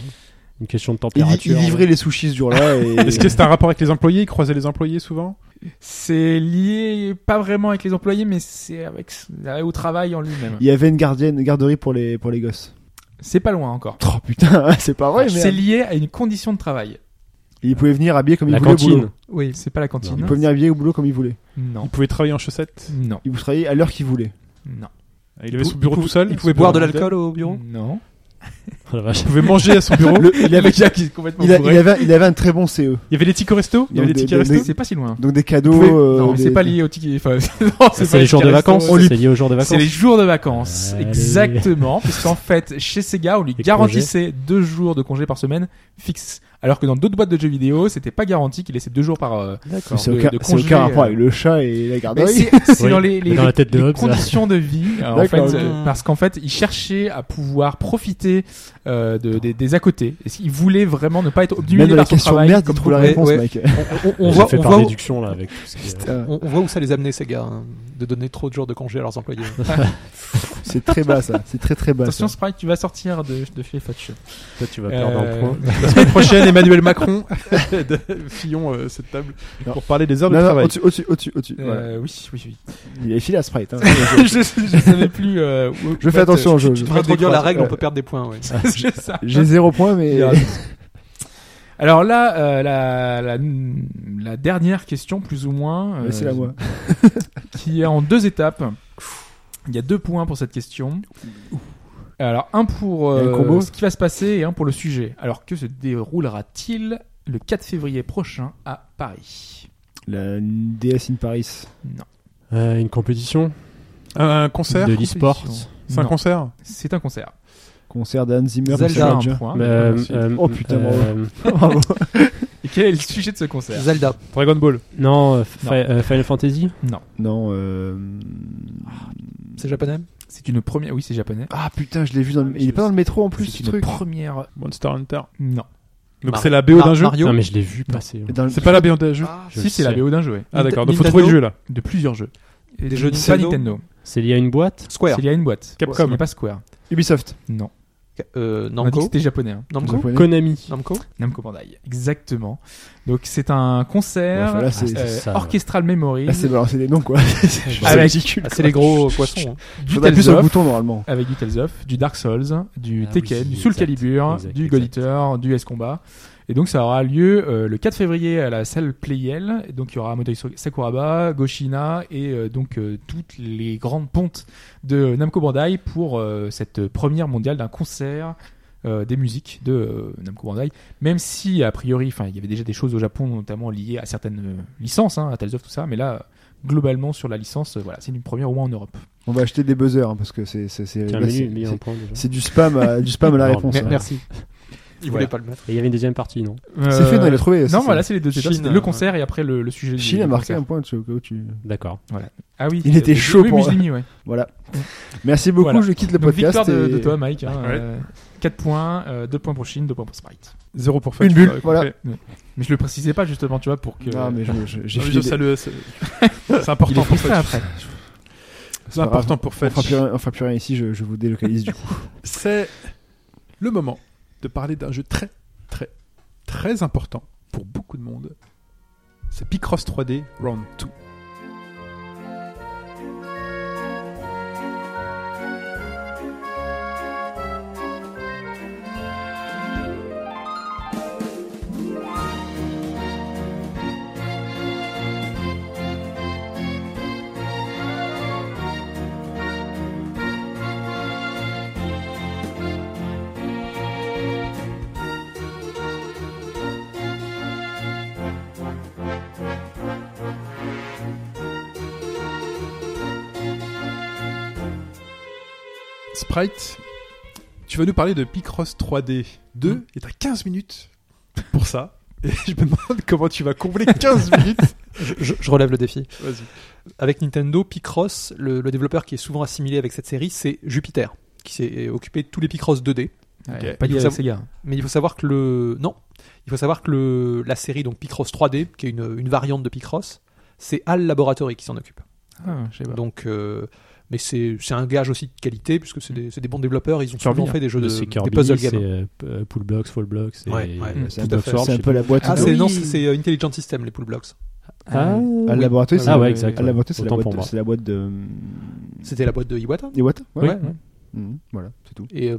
Speaker 5: une question de
Speaker 6: il,
Speaker 5: température.
Speaker 6: il livrait les sushis ce jour-là. Et...
Speaker 3: Est-ce que c'est un rapport avec les employés Il croisait les employés souvent
Speaker 4: C'est lié pas vraiment avec les employés, mais c'est avec au travail en lui-même.
Speaker 6: Il y avait une gardienne, une garderie pour les, pour les gosses.
Speaker 4: C'est pas loin encore.
Speaker 6: Oh putain, c'est pas vrai,
Speaker 4: c'est
Speaker 6: mais.
Speaker 4: lié à une condition de travail.
Speaker 6: Il pouvait venir habillé comme
Speaker 5: La
Speaker 6: il voulait. au boulot.
Speaker 5: cantine.
Speaker 4: Oui, c'est pas la
Speaker 5: Non,
Speaker 4: cantine.
Speaker 6: Il pouvait venir habillé au boulot comme il voulait.
Speaker 3: Il
Speaker 4: Non,
Speaker 3: pouvait travailler en chaussettes
Speaker 4: non,
Speaker 6: Il vous travaillait à l'heure qu'il voulait.
Speaker 4: non,
Speaker 3: Il avait son bureau tout seul
Speaker 7: Il pouvait boire de
Speaker 3: l'alcool
Speaker 7: l'alcool au bureau
Speaker 4: non.
Speaker 5: Oh, la vache.
Speaker 3: Il pouvait manger à son bureau.
Speaker 6: Le- il, avait,
Speaker 4: gars qui est complètement
Speaker 6: il, a- il avait, il avait un très bon CE.
Speaker 3: Il y avait les tickets resto Il y
Speaker 6: Donc,
Speaker 3: avait les
Speaker 6: des-
Speaker 3: tickets
Speaker 6: des-
Speaker 3: resto
Speaker 4: C'est pas si loin.
Speaker 6: Donc des cadeaux.
Speaker 4: Vous pouvez-
Speaker 6: euh,
Speaker 4: non, mais
Speaker 6: des-
Speaker 4: c'est pas lié au ticket. Enfin, non, c'est pas
Speaker 5: C'est les jours de
Speaker 4: ticket resto.
Speaker 5: vacances.
Speaker 4: On lui-
Speaker 5: C'est lié aux jours de
Speaker 4: C'est les
Speaker 5: vacances.
Speaker 4: jours de vacances,
Speaker 5: Allez.
Speaker 4: exactement, puisqu'en fait, chez Sega, on lui
Speaker 5: Les
Speaker 4: garantissait deux jours de congé par semaine fixe, alors que dans d'autres boîtes de jeux vidéo, c'était pas garanti qu'il laissait deux jours par. euh,
Speaker 6: Mais
Speaker 5: D'accord.
Speaker 6: C'est
Speaker 4: de-
Speaker 6: aucun,
Speaker 4: de
Speaker 6: c'est aucun
Speaker 4: congé,
Speaker 6: rapport
Speaker 4: euh.
Speaker 6: avec le chat et la
Speaker 4: Mais
Speaker 6: garderie.
Speaker 4: c'est c'est
Speaker 5: Oui.
Speaker 4: dans les, les,
Speaker 5: Dans la tête de
Speaker 4: les
Speaker 5: Hobbes, ça.
Speaker 4: conditions de vie euh, en fait,
Speaker 6: D'accord,
Speaker 4: euh,
Speaker 7: ok.
Speaker 4: parce qu'en fait il cherchait à pouvoir profiter euh, de, des, des à côté et il voulait vraiment ne pas être
Speaker 6: Même
Speaker 4: obnubilé
Speaker 6: dans la
Speaker 4: par son
Speaker 6: question
Speaker 4: travail
Speaker 6: merde,
Speaker 4: il
Speaker 6: comme pour la
Speaker 4: trouvait-
Speaker 6: réponse,
Speaker 4: ouais.
Speaker 6: mec.
Speaker 7: On, on- on
Speaker 5: On
Speaker 7: voit,
Speaker 5: fait
Speaker 7: on
Speaker 5: par
Speaker 7: voit où,
Speaker 5: déduction là avec tout ce qui est-
Speaker 6: Putain,
Speaker 7: on- on voit où ça les amenait, ces gars, hein, de donner trop de jours de congé à leurs employés.
Speaker 6: C'est très bas, ça. C'est très très bas.
Speaker 4: attention
Speaker 6: ça.
Speaker 4: Sprite tu vas sortir de, de chez Fatch
Speaker 5: Toi, tu vas perdre un
Speaker 4: Euh,
Speaker 5: point.
Speaker 3: La semaine prochaine, Emmanuel Macron de Fillon, euh, cette table,
Speaker 6: Non.
Speaker 3: pour parler des heures
Speaker 6: Non,
Speaker 3: de
Speaker 6: non,
Speaker 3: travail.
Speaker 6: au-dessus, au-dessus, au-dessus. au-dessus.
Speaker 4: Euh,
Speaker 6: Voilà.
Speaker 4: oui oui oui
Speaker 6: Il est filé à Sprite. hein.
Speaker 4: je, je savais plus euh, où-
Speaker 6: Je
Speaker 4: où
Speaker 6: fais
Speaker 4: être-
Speaker 6: attention au jeu.
Speaker 7: Tu
Speaker 6: je-
Speaker 7: devrais introduire la règle, on
Speaker 6: Ouais.
Speaker 7: peut perdre des points. ouais.
Speaker 4: C'est ça.
Speaker 6: J'ai zéro point, mais.
Speaker 4: alors là euh, la, la, la dernière question plus ou moins euh,
Speaker 6: Laissez-la moi.
Speaker 4: qui est en deux étapes. Il y a deux points pour cette question. Alors, un pour
Speaker 6: Il y a un
Speaker 4: euh,
Speaker 6: combo
Speaker 4: ce qui va se passer et un pour le sujet. Alors, que se déroulera-t-il le 4 février prochain à Paris
Speaker 6: La DS in Paris.
Speaker 5: Euh,
Speaker 4: hein,
Speaker 5: Une compétition
Speaker 3: Un, un concert
Speaker 5: de l'e-sport.
Speaker 4: Compétition.
Speaker 3: C'est un
Speaker 4: Non,
Speaker 3: concert
Speaker 4: C'est un concert.
Speaker 6: Concert d'Anne Zimmer.
Speaker 7: Zelda,
Speaker 4: un
Speaker 6: Savage.
Speaker 4: point.
Speaker 5: Mais, euh,
Speaker 6: merci.
Speaker 5: euh,
Speaker 6: Oh, putain,
Speaker 5: euh,
Speaker 6: Bravo.
Speaker 4: Et quel est le sujet de ce concert
Speaker 7: Zelda.
Speaker 3: Dragon Ball.
Speaker 5: Non, euh, Fi- euh, Final Fantasy
Speaker 6: Non, euh...
Speaker 7: C'est japonais
Speaker 4: C'est une première. Oui, c'est japonais.
Speaker 6: Ah putain, je l'ai vu dans le... Il est pas dans le métro en plus,
Speaker 4: c'est
Speaker 6: ce
Speaker 4: une
Speaker 6: truc.
Speaker 4: première.
Speaker 3: Monster Hunter.
Speaker 4: Non.
Speaker 3: Donc
Speaker 7: Mar-
Speaker 3: c'est la BO d'un
Speaker 7: Mar-
Speaker 3: jeu
Speaker 7: Mario.
Speaker 5: Non, mais je l'ai vu passer. ouais.
Speaker 6: Dans le-
Speaker 3: C'est pas la BO d'un jeu
Speaker 7: Ah,
Speaker 5: Je
Speaker 4: si,
Speaker 5: le
Speaker 4: c'est la
Speaker 5: sais.
Speaker 4: BO d'un jeu. ouais.
Speaker 3: Ah d'accord, donc faut
Speaker 7: Nintendo.
Speaker 3: trouver le jeu là.
Speaker 4: De plusieurs jeux. Et
Speaker 7: Des jeux
Speaker 4: pas
Speaker 7: Nintendo.
Speaker 4: Nintendo.
Speaker 5: C'est lié à une boîte
Speaker 7: Square.
Speaker 4: C'est lié à une boîte.
Speaker 3: Capcom.
Speaker 4: Mais pas Square.
Speaker 6: Ubisoft.
Speaker 4: Non.
Speaker 7: Euh,
Speaker 4: On a dit que
Speaker 7: Namco.
Speaker 4: c'était Ah, japonais. hein.
Speaker 7: Namco.
Speaker 6: Japonais.
Speaker 5: Konami.
Speaker 7: Namco.
Speaker 4: Namco Bandai. Exactement. Donc c'est un concert
Speaker 6: Ouais, là, c'est-
Speaker 4: euh,
Speaker 5: c'est ça.
Speaker 4: Orchestral Memory
Speaker 6: Là, Ah, c'est balancé des noms quoi. C'est
Speaker 4: Avec-
Speaker 6: ridicule.
Speaker 7: Ah, c'est les gros poissons. hein.
Speaker 4: du
Speaker 6: Faudrait appuyer
Speaker 4: Tales
Speaker 6: sur le
Speaker 4: of,
Speaker 6: bouton normalement.
Speaker 4: avec du Tales of, du Dark Souls, du
Speaker 5: Ah oui,
Speaker 4: Tekken, du Soul
Speaker 5: exact,
Speaker 4: Calibur,
Speaker 5: exact,
Speaker 4: du
Speaker 5: exact.
Speaker 4: God Eater, du S-Combat. Et donc ça aura lieu euh, le 4 février à la salle Playel. Et Donc il y aura Motoi Sakuraba, Goshina et euh, donc euh, toutes les grandes pontes de Namco Bandai pour euh, cette première mondiale d'un concert euh, des musiques de euh, Namco Bandai. Même si a priori, enfin il y avait déjà des choses au Japon notamment liées à certaines euh, licences, hein, à Tales of tout ça, mais là globalement sur la licence, euh, voilà, c'est une première au moins en Europe.
Speaker 6: On va acheter des buzzers hein, parce que c'est c'est c'est
Speaker 5: Tiens,
Speaker 4: bah,
Speaker 5: mais
Speaker 6: là,
Speaker 5: lui,
Speaker 6: c'est-
Speaker 5: mais il y a un
Speaker 6: c'est-
Speaker 5: point déjà.
Speaker 6: c'est du spam à, du spam à la
Speaker 5: Non,
Speaker 6: réponse.
Speaker 5: mais-
Speaker 6: hein.
Speaker 4: Merci.
Speaker 7: Ils
Speaker 4: Voilà.
Speaker 7: voulaient pas le mettre.
Speaker 5: Et il y avait une deuxième partie, non
Speaker 6: C'est fait, non, il a trouvé. c'est
Speaker 4: Euh, Non,
Speaker 6: fait.
Speaker 4: voilà, c'est les deux étapes.
Speaker 7: Chine,
Speaker 4: C'était le
Speaker 7: euh,
Speaker 4: concert et après le, le sujet du-
Speaker 6: Chine
Speaker 4: du
Speaker 6: a marqué
Speaker 4: concert.
Speaker 6: un point tu- au cas où tu.
Speaker 5: D'accord.
Speaker 4: Ah oui,
Speaker 6: Il
Speaker 4: c'est-
Speaker 6: était
Speaker 4: c'est-
Speaker 6: chaud
Speaker 4: oui,
Speaker 6: pour-
Speaker 4: oui, je l'ai mis, ouais.
Speaker 6: Voilà. Merci beaucoup,
Speaker 4: Voilà.
Speaker 6: je quitte le
Speaker 4: Donc,
Speaker 6: podcast.
Speaker 4: victoire de,
Speaker 6: et-
Speaker 4: de toi, Mike. Hein,
Speaker 3: Ouais.
Speaker 4: 4 points, 2 points pour Chine, 2 points pour Sprite.
Speaker 3: Zéro pour Fun.
Speaker 6: Une bulle, voilà.
Speaker 4: Mais je le précisais pas justement, tu vois, pour que.
Speaker 6: Non, mais je- je-
Speaker 3: J'ai
Speaker 6: j'ai filé. des-
Speaker 3: salue. C'est c'est
Speaker 4: Il est
Speaker 3: important pour
Speaker 4: frustré
Speaker 3: Fetch.
Speaker 4: après.
Speaker 3: C'est important pour
Speaker 6: On fera
Speaker 3: Fetch.
Speaker 6: plus rien, on fera plus rien ici, je, je vous délocalise du coup.
Speaker 3: C'est le moment de parler d'un jeu très, très, très important pour beaucoup de monde. C'est Picross 3D Round 2. Sprite, tu vas nous parler de Picross 3D 2
Speaker 6: Mm.
Speaker 3: et t'as 15 minutes pour ça. Et je me demande comment tu vas combler 15 minutes.
Speaker 7: Je, je- je relève le défi.
Speaker 3: Vas-y.
Speaker 7: Avec Nintendo, Picross, le, le développeur qui est souvent assimilé avec cette série, c'est Jupiter, qui s'est occupé de tous les Picross 2D.
Speaker 3: Ok.
Speaker 4: Ouais, Pas dit
Speaker 7: Il faut
Speaker 4: avec
Speaker 7: savoir-
Speaker 4: Sega.
Speaker 7: Mais il faut savoir que le non, il faut savoir que le la série donc Picross 3D, qui est une, une variante de Picross, c'est HAL Laboratory qui s'en occupe.
Speaker 4: Ah, je sais pas.
Speaker 7: Donc, euh, mais c'est c'est un gage aussi de qualité puisque c'est des, c'est des bons développeurs. Ils ont
Speaker 4: Kirby,
Speaker 7: souvent
Speaker 4: hein.
Speaker 7: fait des jeux de,
Speaker 5: c'est
Speaker 7: des
Speaker 5: Kirby,
Speaker 7: puzzle
Speaker 5: c'est
Speaker 7: games.
Speaker 5: euh, p- euh, Pull Blocks, Fall Blocks. et-
Speaker 7: Ouais, ouais.
Speaker 5: euh,
Speaker 6: C'est
Speaker 5: Tout
Speaker 6: un,
Speaker 5: of
Speaker 6: peu-
Speaker 5: Swords,
Speaker 6: c'est un
Speaker 5: je
Speaker 6: peu la boîte.
Speaker 7: Ah,
Speaker 6: de-
Speaker 7: c'est
Speaker 4: oui.
Speaker 7: non, c'est- c'est euh, Intelligent System les Pool Blocks.
Speaker 5: Ah,
Speaker 6: À
Speaker 5: oui.
Speaker 6: laboratoire, c'est
Speaker 5: Ah
Speaker 6: la-
Speaker 5: ouais, exact.
Speaker 6: à laboratoire, c'est la
Speaker 5: Autant
Speaker 6: boîte,
Speaker 5: pour moi.
Speaker 6: c'est la boîte de.
Speaker 7: C'était la boîte de Iwata.
Speaker 6: Iwata
Speaker 5: Oui.
Speaker 6: Mhm, Voilà, c'est tout.
Speaker 7: Et euh,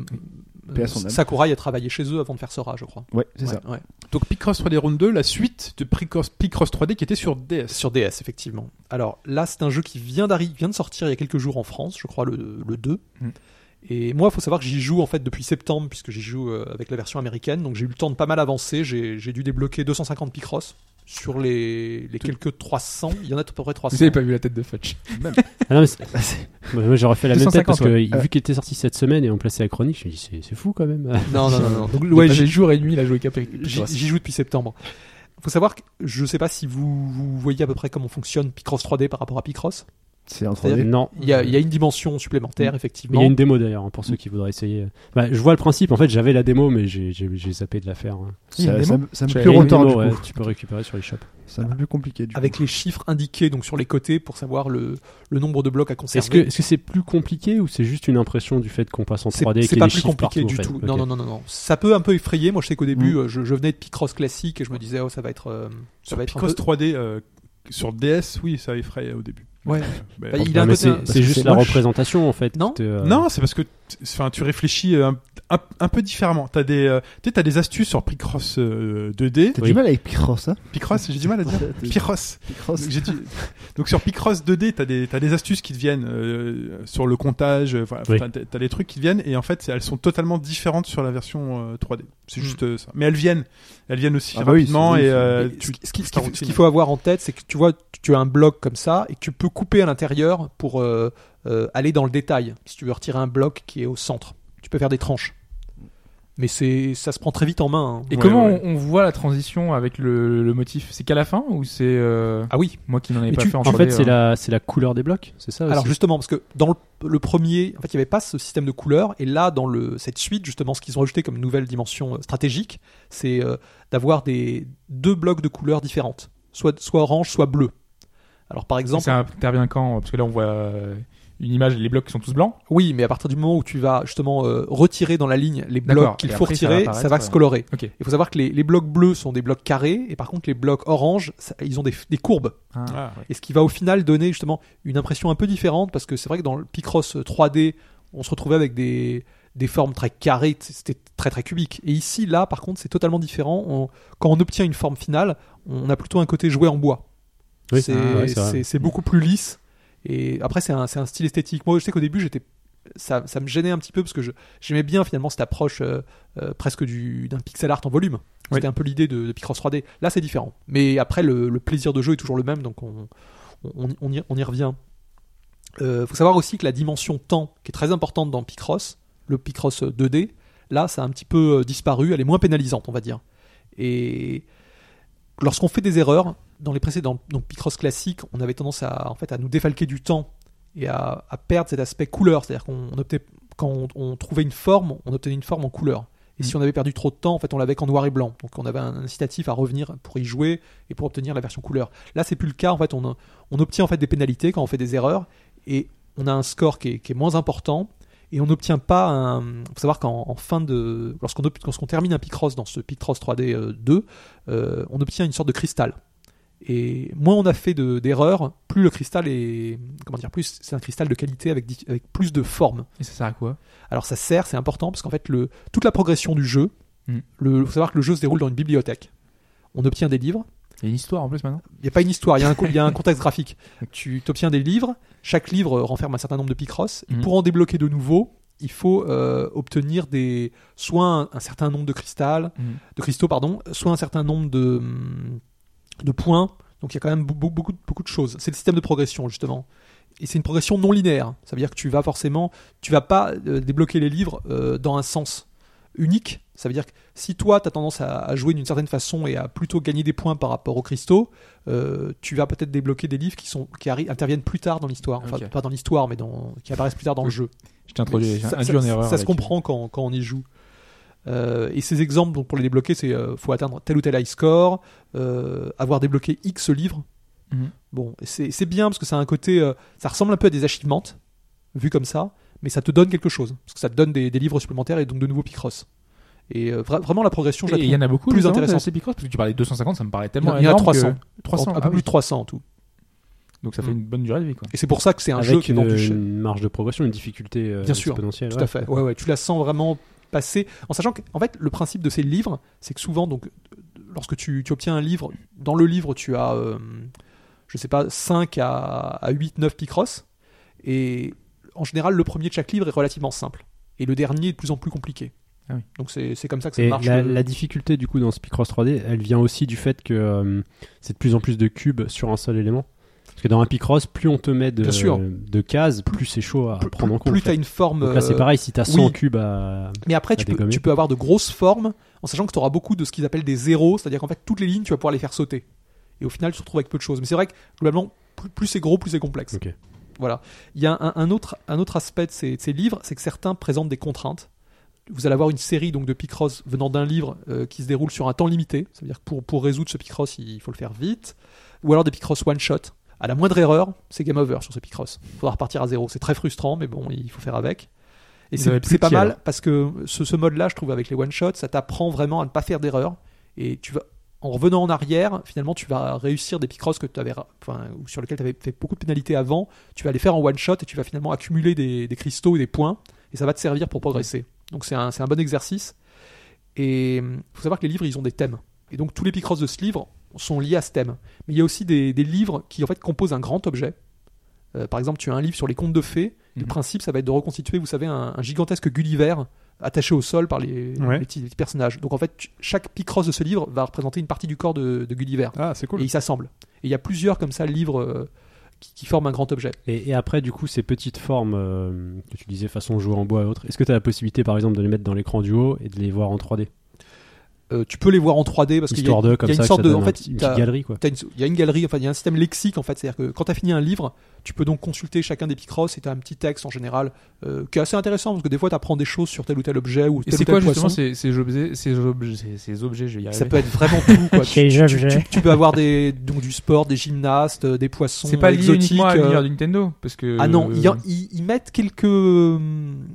Speaker 6: Paix à
Speaker 7: euh,
Speaker 6: son âme.
Speaker 7: Sakurai a travaillé chez eux avant de faire Sora, je crois.
Speaker 6: Ouais, c'est
Speaker 7: Ouais,
Speaker 6: ça.
Speaker 7: ouais.
Speaker 3: Donc Picross 3D Round 2, la suite de Picross, Picross 3D qui était sur DS.
Speaker 7: Sur DS, effectivement. Alors là, c'est un jeu qui vient, d'arri- vient de sortir il y a quelques jours en France, je crois le, le 2.
Speaker 4: Mm.
Speaker 7: Et moi, il faut savoir que j'y joue en fait depuis septembre, puisque j'y joue euh, avec la version américaine. Donc j'ai eu le temps de pas mal avancer. J'ai j'ai dû débloquer 250 Picross sur les, les quelques 300. Il y en a à peu près
Speaker 4: Vous
Speaker 7: 300.
Speaker 4: avez pas vu la tête de Fetch.
Speaker 5: Ah non, mais c'est- Moi, moi, j'aurais fait la même tête
Speaker 4: 250,
Speaker 5: parce que
Speaker 4: ouais.
Speaker 5: vu qu'il était sorti cette semaine et on plaçait la chronique, je me dis c'est c'est fou quand même.
Speaker 7: Non, non, non. non. Donc,
Speaker 4: Ouais,
Speaker 7: ouais,
Speaker 4: j'ai jour et nuit, il a joué Capri.
Speaker 7: J'y j'y joue depuis septembre. faut savoir que je ne sais pas si vous, vous voyez à peu près comment fonctionne Picross 3D par rapport à Picross.
Speaker 6: C'est en 3D.
Speaker 5: non.
Speaker 7: Il y a, il y a une dimension
Speaker 4: Mm.
Speaker 7: supplémentaire,
Speaker 5: Mais
Speaker 7: effectivement.
Speaker 5: il y a une démo d'ailleurs hein, pour ceux qui voudraient essayer. Bah, je vois le principe. En fait, j'avais la démo, mais j'ai- j'ai j'ai zappé de la faire. hein.
Speaker 4: Il y a
Speaker 6: Ça
Speaker 4: une
Speaker 6: ça-
Speaker 4: démo
Speaker 6: ça me
Speaker 4: Tu as
Speaker 6: plus
Speaker 5: Il y a une
Speaker 6: retard
Speaker 5: démo,
Speaker 6: du coup.
Speaker 5: ouais, tu peux récupérer sur eShop.
Speaker 6: C'est un peu plus compliqué du
Speaker 7: avec les chiffres indiqués donc sur les côtés pour savoir le, le nombre de blocs à
Speaker 5: Est-ce que
Speaker 7: conserver.
Speaker 5: est-ce que c'est plus compliqué ou c'est juste une impression du fait qu'on passe en 3D et
Speaker 7: c'est
Speaker 5: qu'il y a
Speaker 7: pas
Speaker 5: des
Speaker 7: plus
Speaker 5: chiffres
Speaker 7: compliqué
Speaker 5: partout,
Speaker 7: du
Speaker 5: en fait
Speaker 7: tout.
Speaker 5: Ok. Mm.
Speaker 7: Non, non, non, non, non. Ça peut un peu effrayer. Moi, je sais qu'au début, euh, je, je venais de Picross classique et je me disais, oh, ça va être, euh, ça
Speaker 3: Sur
Speaker 7: va être un
Speaker 3: Picross
Speaker 7: peu-
Speaker 3: 3D, euh, sur DS, oui, ça effrayait au début. Euh,
Speaker 7: Ouais.
Speaker 3: Mais
Speaker 7: Bah,
Speaker 3: en-
Speaker 7: il a un
Speaker 5: Non, mais
Speaker 7: côté-
Speaker 5: c'est-
Speaker 7: parce
Speaker 5: C'est
Speaker 6: que
Speaker 5: juste
Speaker 6: c'est
Speaker 5: la
Speaker 6: moche.
Speaker 5: représentation en fait.
Speaker 7: Non.
Speaker 5: qui te, euh,
Speaker 3: Non, c'est parce que t- enfin, tu réfléchis euh, un, un, un peu différemment. T'as des, euh, tu sais, t'as des astuces sur Picross euh, 2D.
Speaker 6: T'as
Speaker 5: Oui.
Speaker 6: du mal avec Picross, hein
Speaker 3: Picross, j'ai du mal à dire. Picross.
Speaker 6: Picross.
Speaker 3: Donc, j'ai dit- donc sur Picross 2D, t'as des, t'as des astuces qui te viennent euh, sur le comptage. euh, voilà,
Speaker 5: Oui.
Speaker 3: t'as, t'as des trucs qui te viennent et en fait, c'est- elles sont totalement différentes sur la version euh, 3D.
Speaker 4: Hmm.
Speaker 3: C'est juste euh, ça. Mais elles viennent. Elles viennent aussi
Speaker 6: Ah bah oui,
Speaker 3: rapidement
Speaker 6: c'est-
Speaker 3: et
Speaker 6: oui,
Speaker 3: euh,
Speaker 7: Mais
Speaker 3: tu-
Speaker 7: ce qui- ce qui-
Speaker 3: tu
Speaker 7: ce qu'il
Speaker 3: t'en
Speaker 7: faut- ce
Speaker 3: routines.
Speaker 7: qu'il faut avoir en tête, c'est que tu vois, tu- tu as un bloc comme ça et que tu peux couper à l'intérieur pour euh, euh, aller dans le détail. Si tu veux retirer un bloc qui est au centre, tu peux faire des tranches. Mais c'est, ça se prend très vite en main. hein.
Speaker 4: Et
Speaker 3: Ouais,
Speaker 4: comment
Speaker 3: ouais.
Speaker 4: On, on voit la transition avec le, le motif C'est qu'à la fin ou c'est euh,
Speaker 7: Ah oui.
Speaker 4: moi qui n'en ai
Speaker 7: Mais
Speaker 4: pas
Speaker 7: tu-
Speaker 4: fait hein?
Speaker 7: en
Speaker 5: En fait, c'est
Speaker 4: la
Speaker 5: la, c'est la couleur des blocs, c'est
Speaker 4: Ah,
Speaker 5: ça
Speaker 7: euh, Alors
Speaker 5: aussi
Speaker 7: justement, parce que dans le, le premier, en fait, il n'y avait pas ce système de couleurs, et là, dans le, cette suite, justement, ce qu'ils ont ajouté comme nouvelle dimension euh, stratégique, c'est euh, d'avoir des deux blocs de couleurs différentes, soit, soit orange, soit bleu. Alors par exemple,
Speaker 4: Ça intervient quand Parce que là, on voit euh, une image, les blocs qui sont tous blancs.
Speaker 7: oui, mais à partir du moment où tu vas justement euh, retirer dans la ligne les
Speaker 4: D'accord,
Speaker 7: blocs qu'il
Speaker 4: et
Speaker 7: faut
Speaker 4: après, ça va
Speaker 7: retirer, ça va,
Speaker 4: apparaître,
Speaker 7: se
Speaker 4: euh,
Speaker 7: colorer.
Speaker 4: Ok.
Speaker 7: Il faut savoir que les, les blocs bleus sont des blocs carrés, et par contre les blocs orange, ça- ils ont des, des courbes.
Speaker 3: Ah.
Speaker 7: et ce qui va au final donner justement une impression un peu différente parce que c'est vrai que dans le Picross 3D on se retrouvait avec des des formes très carrées, t- c'était très très cubique. Et ici, là, par contre, c'est totalement différent. On- quand on obtient une forme finale, on a plutôt un côté joué en bois.
Speaker 5: Oui,
Speaker 7: c'est
Speaker 5: ah ouais, c'est vrai.
Speaker 7: c'est- c'est beaucoup plus lisse. Et après, c'est un, c'est un style esthétique. Moi, je sais qu'au début, j'étais, ça, ça me gênait un petit peu parce que je- j'aimais bien finalement cette approche euh, euh, presque du- d'un pixel art en volume. C'était un peu l'idée de, de Picross 3D. Là, c'est différent. Mais après, le, le plaisir de jeu est toujours le même, donc on, on, on y, on y revient. Euh, faut savoir aussi que la dimension temps, qui est très importante dans Picross, le Picross 2D, là, ça a un petit peu euh, disparu. Elle est moins pénalisante, on va dire. Et lorsqu'on fait des erreurs, dans les précédents donc Picross classique, on avait tendance à, en fait, à nous défalquer du temps et à, à perdre cet aspect couleur. C'est-à-dire qu'on on optait, quand on, on trouvait une forme, on obtenait une forme en couleur. Et si on avait perdu trop de temps, en fait, on l'avait qu'en noir et blanc. Donc on avait un incitatif à revenir pour y jouer et pour obtenir la version couleur. Là, c'est plus le cas. En fait, on, on obtient en fait des pénalités quand on fait des erreurs et on a un score qui est, qui est moins important et on n'obtient pas un. Faut savoir qu'en en fin de, lorsqu'on ob- lorsqu'on termine un Picross dans ce Picross 3D euh, 2, euh, on obtient une sorte de cristal. Et moins on a fait de- d'erreurs, plus le cristal est, comment dire, plus c'est un cristal de qualité avec, di- avec plus de forme.
Speaker 4: Et ça sert à quoi
Speaker 7: Alors ça sert, c'est important, parce qu'en fait, le, toute la progression du jeu,
Speaker 4: Mm.
Speaker 7: il faut savoir que le jeu se déroule dans une bibliothèque. On obtient des livres.
Speaker 4: Il y a une histoire en plus maintenant.
Speaker 7: Il n'y a pas une histoire, il y, a un co- il y a un contexte graphique. Tu t'obtiens des livres, chaque livre renferme un certain nombre de picross. Et
Speaker 4: Mm.
Speaker 7: Pour en débloquer de nouveaux, il faut euh, obtenir des, soit un, un certain nombre de, cristal,
Speaker 4: Mm.
Speaker 7: de cristaux, pardon, soit un certain nombre de, hum, de points. Donc il y a quand même beaucoup, beaucoup, de- beaucoup de choses. C'est le système de progression, justement. Et c'est une progression non linéaire. Ça veut dire que tu vas forcément, tu vas pas euh, débloquer les livres euh, dans un sens unique. Ça veut dire que si toi, tu as tendance à, à jouer d'une certaine façon et à plutôt gagner des points par rapport aux cristaux, euh, tu vas peut-être débloquer des livres qui, sont, qui arri- interviennent plus tard dans l'histoire. Enfin,
Speaker 4: Ok.
Speaker 7: pas dans l'histoire, mais dans, qui apparaissent plus tard dans le
Speaker 4: Oui.
Speaker 7: jeu.
Speaker 4: Je t'ai introduit.
Speaker 7: Ça,
Speaker 4: j'ai
Speaker 7: ça-
Speaker 4: induit en
Speaker 7: ça-
Speaker 4: erreur
Speaker 7: ça se
Speaker 4: avec-
Speaker 7: comprend quand, quand on y joue. Euh, et ces exemples, donc pour les débloquer, c'est euh, faut atteindre tel ou tel high score, euh, avoir débloqué X livres.
Speaker 4: Mhm.
Speaker 7: Bon, c'est c'est bien parce que ça a un côté, euh, ça ressemble un peu à des achievements vu comme ça, mais ça te donne quelque chose parce que ça te donne des, des livres supplémentaires et donc de nouveaux Picross. Et euh, vra- vraiment la progression, je la
Speaker 4: Et Il y en a beaucoup
Speaker 7: plus
Speaker 4: plus intéressant
Speaker 7: intéressant.
Speaker 4: ces Picross parce que tu parlais de 250, ça me paraît tellement
Speaker 7: Il y en a
Speaker 4: énorme que-
Speaker 7: 300.
Speaker 4: 300,
Speaker 7: un
Speaker 4: ah
Speaker 7: peu
Speaker 4: oui.
Speaker 7: plus de 300 en tout.
Speaker 4: Donc ça fait
Speaker 7: Mm.
Speaker 4: une bonne durée de vie quoi.
Speaker 7: Et c'est pour ça que c'est un jeu
Speaker 5: Avec
Speaker 7: qui
Speaker 5: une,
Speaker 7: vend du cher.
Speaker 5: une marge de progression, une difficulté euh,
Speaker 7: Bien sûr,
Speaker 5: exponentielle.
Speaker 7: Tout
Speaker 5: ouais.
Speaker 7: à fait. Ouais, ouais, tu la sens vraiment passer. En sachant qu'en fait, le principe de ces livres, c'est que souvent, donc, lorsque tu, tu obtiens un livre, dans le livre, tu as, euh, je sais pas, 5 à, à 8, 9 Picross. Et en général, le premier de chaque livre est relativement simple. Et le dernier est de plus en plus compliqué.
Speaker 4: Ah oui.
Speaker 7: Donc c'est c'est comme ça que ça
Speaker 5: Et
Speaker 7: marche.
Speaker 5: la,
Speaker 7: le-
Speaker 5: la difficulté du coup dans Speedcross 3D, elle vient aussi du fait que euh, c'est de plus en plus de cubes sur un seul élément. Parce que dans un Picross, plus on te met de,
Speaker 7: Bien sûr.
Speaker 5: de cases, plus c'est chaud à
Speaker 7: plus-
Speaker 5: prendre en compte.
Speaker 7: plus
Speaker 5: en
Speaker 7: tu as
Speaker 5: fait.
Speaker 7: une forme.
Speaker 5: Donc là, c'est
Speaker 7: euh,
Speaker 5: pareil, si t'as
Speaker 7: oui.
Speaker 5: 100 cubes à.
Speaker 7: Mais après,
Speaker 5: à
Speaker 7: tu peux,
Speaker 5: dégommer.
Speaker 7: tu peux avoir de grosses formes en sachant que tu auras beaucoup de ce qu'ils appellent des zéros, c'est-à-dire qu'en fait, toutes les lignes, tu vas pouvoir les faire sauter. Et au final, tu te retrouves avec peu de choses. Mais c'est vrai que globalement, plus, plus c'est gros, plus c'est complexe.
Speaker 5: Ok.
Speaker 7: Voilà. Il y a un, un autre, un autre aspect de ces, de ces livres, c'est que certains présentent des contraintes. Vous allez avoir une série donc de Picross venant d'un livre euh, qui se déroule sur un temps limité. Ça veut dire que pour, pour résoudre ce Picross, il faut le faire vite. Ou alors des Picross one shot. À la moindre erreur, c'est game over sur ce Picross. Il faudra repartir à zéro. C'est très frustrant, mais bon, il faut faire avec. Et
Speaker 4: Ils
Speaker 7: c'est
Speaker 4: avaient plus
Speaker 7: c'est pas
Speaker 4: qui,
Speaker 7: mal
Speaker 4: alors.
Speaker 7: parce que ce, ce mode-là, je trouve, avec les one shots, ça t'apprend vraiment à ne pas faire d'erreur. Et tu vas, en revenant en arrière, finalement, tu vas réussir des Picross que tu avais, ra- enfin, ou sur lesquels tu avais fait beaucoup de pénalités avant. Tu vas les faire en one shot et tu vas finalement accumuler des, des cristaux et des points. Et ça va te servir pour progresser. Donc c'est un, c'est un bon exercice. Et il faut savoir que les livres, ils ont des thèmes. Et donc tous les Picross de ce livre sont liés à ce thème. Mais il y a aussi des, des livres qui en fait composent un grand objet. Euh, par exemple, tu as un livre sur les contes de fées. Le
Speaker 4: Mhm.
Speaker 7: principe, ça va être de reconstituer, vous savez, un, un gigantesque Gulliver attaché au sol par les,
Speaker 3: Ouais.
Speaker 7: les petits, les petits personnages. Donc en fait, tu- chaque Picross de ce livre va représenter une partie du corps de, de Gulliver.
Speaker 3: Ah, c'est
Speaker 7: Et
Speaker 3: cool.
Speaker 7: ils s'assemblent. Et il y a plusieurs comme ça livres euh, qui, qui forment un grand objet.
Speaker 5: Et, et après, du coup, ces petites formes euh, que tu disais, façon jouer en bois et autres, est-ce que tu as la possibilité, par exemple, de les mettre dans l'écran du haut et de les voir en 3D
Speaker 7: Euh, tu peux les voir en 3D parce qu'il y a,
Speaker 5: Histoire de, comme
Speaker 7: il y
Speaker 5: ça,
Speaker 7: a une
Speaker 5: que
Speaker 7: sorte
Speaker 5: ça
Speaker 7: de-
Speaker 5: donne
Speaker 7: en
Speaker 5: un
Speaker 7: fait,
Speaker 5: petit- une
Speaker 7: t'as-
Speaker 5: petite galerie, quoi.
Speaker 7: t'as une, il y a une galerie, enfin il y a un système lexique en fait, c'est-à-dire que quand tu as fini un livre, tu peux donc consulter chacun des picross et tu as un petit texte en général euh, qui est assez intéressant parce que des fois tu apprends des choses sur tel ou tel objet ou
Speaker 4: Et
Speaker 7: tel ou
Speaker 4: c'est
Speaker 7: tel
Speaker 4: quoi justement
Speaker 7: poisson.
Speaker 4: ces, ces objets, ces objets, ces, ces objets, je vais y
Speaker 7: Ça
Speaker 4: arriver.
Speaker 7: peut être vraiment tout. Quoi. tu,
Speaker 8: Chez les
Speaker 7: tu-
Speaker 8: objets.
Speaker 7: tu- tu peux avoir des, donc, du sport, des gymnastes, euh, des poissons
Speaker 4: C'est pas lié
Speaker 7: exotiques.
Speaker 4: uniquement à
Speaker 7: euh,
Speaker 4: l'univers de Nintendo, parce que
Speaker 7: Ah non, il y a-
Speaker 4: euh,
Speaker 7: ils ils mettent quelques hum,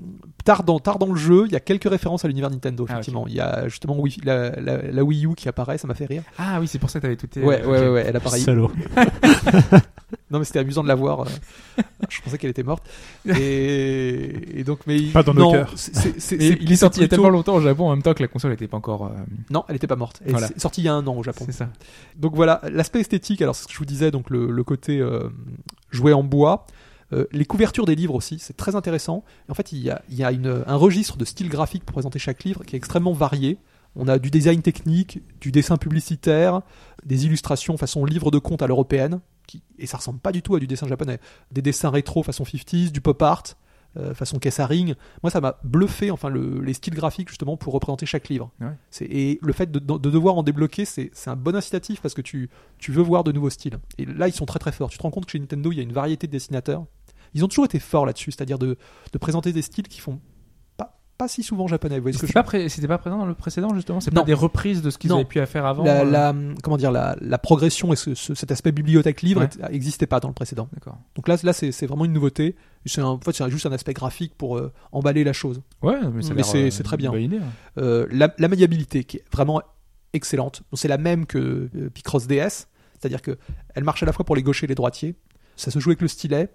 Speaker 7: tard dans tard dans le jeu, il y a quelques références à l'univers Nintendo
Speaker 4: Ah,
Speaker 7: effectivement. Il y a justement Wii- la, la- la Wii U qui apparaît, ça m'a fait rire.
Speaker 4: ah oui, c'est pour ça que t'avais tout.
Speaker 7: Ouais, ouais, ouais, ouais, elle apparaît.
Speaker 5: Salaud.
Speaker 7: Non mais c'était amusant de la voir. euh, Je pensais qu'elle était morte. Et, et donc mais il-
Speaker 3: Pas dans nos
Speaker 7: non,
Speaker 3: cœurs.
Speaker 7: c'est- c'est- c'est-
Speaker 4: Et
Speaker 7: c'est-
Speaker 4: il est sorti il y a
Speaker 7: plutôt-
Speaker 4: tellement longtemps au Japon en même temps que la console n'était pas encore. euh,
Speaker 7: Non, elle n'était pas morte. Elle
Speaker 4: Voilà.
Speaker 7: est sortie il y a un an au Japon.
Speaker 4: c'est ça.
Speaker 7: Donc voilà, l'aspect esthétique, alors c'est ce que je vous disais, donc le, le côté euh, joué en bois. Euh, les couvertures des livres aussi, c'est très intéressant. En fait, il y a, il y a une- un registre de style graphique pour présenter chaque livre qui est extrêmement varié. On a du design technique, du dessin publicitaire, des illustrations façon livre de conte à l'européenne, qui, et ça ressemble pas du tout à du dessin japonais. Des dessins rétro façon 50s, du pop art, euh, façon Kessaring. Moi, ça m'a bluffé, enfin, le- les styles graphiques justement pour représenter chaque livre.
Speaker 4: Ouais.
Speaker 7: C'est- Et le fait de, de devoir en débloquer, c'est c'est un bon incitatif parce que tu, tu veux voir de nouveaux styles. Et là, ils sont très très forts. Tu te rends compte que chez Nintendo, il y a une variété de dessinateurs. Ils ont toujours été forts là-dessus, c'est-à-dire de, de présenter des styles qui font pas, pas si souvent japonais. Vous voyez ce que
Speaker 4: C'était pas,
Speaker 7: je
Speaker 4: pré- c'était pas présent dans le précédent justement. C'est
Speaker 7: Non.
Speaker 4: pas des reprises de ce qu'ils
Speaker 7: Non.
Speaker 4: avaient pu faire avant.
Speaker 7: la,
Speaker 4: euh,
Speaker 7: la- comment dire, la, la progression et ce- ce- cet aspect bibliothèque livre
Speaker 4: Ouais.
Speaker 7: était- existait pas dans le précédent.
Speaker 4: D'accord.
Speaker 7: Donc là, là c'est c'est vraiment une nouveauté. C'est un- En fait, c'est juste un aspect graphique pour euh, emballer la chose.
Speaker 4: Ouais, mais, ça a
Speaker 7: Mais
Speaker 4: l'air,
Speaker 7: c'est-
Speaker 4: euh,
Speaker 7: c'est très
Speaker 4: une
Speaker 7: bien.
Speaker 4: bonne idée, ouais.
Speaker 7: Euh, la, la maniabilité qui est vraiment excellente. Bon, C'est la même que euh, Picross DS, c'est-à-dire que elle marche à la fois pour les gauchers et les droitiers. Ça se joue avec le stylet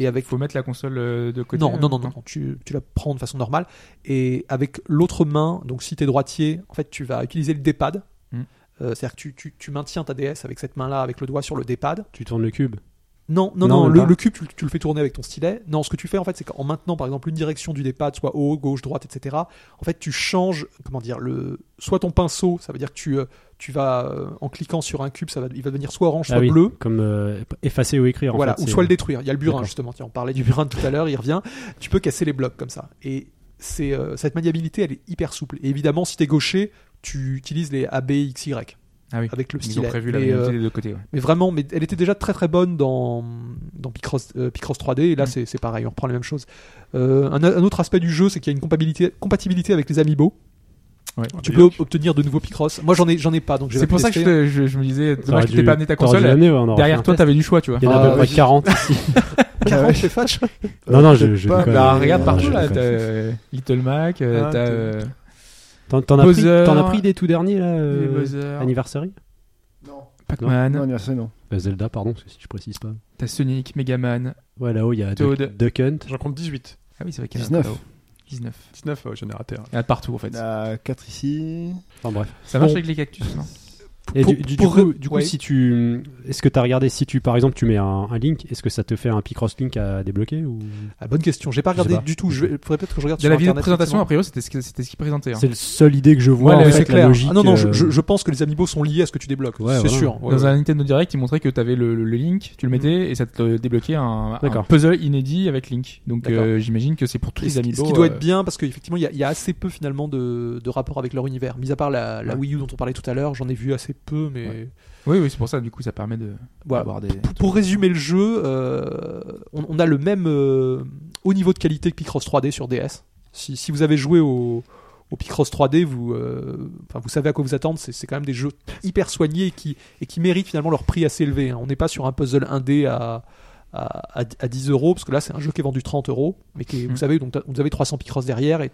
Speaker 7: et avec
Speaker 4: Faut mettre la console euh, de côté.
Speaker 7: non,
Speaker 4: euh,
Speaker 7: non, non, non, non, tu, tu la prends de façon normale. Et avec l'autre main, donc si tu es droitier, en fait, tu vas utiliser le D-pad.
Speaker 4: Mm.
Speaker 7: Euh, C'est-à-dire que tu, tu- tu maintiens ta DS avec cette main-là, avec le doigt sur le D-pad.
Speaker 5: Tu tournes le cube.
Speaker 7: Non, non, non,
Speaker 5: Non, même
Speaker 7: le,
Speaker 5: pas.
Speaker 7: le cube, tu, le- tu le fais tourner avec ton stylet. Non, ce que tu fais, en fait, c'est qu'en maintenant, par exemple, une direction du D-pad, soit haut, gauche, droite, etc., en fait, tu changes, comment dire, le, soit ton pinceau, ça veut dire que tu, euh, tu vas, euh, en cliquant sur un cube, ça va, il va devenir soit orange, soit
Speaker 5: Ah oui,
Speaker 7: bleu.
Speaker 5: Comme euh, effacer ou écrire. en
Speaker 7: Voilà,
Speaker 5: fait,
Speaker 7: ou
Speaker 5: c'est-
Speaker 7: soit le détruire. Il y a le burin,
Speaker 5: D'accord.
Speaker 7: justement. Tiens, on parlait du burin tout à l'heure, il revient. Tu peux casser les blocs comme ça. Et c'est euh, cette maniabilité, elle est hyper souple. Et évidemment, si t'es gaucher, tu utilises les A, B, X, Y
Speaker 4: Ah oui.
Speaker 7: avec le
Speaker 4: Ils ont
Speaker 7: stylet.
Speaker 4: prévu la
Speaker 7: mais, euh,
Speaker 4: maniabilité des deux côtés. ouais.
Speaker 7: mais vraiment, mais elle était déjà très très bonne dans, dans Picross, euh, Picross 3D. Et là,
Speaker 4: Mm.
Speaker 7: c'est c'est pareil, on reprend la même chose. Euh, un, un autre aspect du jeu, c'est qu'il y a une compatibilité, compatibilité avec les amiibo. Tu peux ob- obtenir de nouveaux Picross. Moi, j'en ai, j'en ai pas, donc j'ai
Speaker 4: C'est
Speaker 7: pas
Speaker 4: pour
Speaker 7: pu
Speaker 4: ça que
Speaker 7: tester. hein.
Speaker 4: je, te- je- je me disais dommage
Speaker 5: T'aurais
Speaker 4: que t'aies
Speaker 5: dû-
Speaker 4: pas amené ta
Speaker 5: t'aurais dû
Speaker 4: console.
Speaker 5: l'amener, ouais, on aurait fait
Speaker 4: Derrière
Speaker 5: un
Speaker 4: toi,
Speaker 5: test.
Speaker 4: t'avais du choix, tu vois.
Speaker 5: Il y en a à
Speaker 7: Ah,
Speaker 5: peu près
Speaker 7: vas-y.
Speaker 5: 40 ici.
Speaker 7: Carrément, je fais fâche.
Speaker 5: Non, non, je-
Speaker 6: Euh,
Speaker 5: je
Speaker 6: pas-
Speaker 5: déconne.
Speaker 6: Bah,
Speaker 4: Ah, regarde
Speaker 5: Euh,
Speaker 4: partout
Speaker 5: je
Speaker 4: là,
Speaker 5: déconne.
Speaker 4: t'as euh, Little Mac, euh,
Speaker 3: Ah,
Speaker 4: t'as
Speaker 3: t'as-
Speaker 4: euh,
Speaker 5: T'en t'en as pris-
Speaker 4: Bowser.
Speaker 5: t'en as pris des tout derniers, là
Speaker 4: les
Speaker 5: euh,
Speaker 4: Bowser,
Speaker 5: Anniversary
Speaker 6: Non,
Speaker 4: Pac-Man,
Speaker 6: merci, non.
Speaker 5: Euh, Zelda, pardon, parce que si je précise pas.
Speaker 4: t'as Sonic, Mega Man.
Speaker 5: Ouais, là-haut, il y a
Speaker 4: Toad.
Speaker 5: Duck, Duck Hunt.
Speaker 3: J'en compte 18.
Speaker 4: Ah oui, c'est vrai qu'il y en a
Speaker 6: 19.
Speaker 4: là-haut. 19.
Speaker 3: 19, ouais, j'en ai raté un.
Speaker 4: Il y en a partout en fait.
Speaker 6: Il y en a 4 ici.
Speaker 5: Enfin bref.
Speaker 4: Ça marche
Speaker 7: Bon.
Speaker 4: avec les cactus, non
Speaker 5: Et
Speaker 7: Pour-
Speaker 5: du, du- du
Speaker 7: pour-
Speaker 5: coup, du coup,
Speaker 7: ouais.
Speaker 5: si tu, est-ce que t'as regardé si tu, par exemple, tu mets un, un link, est-ce que ça te fait un Picross link à débloquer ou
Speaker 7: Ah, bonne question, j'ai pas
Speaker 5: Je sais
Speaker 7: regardé
Speaker 5: pas.
Speaker 7: du tout. Je vais- faudrait peut-être que je regarde
Speaker 4: De
Speaker 7: sur
Speaker 4: la vidéo de
Speaker 7: Internet,
Speaker 4: présentation,
Speaker 7: effectivement.
Speaker 4: a priori, c'était ce que- c'était ce qu'ils présentaient. hein.
Speaker 5: C'est le seul idée que je vois.
Speaker 4: Ouais,
Speaker 5: en
Speaker 4: le-
Speaker 5: fait,
Speaker 4: c'est
Speaker 5: la logique,
Speaker 7: Ah non, non, je,
Speaker 5: euh,
Speaker 7: je- je pense que les amiibo sont liés à ce que tu débloques.
Speaker 5: Ouais,
Speaker 7: c'est
Speaker 5: voilà.
Speaker 7: sûr. Ouais,
Speaker 4: Dans
Speaker 7: ouais.
Speaker 4: un Nintendo Direct, ils montraient que tu avais le, le- le Link, tu le mettais et ça te débloquait un, un
Speaker 5: D'accord.
Speaker 4: puzzle inédit avec Link. Donc
Speaker 7: D'accord.
Speaker 4: euh, j'imagine que c'est pour tous
Speaker 7: Et
Speaker 4: les
Speaker 7: ce, qui-
Speaker 4: amis. euh,
Speaker 7: ce qui doit être bien parce qu'effectivement il y, a- il y a assez peu finalement de, de rapport avec leur univers. Mis à part la, la
Speaker 4: Ouais.
Speaker 7: Wii U dont on parlait tout à l'heure, j'en ai vu assez peu, mais
Speaker 4: Oui, oui, c'est pour ça. Du coup, ça permet de
Speaker 7: voilà.
Speaker 4: d'avoir des.
Speaker 7: Pour- Pour résumer le jeu, euh, on, on a le même euh, haut niveau de qualité que Picross 3D sur DS. Si, si vous avez joué au, au Picross 3D, vous, euh, enfin, vous savez à quoi vous attendre. C'est c'est quand même des jeux hyper soignés et qui, et qui méritent finalement leur prix assez élevé. hein. On n'est pas sur un puzzle 1D à, à, à- à 10 euros, parce que là c'est un jeu qui est vendu 30 euros, mais qui est-
Speaker 5: Hmm.
Speaker 7: vous
Speaker 4: Mm.
Speaker 7: savez, donc t'as- vous avez 300 Picross derrière et,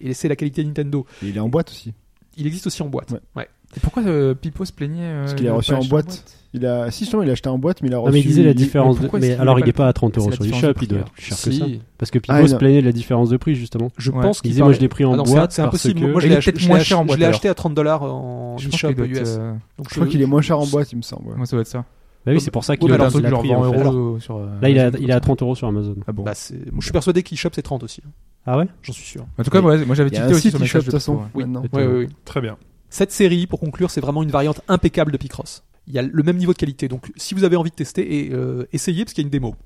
Speaker 7: et c'est la qualité Nintendo.
Speaker 6: Et il est en boîte aussi.
Speaker 7: Il existe aussi en boîte.
Speaker 6: Ouais.
Speaker 4: Et pourquoi euh, Pipo se plaignait euh,
Speaker 6: Parce qu'il a
Speaker 4: de
Speaker 6: reçu
Speaker 4: pas
Speaker 6: en
Speaker 4: acheter
Speaker 6: boîte. Il a... Si, justement, il a acheté en boîte, mais il a
Speaker 5: Non,
Speaker 6: reçu.
Speaker 5: mais il disait la
Speaker 6: il-
Speaker 5: différence.
Speaker 4: mais
Speaker 5: de-
Speaker 4: pourquoi
Speaker 5: Mais
Speaker 4: est-ce qu'il
Speaker 5: alors,
Speaker 4: est
Speaker 5: il
Speaker 4: pas
Speaker 5: est pas à 30
Speaker 4: C'est
Speaker 5: euros
Speaker 4: la
Speaker 5: sur
Speaker 4: différence de
Speaker 5: l'eShop,
Speaker 4: prix,
Speaker 5: il doit
Speaker 4: alors.
Speaker 5: être plus cher que
Speaker 7: Si.
Speaker 5: ça. Parce que Pipo
Speaker 6: Ah,
Speaker 5: se
Speaker 6: non.
Speaker 5: plaignait de la différence de prix, justement.
Speaker 7: Je
Speaker 4: Ouais.
Speaker 7: pense
Speaker 5: Il
Speaker 7: qu'il
Speaker 5: disait, moi,
Speaker 7: parlait-
Speaker 5: je l'ai pris en
Speaker 7: Ah non, c'est-
Speaker 5: boîte.
Speaker 7: c'est
Speaker 5: parce
Speaker 7: impossible.
Speaker 5: que-
Speaker 7: Moi, je
Speaker 4: Il
Speaker 7: l'ai
Speaker 4: est
Speaker 7: acheté,
Speaker 4: peut-être
Speaker 7: je l'ai
Speaker 4: moins
Speaker 7: ach-
Speaker 4: cher en boîte,
Speaker 7: je l'ai
Speaker 4: alors.
Speaker 7: acheté à 30 dollars en
Speaker 4: Je pense
Speaker 7: eShop
Speaker 4: qu'il doit
Speaker 7: US.
Speaker 4: être, euh,
Speaker 7: Donc
Speaker 6: Je crois qu'il est moins cher en boîte, il me semble. ouais.
Speaker 4: ouais, ça doit être ça.
Speaker 5: Bah oui, c'est pour ça qu'il
Speaker 7: Ouais,
Speaker 5: a
Speaker 7: mais
Speaker 5: il a
Speaker 4: un
Speaker 7: alors,
Speaker 4: truc genre
Speaker 5: pris, en
Speaker 4: 20
Speaker 5: fait.
Speaker 4: euros sur. euh,
Speaker 5: Là, il est à-
Speaker 4: Amazon,
Speaker 5: il est à
Speaker 4: comme ça.
Speaker 5: 30 euros sur Amazon.
Speaker 4: Ah bon.
Speaker 7: Bah, c'est- moi, je suis persuadé qu'il chope ses 30 aussi. hein.
Speaker 5: Ah ouais
Speaker 7: J'en suis sûr.
Speaker 4: En tout cas,
Speaker 6: Il-
Speaker 4: ouais, moi j'avais
Speaker 6: Il y a
Speaker 4: tilté
Speaker 6: un
Speaker 4: aussi
Speaker 6: site
Speaker 4: sur
Speaker 6: qui
Speaker 4: mes
Speaker 6: shop de
Speaker 4: chefs
Speaker 6: toute
Speaker 4: de
Speaker 6: façon.
Speaker 5: euh,
Speaker 4: Pipo, ouais.
Speaker 6: maintenant.
Speaker 5: Ouais, ouais, ouais.
Speaker 3: Très bien.
Speaker 7: Cette série, pour conclure, c'est vraiment une variante impeccable de Picross. il y a le même niveau de qualité. Donc si vous avez envie de tester, et, euh, essayez parce qu'il y a une démo.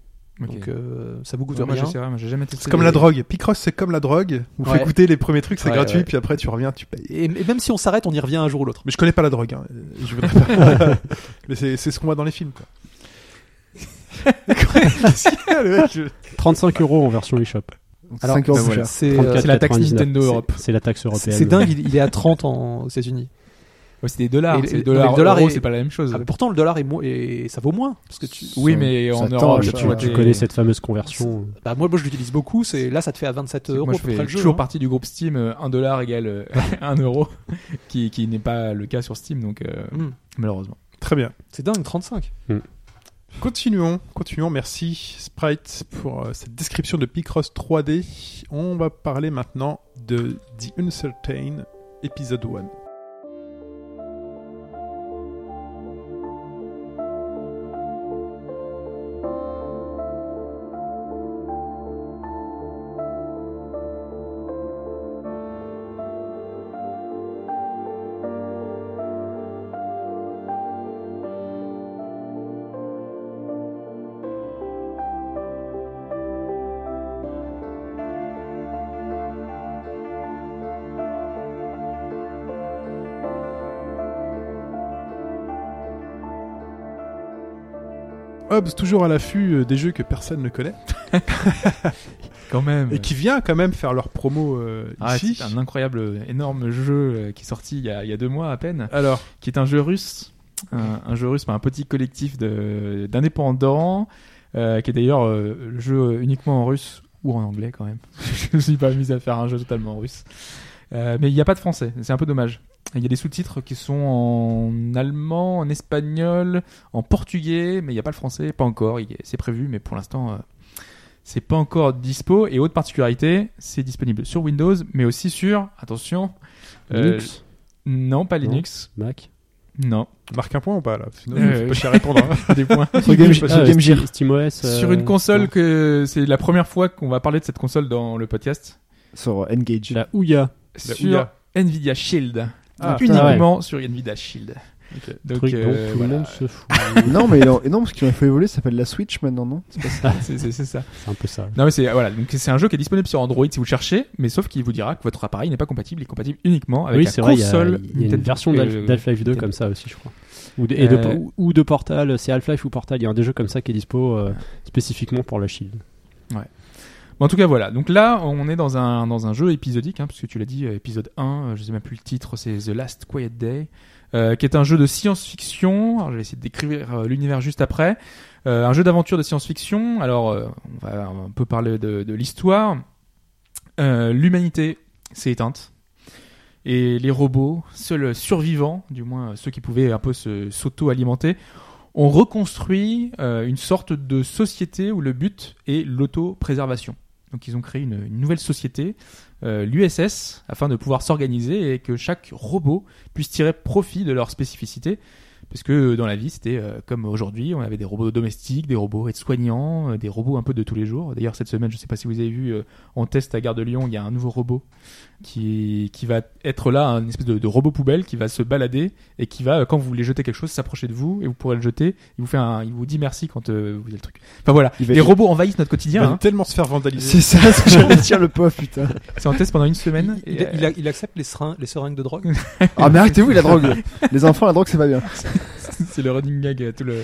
Speaker 4: Ok.
Speaker 7: Donc euh, ça vous coûte
Speaker 4: Ouais, moi,
Speaker 7: rien.
Speaker 4: j'essaierai, moi, j'ai jamais testé.
Speaker 3: C'est comme
Speaker 4: les-
Speaker 3: la drogue. Picross, c'est comme la drogue. On
Speaker 7: Ouais.
Speaker 3: fait goûter les premiers trucs, c'est
Speaker 7: Ouais,
Speaker 3: gratuit,
Speaker 7: ouais.
Speaker 3: puis après tu reviens, tu payes.
Speaker 7: Et, et même si on s'arrête, on y revient un jour ou l'autre.
Speaker 3: Mais je connais pas la drogue. hein. Euh, Je voudrais pas. Mais c'est c'est ce qu'on voit dans les films. Quoi.
Speaker 5: 35 euros en version eShop.
Speaker 6: Donc,
Speaker 7: Alors,
Speaker 6: 5 euros
Speaker 4: bah
Speaker 6: plus
Speaker 4: voilà.
Speaker 6: cher.
Speaker 7: C'est euh,
Speaker 5: 34,99.
Speaker 4: c'est la taxe Nintendo
Speaker 7: c'est-
Speaker 4: Europe.
Speaker 5: C'est la taxe
Speaker 7: c'est-
Speaker 5: européenne.
Speaker 7: c'est dingue, il, il est à 30 en, aux États-Unis.
Speaker 4: Ouais, c'est des dollars.
Speaker 7: Et le-
Speaker 4: C'est des
Speaker 7: non, mais le
Speaker 4: dollars.
Speaker 7: dollar
Speaker 4: euros,
Speaker 7: est-
Speaker 4: c'est pas la même chose.
Speaker 7: Ah, mais pourtant, le dollar est moins et ça vaut moins parce que tu.
Speaker 4: oui, mais
Speaker 6: Ça
Speaker 4: en
Speaker 6: tend,
Speaker 4: Europe,
Speaker 6: ça
Speaker 4: tu
Speaker 6: tend.
Speaker 4: vois,
Speaker 5: Oh, Tu
Speaker 4: t'es-
Speaker 5: connais cette fameuse conversion.
Speaker 7: Bah moi, moi je l'utilise beaucoup. C'est là, ça te fait à 27 euros
Speaker 4: Moi, je
Speaker 7: à peu près
Speaker 4: fais
Speaker 7: le jeu.
Speaker 4: toujours
Speaker 7: hein.
Speaker 4: partie du groupe Steam. 1 dollar égale euh, 1 euro, qui, qui n'est pas le cas sur Steam, donc euh,
Speaker 7: Mm.
Speaker 4: malheureusement.
Speaker 3: Très bien.
Speaker 7: C'est dingue, 35.
Speaker 3: Continuons, continuons. Merci Sprite pour euh, cette description de Picross 3D. On va parler maintenant de The Uncertain épisode 1. Hobbs, toujours à l'affût euh, des jeux que personne ne connaît
Speaker 4: Quand même.
Speaker 3: et qui vient quand même faire leur promo euh,
Speaker 4: Ah,
Speaker 3: ici.
Speaker 4: c'est un incroyable, énorme jeu euh, qui est sorti il y a, il y a deux mois à peine,
Speaker 3: Alors,
Speaker 4: qui est un jeu russe, un, un jeu russe par un petit collectif de- d'indépendants, euh, qui est d'ailleurs euh, le jeu uniquement en russe ou en anglais quand même. Je me suis pas mis à faire un jeu totalement en russe. Euh, mais il n'y a pas de français, c'est un peu dommage. Il y a des sous-titres qui sont en allemand, en espagnol, en portugais, mais il n'y a pas le français, pas encore. Il est- C'est prévu, mais pour l'instant, euh, c'est pas encore dispo. Et autre particularité, c'est disponible sur Windows, mais aussi sur, attention, euh,
Speaker 5: Linux,
Speaker 4: non, pas
Speaker 5: Non.
Speaker 4: Linux,
Speaker 5: Mac.
Speaker 4: non.
Speaker 3: marque un point ou pas là Sinon,
Speaker 4: Euh,
Speaker 3: c'est
Speaker 4: oui.
Speaker 3: pas cher à répondre. hein.
Speaker 4: Des points.
Speaker 6: Sur Game-
Speaker 5: Ah,
Speaker 6: sur Game Gear.
Speaker 5: Steam- SteamOS. euh,
Speaker 4: sur une console
Speaker 5: non.
Speaker 4: que c'est la première fois qu'on va parler de cette console dans le podcast.
Speaker 6: Sur euh, Engage.
Speaker 5: La Ouya.
Speaker 3: La
Speaker 4: Sur
Speaker 3: Ouya.
Speaker 4: Nvidia Shield.
Speaker 3: Ah,
Speaker 4: Donc
Speaker 5: putain,
Speaker 4: uniquement sur Nvidia Shield. Donc,
Speaker 5: truc dont
Speaker 4: euh,
Speaker 5: tout
Speaker 4: voilà.
Speaker 5: le monde se fout.
Speaker 6: non, mais non, non, parce qu'il a fait évoluer, ça s'appelle la Switch maintenant, non
Speaker 4: C'est- c'est- c'est ça.
Speaker 5: C'est un peu ça.
Speaker 4: Non mais c'est voilà, donc c'est un jeu qui est disponible sur Android si vous le cherchez, mais sauf qu'il vous dira que votre appareil n'est pas compatible, il est compatible uniquement avec
Speaker 5: oui,
Speaker 4: la
Speaker 5: c'est vrai, il y a-
Speaker 4: console
Speaker 5: il y, a une
Speaker 4: Nintendo.
Speaker 5: version
Speaker 4: Et,
Speaker 5: d'Half-
Speaker 4: euh,
Speaker 5: d'Half-Life 2
Speaker 4: Nintendo.
Speaker 5: comme ça aussi, je crois. Ou de, et de-
Speaker 4: Euh,
Speaker 5: ou- ou de Portal, c'est Half-Life ou Portal, il y a un des jeux comme ça qui est dispo euh, spécifiquement pour la Shield.
Speaker 4: Mais en tout cas, voilà. Donc là, on est dans un, dans un jeu épisodique, hein, parce que tu l'as dit, euh, épisode 1, euh, je sais même plus le titre, c'est The Last Quiet Day, euh, qui est un jeu de science-fiction. Alors, je vais essayer de décrire euh, l'univers juste après. Euh, un jeu d'aventure de science-fiction. Alors, euh, on va un peu parler de, de l'histoire. Euh, L'humanité s'est éteinte. Et les robots, seuls survivants, du moins euh, ceux qui pouvaient un peu se- s'auto-alimenter, ont reconstruit euh, une sorte de société où le but est l'auto-préservation. Donc ils ont créé une, une nouvelle société, euh, l'USS, afin de pouvoir s'organiser et que chaque robot puisse tirer profit de leurs spécificités. Parce que euh, dans la vie, c'était euh, comme aujourd'hui, on avait des robots domestiques, des robots aides-soignants, euh, des robots un peu de tous les jours. D'ailleurs, cette semaine, je ne sais pas si vous avez vu euh, en test à Gare de Lyon, il y a un nouveau robot qui, qui va être là, un espèce de, de robot poubelle qui va se balader et qui va, euh, quand vous voulez jeter quelque chose, s'approcher de vous et vous pourrez le jeter. Il vous, fait un, il vous dit merci quand euh, vous avez le truc. Enfin voilà,
Speaker 6: Il va-
Speaker 4: les robots envahissent notre quotidien.
Speaker 3: Il va
Speaker 4: hein.
Speaker 3: tellement se faire vandaliser.
Speaker 6: C'est ça, ce que j'allais dire, le pauvre, putain.
Speaker 4: C'est en test pendant une semaine.
Speaker 7: Il, il-
Speaker 4: et, euh,
Speaker 7: il a- il accepte les, seringues, les seringues de drogue.
Speaker 6: Ah, mais arrêtez-vous, la drogue. Les enfants, la drogue, c'est pas bien.
Speaker 4: c'est le running gag, euh, tout le,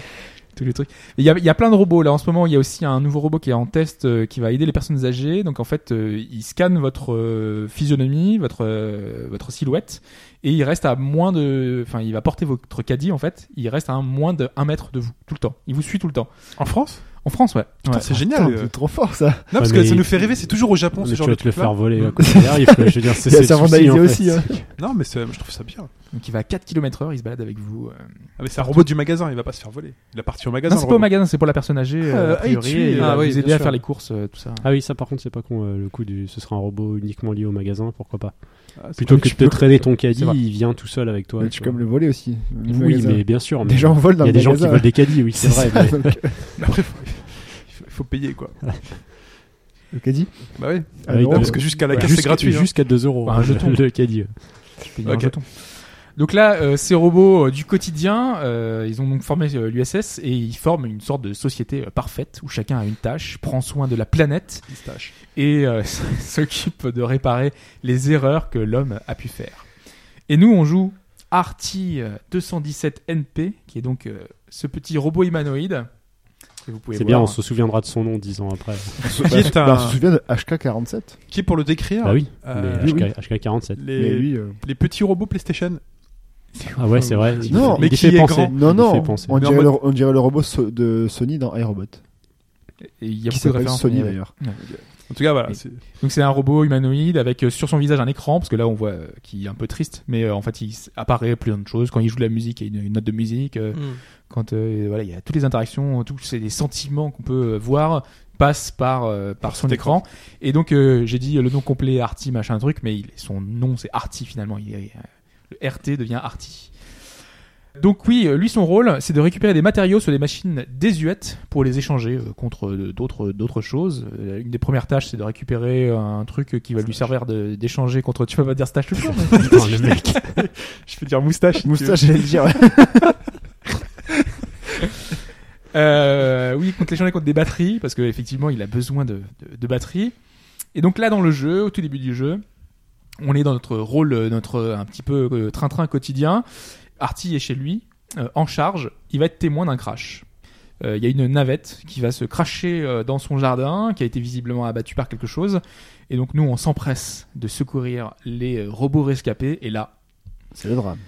Speaker 4: tous les trucs. Il y, a, il y a plein de robots là en ce moment. Il y a aussi un nouveau robot qui est en test euh, qui va aider les personnes âgées. Donc en fait, euh, il scanne votre euh, physionomie, votre euh, votre silhouette, et il reste à moins de, enfin, il va porter votre caddie en fait. Il reste à un moins de 1 mètre de vous tout le temps. Il vous suit tout le temps.
Speaker 3: En France
Speaker 4: En France, ouais.
Speaker 3: Putain,
Speaker 4: Ouais.
Speaker 3: C'est génial.
Speaker 6: Putain,
Speaker 3: euh.
Speaker 6: C'est trop fort, ça.
Speaker 3: Non, parce
Speaker 5: Ouais,
Speaker 3: que ça
Speaker 5: mais-
Speaker 3: nous fait rêver, c'est toujours au Japon
Speaker 5: Mais
Speaker 3: ce
Speaker 5: tu
Speaker 3: genre
Speaker 5: vas
Speaker 3: de
Speaker 5: te le
Speaker 3: truc.
Speaker 5: faire voler euh, quand il arrive, quoi. je veux dire, c'est
Speaker 6: Il y a
Speaker 5: c'est
Speaker 6: sa
Speaker 5: le souci, en
Speaker 6: vandalité
Speaker 5: fait.
Speaker 6: aussi. hein.
Speaker 3: Non, mais c'est- je trouve ça bien.
Speaker 4: Donc il va à 4 km heure. Il se balade avec vous. euh.
Speaker 3: Ah, mais c'est un robot du magasin, il va pas se faire voler. Il a parti au magasin.
Speaker 4: Non, c'est
Speaker 3: le
Speaker 4: pas au
Speaker 3: robot.
Speaker 4: magasin, c'est pour la personne âgée. euh,
Speaker 3: Euh,
Speaker 4: a priori,
Speaker 3: ah, il tue,
Speaker 4: et il va
Speaker 7: ah oui,
Speaker 4: vous aider
Speaker 7: bien
Speaker 4: à
Speaker 7: sûr.
Speaker 4: faire les courses, euh, tout ça.
Speaker 5: Ah oui, ça par contre, c'est pas con. euh, le coup du, ce sera un robot uniquement lié au magasin, pourquoi pas.
Speaker 3: Ah, c'est
Speaker 5: Plutôt
Speaker 6: Oui,
Speaker 5: que
Speaker 6: tu
Speaker 5: de te
Speaker 6: peux-
Speaker 5: traîner ton caddie,
Speaker 4: c'est vrai.
Speaker 5: il vient tout seul avec toi.
Speaker 6: Mais tu
Speaker 5: tu
Speaker 6: peux
Speaker 5: vois.
Speaker 6: me le voler aussi.
Speaker 5: Oui,
Speaker 6: Le magasin.
Speaker 5: mais bien sûr. mais
Speaker 6: Des gens volent dans
Speaker 5: Il y a
Speaker 6: le
Speaker 5: des gens qui
Speaker 6: magasin.
Speaker 5: volent des caddies, oui, c'est
Speaker 6: C'est
Speaker 5: vrai.
Speaker 6: ça,
Speaker 5: mais-
Speaker 6: donc, euh,
Speaker 3: cool. Après, faut- il faut- il faut payer quoi.
Speaker 6: Le caddie
Speaker 3: Bah oui.
Speaker 6: Ah,
Speaker 5: Avec
Speaker 6: non,
Speaker 5: deux-
Speaker 6: parce
Speaker 3: parce
Speaker 6: que-
Speaker 3: que jusqu'à la
Speaker 6: hein.
Speaker 5: Ouais.
Speaker 3: caisse, c'est
Speaker 5: Jusqu'à-
Speaker 3: gratuit. hein.
Speaker 5: Jusqu'à 2 euros.
Speaker 4: Bah, un jeton.
Speaker 5: Le caddie.
Speaker 4: Tu payes un
Speaker 3: Ok.
Speaker 4: jeton. Donc là, euh, ces robots euh, du quotidien, euh, ils ont donc formé euh, l'USS et ils forment une sorte de société euh, parfaite où chacun a une tâche, prend soin de la planète et euh, s'occupe de réparer les erreurs que l'homme a pu faire. Et nous, on joue euh, Arty 217NP, qui est donc euh, ce petit robot humanoïde. que vous pouvez
Speaker 5: C'est bien,
Speaker 4: voir.
Speaker 5: on se souviendra de son nom dix ans après.
Speaker 3: Qui est
Speaker 6: Bah, on
Speaker 3: un-
Speaker 6: se souvient de HK47
Speaker 3: qui est pour le décrire
Speaker 5: Bah oui,
Speaker 3: euh,
Speaker 5: mais
Speaker 6: oui,
Speaker 5: HK- HK47.
Speaker 6: Mais
Speaker 3: les,
Speaker 6: lui, euh,
Speaker 3: les petits robots PlayStation.
Speaker 5: Ah ouais, c'est vrai. il-
Speaker 6: Non,
Speaker 5: il
Speaker 3: mais
Speaker 5: y
Speaker 3: qui
Speaker 5: fait
Speaker 3: est
Speaker 5: penser.
Speaker 3: grand.
Speaker 5: il
Speaker 6: Non,
Speaker 5: y
Speaker 6: non,
Speaker 5: fait penser.
Speaker 6: on
Speaker 3: Mais en
Speaker 6: dirait,
Speaker 3: mode-
Speaker 6: le, on dirait le robot so- de Sony dans iRobot,
Speaker 4: Et Il y a
Speaker 6: qui
Speaker 4: beaucoup de
Speaker 6: s'appelle
Speaker 4: références.
Speaker 6: Sony
Speaker 4: Ouais.
Speaker 6: d'ailleurs.
Speaker 3: En tout cas, voilà.
Speaker 4: Et-
Speaker 3: c'est-
Speaker 4: Donc c'est un robot humanoïde avec euh, sur son visage un écran parce que là on voit euh, qu'il est un peu triste mais euh, en fait il s- apparaît plein de choses quand il joue de la musique il y a une, une note de musique euh,
Speaker 7: Hmm.
Speaker 4: quand euh, voilà il y a toutes les interactions tous ces les sentiments qu'on peut euh, voir passent par euh, par son
Speaker 3: cet
Speaker 4: écran. et donc euh, j'ai dit euh, le nom complet Arty machin truc mais il- son nom c'est Arty finalement il est, euh, le RT devient Arty donc oui, euh, lui son rôle, c'est de récupérer des matériaux sur des machines désuètes pour les échanger euh, contre euh, d'autres d'autres choses. Euh, Une des premières tâches, c'est de récupérer euh, un truc qui va lui servir de- d'échanger contre. Tu peux pas dire stage tout le temps, mais-
Speaker 5: Putain, le mec.
Speaker 3: Je peux dire moustache. si tu veux.
Speaker 6: Moustache, j'allais le dire. ouais.
Speaker 4: Euh, oui, contre les champs et contre des batteries, parce qu'effectivement, il a besoin de, de- de batteries. Et donc là, dans le jeu, au tout début du jeu, on est dans notre rôle, euh, notre euh, un petit peu euh, train-train quotidien. Arty est chez lui, euh, en charge. Il va être témoin d'un crash. Euh, Il y a une navette qui va se cracher euh, dans son jardin, qui a été visiblement abattue par quelque chose. Et donc nous, on s'empresse de secourir les euh, robots rescapés. Et là,
Speaker 6: C'est le drame.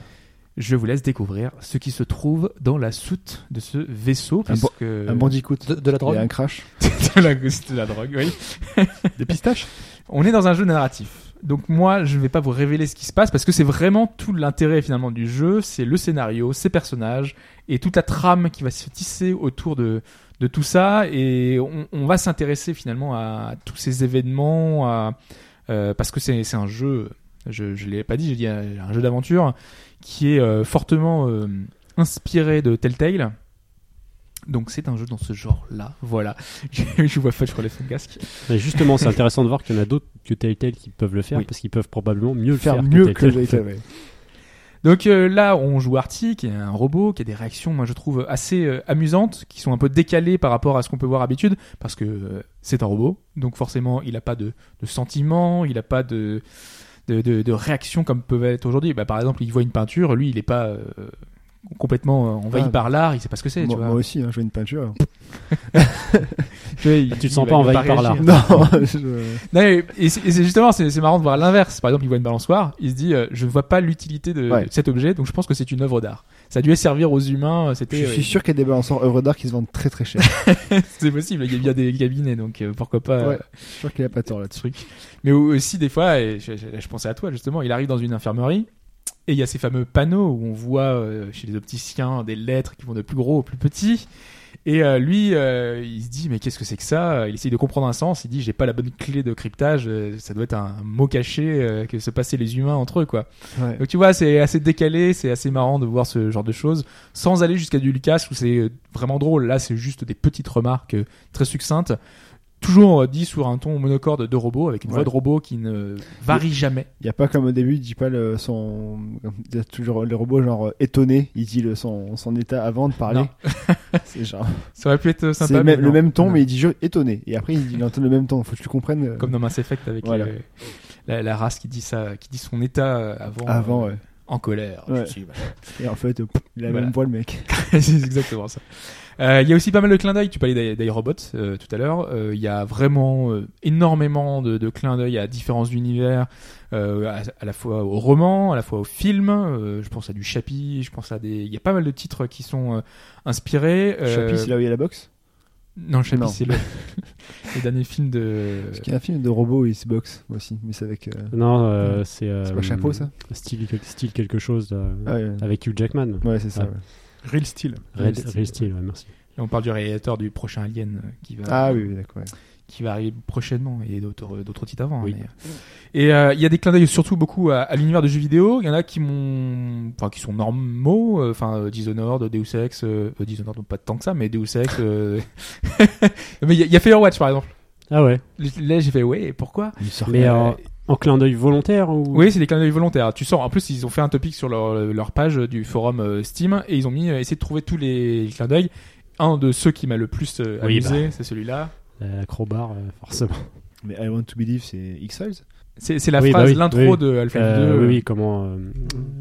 Speaker 4: je vous laisse découvrir ce qui se trouve dans la soute de ce vaisseau.
Speaker 6: Un bo-
Speaker 4: puisque-
Speaker 6: Un bandicoot.
Speaker 7: De, de
Speaker 6: Il
Speaker 7: la
Speaker 6: y
Speaker 7: drogue.
Speaker 6: a un crash.
Speaker 4: de la, de la drogue, oui.
Speaker 3: Des pistaches.
Speaker 4: On est dans un jeu narratif. Donc moi, je ne vais pas vous révéler ce qui se passe parce que c'est vraiment tout l'intérêt finalement du jeu, c'est le scénario, ses personnages et toute la trame qui va se tisser autour de, de tout ça et on, on va s'intéresser finalement à tous ces événements à- euh, parce que c'est c'est un jeu, je ne l'ai pas dit, j'ai dit euh, un jeu d'aventure qui est euh, fortement euh, inspiré de Telltale. Donc c'est un jeu dans ce genre-là, voilà. je vois Fudge relève son casque.
Speaker 5: Mais justement, c'est intéressant de voir qu'il y en a d'autres que Telltale qui peuvent le faire
Speaker 4: Oui.
Speaker 5: parce qu'ils peuvent probablement mieux le faire,
Speaker 6: Faire mieux que
Speaker 5: Telltale.
Speaker 6: j'ai été. ouais.
Speaker 4: Donc euh, là, on joue Arty, qui est un robot, qui a des réactions, moi je trouve, assez euh, amusantes, qui sont un peu décalées par rapport à ce qu'on peut voir habitude, parce que euh, c'est un robot, donc forcément, il n'a pas de, de sentiments, il n'a pas de, de, de, de réactions comme peuvent être aujourd'hui. Bah, par exemple, il voit une peinture, lui, il n'est pas euh, complètement euh, envahi
Speaker 6: Ah.
Speaker 4: par l'art, il sait pas ce que c'est,
Speaker 6: Moi,
Speaker 4: tu vois.
Speaker 6: moi aussi, hein, je veux une peinture.
Speaker 4: Tu vois, il-
Speaker 5: Ah, tu te
Speaker 4: il
Speaker 5: sens
Speaker 4: va-
Speaker 5: pas
Speaker 4: il va
Speaker 5: envahi par
Speaker 4: réagir.
Speaker 5: l'art.
Speaker 6: Non, je-
Speaker 4: Non, mais- et c'est et c'est justement, c'est c'est marrant de voir l'inverse. Par exemple, il voit une balançoire, il se dit, euh, je ne vois pas l'utilité de,
Speaker 6: Ouais.
Speaker 4: de cet objet, donc je pense que c'est une œuvre d'art. Ça a dû servir aux humains, euh, c'était.
Speaker 6: je suis
Speaker 4: euh,
Speaker 6: sûr qu'il y a des balanceurs œuvres d'art qui se vendent très très cher.
Speaker 4: C'est possible, il y a bien des cabinets, donc euh, pourquoi pas euh,
Speaker 6: Ouais. Je suis sûr qu'il a pas tort là-dessus.
Speaker 4: truc. Mais au- aussi des fois, et je, je- je pensais à toi justement, il arrive dans une infirmerie et il y a ces fameux panneaux où on voit euh, chez les opticiens des lettres qui vont de plus gros au plus petit. Et euh, lui, euh, il se dit mais qu'est-ce que c'est que ça Il essaye de comprendre un sens. Il dit j'ai pas la bonne clé de cryptage. euh, ça doit être un mot caché euh, que se passaient les humains entre eux quoi.
Speaker 6: Ouais.
Speaker 4: Donc tu vois, c'est assez décalé, c'est assez marrant de voir ce genre de choses, sans aller jusqu'à du Lucas où c'est euh, vraiment drôle. Là, c'est juste des petites remarques euh, très succinctes, toujours euh, dit sur un ton monocorde de robot, avec une voix
Speaker 6: Ouais.
Speaker 4: de robot qui ne varie jamais.
Speaker 6: Il n'y a pas comme au début, il dit pas le, son. Il y a toujours les robots genre euh, étonnés, il dit le, son, son état avant de parler.
Speaker 4: Non.
Speaker 6: C'est genre.
Speaker 4: Ça aurait pu être euh,
Speaker 6: C'est
Speaker 4: sympa.
Speaker 6: le même-
Speaker 4: mais
Speaker 6: le
Speaker 4: non.
Speaker 6: même ton,
Speaker 4: Non.
Speaker 6: mais il dit juste étonné. Et après, il, il entend le même ton. Faut que tu comprennes. euh,
Speaker 4: comme dans Mass Effect avec
Speaker 6: Voilà.
Speaker 4: les- la, la race qui dit ça, qui dit son état euh, avant,
Speaker 6: Avant,
Speaker 4: euh,
Speaker 6: ouais.
Speaker 4: en colère.
Speaker 6: Ouais.
Speaker 4: Je suis
Speaker 6: Et en fait, euh, pff, il a la
Speaker 4: Voilà.
Speaker 6: même voix, le mec.
Speaker 4: c'est exactement ça. Euh, Il y a aussi pas mal de clins d'œil. Tu parlais d'A- d'Airobot euh, tout à l'heure. Euh, Il y a vraiment euh, énormément de, de clins d'œil à différents univers, euh, à, à la fois au roman, à la fois au film. Euh, je pense à du Chappie, je pense à des. Il y a pas mal de titres qui sont euh, inspirés. Euh,
Speaker 6: Chapi, c'est là où il y a la boxe.
Speaker 4: Non, Chappie,
Speaker 6: Non.
Speaker 4: c'est le... le dernier film de.
Speaker 6: Parce qu'il y a un film de robot où il se boxe, moi aussi. Mais c'est avec. euh,
Speaker 5: Non, euh, c'est. euh,
Speaker 6: c'est pas chapeau, ça
Speaker 5: Style, style quelque chose euh,
Speaker 6: Ah ouais.
Speaker 5: avec Hugh Jackman.
Speaker 6: Ouais, c'est ça.
Speaker 5: Ah.
Speaker 6: ouais.
Speaker 3: Real Steel.
Speaker 5: Red,
Speaker 4: Style.
Speaker 5: Real Steel, ouais, merci.
Speaker 4: Et on parle du réalisateur du prochain Alien euh, qui va.
Speaker 6: Ah oui, oui, d'accord. ouais.
Speaker 4: qui va arriver prochainement et d'autres d'autres titres avant. hein,
Speaker 5: Oui.
Speaker 4: mais, euh. Et euh, il y a des clins d'œil surtout beaucoup à, à l'univers de jeux vidéo. Il y en a qui m'ont, enfin qui sont normaux, euh, enfin euh, Dishonored, Deus Ex, euh, euh, Dishonored donc pas tant que ça, mais Deus Ex. euh, mais il y, a- il y a Firewatch par exemple.
Speaker 5: Ah ouais.
Speaker 4: Là j'ai fait ouais, pourquoi
Speaker 5: Mais
Speaker 4: Euh,
Speaker 5: euh, En clin d'œil volontaire ou...
Speaker 4: Oui, c'est des clins d'œil volontaires. Tu sors. En plus, ils ont fait un topic sur leur, euh, leur page du forum euh, Steam et ils ont mis euh, essayer de trouver tous les clins d'œil. Un de ceux qui m'a le plus euh,
Speaker 5: Oui, bah.
Speaker 4: amusé, c'est celui-là.
Speaker 5: Euh, L'acrobar, euh, forcément.
Speaker 6: Mais I Want to Believe, c'est X-Files
Speaker 4: C'est c'est la
Speaker 5: Oui, bah
Speaker 4: phrase,
Speaker 5: oui,
Speaker 4: l'intro
Speaker 5: oui, oui.
Speaker 4: de Half-Life 2.
Speaker 5: Euh, oui, oui, comment, euh,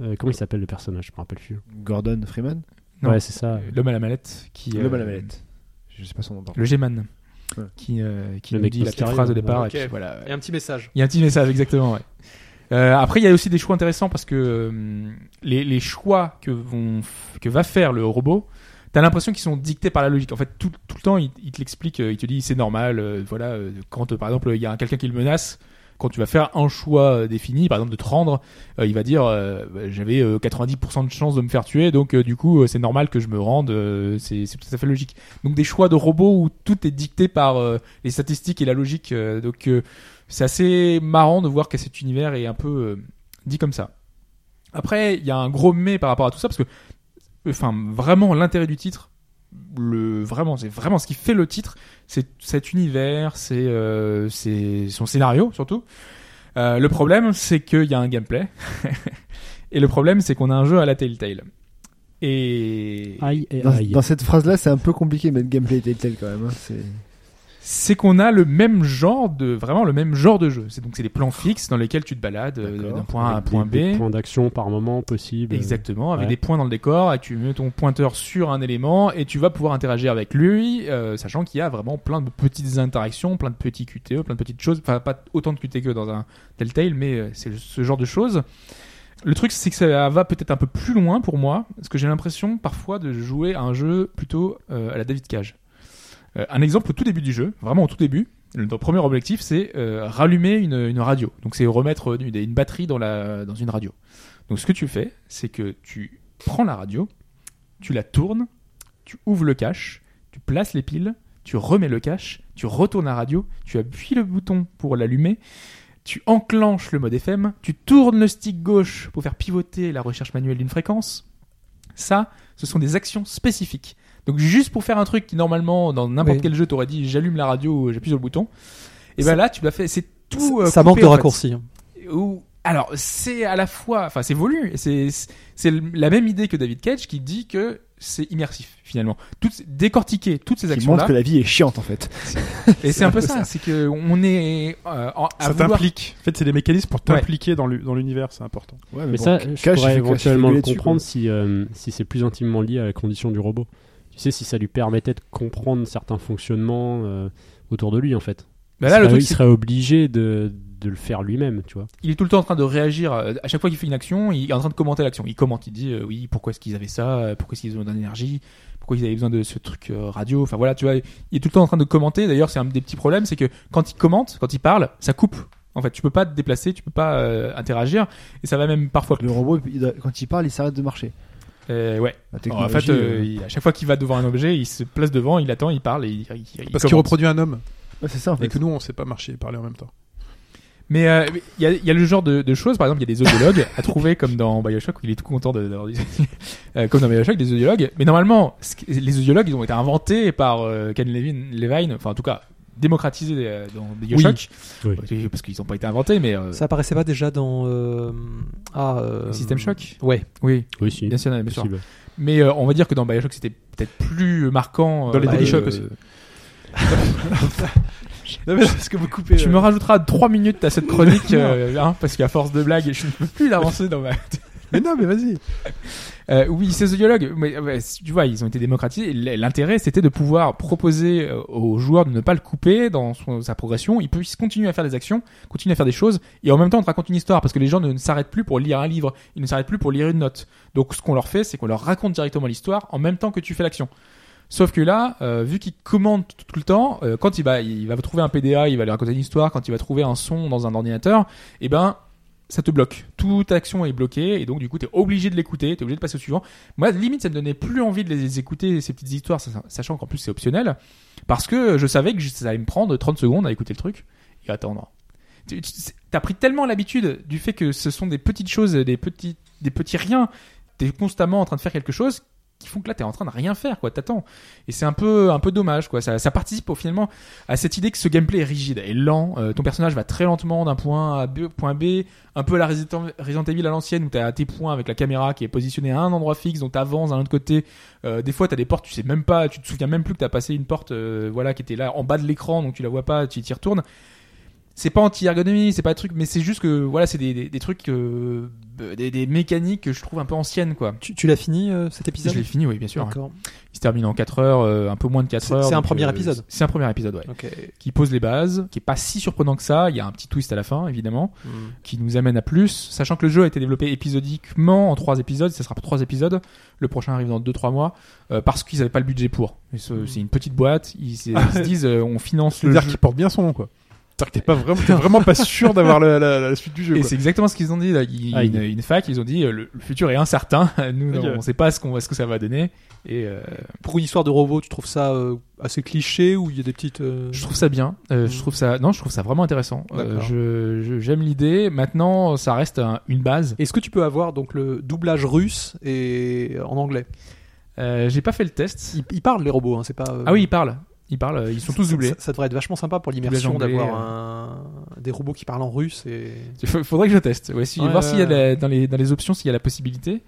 Speaker 5: euh, comment il s'appelle le personnage Je me rappelle plus.
Speaker 6: Gordon Freeman
Speaker 4: Non.
Speaker 5: Ouais, c'est ça.
Speaker 4: L'homme à la mallette qui.
Speaker 6: Le
Speaker 4: euh,
Speaker 6: mal à la mallette. Je sais pas son nom. par
Speaker 4: Le G-Man.
Speaker 6: Ouais.
Speaker 4: Qui, euh, qui
Speaker 5: Le
Speaker 4: nous
Speaker 5: mec
Speaker 4: dit la petite
Speaker 5: postérieur,
Speaker 4: phrase de
Speaker 5: ouais.
Speaker 4: départ.
Speaker 7: Ok.
Speaker 4: et puis voilà.
Speaker 7: Et un petit message.
Speaker 4: Il y a un petit message, exactement. Ouais. Euh, après, il y a aussi des choix intéressants parce que euh, les, les choix que, vont, f- que va faire le robot, t'as l'impression qu'ils sont dictés par la logique. En fait, tout, tout le temps, il, il te l'explique, euh, il te dit c'est normal. euh, voilà, euh, quand euh, par exemple il y a quelqu'un qui le menace, quand tu vas faire un choix euh, défini, par exemple de te rendre, euh, il va dire euh, Bah, j'avais euh, 90% de chance de me faire tuer, donc euh, du coup euh, c'est normal que je me rende. euh, c'est c'est tout à fait logique. Donc des choix de robots où tout est dicté par euh, les statistiques et la logique. euh, donc euh, c'est assez marrant de voir que cet univers est un peu euh, dit comme ça. Après, il y a un gros mais par rapport à tout ça parce que, enfin, vraiment l'intérêt du titre, le vraiment, c'est vraiment ce qui fait le titre, c'est cet univers, c'est euh, c'est son scénario surtout. Euh, le problème, c'est qu'il y a un gameplay. Et le problème, c'est qu'on a un jeu à la Telltale. Et
Speaker 5: Aïe et
Speaker 6: contre. Dans,
Speaker 5: aïe.
Speaker 6: dans cette phrase-là, c'est un peu compliqué de mettre gameplay Telltale quand même. hein. C'est-
Speaker 4: c'est qu'on a le même genre de vraiment le même genre de jeu. C'est donc c'est des plans fixes dans lesquels tu te balades euh,
Speaker 6: D'accord.
Speaker 4: d'un point A à un
Speaker 5: Avec
Speaker 4: point
Speaker 5: des-
Speaker 4: B.
Speaker 5: des points d'action par moment possible.
Speaker 4: Exactement, avec
Speaker 5: ouais.
Speaker 4: des points dans le décor, et tu mets ton pointeur sur un élément et tu vas pouvoir interagir avec lui, euh, sachant qu'il y a vraiment plein de petites interactions, plein de petits QTE, plein de petites choses, enfin pas autant de QTE que dans un Telltale, mais euh, c'est ce genre de choses. Le truc, c'est que ça va peut-être un peu plus loin pour moi, parce que j'ai l'impression parfois de jouer à un jeu plutôt euh, à la David Cage. Euh, un exemple au tout début du jeu, vraiment au tout début, le notre premier objectif, c'est euh, rallumer une, une radio. Donc c'est remettre euh, une, une batterie dans, la, dans une radio. Donc ce que tu fais, c'est que tu prends la radio, tu la tournes, tu ouvres le cache, tu places les piles, tu remets le cache, tu retournes la radio, tu appuies le bouton pour l'allumer, tu enclenches le mode FM, tu tournes le stick gauche pour faire pivoter la recherche manuelle d'une fréquence. Ça, ce sont des actions spécifiques. Donc juste pour faire un truc qui normalement dans n'importe
Speaker 7: Oui.
Speaker 4: quel jeu t'aurais dit j'allume la radio ou j'appuie sur le bouton, et
Speaker 7: Ça-
Speaker 4: ben là tu dois faire c'est tout euh,
Speaker 7: ça
Speaker 4: coupé,
Speaker 7: manque de
Speaker 4: en fait.
Speaker 7: raccourcis.
Speaker 4: Ou- alors c'est à la fois enfin c'est voulu et c'est c'est la même idée que David Cage qui dit que c'est immersif finalement toutes ces- décortiquer toutes ces
Speaker 6: Qui
Speaker 4: actions
Speaker 6: montre
Speaker 4: là
Speaker 6: que la vie est chiante en fait.
Speaker 4: et c'est un peu ça c'est que on est euh, en- à
Speaker 3: Ça
Speaker 4: vouloir
Speaker 3: t'implique. En fait, c'est des mécanismes pour t'impliquer dans l'u- dans l'univers, c'est important.
Speaker 6: Ouais,
Speaker 5: Mais
Speaker 6: bon,
Speaker 5: ça, je
Speaker 6: Cash, il
Speaker 5: pourrais
Speaker 6: fait- Cash, il fait
Speaker 5: éventuellement
Speaker 6: gueuler
Speaker 5: le
Speaker 6: dessus,
Speaker 5: comprendre si, euh, si c'est plus intimement lié à la condition du robot. Tu sais, si ça lui permettait de comprendre certains fonctionnements euh, autour de lui, en fait.
Speaker 4: Bah là
Speaker 5: il,
Speaker 4: le
Speaker 5: serait,
Speaker 4: truc
Speaker 5: il
Speaker 4: c'est
Speaker 5: serait obligé de, de le faire lui-même, tu vois.
Speaker 4: il est tout le temps en train de réagir. euh, À chaque fois qu'il fait une action, il est en train de commenter l'action. Il commente, il dit euh, oui, pourquoi est-ce qu'ils avaient ça, euh, pourquoi est-ce qu'ils ont besoin d'énergie, pourquoi ils avaient besoin de ce truc euh, radio. Enfin voilà, tu vois, il est tout le temps en train de commenter. D'ailleurs, c'est un des petits problèmes, c'est que quand il commente, quand il parle, ça coupe. En fait, tu peux pas te déplacer, tu peux pas euh, interagir, et ça va même parfois.
Speaker 6: Le robot, il doit- quand il parle, il s'arrête de marcher.
Speaker 4: Euh, ouais.
Speaker 6: La
Speaker 4: Alors, en
Speaker 6: technologie,
Speaker 4: fait, euh,
Speaker 6: euh,
Speaker 4: il- à chaque fois qu'il va devant un objet, il se place devant, il attend, il parle, et il, il- il
Speaker 3: Parce qu'il
Speaker 4: commente.
Speaker 3: reproduit un homme
Speaker 6: ouais, c'est ça en
Speaker 3: et
Speaker 6: fait.
Speaker 3: que nous, on sait pas marcher et parler en même temps.
Speaker 4: Mais euh, il y, a, il y a le genre de, de choses, par exemple, il y a des audiologues à trouver, comme dans Bioshock, où il est tout content de- d'avoir dit, euh, comme dans Bioshock, des audiologues. Mais normalement, ce qui- les audiologues, ils ont été inventés par euh, Ken Levin, Levine, enfin en tout cas démocratisés euh, dans Bioshock,
Speaker 5: Oui.
Speaker 4: Euh, parce qu'ils n'ont pas été inventés, mais euh,
Speaker 7: Ça apparaissait pas déjà dans euh, ah, euh,
Speaker 4: System Shock
Speaker 7: Ouais.
Speaker 4: oui,
Speaker 5: Oui, si.
Speaker 4: bien sûr, bien sûr.
Speaker 5: possible.
Speaker 4: Mais euh, on va dire que dans Bioshock, c'était peut-être plus marquant. euh,
Speaker 3: Dans les
Speaker 7: Daily
Speaker 3: Shock aussi. Non, mais parce que vous coupez.
Speaker 4: Tu
Speaker 3: euh,
Speaker 4: me rajouteras 3 minutes à cette chronique, euh, hein, parce qu'à force de blagues, je ne peux plus l'avancer dans ma
Speaker 3: Mais non, mais vas-y.
Speaker 4: Euh, oui, ces audiologues, mais, euh, ouais, si tu vois, ils ont été démocratisés. L- L'intérêt, c'était de pouvoir proposer euh, aux joueurs de ne pas le couper dans son- sa progression. Ils puissent continuer à faire des actions, continuer à faire des choses, et en même temps, on te raconte une histoire, parce que les gens ne s'arrêtent plus pour lire un livre, ils ne s'arrêtent plus pour lire une note. Donc, ce qu'on leur fait, c'est qu'on leur raconte directement l'histoire en même temps que tu fais l'action. Sauf que là, euh, vu qu'il commande tout, tout le temps, euh, quand il va, il va trouver un PDA, il va lui raconter une histoire, quand il va trouver un son dans un ordinateur, eh ben, ça te bloque. Toute action est bloquée, et donc du coup, t'es obligé de l'écouter, t'es obligé de passer au suivant. Moi, limite, ça me donnait plus envie de les écouter, ces petites histoires, sa- sachant qu'en plus c'est optionnel, parce que je savais que je- ça allait me prendre 30 secondes à écouter le truc et attendre. Tu- tu- c'est- T'as pris tellement l'habitude du fait que ce sont des petites choses, des petits, des petits riens, t'es constamment en train de faire quelque chose qui font que là, t'es en train de rien faire, quoi. T'attends. Et c'est un peu, un peu dommage, quoi. Ça, ça participe au- finalement à cette idée que ce gameplay est rigide et lent. Euh, ton personnage va très lentement d'un point A à B, point B, un peu à la Resident Resident Evil à l'ancienne où t'as tes points avec la caméra qui est positionnée à un endroit fixe, donc t'avances d'un autre côté. Euh, des fois, t'as des portes, tu sais même pas, tu te souviens même plus que t'as passé une porte, euh, voilà, qui était là en bas de l'écran, donc tu la vois pas, tu t'y retournes. C'est pas anti-ergonomie, c'est pas un truc, mais c'est juste que voilà, c'est des, des, des trucs, euh, des, des mécaniques que je trouve un peu anciennes, quoi.
Speaker 7: Tu, tu l'as fini euh, cet
Speaker 4: Je
Speaker 7: épisode
Speaker 4: l'ai fini, oui, bien sûr.
Speaker 7: D'accord.
Speaker 4: Il se termine en 4 heures, euh, un peu moins de 4
Speaker 7: C'est-
Speaker 4: heures.
Speaker 7: c'est un
Speaker 4: donc,
Speaker 7: premier
Speaker 4: euh,
Speaker 7: épisode
Speaker 4: C'est un premier épisode, ouais.
Speaker 7: Ok.
Speaker 4: Qui pose les bases, qui est pas si surprenant que ça. Il y a un petit twist à la fin, évidemment
Speaker 7: Hmm.
Speaker 4: qui nous amène à plus, sachant que le jeu a été développé épisodiquement en trois épisodes, ça sera trois épisodes, le prochain arrive dans deux trois mois, euh, parce qu'ils n'avaient pas le budget pour. Et
Speaker 7: Mm.
Speaker 4: ce- C'est une petite boîte, ils, ils se disent euh, on finance le
Speaker 3: C'est-à-dire
Speaker 4: jeu.
Speaker 3: qu'il porte bien son nom, quoi. C'est-à-dire que t'es pas vraiment, t'es vraiment pas sûr d'avoir la, la- la suite du jeu.
Speaker 4: Et
Speaker 3: quoi.
Speaker 4: c'est exactement ce qu'ils ont dit. Là. Ils-
Speaker 5: Ah,
Speaker 4: une,
Speaker 5: il-
Speaker 4: une fac, ils ont dit euh, le, le futur est incertain. Nous,
Speaker 3: Ok.
Speaker 4: on ne sait pas ce, qu'on ce que ça va donner. Et euh,
Speaker 7: Pour une histoire de robot, tu trouves ça euh, assez cliché ou il y a des petites. euh,
Speaker 4: je trouve ça bien. Euh, je trouve ça non, je trouve ça vraiment intéressant. Euh,
Speaker 7: D'accord.
Speaker 4: je- je- J'aime l'idée. Maintenant, ça reste un- une base.
Speaker 7: Est-ce que tu peux avoir donc le doublage russe et en anglais
Speaker 4: Euh, J'ai pas fait le test.
Speaker 7: ils, ils parlent les robots, hein, c'est pas. euh,
Speaker 4: Ah oui, ils parlent. Ils parlent. euh, Ils sont tous
Speaker 7: ça-
Speaker 4: doublés.
Speaker 7: Ça, ça devrait être vachement sympa pour
Speaker 4: Doublage
Speaker 7: l'immersion
Speaker 4: anglais,
Speaker 7: d'avoir
Speaker 4: euh.
Speaker 7: un- des robots qui parlent en russe et.
Speaker 4: Il fa- faudrait que je teste. Ouais, si,
Speaker 7: Ouais,
Speaker 4: voir
Speaker 7: ouais,
Speaker 4: s'il y a
Speaker 7: ouais.
Speaker 4: la- dans, les, dans les options, s'il y a la possibilité.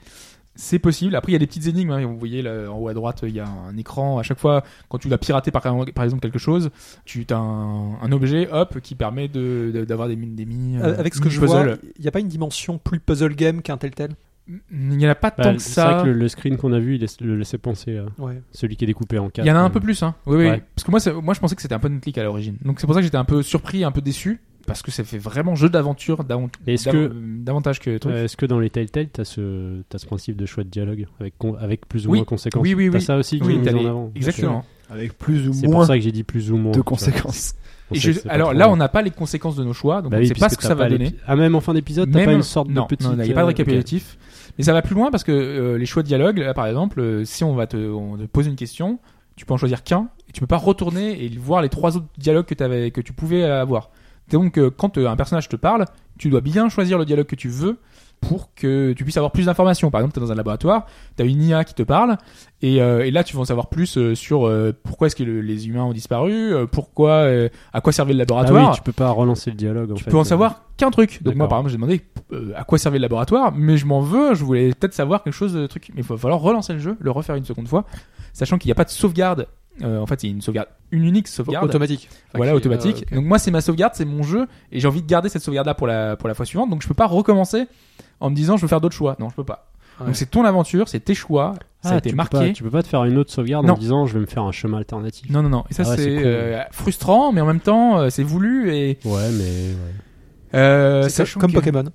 Speaker 4: C'est possible. Après, il y a des petites énigmes. hein. Vous voyez, là, en haut à droite, il y a un écran. À chaque fois, quand tu vas pirater par, par exemple quelque chose, tu as un, un objet, hop, qui permet de- de- d'avoir des, mini- des mini. euh,
Speaker 7: Avec ce que
Speaker 4: mini
Speaker 7: je
Speaker 4: puzzles.
Speaker 7: vois, il n'y a pas une dimension plus puzzle game qu'un tel tel.
Speaker 4: il n'y en a pas
Speaker 5: Bah,
Speaker 4: tant que
Speaker 5: c'est vrai
Speaker 4: ça.
Speaker 5: que le, le screen qu'on a vu, il laisse- le laissait penser à
Speaker 7: Ouais.
Speaker 5: celui qui est découpé en quatre.
Speaker 4: Il y en a un
Speaker 5: euh,
Speaker 4: peu plus, hein. Oui, oui.
Speaker 5: Ouais.
Speaker 4: Parce que moi, c'est- moi, je pensais que c'était un point and click à l'origine. Donc c'est pour ça que j'étais un peu surpris, un peu déçu, parce que ça fait vraiment jeu d'aventure, d'avant-
Speaker 5: Est-ce
Speaker 4: d'av-
Speaker 5: que-
Speaker 4: davantage que truc.
Speaker 5: Euh, Est-ce que dans les Telltale, t'as ce, t'as ce principe de choix de dialogue avec, con- avec plus ou
Speaker 4: Oui.
Speaker 5: moins conséquences
Speaker 4: Oui, oui,
Speaker 5: T'as
Speaker 4: oui.
Speaker 5: ça aussi qui
Speaker 4: Oui,
Speaker 5: est mis
Speaker 4: t'as
Speaker 5: en
Speaker 4: les-
Speaker 5: avant.
Speaker 4: Exactement.
Speaker 6: Avec plus
Speaker 5: C'est
Speaker 6: ou
Speaker 5: pour
Speaker 6: moins
Speaker 5: ça que j'ai dit plus ou moins.
Speaker 6: de
Speaker 5: tu vois.
Speaker 6: conséquences.
Speaker 5: Pour
Speaker 4: Et
Speaker 5: ça que
Speaker 4: je-
Speaker 5: c'est pas
Speaker 4: alors
Speaker 5: trop-
Speaker 4: là, on n'a pas les conséquences de nos choix, donc
Speaker 5: Bah
Speaker 4: on
Speaker 5: oui,
Speaker 4: ne sait pas
Speaker 5: puisque
Speaker 4: ce que ça
Speaker 5: t'as
Speaker 4: va
Speaker 5: pas les-
Speaker 4: donner.
Speaker 5: Ah, même en fin d'épisode, t'as
Speaker 4: Même-
Speaker 5: pas une sorte
Speaker 4: non,
Speaker 5: de petite.
Speaker 4: non, il n'y a pas de
Speaker 5: euh,
Speaker 4: récapitulatif. Mais ça va plus loin parce que euh, les choix de dialogue, là, par exemple, euh, si on va te, on te pose une question, tu peux en choisir qu'un et tu peux pas retourner et voir les trois autres dialogues que, t'avais- que tu pouvais avoir. Donc, euh, quand euh, un personnage te parle, tu dois bien choisir le dialogue que tu veux pour que tu puisses avoir plus d'informations. Par exemple, tu es dans un laboratoire, tu as une IA qui te parle, et, euh, et là, tu vas en savoir plus euh, sur euh, pourquoi est-ce que le- les humains ont disparu, euh, pourquoi, euh, à quoi servait le
Speaker 5: Ah oui,
Speaker 4: laboratoire
Speaker 5: tu peux pas relancer le dialogue. en
Speaker 4: tu
Speaker 5: fait.
Speaker 4: peux en savoir qu'un truc. Donc moi,
Speaker 5: D'accord.
Speaker 4: par exemple, j'ai demandé euh, à quoi servait le laboratoire, mais je m'en veux, je voulais peut-être savoir quelque chose de truc. Mais il va falloir relancer le jeu, le refaire une seconde fois, sachant qu'il n'y a pas de sauvegarde. Euh, en fait, il y a une sauvegarde, une unique sauvegarde.
Speaker 7: Automatique. Enfin,
Speaker 4: voilà,
Speaker 7: qui-
Speaker 4: automatique.
Speaker 7: euh, ok.
Speaker 4: Donc moi, c'est ma sauvegarde, c'est mon jeu, et j'ai envie de garder cette sauvegarde-là pour la, pour la fois suivante. Donc je peux pas recommencer en me disant je veux faire d'autres choix. Non, je peux pas.
Speaker 7: Ouais.
Speaker 4: Donc c'est ton aventure, c'est tes choix, ça a
Speaker 5: Ah,
Speaker 4: été
Speaker 5: tu
Speaker 4: marqué.
Speaker 5: Peux pas, tu peux pas te faire une autre sauvegarde
Speaker 4: Non.
Speaker 5: en disant je vais me faire un chemin alternatif.
Speaker 4: Non, non, non. Et ça,
Speaker 5: Ah ouais,
Speaker 4: c'est
Speaker 5: c'est cool.
Speaker 4: euh, frustrant, mais en même temps, euh, c'est voulu et
Speaker 5: Ouais, mais. ouais.
Speaker 4: euh,
Speaker 7: C'est
Speaker 4: sachant
Speaker 7: comme
Speaker 4: que-
Speaker 7: Pokémon.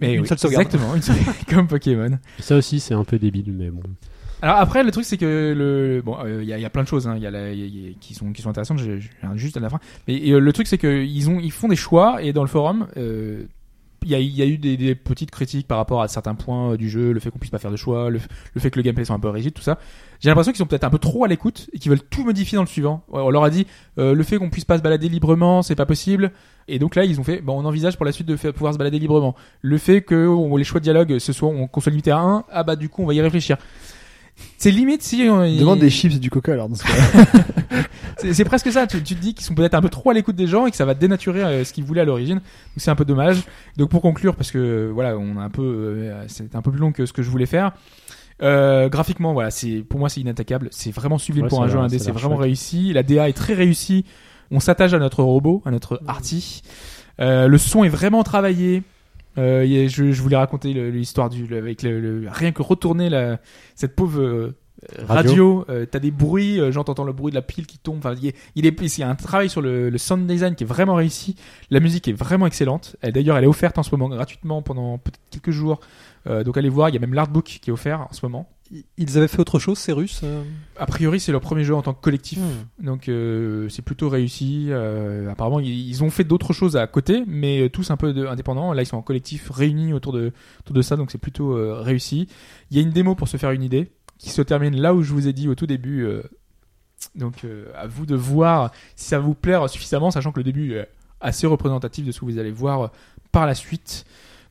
Speaker 4: Mais
Speaker 7: Une
Speaker 4: oui,
Speaker 7: seule sauvegarde.
Speaker 4: Exactement, une seule- comme Pokémon.
Speaker 5: Ça aussi, c'est un peu débile, mais bon.
Speaker 4: Alors après, le truc c'est que le bon, euh, il y, a- il y a plein de choses, hein. il y a la- il y a- qui sont qui sont intéressantes. j'ai- j'ai un juste à la fin. Mais et, euh, le truc c'est que ils ont ils font des choix et dans le forum. euh, il y, a, il y a eu des, des petites critiques par rapport à certains points euh, du jeu, le fait qu'on puisse pas faire de choix, le, f- le fait que le gameplay soit un peu rigide, tout ça. J'ai l'impression qu'ils sont peut-être un peu trop à l'écoute et qu'ils veulent tout modifier dans le suivant. Ouais, on leur a dit euh, le fait qu'on puisse pas se balader librement, c'est pas possible. Et donc là, ils ont fait, bon, on envisage pour la suite de faire- pouvoir se balader librement. Le fait que on- les choix de dialogue, ce soit on, qu'on soit limité à un, ah bah du coup, on va y réfléchir. C'est limite si on
Speaker 6: Demande des chips et du coca alors dans ce cas-là.
Speaker 4: c'est c'est presque ça. Tu, tu te dis qu'ils sont peut-être un peu trop à l'écoute des gens et que ça va dénaturer euh, ce qu'ils voulaient à l'origine. Donc c'est un peu dommage. Donc pour conclure, parce que euh, voilà, on a un peu, euh, c'était un peu plus long que ce que je voulais faire. Euh, graphiquement, voilà, c'est pour moi c'est inattaquable. C'est vraiment sublime
Speaker 5: Ouais,
Speaker 4: pour
Speaker 5: ça
Speaker 4: un
Speaker 5: a
Speaker 4: jeu
Speaker 5: l'air-
Speaker 4: indé.
Speaker 5: ça a
Speaker 4: C'est
Speaker 5: l'air
Speaker 4: vraiment
Speaker 5: chouette.
Speaker 4: réussi. La DA est très réussie. On s'attache à notre robot, à notre arty. Euh, le son est vraiment travaillé. Euh, il y a- je, je voulais raconter le- l'histoire du le- avec le, le- rien que retourner la, cette pauvre euh, radio, euh, t'as des bruits, euh, genre t'entends le bruit de la pile qui tombe. Enfin, il y, a- il est, il y a un travail sur le, le sound design qui est vraiment réussi. La musique est vraiment excellente. Elle- D'ailleurs, elle est offerte en ce moment gratuitement pendant peut-être quelques jours. Euh, donc allez voir, il y a même l'artbook qui est offert en ce moment.
Speaker 7: Ils avaient fait autre chose, ces Russes euh,
Speaker 4: A priori, c'est leur premier jeu en tant que collectif,
Speaker 7: Hmm.
Speaker 4: donc euh, c'est plutôt réussi. Euh, apparemment, ils, ils ont fait d'autres choses à côté, mais euh, tous un peu de- indépendants. Là, ils sont en collectif réunis autour de, autour de ça, donc c'est plutôt euh, réussi. Il y a une démo pour se faire une idée qui se termine là où je vous ai dit au tout début. euh, donc euh, à vous de voir si ça va vous plaire suffisamment, sachant que le début est assez représentatif de ce que vous allez voir euh, par la suite.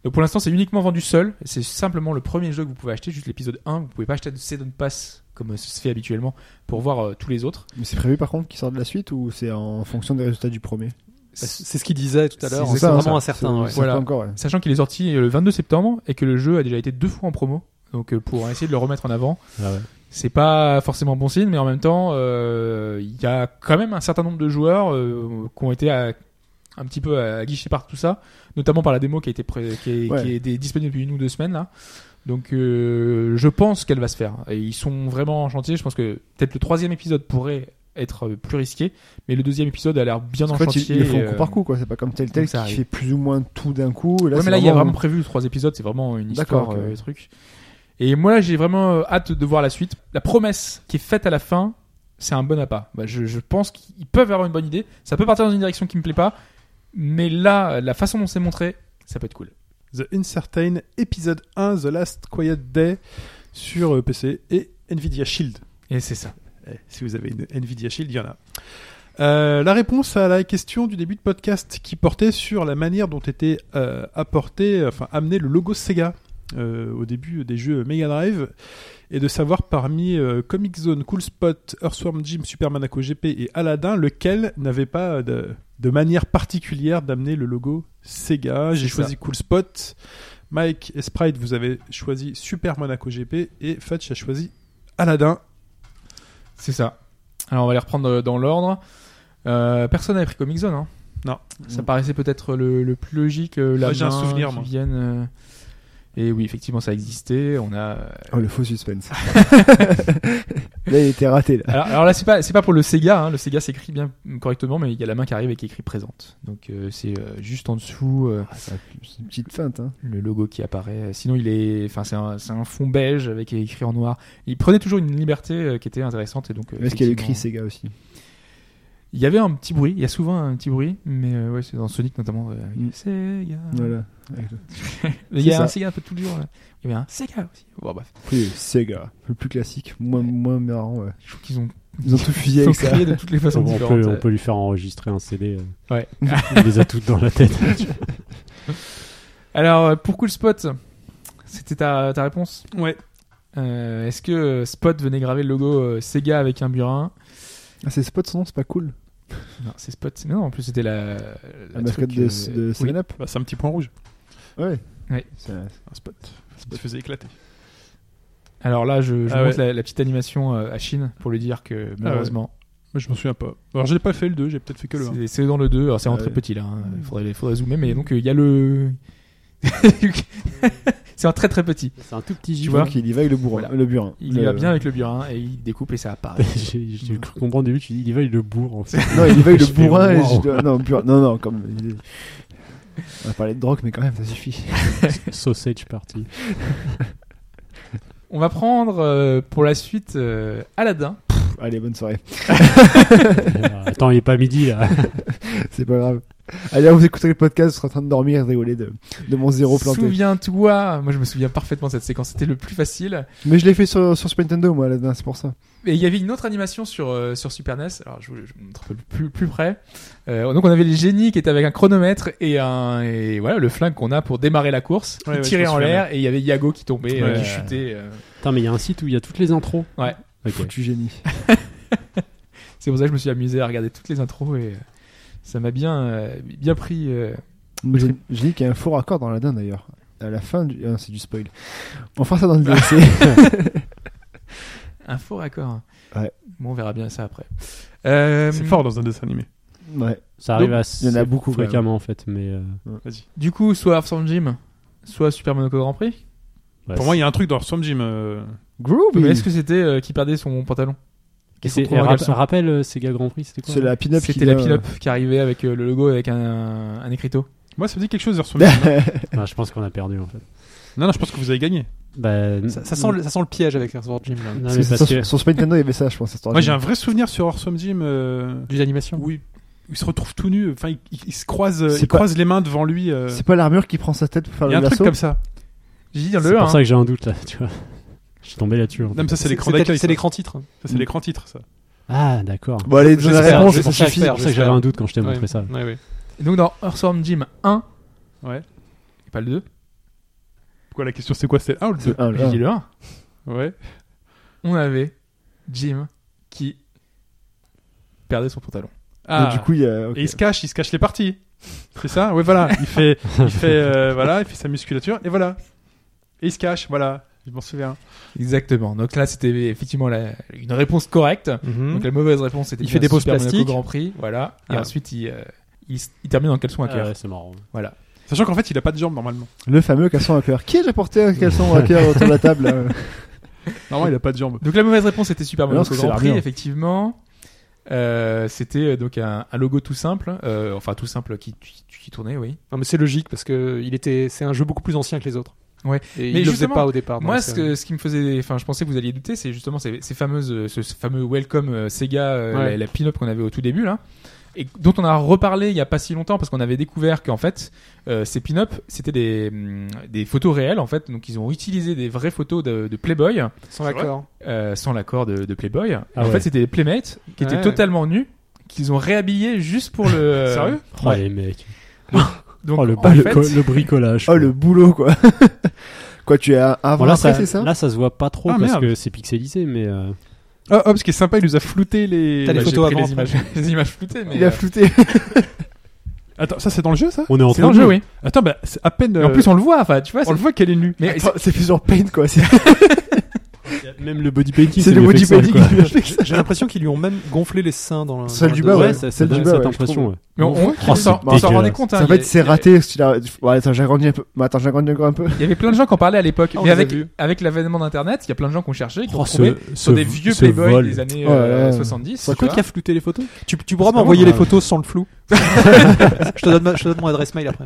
Speaker 4: Donc pour l'instant, c'est uniquement vendu seul. C'est simplement le premier jeu que vous pouvez acheter, juste l'épisode 1. Vous pouvez pas acheter de Season Pass comme euh, se fait habituellement, pour voir euh, tous les autres.
Speaker 6: Mais c'est prévu par contre qu'il sorte de la suite ou c'est en fonction des résultats du premier
Speaker 7: C'est ce qu'il disait tout à l'heure, hein.
Speaker 6: C'est
Speaker 7: c'est
Speaker 6: ça,
Speaker 7: vraiment
Speaker 6: ça.
Speaker 7: incertain. ouais.
Speaker 6: C'est
Speaker 4: Voilà.
Speaker 6: pas encore, ouais.
Speaker 4: Sachant qu'il est sorti euh, le 22 septembre et que le jeu a déjà été deux fois en promo, donc euh, pour essayer de le remettre en avant,
Speaker 5: Ah ouais.
Speaker 4: c'est pas forcément bon signe, mais en même temps, euh, il y a quand même un certain nombre de joueurs euh, qui ont été à- un petit peu aguichés par tout ça, notamment par la démo qui a été pré- qui est,
Speaker 6: Ouais.
Speaker 4: qui est dé- disponible depuis une ou deux semaines là. Donc, euh, je pense qu'elle va se faire. Et ils sont vraiment en chantier. Je pense que peut-être le troisième épisode pourrait être euh, plus risqué, mais le deuxième épisode a l'air bien en,
Speaker 6: En fait, ils-
Speaker 4: chantier.
Speaker 6: ils le font
Speaker 4: euh,
Speaker 6: coup par coup, quoi. C'est pas comme tel
Speaker 4: donc
Speaker 6: tel
Speaker 4: ça
Speaker 6: qui
Speaker 4: arrive.
Speaker 6: fait plus ou moins tout d'un coup. et Là,
Speaker 4: ouais,
Speaker 6: c'est
Speaker 4: mais là, il y a vraiment prévu trois épisodes, c'est vraiment une histoire,
Speaker 6: D'accord, ok.
Speaker 4: euh, le truc. Et moi, là, j'ai vraiment euh, hâte de voir la suite. La promesse qui est faite à la fin, c'est un bon appât. Bah, je, je pense qu'ils peuvent avoir une bonne idée. Ça peut partir dans une direction qui me plaît pas, mais là, euh, la façon dont c'est montré, ça peut être cool.
Speaker 3: The Incertain, épisode 1, The Last Quiet Day, sur euh, PC et Nvidia Shield.
Speaker 4: Et c'est ça.
Speaker 3: Eh, Si vous avez une Nvidia Shield, il y en a. Euh, la réponse à la question du début de podcast qui portait sur la manière dont était euh, apporté, enfin amené le logo Sega euh, au début des jeux Mega Drive et de savoir parmi euh, Comic Zone, Cool Spot, Earthworm Jim, Superman ACO GP et Aladdin lequel n'avait pas de, de manière particulière d'amener le logo Sega. J'ai
Speaker 4: ça.
Speaker 3: choisi Cool Spot. Mike et Sprite, vous avez choisi Super Monaco GP et Fetch a choisi Aladdin.
Speaker 4: C'est ça. Alors, on va les reprendre euh, dans l'ordre. Euh, personne n'avait pris Comic Zone, hein.
Speaker 3: Non.
Speaker 4: Ça paraissait peut-être le, le plus logique, euh, la
Speaker 3: Moi, j'ai un
Speaker 4: main
Speaker 3: souvenir,
Speaker 4: qui
Speaker 3: moi.
Speaker 4: vienne, euh, Et oui, effectivement, ça existait. On a euh,
Speaker 6: Oh, le faux suspense. là, il était raté. Là.
Speaker 4: Alors, alors là, c'est pas c'est pas pour le Sega. hein. Le Sega s'écrit bien correctement, mais il y a la main qui arrive et qui écrit présente. Donc euh, c'est euh, juste en dessous euh,
Speaker 6: Ah, C'est une petite feinte. Hein.
Speaker 4: le logo qui apparaît. Sinon, il est, enfin, c'est un, c'est un fond beige avec écrit en noir. Il prenait toujours une liberté euh, qui était intéressante et donc. euh,
Speaker 6: Est-ce qu'il y a écrit
Speaker 4: effectivement, Ah.
Speaker 6: Sega aussi
Speaker 4: Il y avait un petit bruit. Il y a souvent un petit bruit, mais euh, ouais, c'est dans Sonic notamment. euh, avec
Speaker 6: Mm.
Speaker 4: Sega.
Speaker 6: Voilà.
Speaker 4: Il y a
Speaker 6: C'est
Speaker 4: un
Speaker 6: ça.
Speaker 4: Sega un peu tous les jours. là. Il y avait un Sega aussi. Bon, bah, bref,
Speaker 6: Oui, Sega. Le plus classique, moins, moins marrant. Ouais.
Speaker 4: je trouve qu'ils ont,
Speaker 6: Ils ont tout fusillé
Speaker 4: ils ont
Speaker 6: avec ça.
Speaker 4: créé de toutes les façons
Speaker 5: On peut- on,
Speaker 4: différentes.
Speaker 5: peut, on peut lui faire enregistrer un CD. euh.
Speaker 4: Ouais.
Speaker 5: Il les a toutes dans la tête.
Speaker 4: Alors euh, pour Cool Spot, c'était ta, ta réponse.
Speaker 3: Ouais.
Speaker 4: Euh, Est-ce que Spot venait graver le logo euh, Sega avec un burin
Speaker 6: Ah, c'est Spot, son nom, c'est pas cool.
Speaker 4: Non, c'est Spot. c'est- Non, en plus c'était la, la,
Speaker 6: La mascotte
Speaker 4: truc,
Speaker 6: de,
Speaker 4: euh,
Speaker 6: de
Speaker 4: oui.
Speaker 6: 7-Up.
Speaker 3: Bah, c'est un petit point rouge,
Speaker 6: Ouais.
Speaker 4: Ouais.
Speaker 6: C'est-
Speaker 3: un spot. Ça faisait éclater.
Speaker 4: Alors là, je, je
Speaker 3: Ah
Speaker 4: montre la, la petite animation euh, à Chine pour lui dire que malheureusement,
Speaker 3: Moi, je m'en souviens pas. Alors, j'ai pas fait le 2, j'ai peut-être fait que le 1.
Speaker 4: c'est- c'est dans le 2. Alors c'est en
Speaker 6: Ah
Speaker 4: très
Speaker 6: ouais.
Speaker 4: petit là. hein. Il faudrait, il faudrait zoomer, mais donc euh, il y a le. c'est en très très petit.
Speaker 5: C'est un tout petit
Speaker 4: Tu
Speaker 5: gif.
Speaker 4: vois
Speaker 6: Donc, il y va avec le, bourrin,
Speaker 4: Voilà.
Speaker 6: le burin.
Speaker 4: Il
Speaker 6: Le-
Speaker 4: va bien avec le burin et il découpe et ça apparaît.
Speaker 5: J'ai j'ai cru comprendre au début, tu dis, il va, il le bourre. En fait.
Speaker 6: Non, il va avec
Speaker 5: Je
Speaker 6: le
Speaker 5: fais,
Speaker 6: bourrin. et
Speaker 5: waouh.
Speaker 6: je dois- Non, burin. non, non, comme. On a parlé de drogue, mais quand même, ça suffit.
Speaker 5: Sausage party.
Speaker 4: On va prendre euh, pour la suite euh, Aladdin.
Speaker 6: Allez, bonne soirée.
Speaker 5: Euh, Attends, il est pas midi là.
Speaker 6: C'est pas grave. Allez, vous écouterez le podcast, vous serez en train de dormir et de rigoler de, de mon zéro planté.
Speaker 4: Souviens-toi, moi je me souviens parfaitement de cette séquence, c'était le plus facile.
Speaker 6: Mais je l'ai fait sur, sur Super Nintendo, moi, Aladdin, c'est pour ça.
Speaker 4: Et il y avait une autre animation sur, euh, sur Super NES, alors je vous je vous montre un peu plus, plus près. Euh, donc on avait les génies qui étaient avec un chronomètre et, un, et voilà le flingue qu'on a pour démarrer la course,
Speaker 3: Ouais, ouais,
Speaker 4: tirer
Speaker 3: je me
Speaker 4: en
Speaker 3: souviens
Speaker 4: l'air et il y avait Yago qui tombait, euh,
Speaker 5: Ouais.
Speaker 4: qui chutait. euh.
Speaker 5: Attends, mais il y a un site où il y a toutes les intros.
Speaker 4: Ouais.
Speaker 5: Ok.
Speaker 6: Foutu génie.
Speaker 4: C'est pour ça que je me suis amusé à regarder toutes les intros et euh, ça m'a bien, euh, bien pris. euh.
Speaker 6: J'ai j'ai dit qu'il y a un faux raccord dans Aladdin, d'ailleurs. À la fin du. Ah, non, c'est du spoil. On fera ça dans le DLC.
Speaker 4: un faux raccord.
Speaker 6: Ouais.
Speaker 4: Bon, on verra bien ça après. Euh,
Speaker 3: C'est fort dans un dessin animé.
Speaker 6: ouais.
Speaker 5: Ça arrive
Speaker 4: Donc,
Speaker 5: assez
Speaker 6: il y en a beaucoup, quand
Speaker 5: fréquemment en fait, mais euh,
Speaker 4: Du coup, soit Earthworm Jim, soit Super Monaco Grand Prix.
Speaker 6: Bah,
Speaker 5: ouais,
Speaker 3: Pour moi, il y a un truc dans Swamp Gym. euh,
Speaker 6: Groovy.
Speaker 4: Mais est-ce que c'était euh, qui perdait son pantalon
Speaker 5: Et
Speaker 4: Qui se
Speaker 5: c'est-
Speaker 4: retrouvait
Speaker 5: et
Speaker 4: en
Speaker 5: ra-
Speaker 4: caleçon
Speaker 5: rappelle euh, Sega Grand Prix, c'était quoi
Speaker 6: C'est la pin-up qui
Speaker 4: C'était la
Speaker 6: vient-
Speaker 4: pin-up qui arrivait avec euh, le logo avec un, un écriteau.
Speaker 3: Moi, ça me dit quelque chose, Swamp Gym.
Speaker 5: Ah, Je pense qu'on a perdu en fait.
Speaker 3: non, non, je pense que vous avez gagné.
Speaker 5: Bah,
Speaker 7: Ça, ça sent le, ça sent le piège avec Earthworm Jim, là,
Speaker 5: non,
Speaker 6: Parce
Speaker 5: mais
Speaker 6: que c'est
Speaker 5: parce
Speaker 6: sur,
Speaker 5: que-
Speaker 6: sur Super Nintendo, il y avait ça, je pense. cette histoire
Speaker 3: Moi,
Speaker 6: de-
Speaker 3: j'ai un vrai souvenir sur Swamp Gym euh,
Speaker 7: du animation.
Speaker 3: où ils ils se retrouvent tout nus. Enfin, ils- ils ils se croisent, euh,
Speaker 6: Ah C'est
Speaker 3: ils
Speaker 6: pas-
Speaker 3: croisent les mains devant lui. euh,
Speaker 6: C'est pas l'armure qui prend sa tête pour faire
Speaker 3: Il y a
Speaker 6: le
Speaker 3: un truc
Speaker 6: lasso
Speaker 3: comme ça.
Speaker 4: J'ai dit dans
Speaker 5: C'est
Speaker 4: le
Speaker 5: pour
Speaker 4: 1.
Speaker 5: ça que j'ai un doute là, tu vois. Je suis tombé là-dessus. en fait.
Speaker 3: Non, mais ça, c'est l'écran
Speaker 7: peut-être-
Speaker 3: d'accueil.
Speaker 7: C'est
Speaker 3: ça.
Speaker 7: l'écran titre.
Speaker 3: Ça, c'est l'écran titre, ça.
Speaker 5: Ah, d'accord.
Speaker 6: Bon, allez, donne la
Speaker 7: J'espère,
Speaker 6: réponse.
Speaker 7: je-
Speaker 5: C'est pour ça
Speaker 7: ça que
Speaker 5: que
Speaker 7: je- j'espère,
Speaker 5: j'avais
Speaker 7: j'espère.
Speaker 5: un doute quand je t'ai
Speaker 7: Ouais.
Speaker 5: montré ça.
Speaker 7: Ouais, ouais.
Speaker 4: Donc dans Earthworm Jim 1,
Speaker 3: Ouais.
Speaker 4: et pas le 2,
Speaker 3: Pourquoi la question, c'est quoi C'est le 1 ou le 2
Speaker 6: Ah,
Speaker 4: j'ai
Speaker 6: là.
Speaker 4: dit le 1,
Speaker 3: Ouais.
Speaker 4: on avait Jim qui perdait son pantalon.
Speaker 3: Ah.
Speaker 6: Et du coup, il y a. ok.
Speaker 3: Et il se cache, il se cache les parties. C'est ça Oui, voilà. Il fait, il fait, euh, voilà, il fait sa musculature et voilà. Et il se cache, voilà. Je m'en souviens.
Speaker 4: Exactement. Donc là, c'était effectivement la- une réponse correcte.
Speaker 7: Hmm.
Speaker 4: Donc la mauvaise réponse, c'était
Speaker 7: Il
Speaker 4: bien
Speaker 7: fait des pauses
Speaker 4: Super Monaco
Speaker 7: plastiques.
Speaker 4: Grand Prix, voilà. Et
Speaker 7: Ah.
Speaker 4: ensuite, il, euh, il, s- il termine en caleçon à
Speaker 5: Ah
Speaker 4: cœur.
Speaker 5: ouais, c'est marrant.
Speaker 4: Voilà.
Speaker 3: Sachant qu'en fait, il a pas de jambes normalement.
Speaker 6: Le fameux caleçon à cœur. Qui a déjà porté un caleçon à cœur autour de la table euh là
Speaker 3: Normalement, il a pas de jambes.
Speaker 4: Donc la mauvaise réponse, c'était Super
Speaker 6: Alors,
Speaker 4: Monaco
Speaker 6: c'est
Speaker 4: Grand Prix,
Speaker 6: l'armée, hein.
Speaker 4: effectivement. Euh, c'était euh, donc un, un logo tout simple, euh, enfin tout simple qui, qui, qui tournait, oui.
Speaker 7: Non, mais c'est logique parce que il était, c'est un jeu beaucoup plus ancien que les autres.
Speaker 4: Ouais.
Speaker 7: Et
Speaker 4: Mais
Speaker 7: il le faisait
Speaker 4: justement,
Speaker 7: pas au départ. euh, dans
Speaker 4: Moi,
Speaker 7: la
Speaker 4: ce,
Speaker 7: série.
Speaker 4: que, ce qui me faisait, enfin, je pensais que vous alliez douter, c'est justement ces, ces fameuses, euh, ce, ce fameux welcome euh, Sega, euh,
Speaker 7: Ouais.
Speaker 4: la, la pin-up qu'on avait au tout début là, et dont on a reparlé il y a pas si longtemps parce qu'on avait découvert qu'en fait, euh, ces pin-up c'était des, hum, des photos réelles en fait, donc ils ont utilisé des vraies photos de, de Playboy
Speaker 7: sans l'accord.
Speaker 4: euh, sans l'accord de, de Playboy.
Speaker 5: Ah
Speaker 4: en
Speaker 5: ouais.
Speaker 4: fait, c'était des playmates qui
Speaker 7: Ouais.
Speaker 4: étaient totalement nus, qu'ils ont réhabillés juste pour le.
Speaker 3: Sérieux
Speaker 5: Oh,
Speaker 4: Ouais.
Speaker 5: les mecs.
Speaker 4: Donc
Speaker 5: Oh, le,
Speaker 4: en
Speaker 5: le-
Speaker 4: fait,
Speaker 5: co- le bricolage.
Speaker 6: Oh
Speaker 5: quoi.
Speaker 6: le boulot quoi Quoi, tu es à-
Speaker 5: Bon,
Speaker 6: avant
Speaker 5: là,
Speaker 6: après,
Speaker 5: ça,
Speaker 6: c'est ça
Speaker 5: là, ça se voit pas trop
Speaker 3: Ah,
Speaker 5: parce
Speaker 3: merde.
Speaker 5: que c'est pixelisé, mais euh,
Speaker 3: Ah, hop, ce qui est sympa, il nous a flouté les.
Speaker 7: T'as les
Speaker 4: bah, j'ai
Speaker 7: photos
Speaker 4: pris
Speaker 7: avant,
Speaker 4: les
Speaker 7: après.
Speaker 4: images, les images floutées, mais
Speaker 6: Il
Speaker 4: euh,
Speaker 6: a flouté.
Speaker 3: Attends, ça c'est dans le jeu, ça
Speaker 5: on est en
Speaker 4: c'est dans le jeu, oui.
Speaker 3: Attends, bah, c'est à peine.
Speaker 4: Et en
Speaker 3: euh,
Speaker 4: plus, on le voit, enfin, tu vois,
Speaker 3: on le voit qu'elle est nue.
Speaker 4: Mais
Speaker 6: Attends, C'est fait sur paint quoi. C'est
Speaker 5: Même le body painting,
Speaker 6: c'est le
Speaker 5: mieux fait que
Speaker 6: body
Speaker 5: ça,
Speaker 6: painting.
Speaker 5: quoi.
Speaker 6: qui lui a fait ça.
Speaker 7: J'ai l'impression qu'ils lui ont même gonflé les seins dans le.
Speaker 6: Celle
Speaker 7: dans
Speaker 6: du
Speaker 7: le
Speaker 6: bas,
Speaker 7: dos.
Speaker 5: Ouais,
Speaker 6: ouais.
Speaker 5: ça, ça
Speaker 6: Celle
Speaker 5: donne
Speaker 6: du bas,
Speaker 5: Bah, cette
Speaker 6: ouais, je
Speaker 5: impression.
Speaker 6: trouve.
Speaker 5: ouais.
Speaker 4: Mais on, on-
Speaker 5: Oh,
Speaker 4: on s'en
Speaker 5: c'est
Speaker 4: on s'en rendait
Speaker 5: dégueulasse.
Speaker 4: compte. hein,
Speaker 6: En
Speaker 4: il y a-
Speaker 6: fait, c'est raté. si tu l'as- Bon, attends, j'agrandis un peu. Bon, Attends, j'agrandis encore un peu.
Speaker 4: Il y avait plein de gens qui en parlaient à l'époque.
Speaker 7: Ah, on
Speaker 4: mais
Speaker 7: les a
Speaker 4: avec,
Speaker 7: vus.
Speaker 4: avec l'avènement d'Internet, il y a plein de gens qui ont cherché, qui ont
Speaker 5: Oh,
Speaker 4: trouvé
Speaker 5: ce-
Speaker 4: sur
Speaker 5: ce-
Speaker 4: des vieux
Speaker 5: ce
Speaker 4: Playboy
Speaker 5: vol.
Speaker 4: des années
Speaker 6: Ouais,
Speaker 4: euh,
Speaker 6: ouais.
Speaker 4: 70.
Speaker 6: C'est
Speaker 4: tu
Speaker 7: Toi
Speaker 4: vois.
Speaker 7: qui a flouté les photos Tu, tu pourras
Speaker 5: C'est pas
Speaker 7: m'envoyer
Speaker 5: moi,
Speaker 7: les
Speaker 5: ouais.
Speaker 7: photos sans le flou je, te donne, ma- je te donne mon adresse mail après.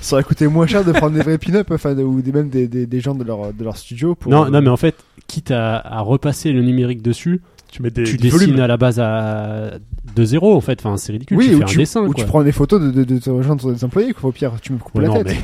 Speaker 6: Ça aurait coûté moins cher de prendre des vrais pin-up, enfin, de- ou des, même des, des, des gens de leur, de leur studio pour.
Speaker 4: euh,
Speaker 5: Non, non, mais en fait, quitte à, à repasser le numérique dessus,
Speaker 3: Tu mets des,
Speaker 5: tu
Speaker 3: des
Speaker 5: dessines
Speaker 3: volumes.
Speaker 5: à la base à de zéro en fait. Enfin, c'est ridicule.
Speaker 6: euh, Oui,
Speaker 5: tu
Speaker 6: ou
Speaker 5: fais
Speaker 6: tu,
Speaker 5: un dessin.
Speaker 6: ou
Speaker 5: quoi.
Speaker 6: tu prends des photos de, de, de, de gens, de tes employés, quoi, au pire, tu me coupes
Speaker 5: Ouais,
Speaker 6: la
Speaker 5: non,
Speaker 6: tête.
Speaker 5: mais,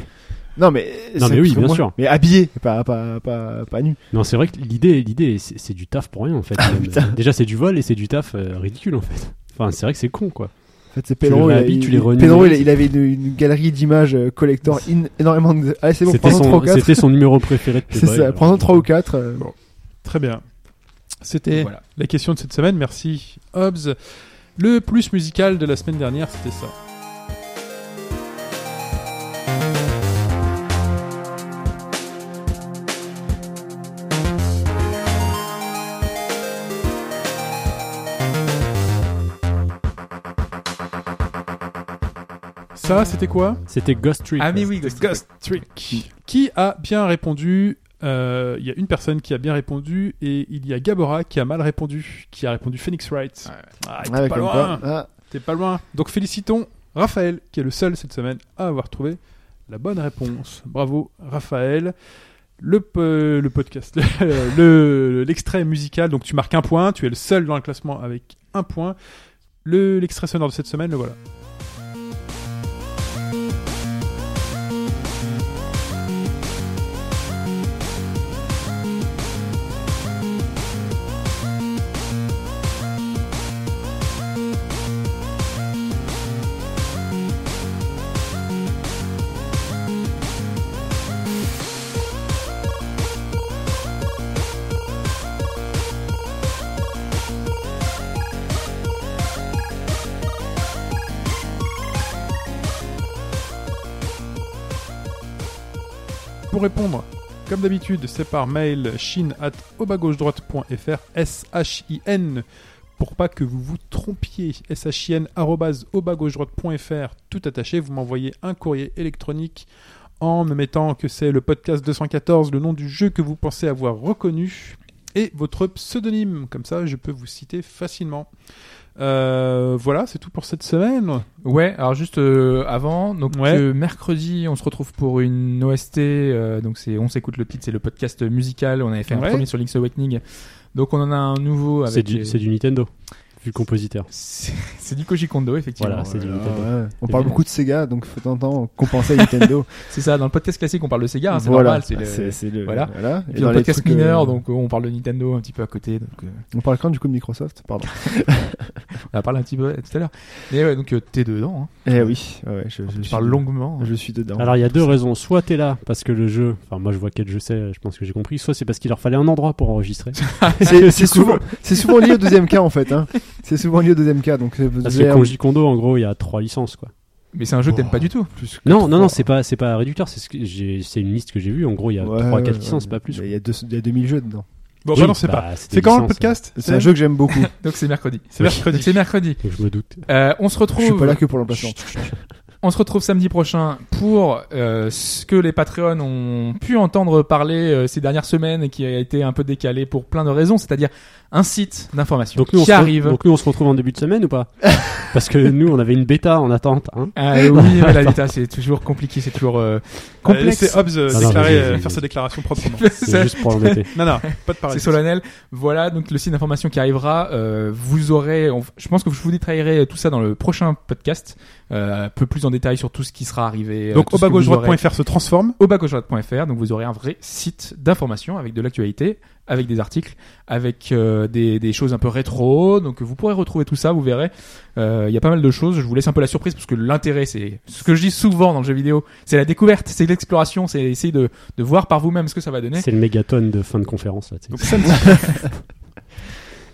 Speaker 6: Non, mais.
Speaker 5: Non,
Speaker 6: ça
Speaker 5: mais oui,
Speaker 6: coûte
Speaker 5: bien
Speaker 6: moins.
Speaker 5: sûr.
Speaker 6: Mais habillé, pas, pas, pas, pas nu.
Speaker 5: non, c'est vrai que l'idée, l'idée, c'est c'est du taf pour rien en fait. Même,
Speaker 6: Ah, putain.
Speaker 5: euh, Déjà, c'est du vol et c'est du taf euh, ridicule en fait. Enfin, c'est vrai que c'est con quoi.
Speaker 6: En fait, c'est
Speaker 5: Tu
Speaker 6: Pedro.
Speaker 5: les
Speaker 6: il-
Speaker 5: réhabilles,
Speaker 6: il-
Speaker 5: tu les renues.
Speaker 6: Pedro, il, il avait une, une galerie d'images euh, collector in- énormément de. Allez, c'est bon,
Speaker 5: C'était
Speaker 6: prends-en 3 ou
Speaker 5: son,
Speaker 6: 4.
Speaker 5: c'était son numéro préféré de
Speaker 6: C'est
Speaker 5: Playboy. euh,
Speaker 6: ça,
Speaker 5: alors.
Speaker 6: prends-en 3 ou euh. 4.
Speaker 3: Très bien. C'était
Speaker 4: Voilà.
Speaker 3: la question de cette semaine. Merci, Hobbs. Le plus musical de la semaine dernière, c'était ça. Ça, c'était quoi
Speaker 5: C'était Ghost Trick.
Speaker 4: Ah,
Speaker 5: ouais.
Speaker 4: mais oui, Ghost Trick.
Speaker 3: Trick. Qui a bien répondu Euh, Il y a une personne qui a bien répondu et il y a Gabora qui a mal répondu, qui a répondu Phoenix Wright.
Speaker 4: Ouais.
Speaker 3: Ah, t'es
Speaker 6: Ah, ouais,
Speaker 3: pas
Speaker 6: comme
Speaker 3: loin.
Speaker 6: quoi. Ah,
Speaker 3: T'es pas loin. Donc félicitons Raphaël qui est le seul cette semaine à avoir trouvé la bonne réponse. Bravo Raphaël. Le, po- le podcast, le- l'extrait musical, donc tu marques un point, tu es le seul dans le classement avec un point. Le- L'extrait sonore de cette semaine, le voilà. Pour répondre, comme d'habitude, c'est par mail chine at obagaugedroite.fr, S-H-I-N, pour pas que vous vous trompiez, S-H-I-N, arrobase obagaugedroite.fr, tout attaché, vous m'envoyez un courrier électronique en me mettant que c'est le podcast 214, le nom du jeu que vous pensez avoir reconnu, et votre pseudonyme, comme ça je peux vous citer facilement. Euh, voilà, c'est tout pour cette semaine.
Speaker 4: Ouais, alors juste euh, avant, donc
Speaker 3: Ouais.
Speaker 4: euh, mercredi, on se retrouve pour une OST. euh, donc c'est on s'écoute le titre, c'est le podcast musical. On avait fait un
Speaker 3: Ouais.
Speaker 4: premier sur Link's Awakening. Donc on en a un nouveau avec.
Speaker 5: C'est du, c'est du Nintendo. vu le compositeur.
Speaker 4: C'est c'est du Koji Kondo, effectivement.
Speaker 5: Voilà, c'est
Speaker 4: Euh,
Speaker 5: du
Speaker 6: Ah
Speaker 5: Nintendo.
Speaker 6: ouais. On parle
Speaker 5: puis-
Speaker 6: beaucoup de Sega, donc faut de temps en temps compenser à Nintendo.
Speaker 4: C'est ça, dans le podcast classique, on parle de Sega, hein, c'est
Speaker 6: voilà,
Speaker 4: normal. C'est le-
Speaker 6: c'est le-
Speaker 4: voilà.
Speaker 6: voilà.
Speaker 4: Et
Speaker 6: Et
Speaker 4: puis dans le
Speaker 6: les
Speaker 4: podcast
Speaker 6: trucs, euh,
Speaker 4: mineur, donc euh, on parle de Nintendo un petit peu à côté. Donc, euh,
Speaker 6: On parle quand du coup de Microsoft Pardon.
Speaker 4: Ah, on en a parlé un petit peu euh, tout à l'heure. Mais ouais, donc euh, t'es dedans. Hein.
Speaker 6: Eh oui, ouais, ouais, je, je
Speaker 4: Tu
Speaker 6: suis-
Speaker 4: parles longuement. hein.
Speaker 6: Je suis dedans.
Speaker 5: Alors il y a deux raisons. Soit t'es là parce que le jeu, enfin moi je vois quel jeu c'est, je pense que j'ai compris. Soit c'est parce qu'il leur fallait un endroit pour enregistrer.
Speaker 6: c'est c'est souvent, c'est souvent lié au deuxième cas en fait. Hein. C'est souvent lié au deuxième cas. Donc vous
Speaker 5: Parce
Speaker 6: avez-
Speaker 5: que Koji Kondo, en gros, il y a trois licences quoi.
Speaker 4: Mais c'est un jeu que t'aimes pas du tout.
Speaker 5: Non, non, non, c'est pas, c'est pas réducteur. C'est ce que j'ai, c'est une liste que j'ai vue. En gros, il y a
Speaker 6: Ouais,
Speaker 5: trois,
Speaker 6: ouais,
Speaker 5: quatre
Speaker 6: ouais,
Speaker 5: licences,
Speaker 6: ouais.
Speaker 5: pas plus.
Speaker 6: Mais Il y, a deux- il y a 2000 jeux dedans.
Speaker 3: Bon,
Speaker 5: Oui,
Speaker 3: balancez
Speaker 5: bah,
Speaker 3: pas.
Speaker 5: des
Speaker 3: C'est quand le
Speaker 5: licences,
Speaker 3: podcast
Speaker 6: C'est un jeu que j'aime beaucoup.
Speaker 4: Donc c'est mercredi.
Speaker 3: C'est mercredi.
Speaker 4: Donc C'est mercredi.
Speaker 5: euh, donc Je me doute.
Speaker 4: Euh, on se
Speaker 6: Je
Speaker 4: retrouve.
Speaker 6: suis pas là que pour l'emplacement.
Speaker 4: On se retrouve samedi prochain pour euh, ce que les Patreons ont pu entendre parler euh, ces dernières semaines et qui a été un peu décalé pour plein de raisons, c'est-à-dire un site d'information
Speaker 5: Donc nous, on
Speaker 4: qui
Speaker 5: se re-
Speaker 4: arrive.
Speaker 5: donc nous, on se retrouve en début de semaine ou pas Parce que nous, on avait une bêta en attente. Hein
Speaker 4: Ah, euh, oui, mais la bêta, c'est toujours compliqué, c'est toujours euh, complexe.
Speaker 3: C'est Hobbes euh,
Speaker 5: Ah, non,
Speaker 3: déclarer,
Speaker 5: mais-
Speaker 3: euh, faire sa déclaration proprement.
Speaker 5: c'est
Speaker 4: C'est
Speaker 5: juste pour l'embêter.
Speaker 3: non, non, pas de pareil.
Speaker 4: c'est solennel. Voilà, donc le site d'information qui arrivera, euh, vous aurez, on- je pense que je vous détaillerai euh, tout ça dans le prochain podcast, euh, un peu plus en détail sur tout ce qui sera arrivé. euh,
Speaker 3: Donc,
Speaker 4: tout ce que vous aurez.
Speaker 3: obagauche-droite.fr se transforme.
Speaker 4: obacauchorat.fr. Donc vous aurez un vrai site d'information avec de l'actualité, avec des articles, avec euh, des, des choses un peu rétro. Donc vous pourrez retrouver tout ça, vous verrez. Euh, Il y a pas mal de choses. Je vous laisse un peu la surprise parce que l'intérêt, c'est ce que je dis souvent dans le jeu vidéo, c'est la découverte, c'est l'exploration, c'est essayer de, de voir par vous-même ce que ça va donner.
Speaker 5: C'est le mégaton de fin de conférence. Là, tu sais.
Speaker 3: Donc,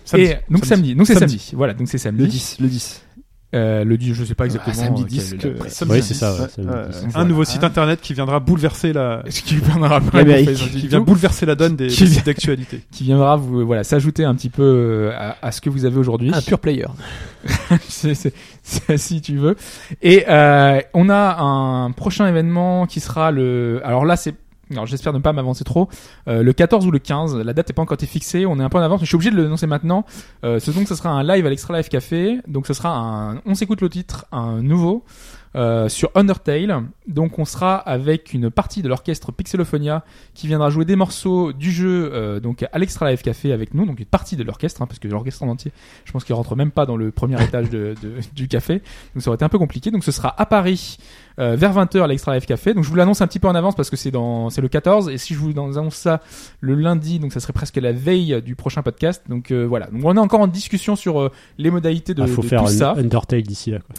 Speaker 3: samedi.
Speaker 4: Et donc samedi, donc c'est samedi.
Speaker 6: Samedi.
Speaker 4: Voilà, donc c'est
Speaker 6: Le
Speaker 4: samedi.
Speaker 6: 10, le 10.
Speaker 4: Euh, le 10, je sais pas exactement.
Speaker 6: samedi
Speaker 4: euh, quelle
Speaker 6: 10
Speaker 4: est la
Speaker 6: que-
Speaker 4: date.
Speaker 3: Ah, Samedi.
Speaker 5: Oui, c'est ça. ouais, samedi.
Speaker 6: Ouais, ouais.
Speaker 3: Un nouveau site internet qui viendra bouleverser la,
Speaker 4: Est-ce qu'il viendra après on
Speaker 6: L'Amérique.
Speaker 4: fait samedi
Speaker 3: qui vient
Speaker 4: tout
Speaker 3: bouleverser la donne des,
Speaker 4: Qui
Speaker 3: des
Speaker 4: vient-
Speaker 3: sites d'actualité.
Speaker 4: qui viendra vous euh, voilà s'ajouter un petit peu euh, à, à ce que vous avez aujourd'hui.
Speaker 5: Ah,
Speaker 7: Un pur player.
Speaker 4: C'est- c'est- c'est- si tu veux. Et euh, on a un prochain événement qui sera le. Alors là, c'est. Alors j'espère ne pas m'avancer trop. Euh, le 14 ou le 15, la date n'est pas encore été fixée. On est un peu en avance, mais je suis obligé de le l'annoncer maintenant. Euh, ce donc, ce sera un live à l'Extra Live Café. Donc, ce sera un. On s'écoute le titre, un nouveau. euh, sur Undertale, donc on sera avec une partie de l'orchestre Pixelophonia qui viendra jouer des morceaux du jeu euh, donc à l'Extra Live Café avec nous, donc une partie de l'orchestre, hein, parce que l'orchestre en entier je pense qu'il rentre même pas dans le premier étage de, de- du café. Donc ça aurait été un peu compliqué. Donc ce sera à Paris euh, vers 20h à l'Extra Life Café. Donc je vous l'annonce un petit peu en avance parce que c'est dans c'est le 14 et si je vous annonce ça le lundi, donc ça serait presque la veille du prochain podcast. Donc euh, voilà. Donc on est encore en discussion sur euh, les modalités de,
Speaker 5: Ah, faut
Speaker 4: de
Speaker 5: faire
Speaker 4: tout
Speaker 5: un
Speaker 4: ça
Speaker 5: Undertale d'ici là. Quoi.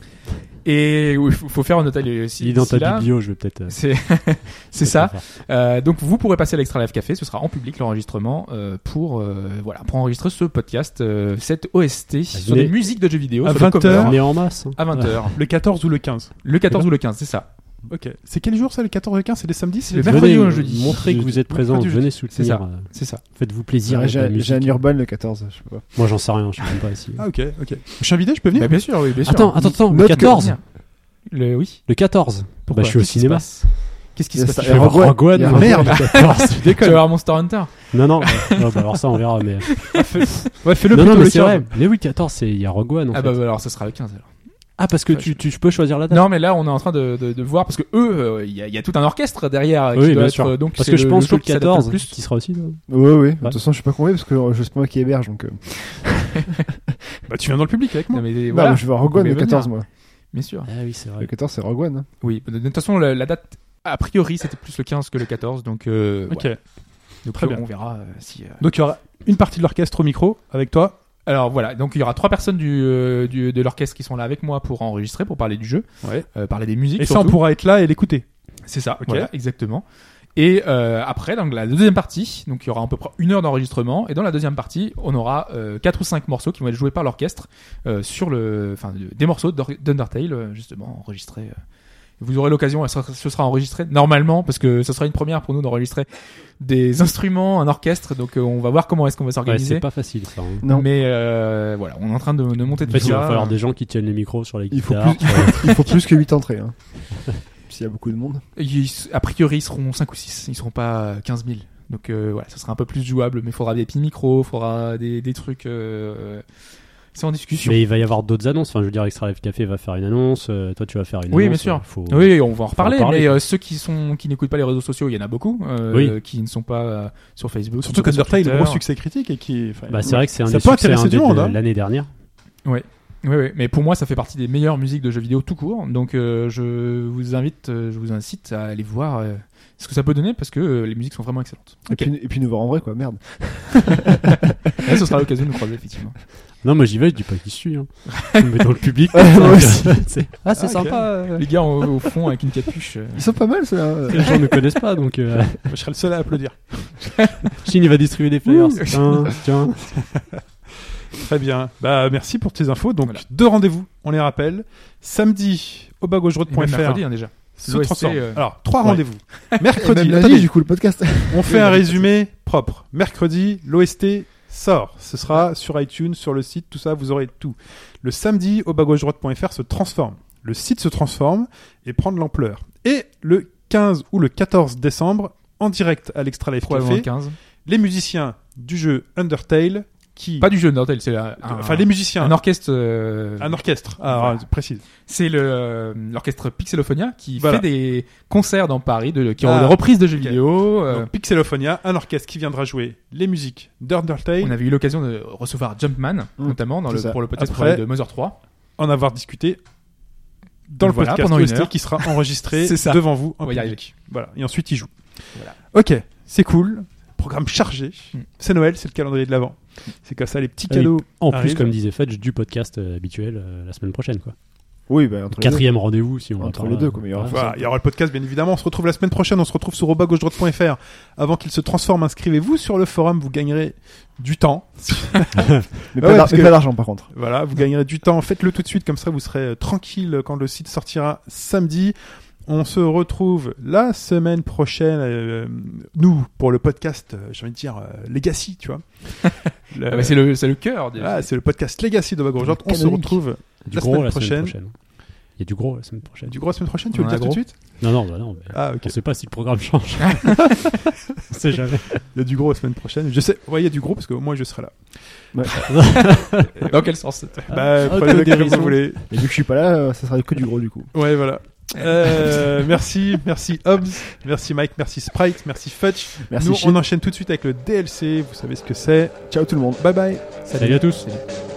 Speaker 4: et oui, faut, faut faire un hôtel
Speaker 5: Il est
Speaker 4: aussi.
Speaker 5: dans ta
Speaker 4: là.
Speaker 5: biblio, je vais peut-être. euh,
Speaker 4: C'est c'est
Speaker 5: peut-être
Speaker 4: ça.
Speaker 5: en faire.
Speaker 4: Euh, donc vous pourrez passer à l'Extra Live Café, ce sera en public l'enregistrement euh, pour euh, voilà pour enregistrer ce podcast, euh, cette OST sur
Speaker 5: venez.
Speaker 4: des musiques de jeux vidéo
Speaker 3: Ah, À
Speaker 4: sur des
Speaker 3: 20
Speaker 4: covers.
Speaker 3: heures. Ah.
Speaker 5: On est en masse. hein.
Speaker 4: à 20h.
Speaker 3: Le 14 ou le 15.
Speaker 4: Le 14 ou le 15, c'est ça.
Speaker 3: Ok. C'est quel jour ça, le 14 ou le 15 C'est les samedis C'est
Speaker 4: Le
Speaker 3: les
Speaker 4: mercredi
Speaker 5: Venez,
Speaker 4: ou le jeudi
Speaker 5: Montrez que vous êtes présent,
Speaker 3: Mercredi ou
Speaker 5: venez
Speaker 4: C'est ça.
Speaker 5: soutenir. euh,
Speaker 4: C'est ça.
Speaker 5: Faites-vous plaisir.
Speaker 6: Ah,
Speaker 5: avec la
Speaker 6: J'ai
Speaker 5: musique.
Speaker 6: j'ai un Urban le 14, je sais pas.
Speaker 5: Moi, j'en sais rien, je sais même pas si.
Speaker 3: Ah, ok, ok. Je suis invité, je peux venir
Speaker 4: Bah, bien sûr, oui, bien
Speaker 5: Attends, attends, attends, le
Speaker 6: Note que-
Speaker 5: 14
Speaker 4: Le oui.
Speaker 5: Le 14
Speaker 4: Pourquoi
Speaker 5: Bah, je suis au
Speaker 4: Qu'est-ce qui se
Speaker 5: cinéma.
Speaker 4: passe Qu'est-ce qui se
Speaker 6: Il y a
Speaker 4: passe
Speaker 6: ça-
Speaker 4: Tu
Speaker 5: Je vais
Speaker 6: Et
Speaker 4: vas-
Speaker 5: voir
Speaker 6: Rogue One.
Speaker 5: Rogue One,
Speaker 6: Il y a
Speaker 5: le
Speaker 6: merde.
Speaker 5: 14.
Speaker 4: Tu vas voir Monster Hunter
Speaker 5: Non, non, non, bah, alors ça, on verra, mais.
Speaker 3: Ouais, fais-le
Speaker 5: non, non,
Speaker 3: plutôt
Speaker 5: mais
Speaker 3: le
Speaker 5: c'est
Speaker 3: 15.
Speaker 5: vrai. Mais oui, 14, c'est- il y a Rogue One. en
Speaker 4: Ah
Speaker 5: fait.
Speaker 4: bah alors ce sera le 15 alors.
Speaker 5: Ah, parce que tu, tu peux choisir la date.
Speaker 4: Non mais là on est en train de, de, de voir parce que eux euh, il y, a- il y a tout un orchestre derrière euh, qui
Speaker 5: oui,
Speaker 4: doit
Speaker 5: bien
Speaker 4: être,
Speaker 5: sûr.
Speaker 4: euh, donc
Speaker 5: parce
Speaker 4: c'est
Speaker 5: que je pense que
Speaker 4: jour
Speaker 5: le
Speaker 4: qui s'adapte le
Speaker 5: 14,
Speaker 4: plus.
Speaker 5: qui sera aussi. non
Speaker 6: Ouais, ouais, De
Speaker 5: Ouais.
Speaker 6: toute façon, je suis pas convaincu parce que je sais pas moi qui héberge donc. euh,
Speaker 3: Bah, tu viens dans le public avec moi.
Speaker 4: Non mais euh,
Speaker 6: non,
Speaker 4: voilà,
Speaker 6: mais je vais voir Rogue One
Speaker 4: Mais hein.
Speaker 6: le
Speaker 4: venir.
Speaker 6: 14, moi.
Speaker 4: bien sûr.
Speaker 5: Ah oui, c'est
Speaker 6: Le
Speaker 5: vrai.
Speaker 6: 14, c'est Rogue One. hein.
Speaker 4: Oui, de de toute façon la, la date a priori c'était plus le 15 que le 14 donc euh,
Speaker 3: Ok.
Speaker 4: ouais. donc
Speaker 3: Très
Speaker 4: on
Speaker 3: bien.
Speaker 4: verra euh, si euh,
Speaker 3: Donc, il y aura une partie de l'orchestre au micro avec toi.
Speaker 4: Alors voilà, donc il y aura trois personnes du, euh, du- de l'orchestre qui sont là avec moi pour enregistrer, pour parler du jeu,
Speaker 3: Ouais.
Speaker 4: euh, parler des musiques.
Speaker 3: Et ça, on
Speaker 4: surtout.
Speaker 3: pourra être là et l'écouter.
Speaker 4: C'est ça,
Speaker 3: Ok.
Speaker 4: voilà, exactement. Et euh, après, donc la deuxième partie, donc il y aura à peu près une heure d'enregistrement, et dans la deuxième partie, on aura euh, quatre ou cinq morceaux qui vont être joués par l'orchestre euh, sur le, enfin de- des morceaux d'Or- d'Undertale euh, justement enregistrés. euh. Vous aurez l'occasion, elle sera- ce sera enregistré normalement parce que ce sera une première pour nous d'enregistrer des instruments, un orchestre. Donc euh, on va voir comment est-ce qu'on va
Speaker 5: Ouais,
Speaker 4: s'organiser.
Speaker 5: c'est pas facile, ça. hein.
Speaker 6: Non.
Speaker 4: Mais euh, voilà, on est en train de, de monter
Speaker 5: En
Speaker 4: tout
Speaker 5: fait, il
Speaker 4: ça. euh,
Speaker 5: va falloir des gens qui tiennent les micros sur les
Speaker 6: Il faut,
Speaker 5: guitares.
Speaker 6: plus, il faut plus que 8 entrées. hein. S'il y a beaucoup de monde.
Speaker 4: Ils- a priori, ils seront 5 ou 6. Ils seront pas euh, 15 000. Donc euh, voilà, ça sera un peu plus jouable, mais il faudra des petits micros, il faudra des, des trucs. euh, c'est en discussion.
Speaker 5: Mais il va y avoir d'autres annonces. Enfin, je veux dire, Extra Life Café va faire une annonce. euh, toi, tu vas faire une
Speaker 4: Oui,
Speaker 5: annonce.
Speaker 4: bien sûr.
Speaker 5: euh, faut-
Speaker 4: Oui, on va en reparler,
Speaker 5: parler.
Speaker 4: mais euh, ceux qui sont qui n'écoutent pas les réseaux sociaux, il y en a beaucoup euh,
Speaker 5: Oui.
Speaker 4: qui ne sont pas euh, sur Facebook. qui
Speaker 3: Surtout
Speaker 4: ne sont pas sur
Speaker 3: qu'Undertale est un gros
Speaker 4: Twitter.
Speaker 3: succès critique et qui. enfin,
Speaker 5: Bah, c'est vrai que c'est un
Speaker 3: Ça
Speaker 5: des
Speaker 3: peut
Speaker 5: succès
Speaker 3: intéresser
Speaker 5: indés
Speaker 3: du monde,
Speaker 5: de
Speaker 3: hein.
Speaker 5: l'année dernière.
Speaker 4: Oui, oui, mais pour moi, ça fait partie des meilleures musiques de jeux vidéo tout court. Donc, euh, je vous invite, euh, je vous incite à aller voir euh, ce que ça peut donner parce que euh, les musiques sont vraiment excellentes.
Speaker 6: Et, puis, et puis nous voir en vrai, quoi, merde.
Speaker 4: Et là, ce sera l'occasion de nous croiser, effectivement.
Speaker 5: Non, moi j'y vais, je dis pas qui je suis. Hein. Je me mets dans le public. euh, moi aussi.
Speaker 7: Ah, c'est
Speaker 4: Ah, ok.
Speaker 7: sympa. euh.
Speaker 4: Les gars au, au fond avec une capuche. euh,
Speaker 6: Ils sont pas mal, ceux-là. euh.
Speaker 5: Les gens ne connaissent pas, donc euh,
Speaker 3: Je serai le seul à applaudir.
Speaker 5: Chine il va distribuer des flyers. Tiens, tiens.
Speaker 3: Très bien. Bah, merci pour tes infos. Donc,
Speaker 4: Voilà.
Speaker 3: deux rendez-vous, on les rappelle. Samedi, au bas gauche
Speaker 4: et même mercredi,
Speaker 3: droite.fr.
Speaker 4: hein, déjà.
Speaker 3: se
Speaker 4: l'OST,
Speaker 3: transforme.
Speaker 4: euh,
Speaker 3: Alors, trois
Speaker 5: ouais.
Speaker 3: rendez-vous.
Speaker 6: Et même
Speaker 3: Mercredi,
Speaker 6: la
Speaker 3: attendez,
Speaker 6: vie, du coup, le podcast.
Speaker 3: on fait un résumé propre. Mercredi, l'OST sort. Ce sera sur iTunes, sur le site, tout ça, vous aurez tout. Le samedi, au bas gauche droite.fr se transforme. Le site se transforme et prend de l'ampleur. Et le 15 ou le 14 décembre, en direct à l'Extra Life
Speaker 4: Probablement le
Speaker 3: Café,
Speaker 4: 15.
Speaker 3: les musiciens du jeu Undertale qui...
Speaker 4: Pas du jeu Undertale, c'est euh, un,
Speaker 3: Enfin, les musiciens.
Speaker 4: un orchestre. euh,
Speaker 3: Un orchestre, ah,
Speaker 4: Voilà.
Speaker 3: précise.
Speaker 4: c'est le, euh, l'orchestre Pixelophonia qui
Speaker 3: Voilà.
Speaker 4: fait des concerts dans Paris, de, qui ont
Speaker 3: Ah,
Speaker 4: des reprises de jeux
Speaker 3: ok.
Speaker 4: vidéo. euh,
Speaker 3: Donc, Pixelophonia, un orchestre qui viendra jouer les musiques d'Undertale,
Speaker 4: on avait eu l'occasion de recevoir Jumpman,
Speaker 6: Mm.
Speaker 4: notamment dans
Speaker 6: C'est
Speaker 4: le,
Speaker 6: ça.
Speaker 4: pour le podcast
Speaker 3: Après,
Speaker 4: de Mother 3.
Speaker 3: en avoir discuté dans le
Speaker 4: Voilà,
Speaker 3: podcast
Speaker 4: pendant une
Speaker 3: OST
Speaker 4: heure.
Speaker 3: qui sera enregistré
Speaker 4: C'est ça.
Speaker 3: devant vous en
Speaker 4: On va y
Speaker 3: public. Voilà, et ensuite il joue.
Speaker 4: Voilà.
Speaker 3: Ok, c'est cool. Programme chargé.
Speaker 4: Mm.
Speaker 3: C'est Noël, c'est le calendrier de l'avant. C'est comme ça les petits
Speaker 5: Ah oui.
Speaker 3: cadeaux.
Speaker 5: En
Speaker 3: Arrive.
Speaker 5: plus, comme disait Fudge, du podcast euh, habituel euh, la semaine prochaine. Quoi.
Speaker 6: Oui, bah, entre les deux.
Speaker 5: Quatrième rendez-vous, si on
Speaker 6: Entre
Speaker 5: entend,
Speaker 6: les deux,
Speaker 5: euh,
Speaker 6: comme il y aura-
Speaker 5: voilà.
Speaker 3: Voilà, il y aura le podcast bien évidemment. On se retrouve la semaine prochaine. On se retrouve sur robagauche-droite.fr. Avant qu'il se transforme, inscrivez-vous sur le forum. Vous gagnerez du temps.
Speaker 6: Mais
Speaker 3: Ah ouais,
Speaker 6: pas d'ar-
Speaker 3: parce
Speaker 6: mais
Speaker 3: que-
Speaker 6: pas d'argent, par contre.
Speaker 3: Voilà, vous gagnerez du temps. Faites-le tout de suite, comme ça vous serez euh, tranquille quand le site sortira samedi. On se retrouve la semaine prochaine, euh, nous, pour le podcast, euh, j'ai envie de dire, euh, Legacy, tu vois. Le-
Speaker 4: Ah bah, c'est le, c'est le cœur. des-
Speaker 3: Ah, c'est le podcast Legacy de Bagorjot. On se
Speaker 5: Canonique.
Speaker 3: retrouve
Speaker 5: Du
Speaker 3: La
Speaker 5: gros
Speaker 3: semaine
Speaker 5: la
Speaker 3: prochaine.
Speaker 5: semaine prochaine. hein. Il y a du gros la semaine prochaine.
Speaker 3: du gros la semaine prochaine, tu veux
Speaker 4: On
Speaker 3: le
Speaker 4: a
Speaker 3: dire tout de
Speaker 4: gros.
Speaker 3: suite
Speaker 5: Non, non, bah non. mais
Speaker 3: Ah, ok.
Speaker 5: On sait pas si le programme change. on sait jamais.
Speaker 3: Il y a du gros la semaine prochaine. Je sais, ouais, il y a du gros parce que moi je serai là. ah,
Speaker 4: Dans quel sens Ah,
Speaker 3: bah, prenez le comme vous voulez.
Speaker 6: Mais vu que je suis pas là, euh, ça sera que du gros, du coup.
Speaker 3: Ouais, voilà. Euh, merci, merci Hobbs, merci Mike, merci Sprite, merci Fudge.
Speaker 6: Merci,
Speaker 3: Nous,
Speaker 6: Chine.
Speaker 3: on enchaîne tout de suite avec le DLC. Vous savez ce que c'est.
Speaker 6: Ciao tout le monde.
Speaker 3: Bye bye.
Speaker 5: Salut à tous.
Speaker 3: Salut.